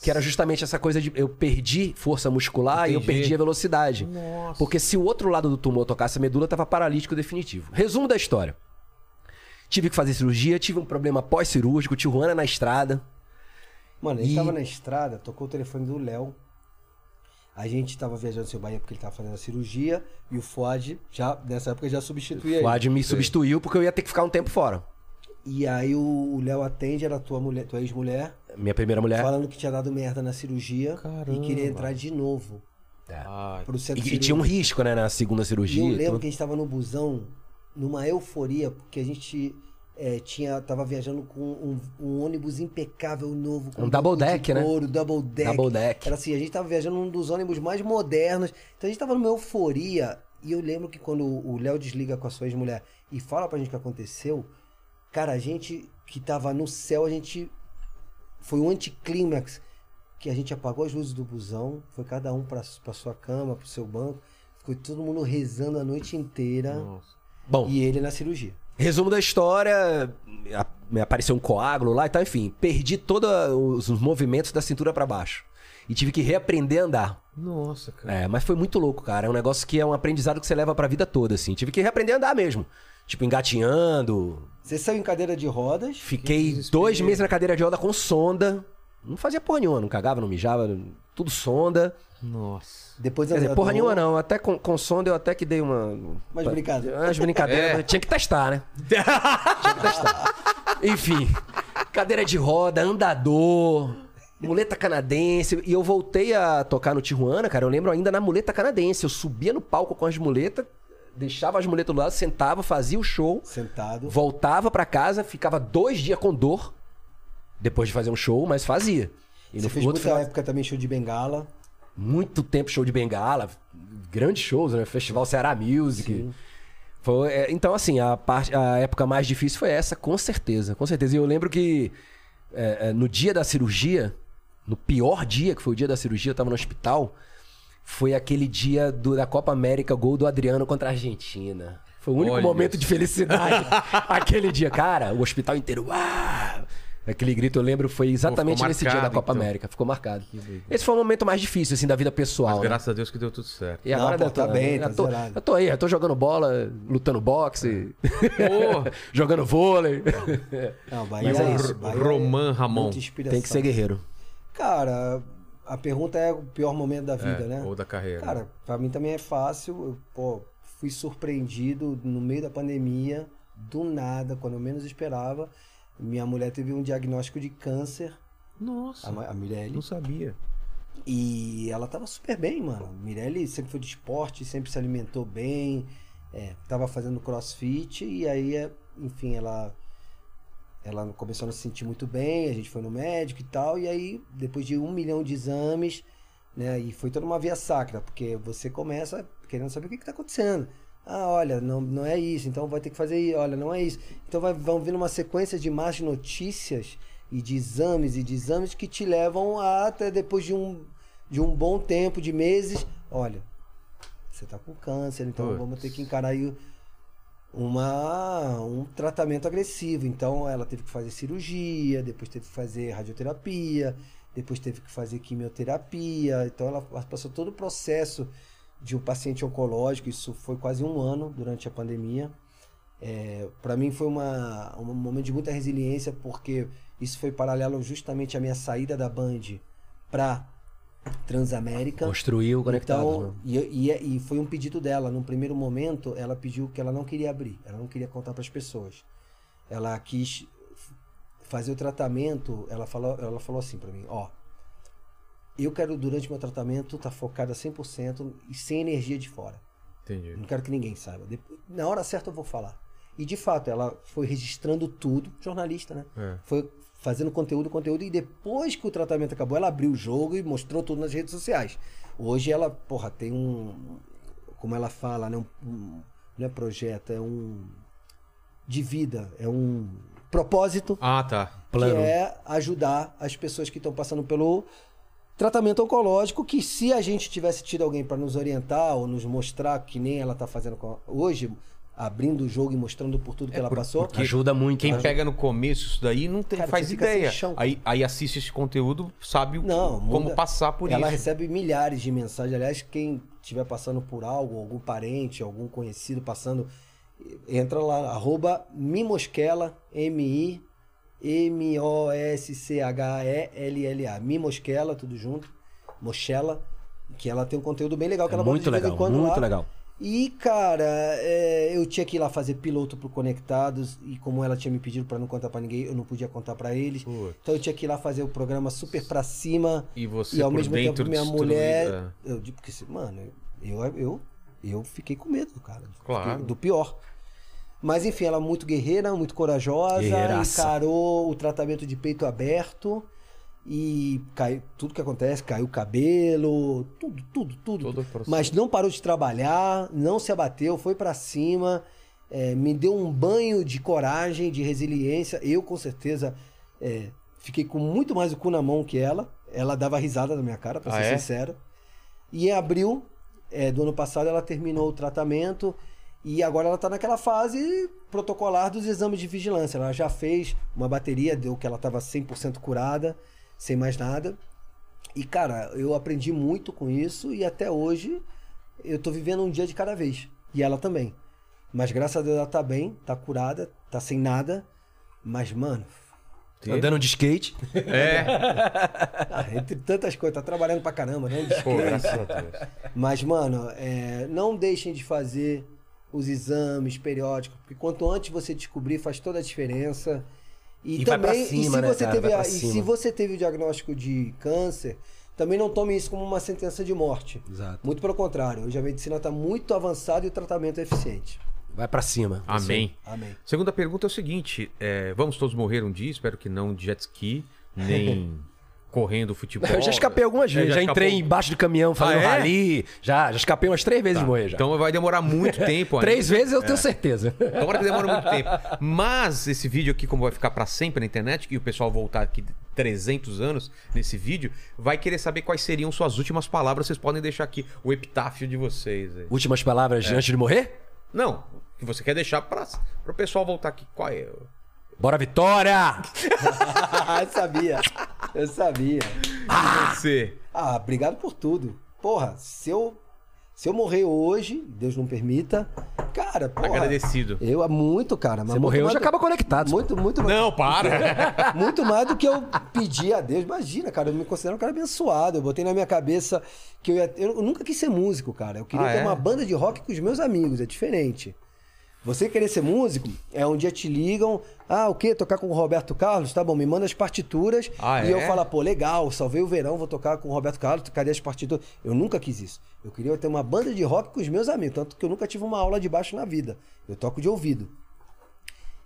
C: que era justamente essa coisa de eu perdi força muscular e eu
A: Entendi.
C: perdi a velocidade.
A: Nossa.
C: Porque se o outro lado do tumor tocasse a medula, tava paralítico definitivo. Resumo da história. Tive que fazer cirurgia, tive um problema pós-cirúrgico, Tijuana na estrada.
D: Mano, ele
C: E-
D: tava na estrada, tocou o telefone do Léo. A gente tava viajando seu Bahia porque ele tava fazendo a cirurgia. E o Fuad, já, nessa época, já substituía
C: O
D: ele.
C: Ad me substituiu porque eu ia ter que ficar um tempo fora.
D: E aí o o Léo atende, era tua, mulher, tua ex-mulher,
C: Minha primeira mulher.
D: falando que tinha dado merda na cirurgia e queria entrar de novo
A: Ah,
D: pro centro
C: E, e tinha um risco, né, na segunda cirurgia.
D: E eu lembro
C: tudo.
D: que a gente tava no busão, numa euforia, porque a gente eh, tinha, tava viajando com um, um ônibus impecável, novo. Com
C: Um double
D: banco de
C: deck, né?
D: couro, double deck.
C: Double deck.
D: Era assim, a gente tava viajando num dos ônibus mais modernos. Então a gente tava numa euforia. E eu lembro que quando o Léo desliga com a sua ex-mulher e fala pra gente o que aconteceu, cara, a gente que tava no céu, a gente. Foi um anticlímax. Que a gente apagou as luzes do busão, foi cada um pra, pra sua cama, pro seu banco. Ficou todo mundo rezando a noite inteira.
A: nossa.
C: Bom,
D: E ele na cirurgia.
C: Resumo da história, a- me apareceu um coágulo lá e tal, enfim. Perdi todos os movimentos da cintura pra baixo. E tive que reaprender a andar.
A: Nossa, cara.
C: É, mas foi muito louco, cara. É um negócio que é um aprendizado que você leva pra vida toda, assim. Tive que reaprender a andar mesmo. Tipo, engatinhando.
D: Você saiu em cadeira de rodas.
A: Que
C: Fiquei
A: desespero.
C: dois meses na cadeira de roda com sonda. Não fazia porra nenhuma, não cagava, não mijava, tudo sonda.
A: Nossa.
D: Depois
C: Quer dizer,
D: andador.
C: porra nenhuma não. Até com, com sonda eu até que dei uma.
D: Mas brincado.
C: Umas brincadeiras,
A: É.
C: mas tinha que testar, né? tinha que testar. Enfim, cadeira de roda, andador, muleta canadense. E eu voltei a tocar no Tijuana, cara. Eu lembro ainda na muleta canadense. Eu subia no palco com as muletas, deixava as muletas do lado, sentava, fazia o show.
D: Sentado.
C: Voltava pra casa, ficava dois dias com dor. Depois de fazer um show, mas fazia. E
D: Você
C: no
D: fez
C: outro
D: muita
C: final,
D: época também show de bengala.
C: muito tempo show de bengala, grandes shows, né? Festival Ceará Music. Foi, é, então, assim, a, parte, a época mais difícil foi essa, com certeza, com certeza. E eu lembro que é, é, no dia da cirurgia, no pior dia, que foi o dia da cirurgia, eu tava no hospital, foi aquele dia do- da Copa América, gol do Adriano contra a Argentina. Foi o único
A: Olha
C: momento de felicidade aquele dia. Cara, o hospital inteiro. "Uau!" Aquele grito, eu lembro, foi exatamente nesse dia da
A: marcado,
C: Copa
A: então.
C: América. Ficou marcado. Esse foi o momento mais difícil, assim, da vida pessoal. né?
A: Graças a Deus que deu tudo certo.
C: E
D: Não,
C: agora
D: pô,
C: eu
D: tá
C: tô-
D: bem,
C: eu
D: tá
C: tô,
D: zerado.
C: eu tô aí, eu tô jogando bola, lutando boxe,
A: Pô,
C: jogando vôlei.
D: Não, Bahia
A: e
C: Mas é
A: o
C: isso,
A: R- Roman Ramon.
D: muita inspiração.
C: Tem que ser guerreiro.
D: Cara, a pergunta é o pior momento da vida,
A: É,
D: né?
A: Ou da carreira.
D: Cara, pra mim também é fácil. Eu, pô, fui surpreendido no meio da pandemia, do nada, quando eu menos esperava. Minha mulher teve um diagnóstico de câncer,
A: Nossa,
D: a, Ma- a Mirelle.
A: não sabia.
D: E ela tava super bem, mano. Mirelle sempre foi de esporte, sempre se alimentou bem, é, tava fazendo crossfit e aí, é, enfim, ela ela começou a não se sentir muito bem, a gente foi no médico e tal, e aí, depois de um milhão de exames, né, e foi toda uma via sacra, porque você começa querendo saber o que que tá acontecendo. Ah, olha, não, não é isso, então vai ter que fazer isso, olha, não é isso. Então vai, vão vindo uma sequência de más notícias e de exames e de exames que te levam a, até depois de um, de um bom tempo, de meses, olha, você tá com câncer, então
A: Putz.
D: vamos ter que encarar aí uma, um tratamento agressivo. Então ela teve que fazer cirurgia, depois teve que fazer radioterapia, depois teve que fazer quimioterapia. Então ela passou todo o processo de um paciente oncológico, isso foi quase um ano durante a pandemia. É, para mim foi uma, um momento de muita resiliência, porque isso foi paralelo justamente à minha saída da Band para Transamérica.
C: Construiu conectado. né?
D: Então, e, e- e foi um pedido dela. Num primeiro momento, ela pediu que ela não queria abrir, ela não queria contar para as pessoas. Ela quis f- fazer o tratamento. Ela falou, ela falou assim para mim: Ó, eu quero durante meu tratamento estar tá focada 100% e sem energia de fora. Eu
A: Entendi.
D: Não quero que ninguém saiba. Depois- na hora certa eu vou falar. E de fato, ela foi registrando tudo, jornalista, né?
A: É.
D: Foi fazendo conteúdo, conteúdo, e depois que o tratamento acabou, ela abriu o jogo e mostrou tudo nas redes sociais. Hoje ela, porra, tem um. Como ela fala, né? Um- um- não é projeto, é um. De vida, é um propósito
A: Ah, tá.
C: Plano.
D: que é ajudar as pessoas que estão passando pelo tratamento oncológico, que se a gente tivesse tido alguém para nos orientar ou nos mostrar, que nem ela está fazendo com- hoje, abrindo o jogo e mostrando por tudo que ela passou,
A: porque
C: Ajuda muito.
A: Quem
D: Tá.
C: ajuda.
A: pega no começo isso daí não tem-
D: Cara, você
A: faz
D: fica sem
A: ideia.
D: chão.
A: Aí, aí assiste esse conteúdo, sabe o-
D: Não,
A: como
D: muda.
A: passar por
D: ela
A: isso.
D: recebe milhares de mensagens. Aliás, quem estiver passando por algo, algum parente, algum conhecido passando, entra lá, arroba Mimosquela, M-I-M-O-S-C-H-E-L-L-A. Mimosquela, tudo junto. Mochela, que ela tem um conteúdo bem legal que
C: É
D: ela
C: muito
D: bota de vez
C: legal,
D: em quando
C: muito
D: lá.
C: legal.
D: E, cara, é, eu tinha que ir lá fazer piloto pro Conectados, e como ela tinha me pedido pra não contar pra ninguém, eu não podia contar pra eles.
A: Putz.
D: Então eu tinha que ir lá fazer o programa super pra cima.
A: E você
D: E ao
A: por
D: mesmo
A: dentro
D: tempo minha
A: destruída.
D: mulher.
A: É.
D: Eu digo que, assim, mano, eu, eu, eu fiquei com medo, cara.
A: Claro.
D: Fiquei Do pior. Mas enfim, ela é muito guerreira, muito corajosa,
C: Guerreiraça.
D: encarou o tratamento de peito aberto e caiu tudo que acontece, caiu o cabelo, tudo, tudo, tudo.
A: Todo o processo.
D: Mas não parou de trabalhar, não se abateu, foi pra cima, é, me deu um banho de coragem, de resiliência. Eu, com certeza, é, fiquei com muito mais o cu na mão que ela. Ela dava risada na minha cara, pra
A: Ah,
D: ser
A: é?
D: sincero. E em abril é, do ano passado, ela terminou o tratamento E agora ela tá naquela fase protocolar dos exames de vigilância. Ela já fez uma bateria, deu que ela tava 100% curada, sem mais nada. E cara, eu aprendi muito com isso e até hoje eu tô vivendo um dia de cada vez. E ela também. Mas graças a Deus ela tá bem, tá curada, tá sem nada. Mas mano,
C: Andando de skate.
A: É.
D: entre tantas coisas, tá trabalhando pra caramba, né?
A: Pô, graças a Deus.
D: Mas, mano, é, não deixem de fazer os exames periódicos, porque quanto antes você descobrir, faz toda a diferença. E,
C: E vai pra
D: também, e
C: cima,
D: se
C: né,
D: você
C: cara?
D: teve
C: Vai
D: a-
C: pra
D: e
C: cima.
D: se você teve o diagnóstico de câncer, também não tome isso como uma sentença de morte.
C: Exato.
D: Muito pelo contrário, hoje a medicina está muito avançada e o tratamento é eficiente.
C: Vai pra cima.
A: Amém.
D: Amém.
A: Segunda pergunta é o seguinte: é, vamos todos morrer um dia? Espero que não de jet ski, nem correndo futebol.
C: Eu já escapei algumas
A: É,
C: vezes. já entrei
A: escapou?
C: embaixo de caminhão fazendo
A: Ah, é?
C: rali. Já, já escapei umas três vezes de morrer já.
A: Então É. vai demorar muito tempo ainda.
C: Três vezes eu tenho certeza.
A: Tomara que demore muito tempo. Mas esse vídeo aqui, como vai ficar pra sempre na internet, e o pessoal voltar aqui 300 anos nesse vídeo, vai querer saber quais seriam suas últimas palavras. Vocês podem deixar aqui o epitáfio de vocês. aí.
C: Últimas palavras
A: É.
C: antes de morrer?
A: Não, o que você quer deixar pra, pro pessoal voltar aqui. Qual é?
C: Bora, Vitória!
D: eu sabia, eu sabia.
A: Você.
D: Ah, obrigado por tudo. Porra, se eu, se eu morrer hoje, Deus não permita, cara, porra,
A: Agradecido.
D: Eu é muito, cara. Mas
C: Você
D: muito
C: morreu,
D: mais
C: Tá já
D: do-
C: acaba conectado.
D: Muito, muito,
A: Não, para.
D: muito mais do que eu pedi a Deus. Imagina, cara, eu me considero um cara abençoado. Eu botei na minha cabeça que eu ia. Eu nunca quis ser músico, cara. Eu queria
A: Ah,
D: ter
A: é?
D: uma banda de rock com os meus amigos, é diferente. Você querer ser músico é um dia te ligam, ah, o quê? Tocar com o Roberto Carlos? Tá bom, me manda as partituras.
A: Ah,
D: e
A: é?
D: eu falo, pô, legal, salvei o verão, vou tocar com o Roberto Carlos, cadê as partituras? Eu nunca quis isso. Eu queria ter uma banda de rock com os meus amigos, tanto que eu nunca tive uma aula de baixo na vida. Eu toco de ouvido.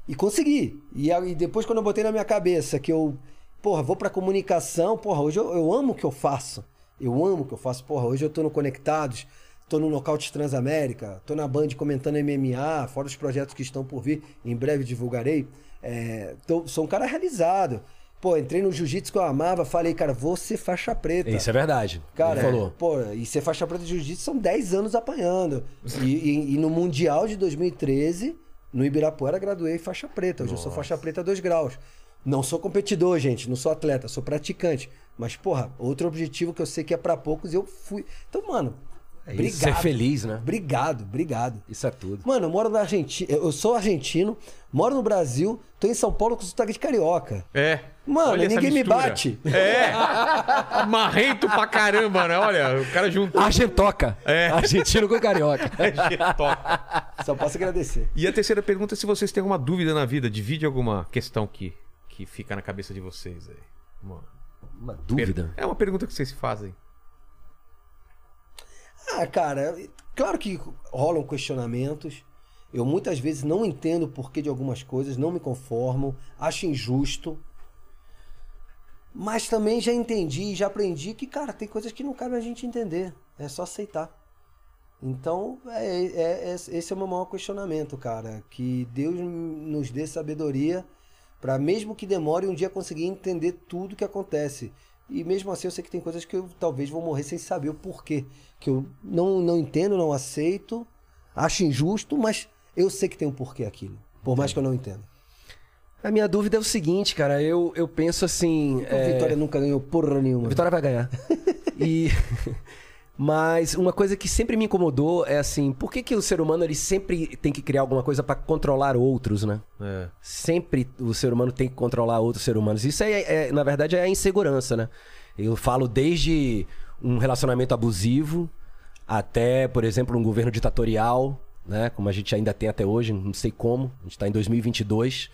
D: E consegui. E aí, depois, quando eu botei na minha cabeça que eu, porra, vou pra comunicação, porra, hoje eu, eu amo o que eu faço. Eu amo o que eu faço, porra. Hoje eu tô no Conectados, tô no Nocaute Transamérica, tô na Band comentando MMA, fora os projetos que estão por vir, em breve divulgarei. É, tô- sou um cara realizado. Pô, entrei no jiu-jitsu que eu amava, falei, cara, vou ser faixa preta.
C: Isso é verdade.
D: Cara,
C: Ele falou.
D: pô, e ser faixa preta de jiu-jitsu são 10 anos apanhando. E, e- e no Mundial de 2013, no Ibirapuera, graduei faixa preta. Hoje eu sou faixa preta 2 graus. Não sou competidor, gente, não sou atleta, sou praticante. Mas, porra, outro objetivo que eu sei que é pra poucos, eu fui. Então, mano, obrigado.
C: Isso é feliz, né?
D: Obrigado, obrigado.
C: Isso é tudo.
D: Mano, eu moro na Argentina, eu sou argentino, moro no Brasil, tô em São Paulo com sotaque de carioca.
A: É.
D: Mano,
A: Olha essa
D: ninguém me
A: mistura.
D: bate.
A: É. Marrento pra caramba, né? Olha, o cara juntou.
C: Argentoca.
A: É.
C: Argentino com carioca.
A: Top.
D: Só posso agradecer.
A: E a terceira pergunta é se vocês têm alguma dúvida na vida. Divide alguma questão que, que fica na cabeça de vocês aí. Uma
C: Uma
A: per-
C: dúvida.
A: É uma pergunta que vocês fazem.
D: Ah, cara, claro que rolam questionamentos. Eu muitas vezes não entendo o porquê de algumas coisas, não me conformo, acho injusto. Mas também já entendi e já aprendi que, cara, tem coisas que não cabe a gente entender. É só aceitar. Então, é, é- é- esse é o meu maior questionamento, cara. Que Deus nos dê sabedoria para mesmo que demore, um dia conseguir entender tudo que acontece. E mesmo assim, eu sei que tem coisas que eu talvez vou morrer sem saber o porquê. Que eu não, não entendo, não aceito, acho injusto, mas eu sei que tem um porquê aquilo. Por mais que eu não entenda.
C: A minha dúvida é o seguinte, cara. Eu, eu penso assim.
D: Então, Vitória nunca ganhou porra nenhuma.
C: Vitória vai ganhar. E mas uma coisa que sempre me incomodou é assim, por que, que o ser humano ele sempre tem que criar alguma coisa pra controlar outros, né?
A: É.
C: Sempre o ser humano tem que controlar outros seres humanos. Isso é, é- na verdade, é a insegurança, né? Eu falo desde um relacionamento abusivo até, por exemplo, um governo ditatorial, né? Como a gente ainda tem até hoje, não sei como, a gente está em 2022.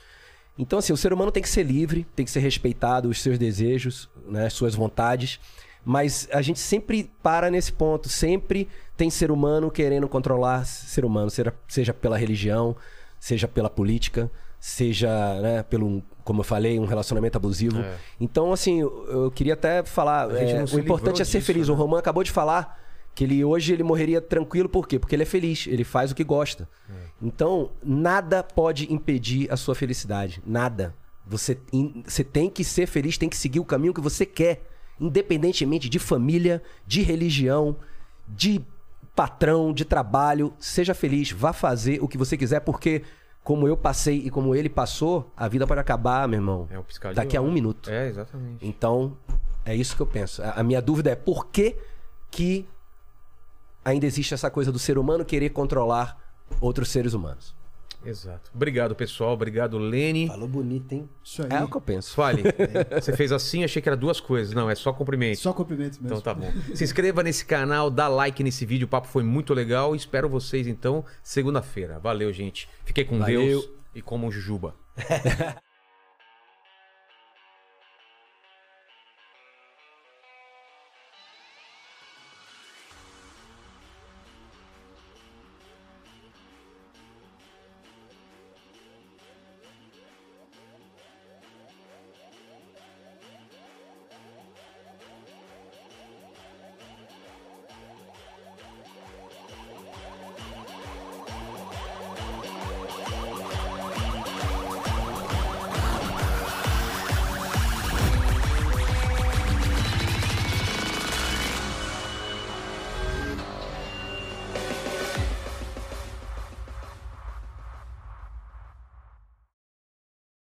C: Então, assim, o ser humano tem que ser livre, tem que ser respeitado, os seus desejos, né? as suas vontades. Mas a gente sempre para nesse ponto, sempre tem ser humano querendo controlar ser humano, seja, seja pela religião, seja pela política, seja, né, pelo, como eu falei, um relacionamento abusivo. Então, assim, eu, eu queria até falar,
A: É. gente
C: é,
A: não se
C: o importante
A: livrou
C: é ser
A: disso,
C: feliz. O Roman acabou de falar que ele hoje ele morreria tranquilo, por quê? Porque ele é feliz, ele faz o que gosta. Então, nada pode impedir a sua felicidade, nada. Você, in- você tem que ser feliz, tem que seguir o caminho que você quer, independentemente de família, de religião, de patrão, de trabalho. Seja feliz, vá fazer o que você quiser, porque como eu passei e como ele passou, a vida pode acabar, meu irmão.
A: É um piscar de
C: Daqui a
A: olho.
C: um minuto.
A: É, exatamente.
C: Então, é isso que eu penso. A a minha dúvida é por que, que ainda existe essa coisa do ser humano querer controlar outros seres humanos.
A: Exato. Obrigado, pessoal. Obrigado, Lene.
D: Falou bonito, hein?
B: Isso aí.
C: É o que eu penso.
A: Fale. Você fez assim, achei que era duas coisas. Não, é só cumprimento.
B: Só cumprimento mesmo.
A: Então tá bom. Se inscreva nesse canal, dá like nesse vídeo, o papo foi muito legal. Espero vocês então segunda-feira. Valeu, gente. Fiquei com
C: Valeu.
A: Deus e como um jujuba.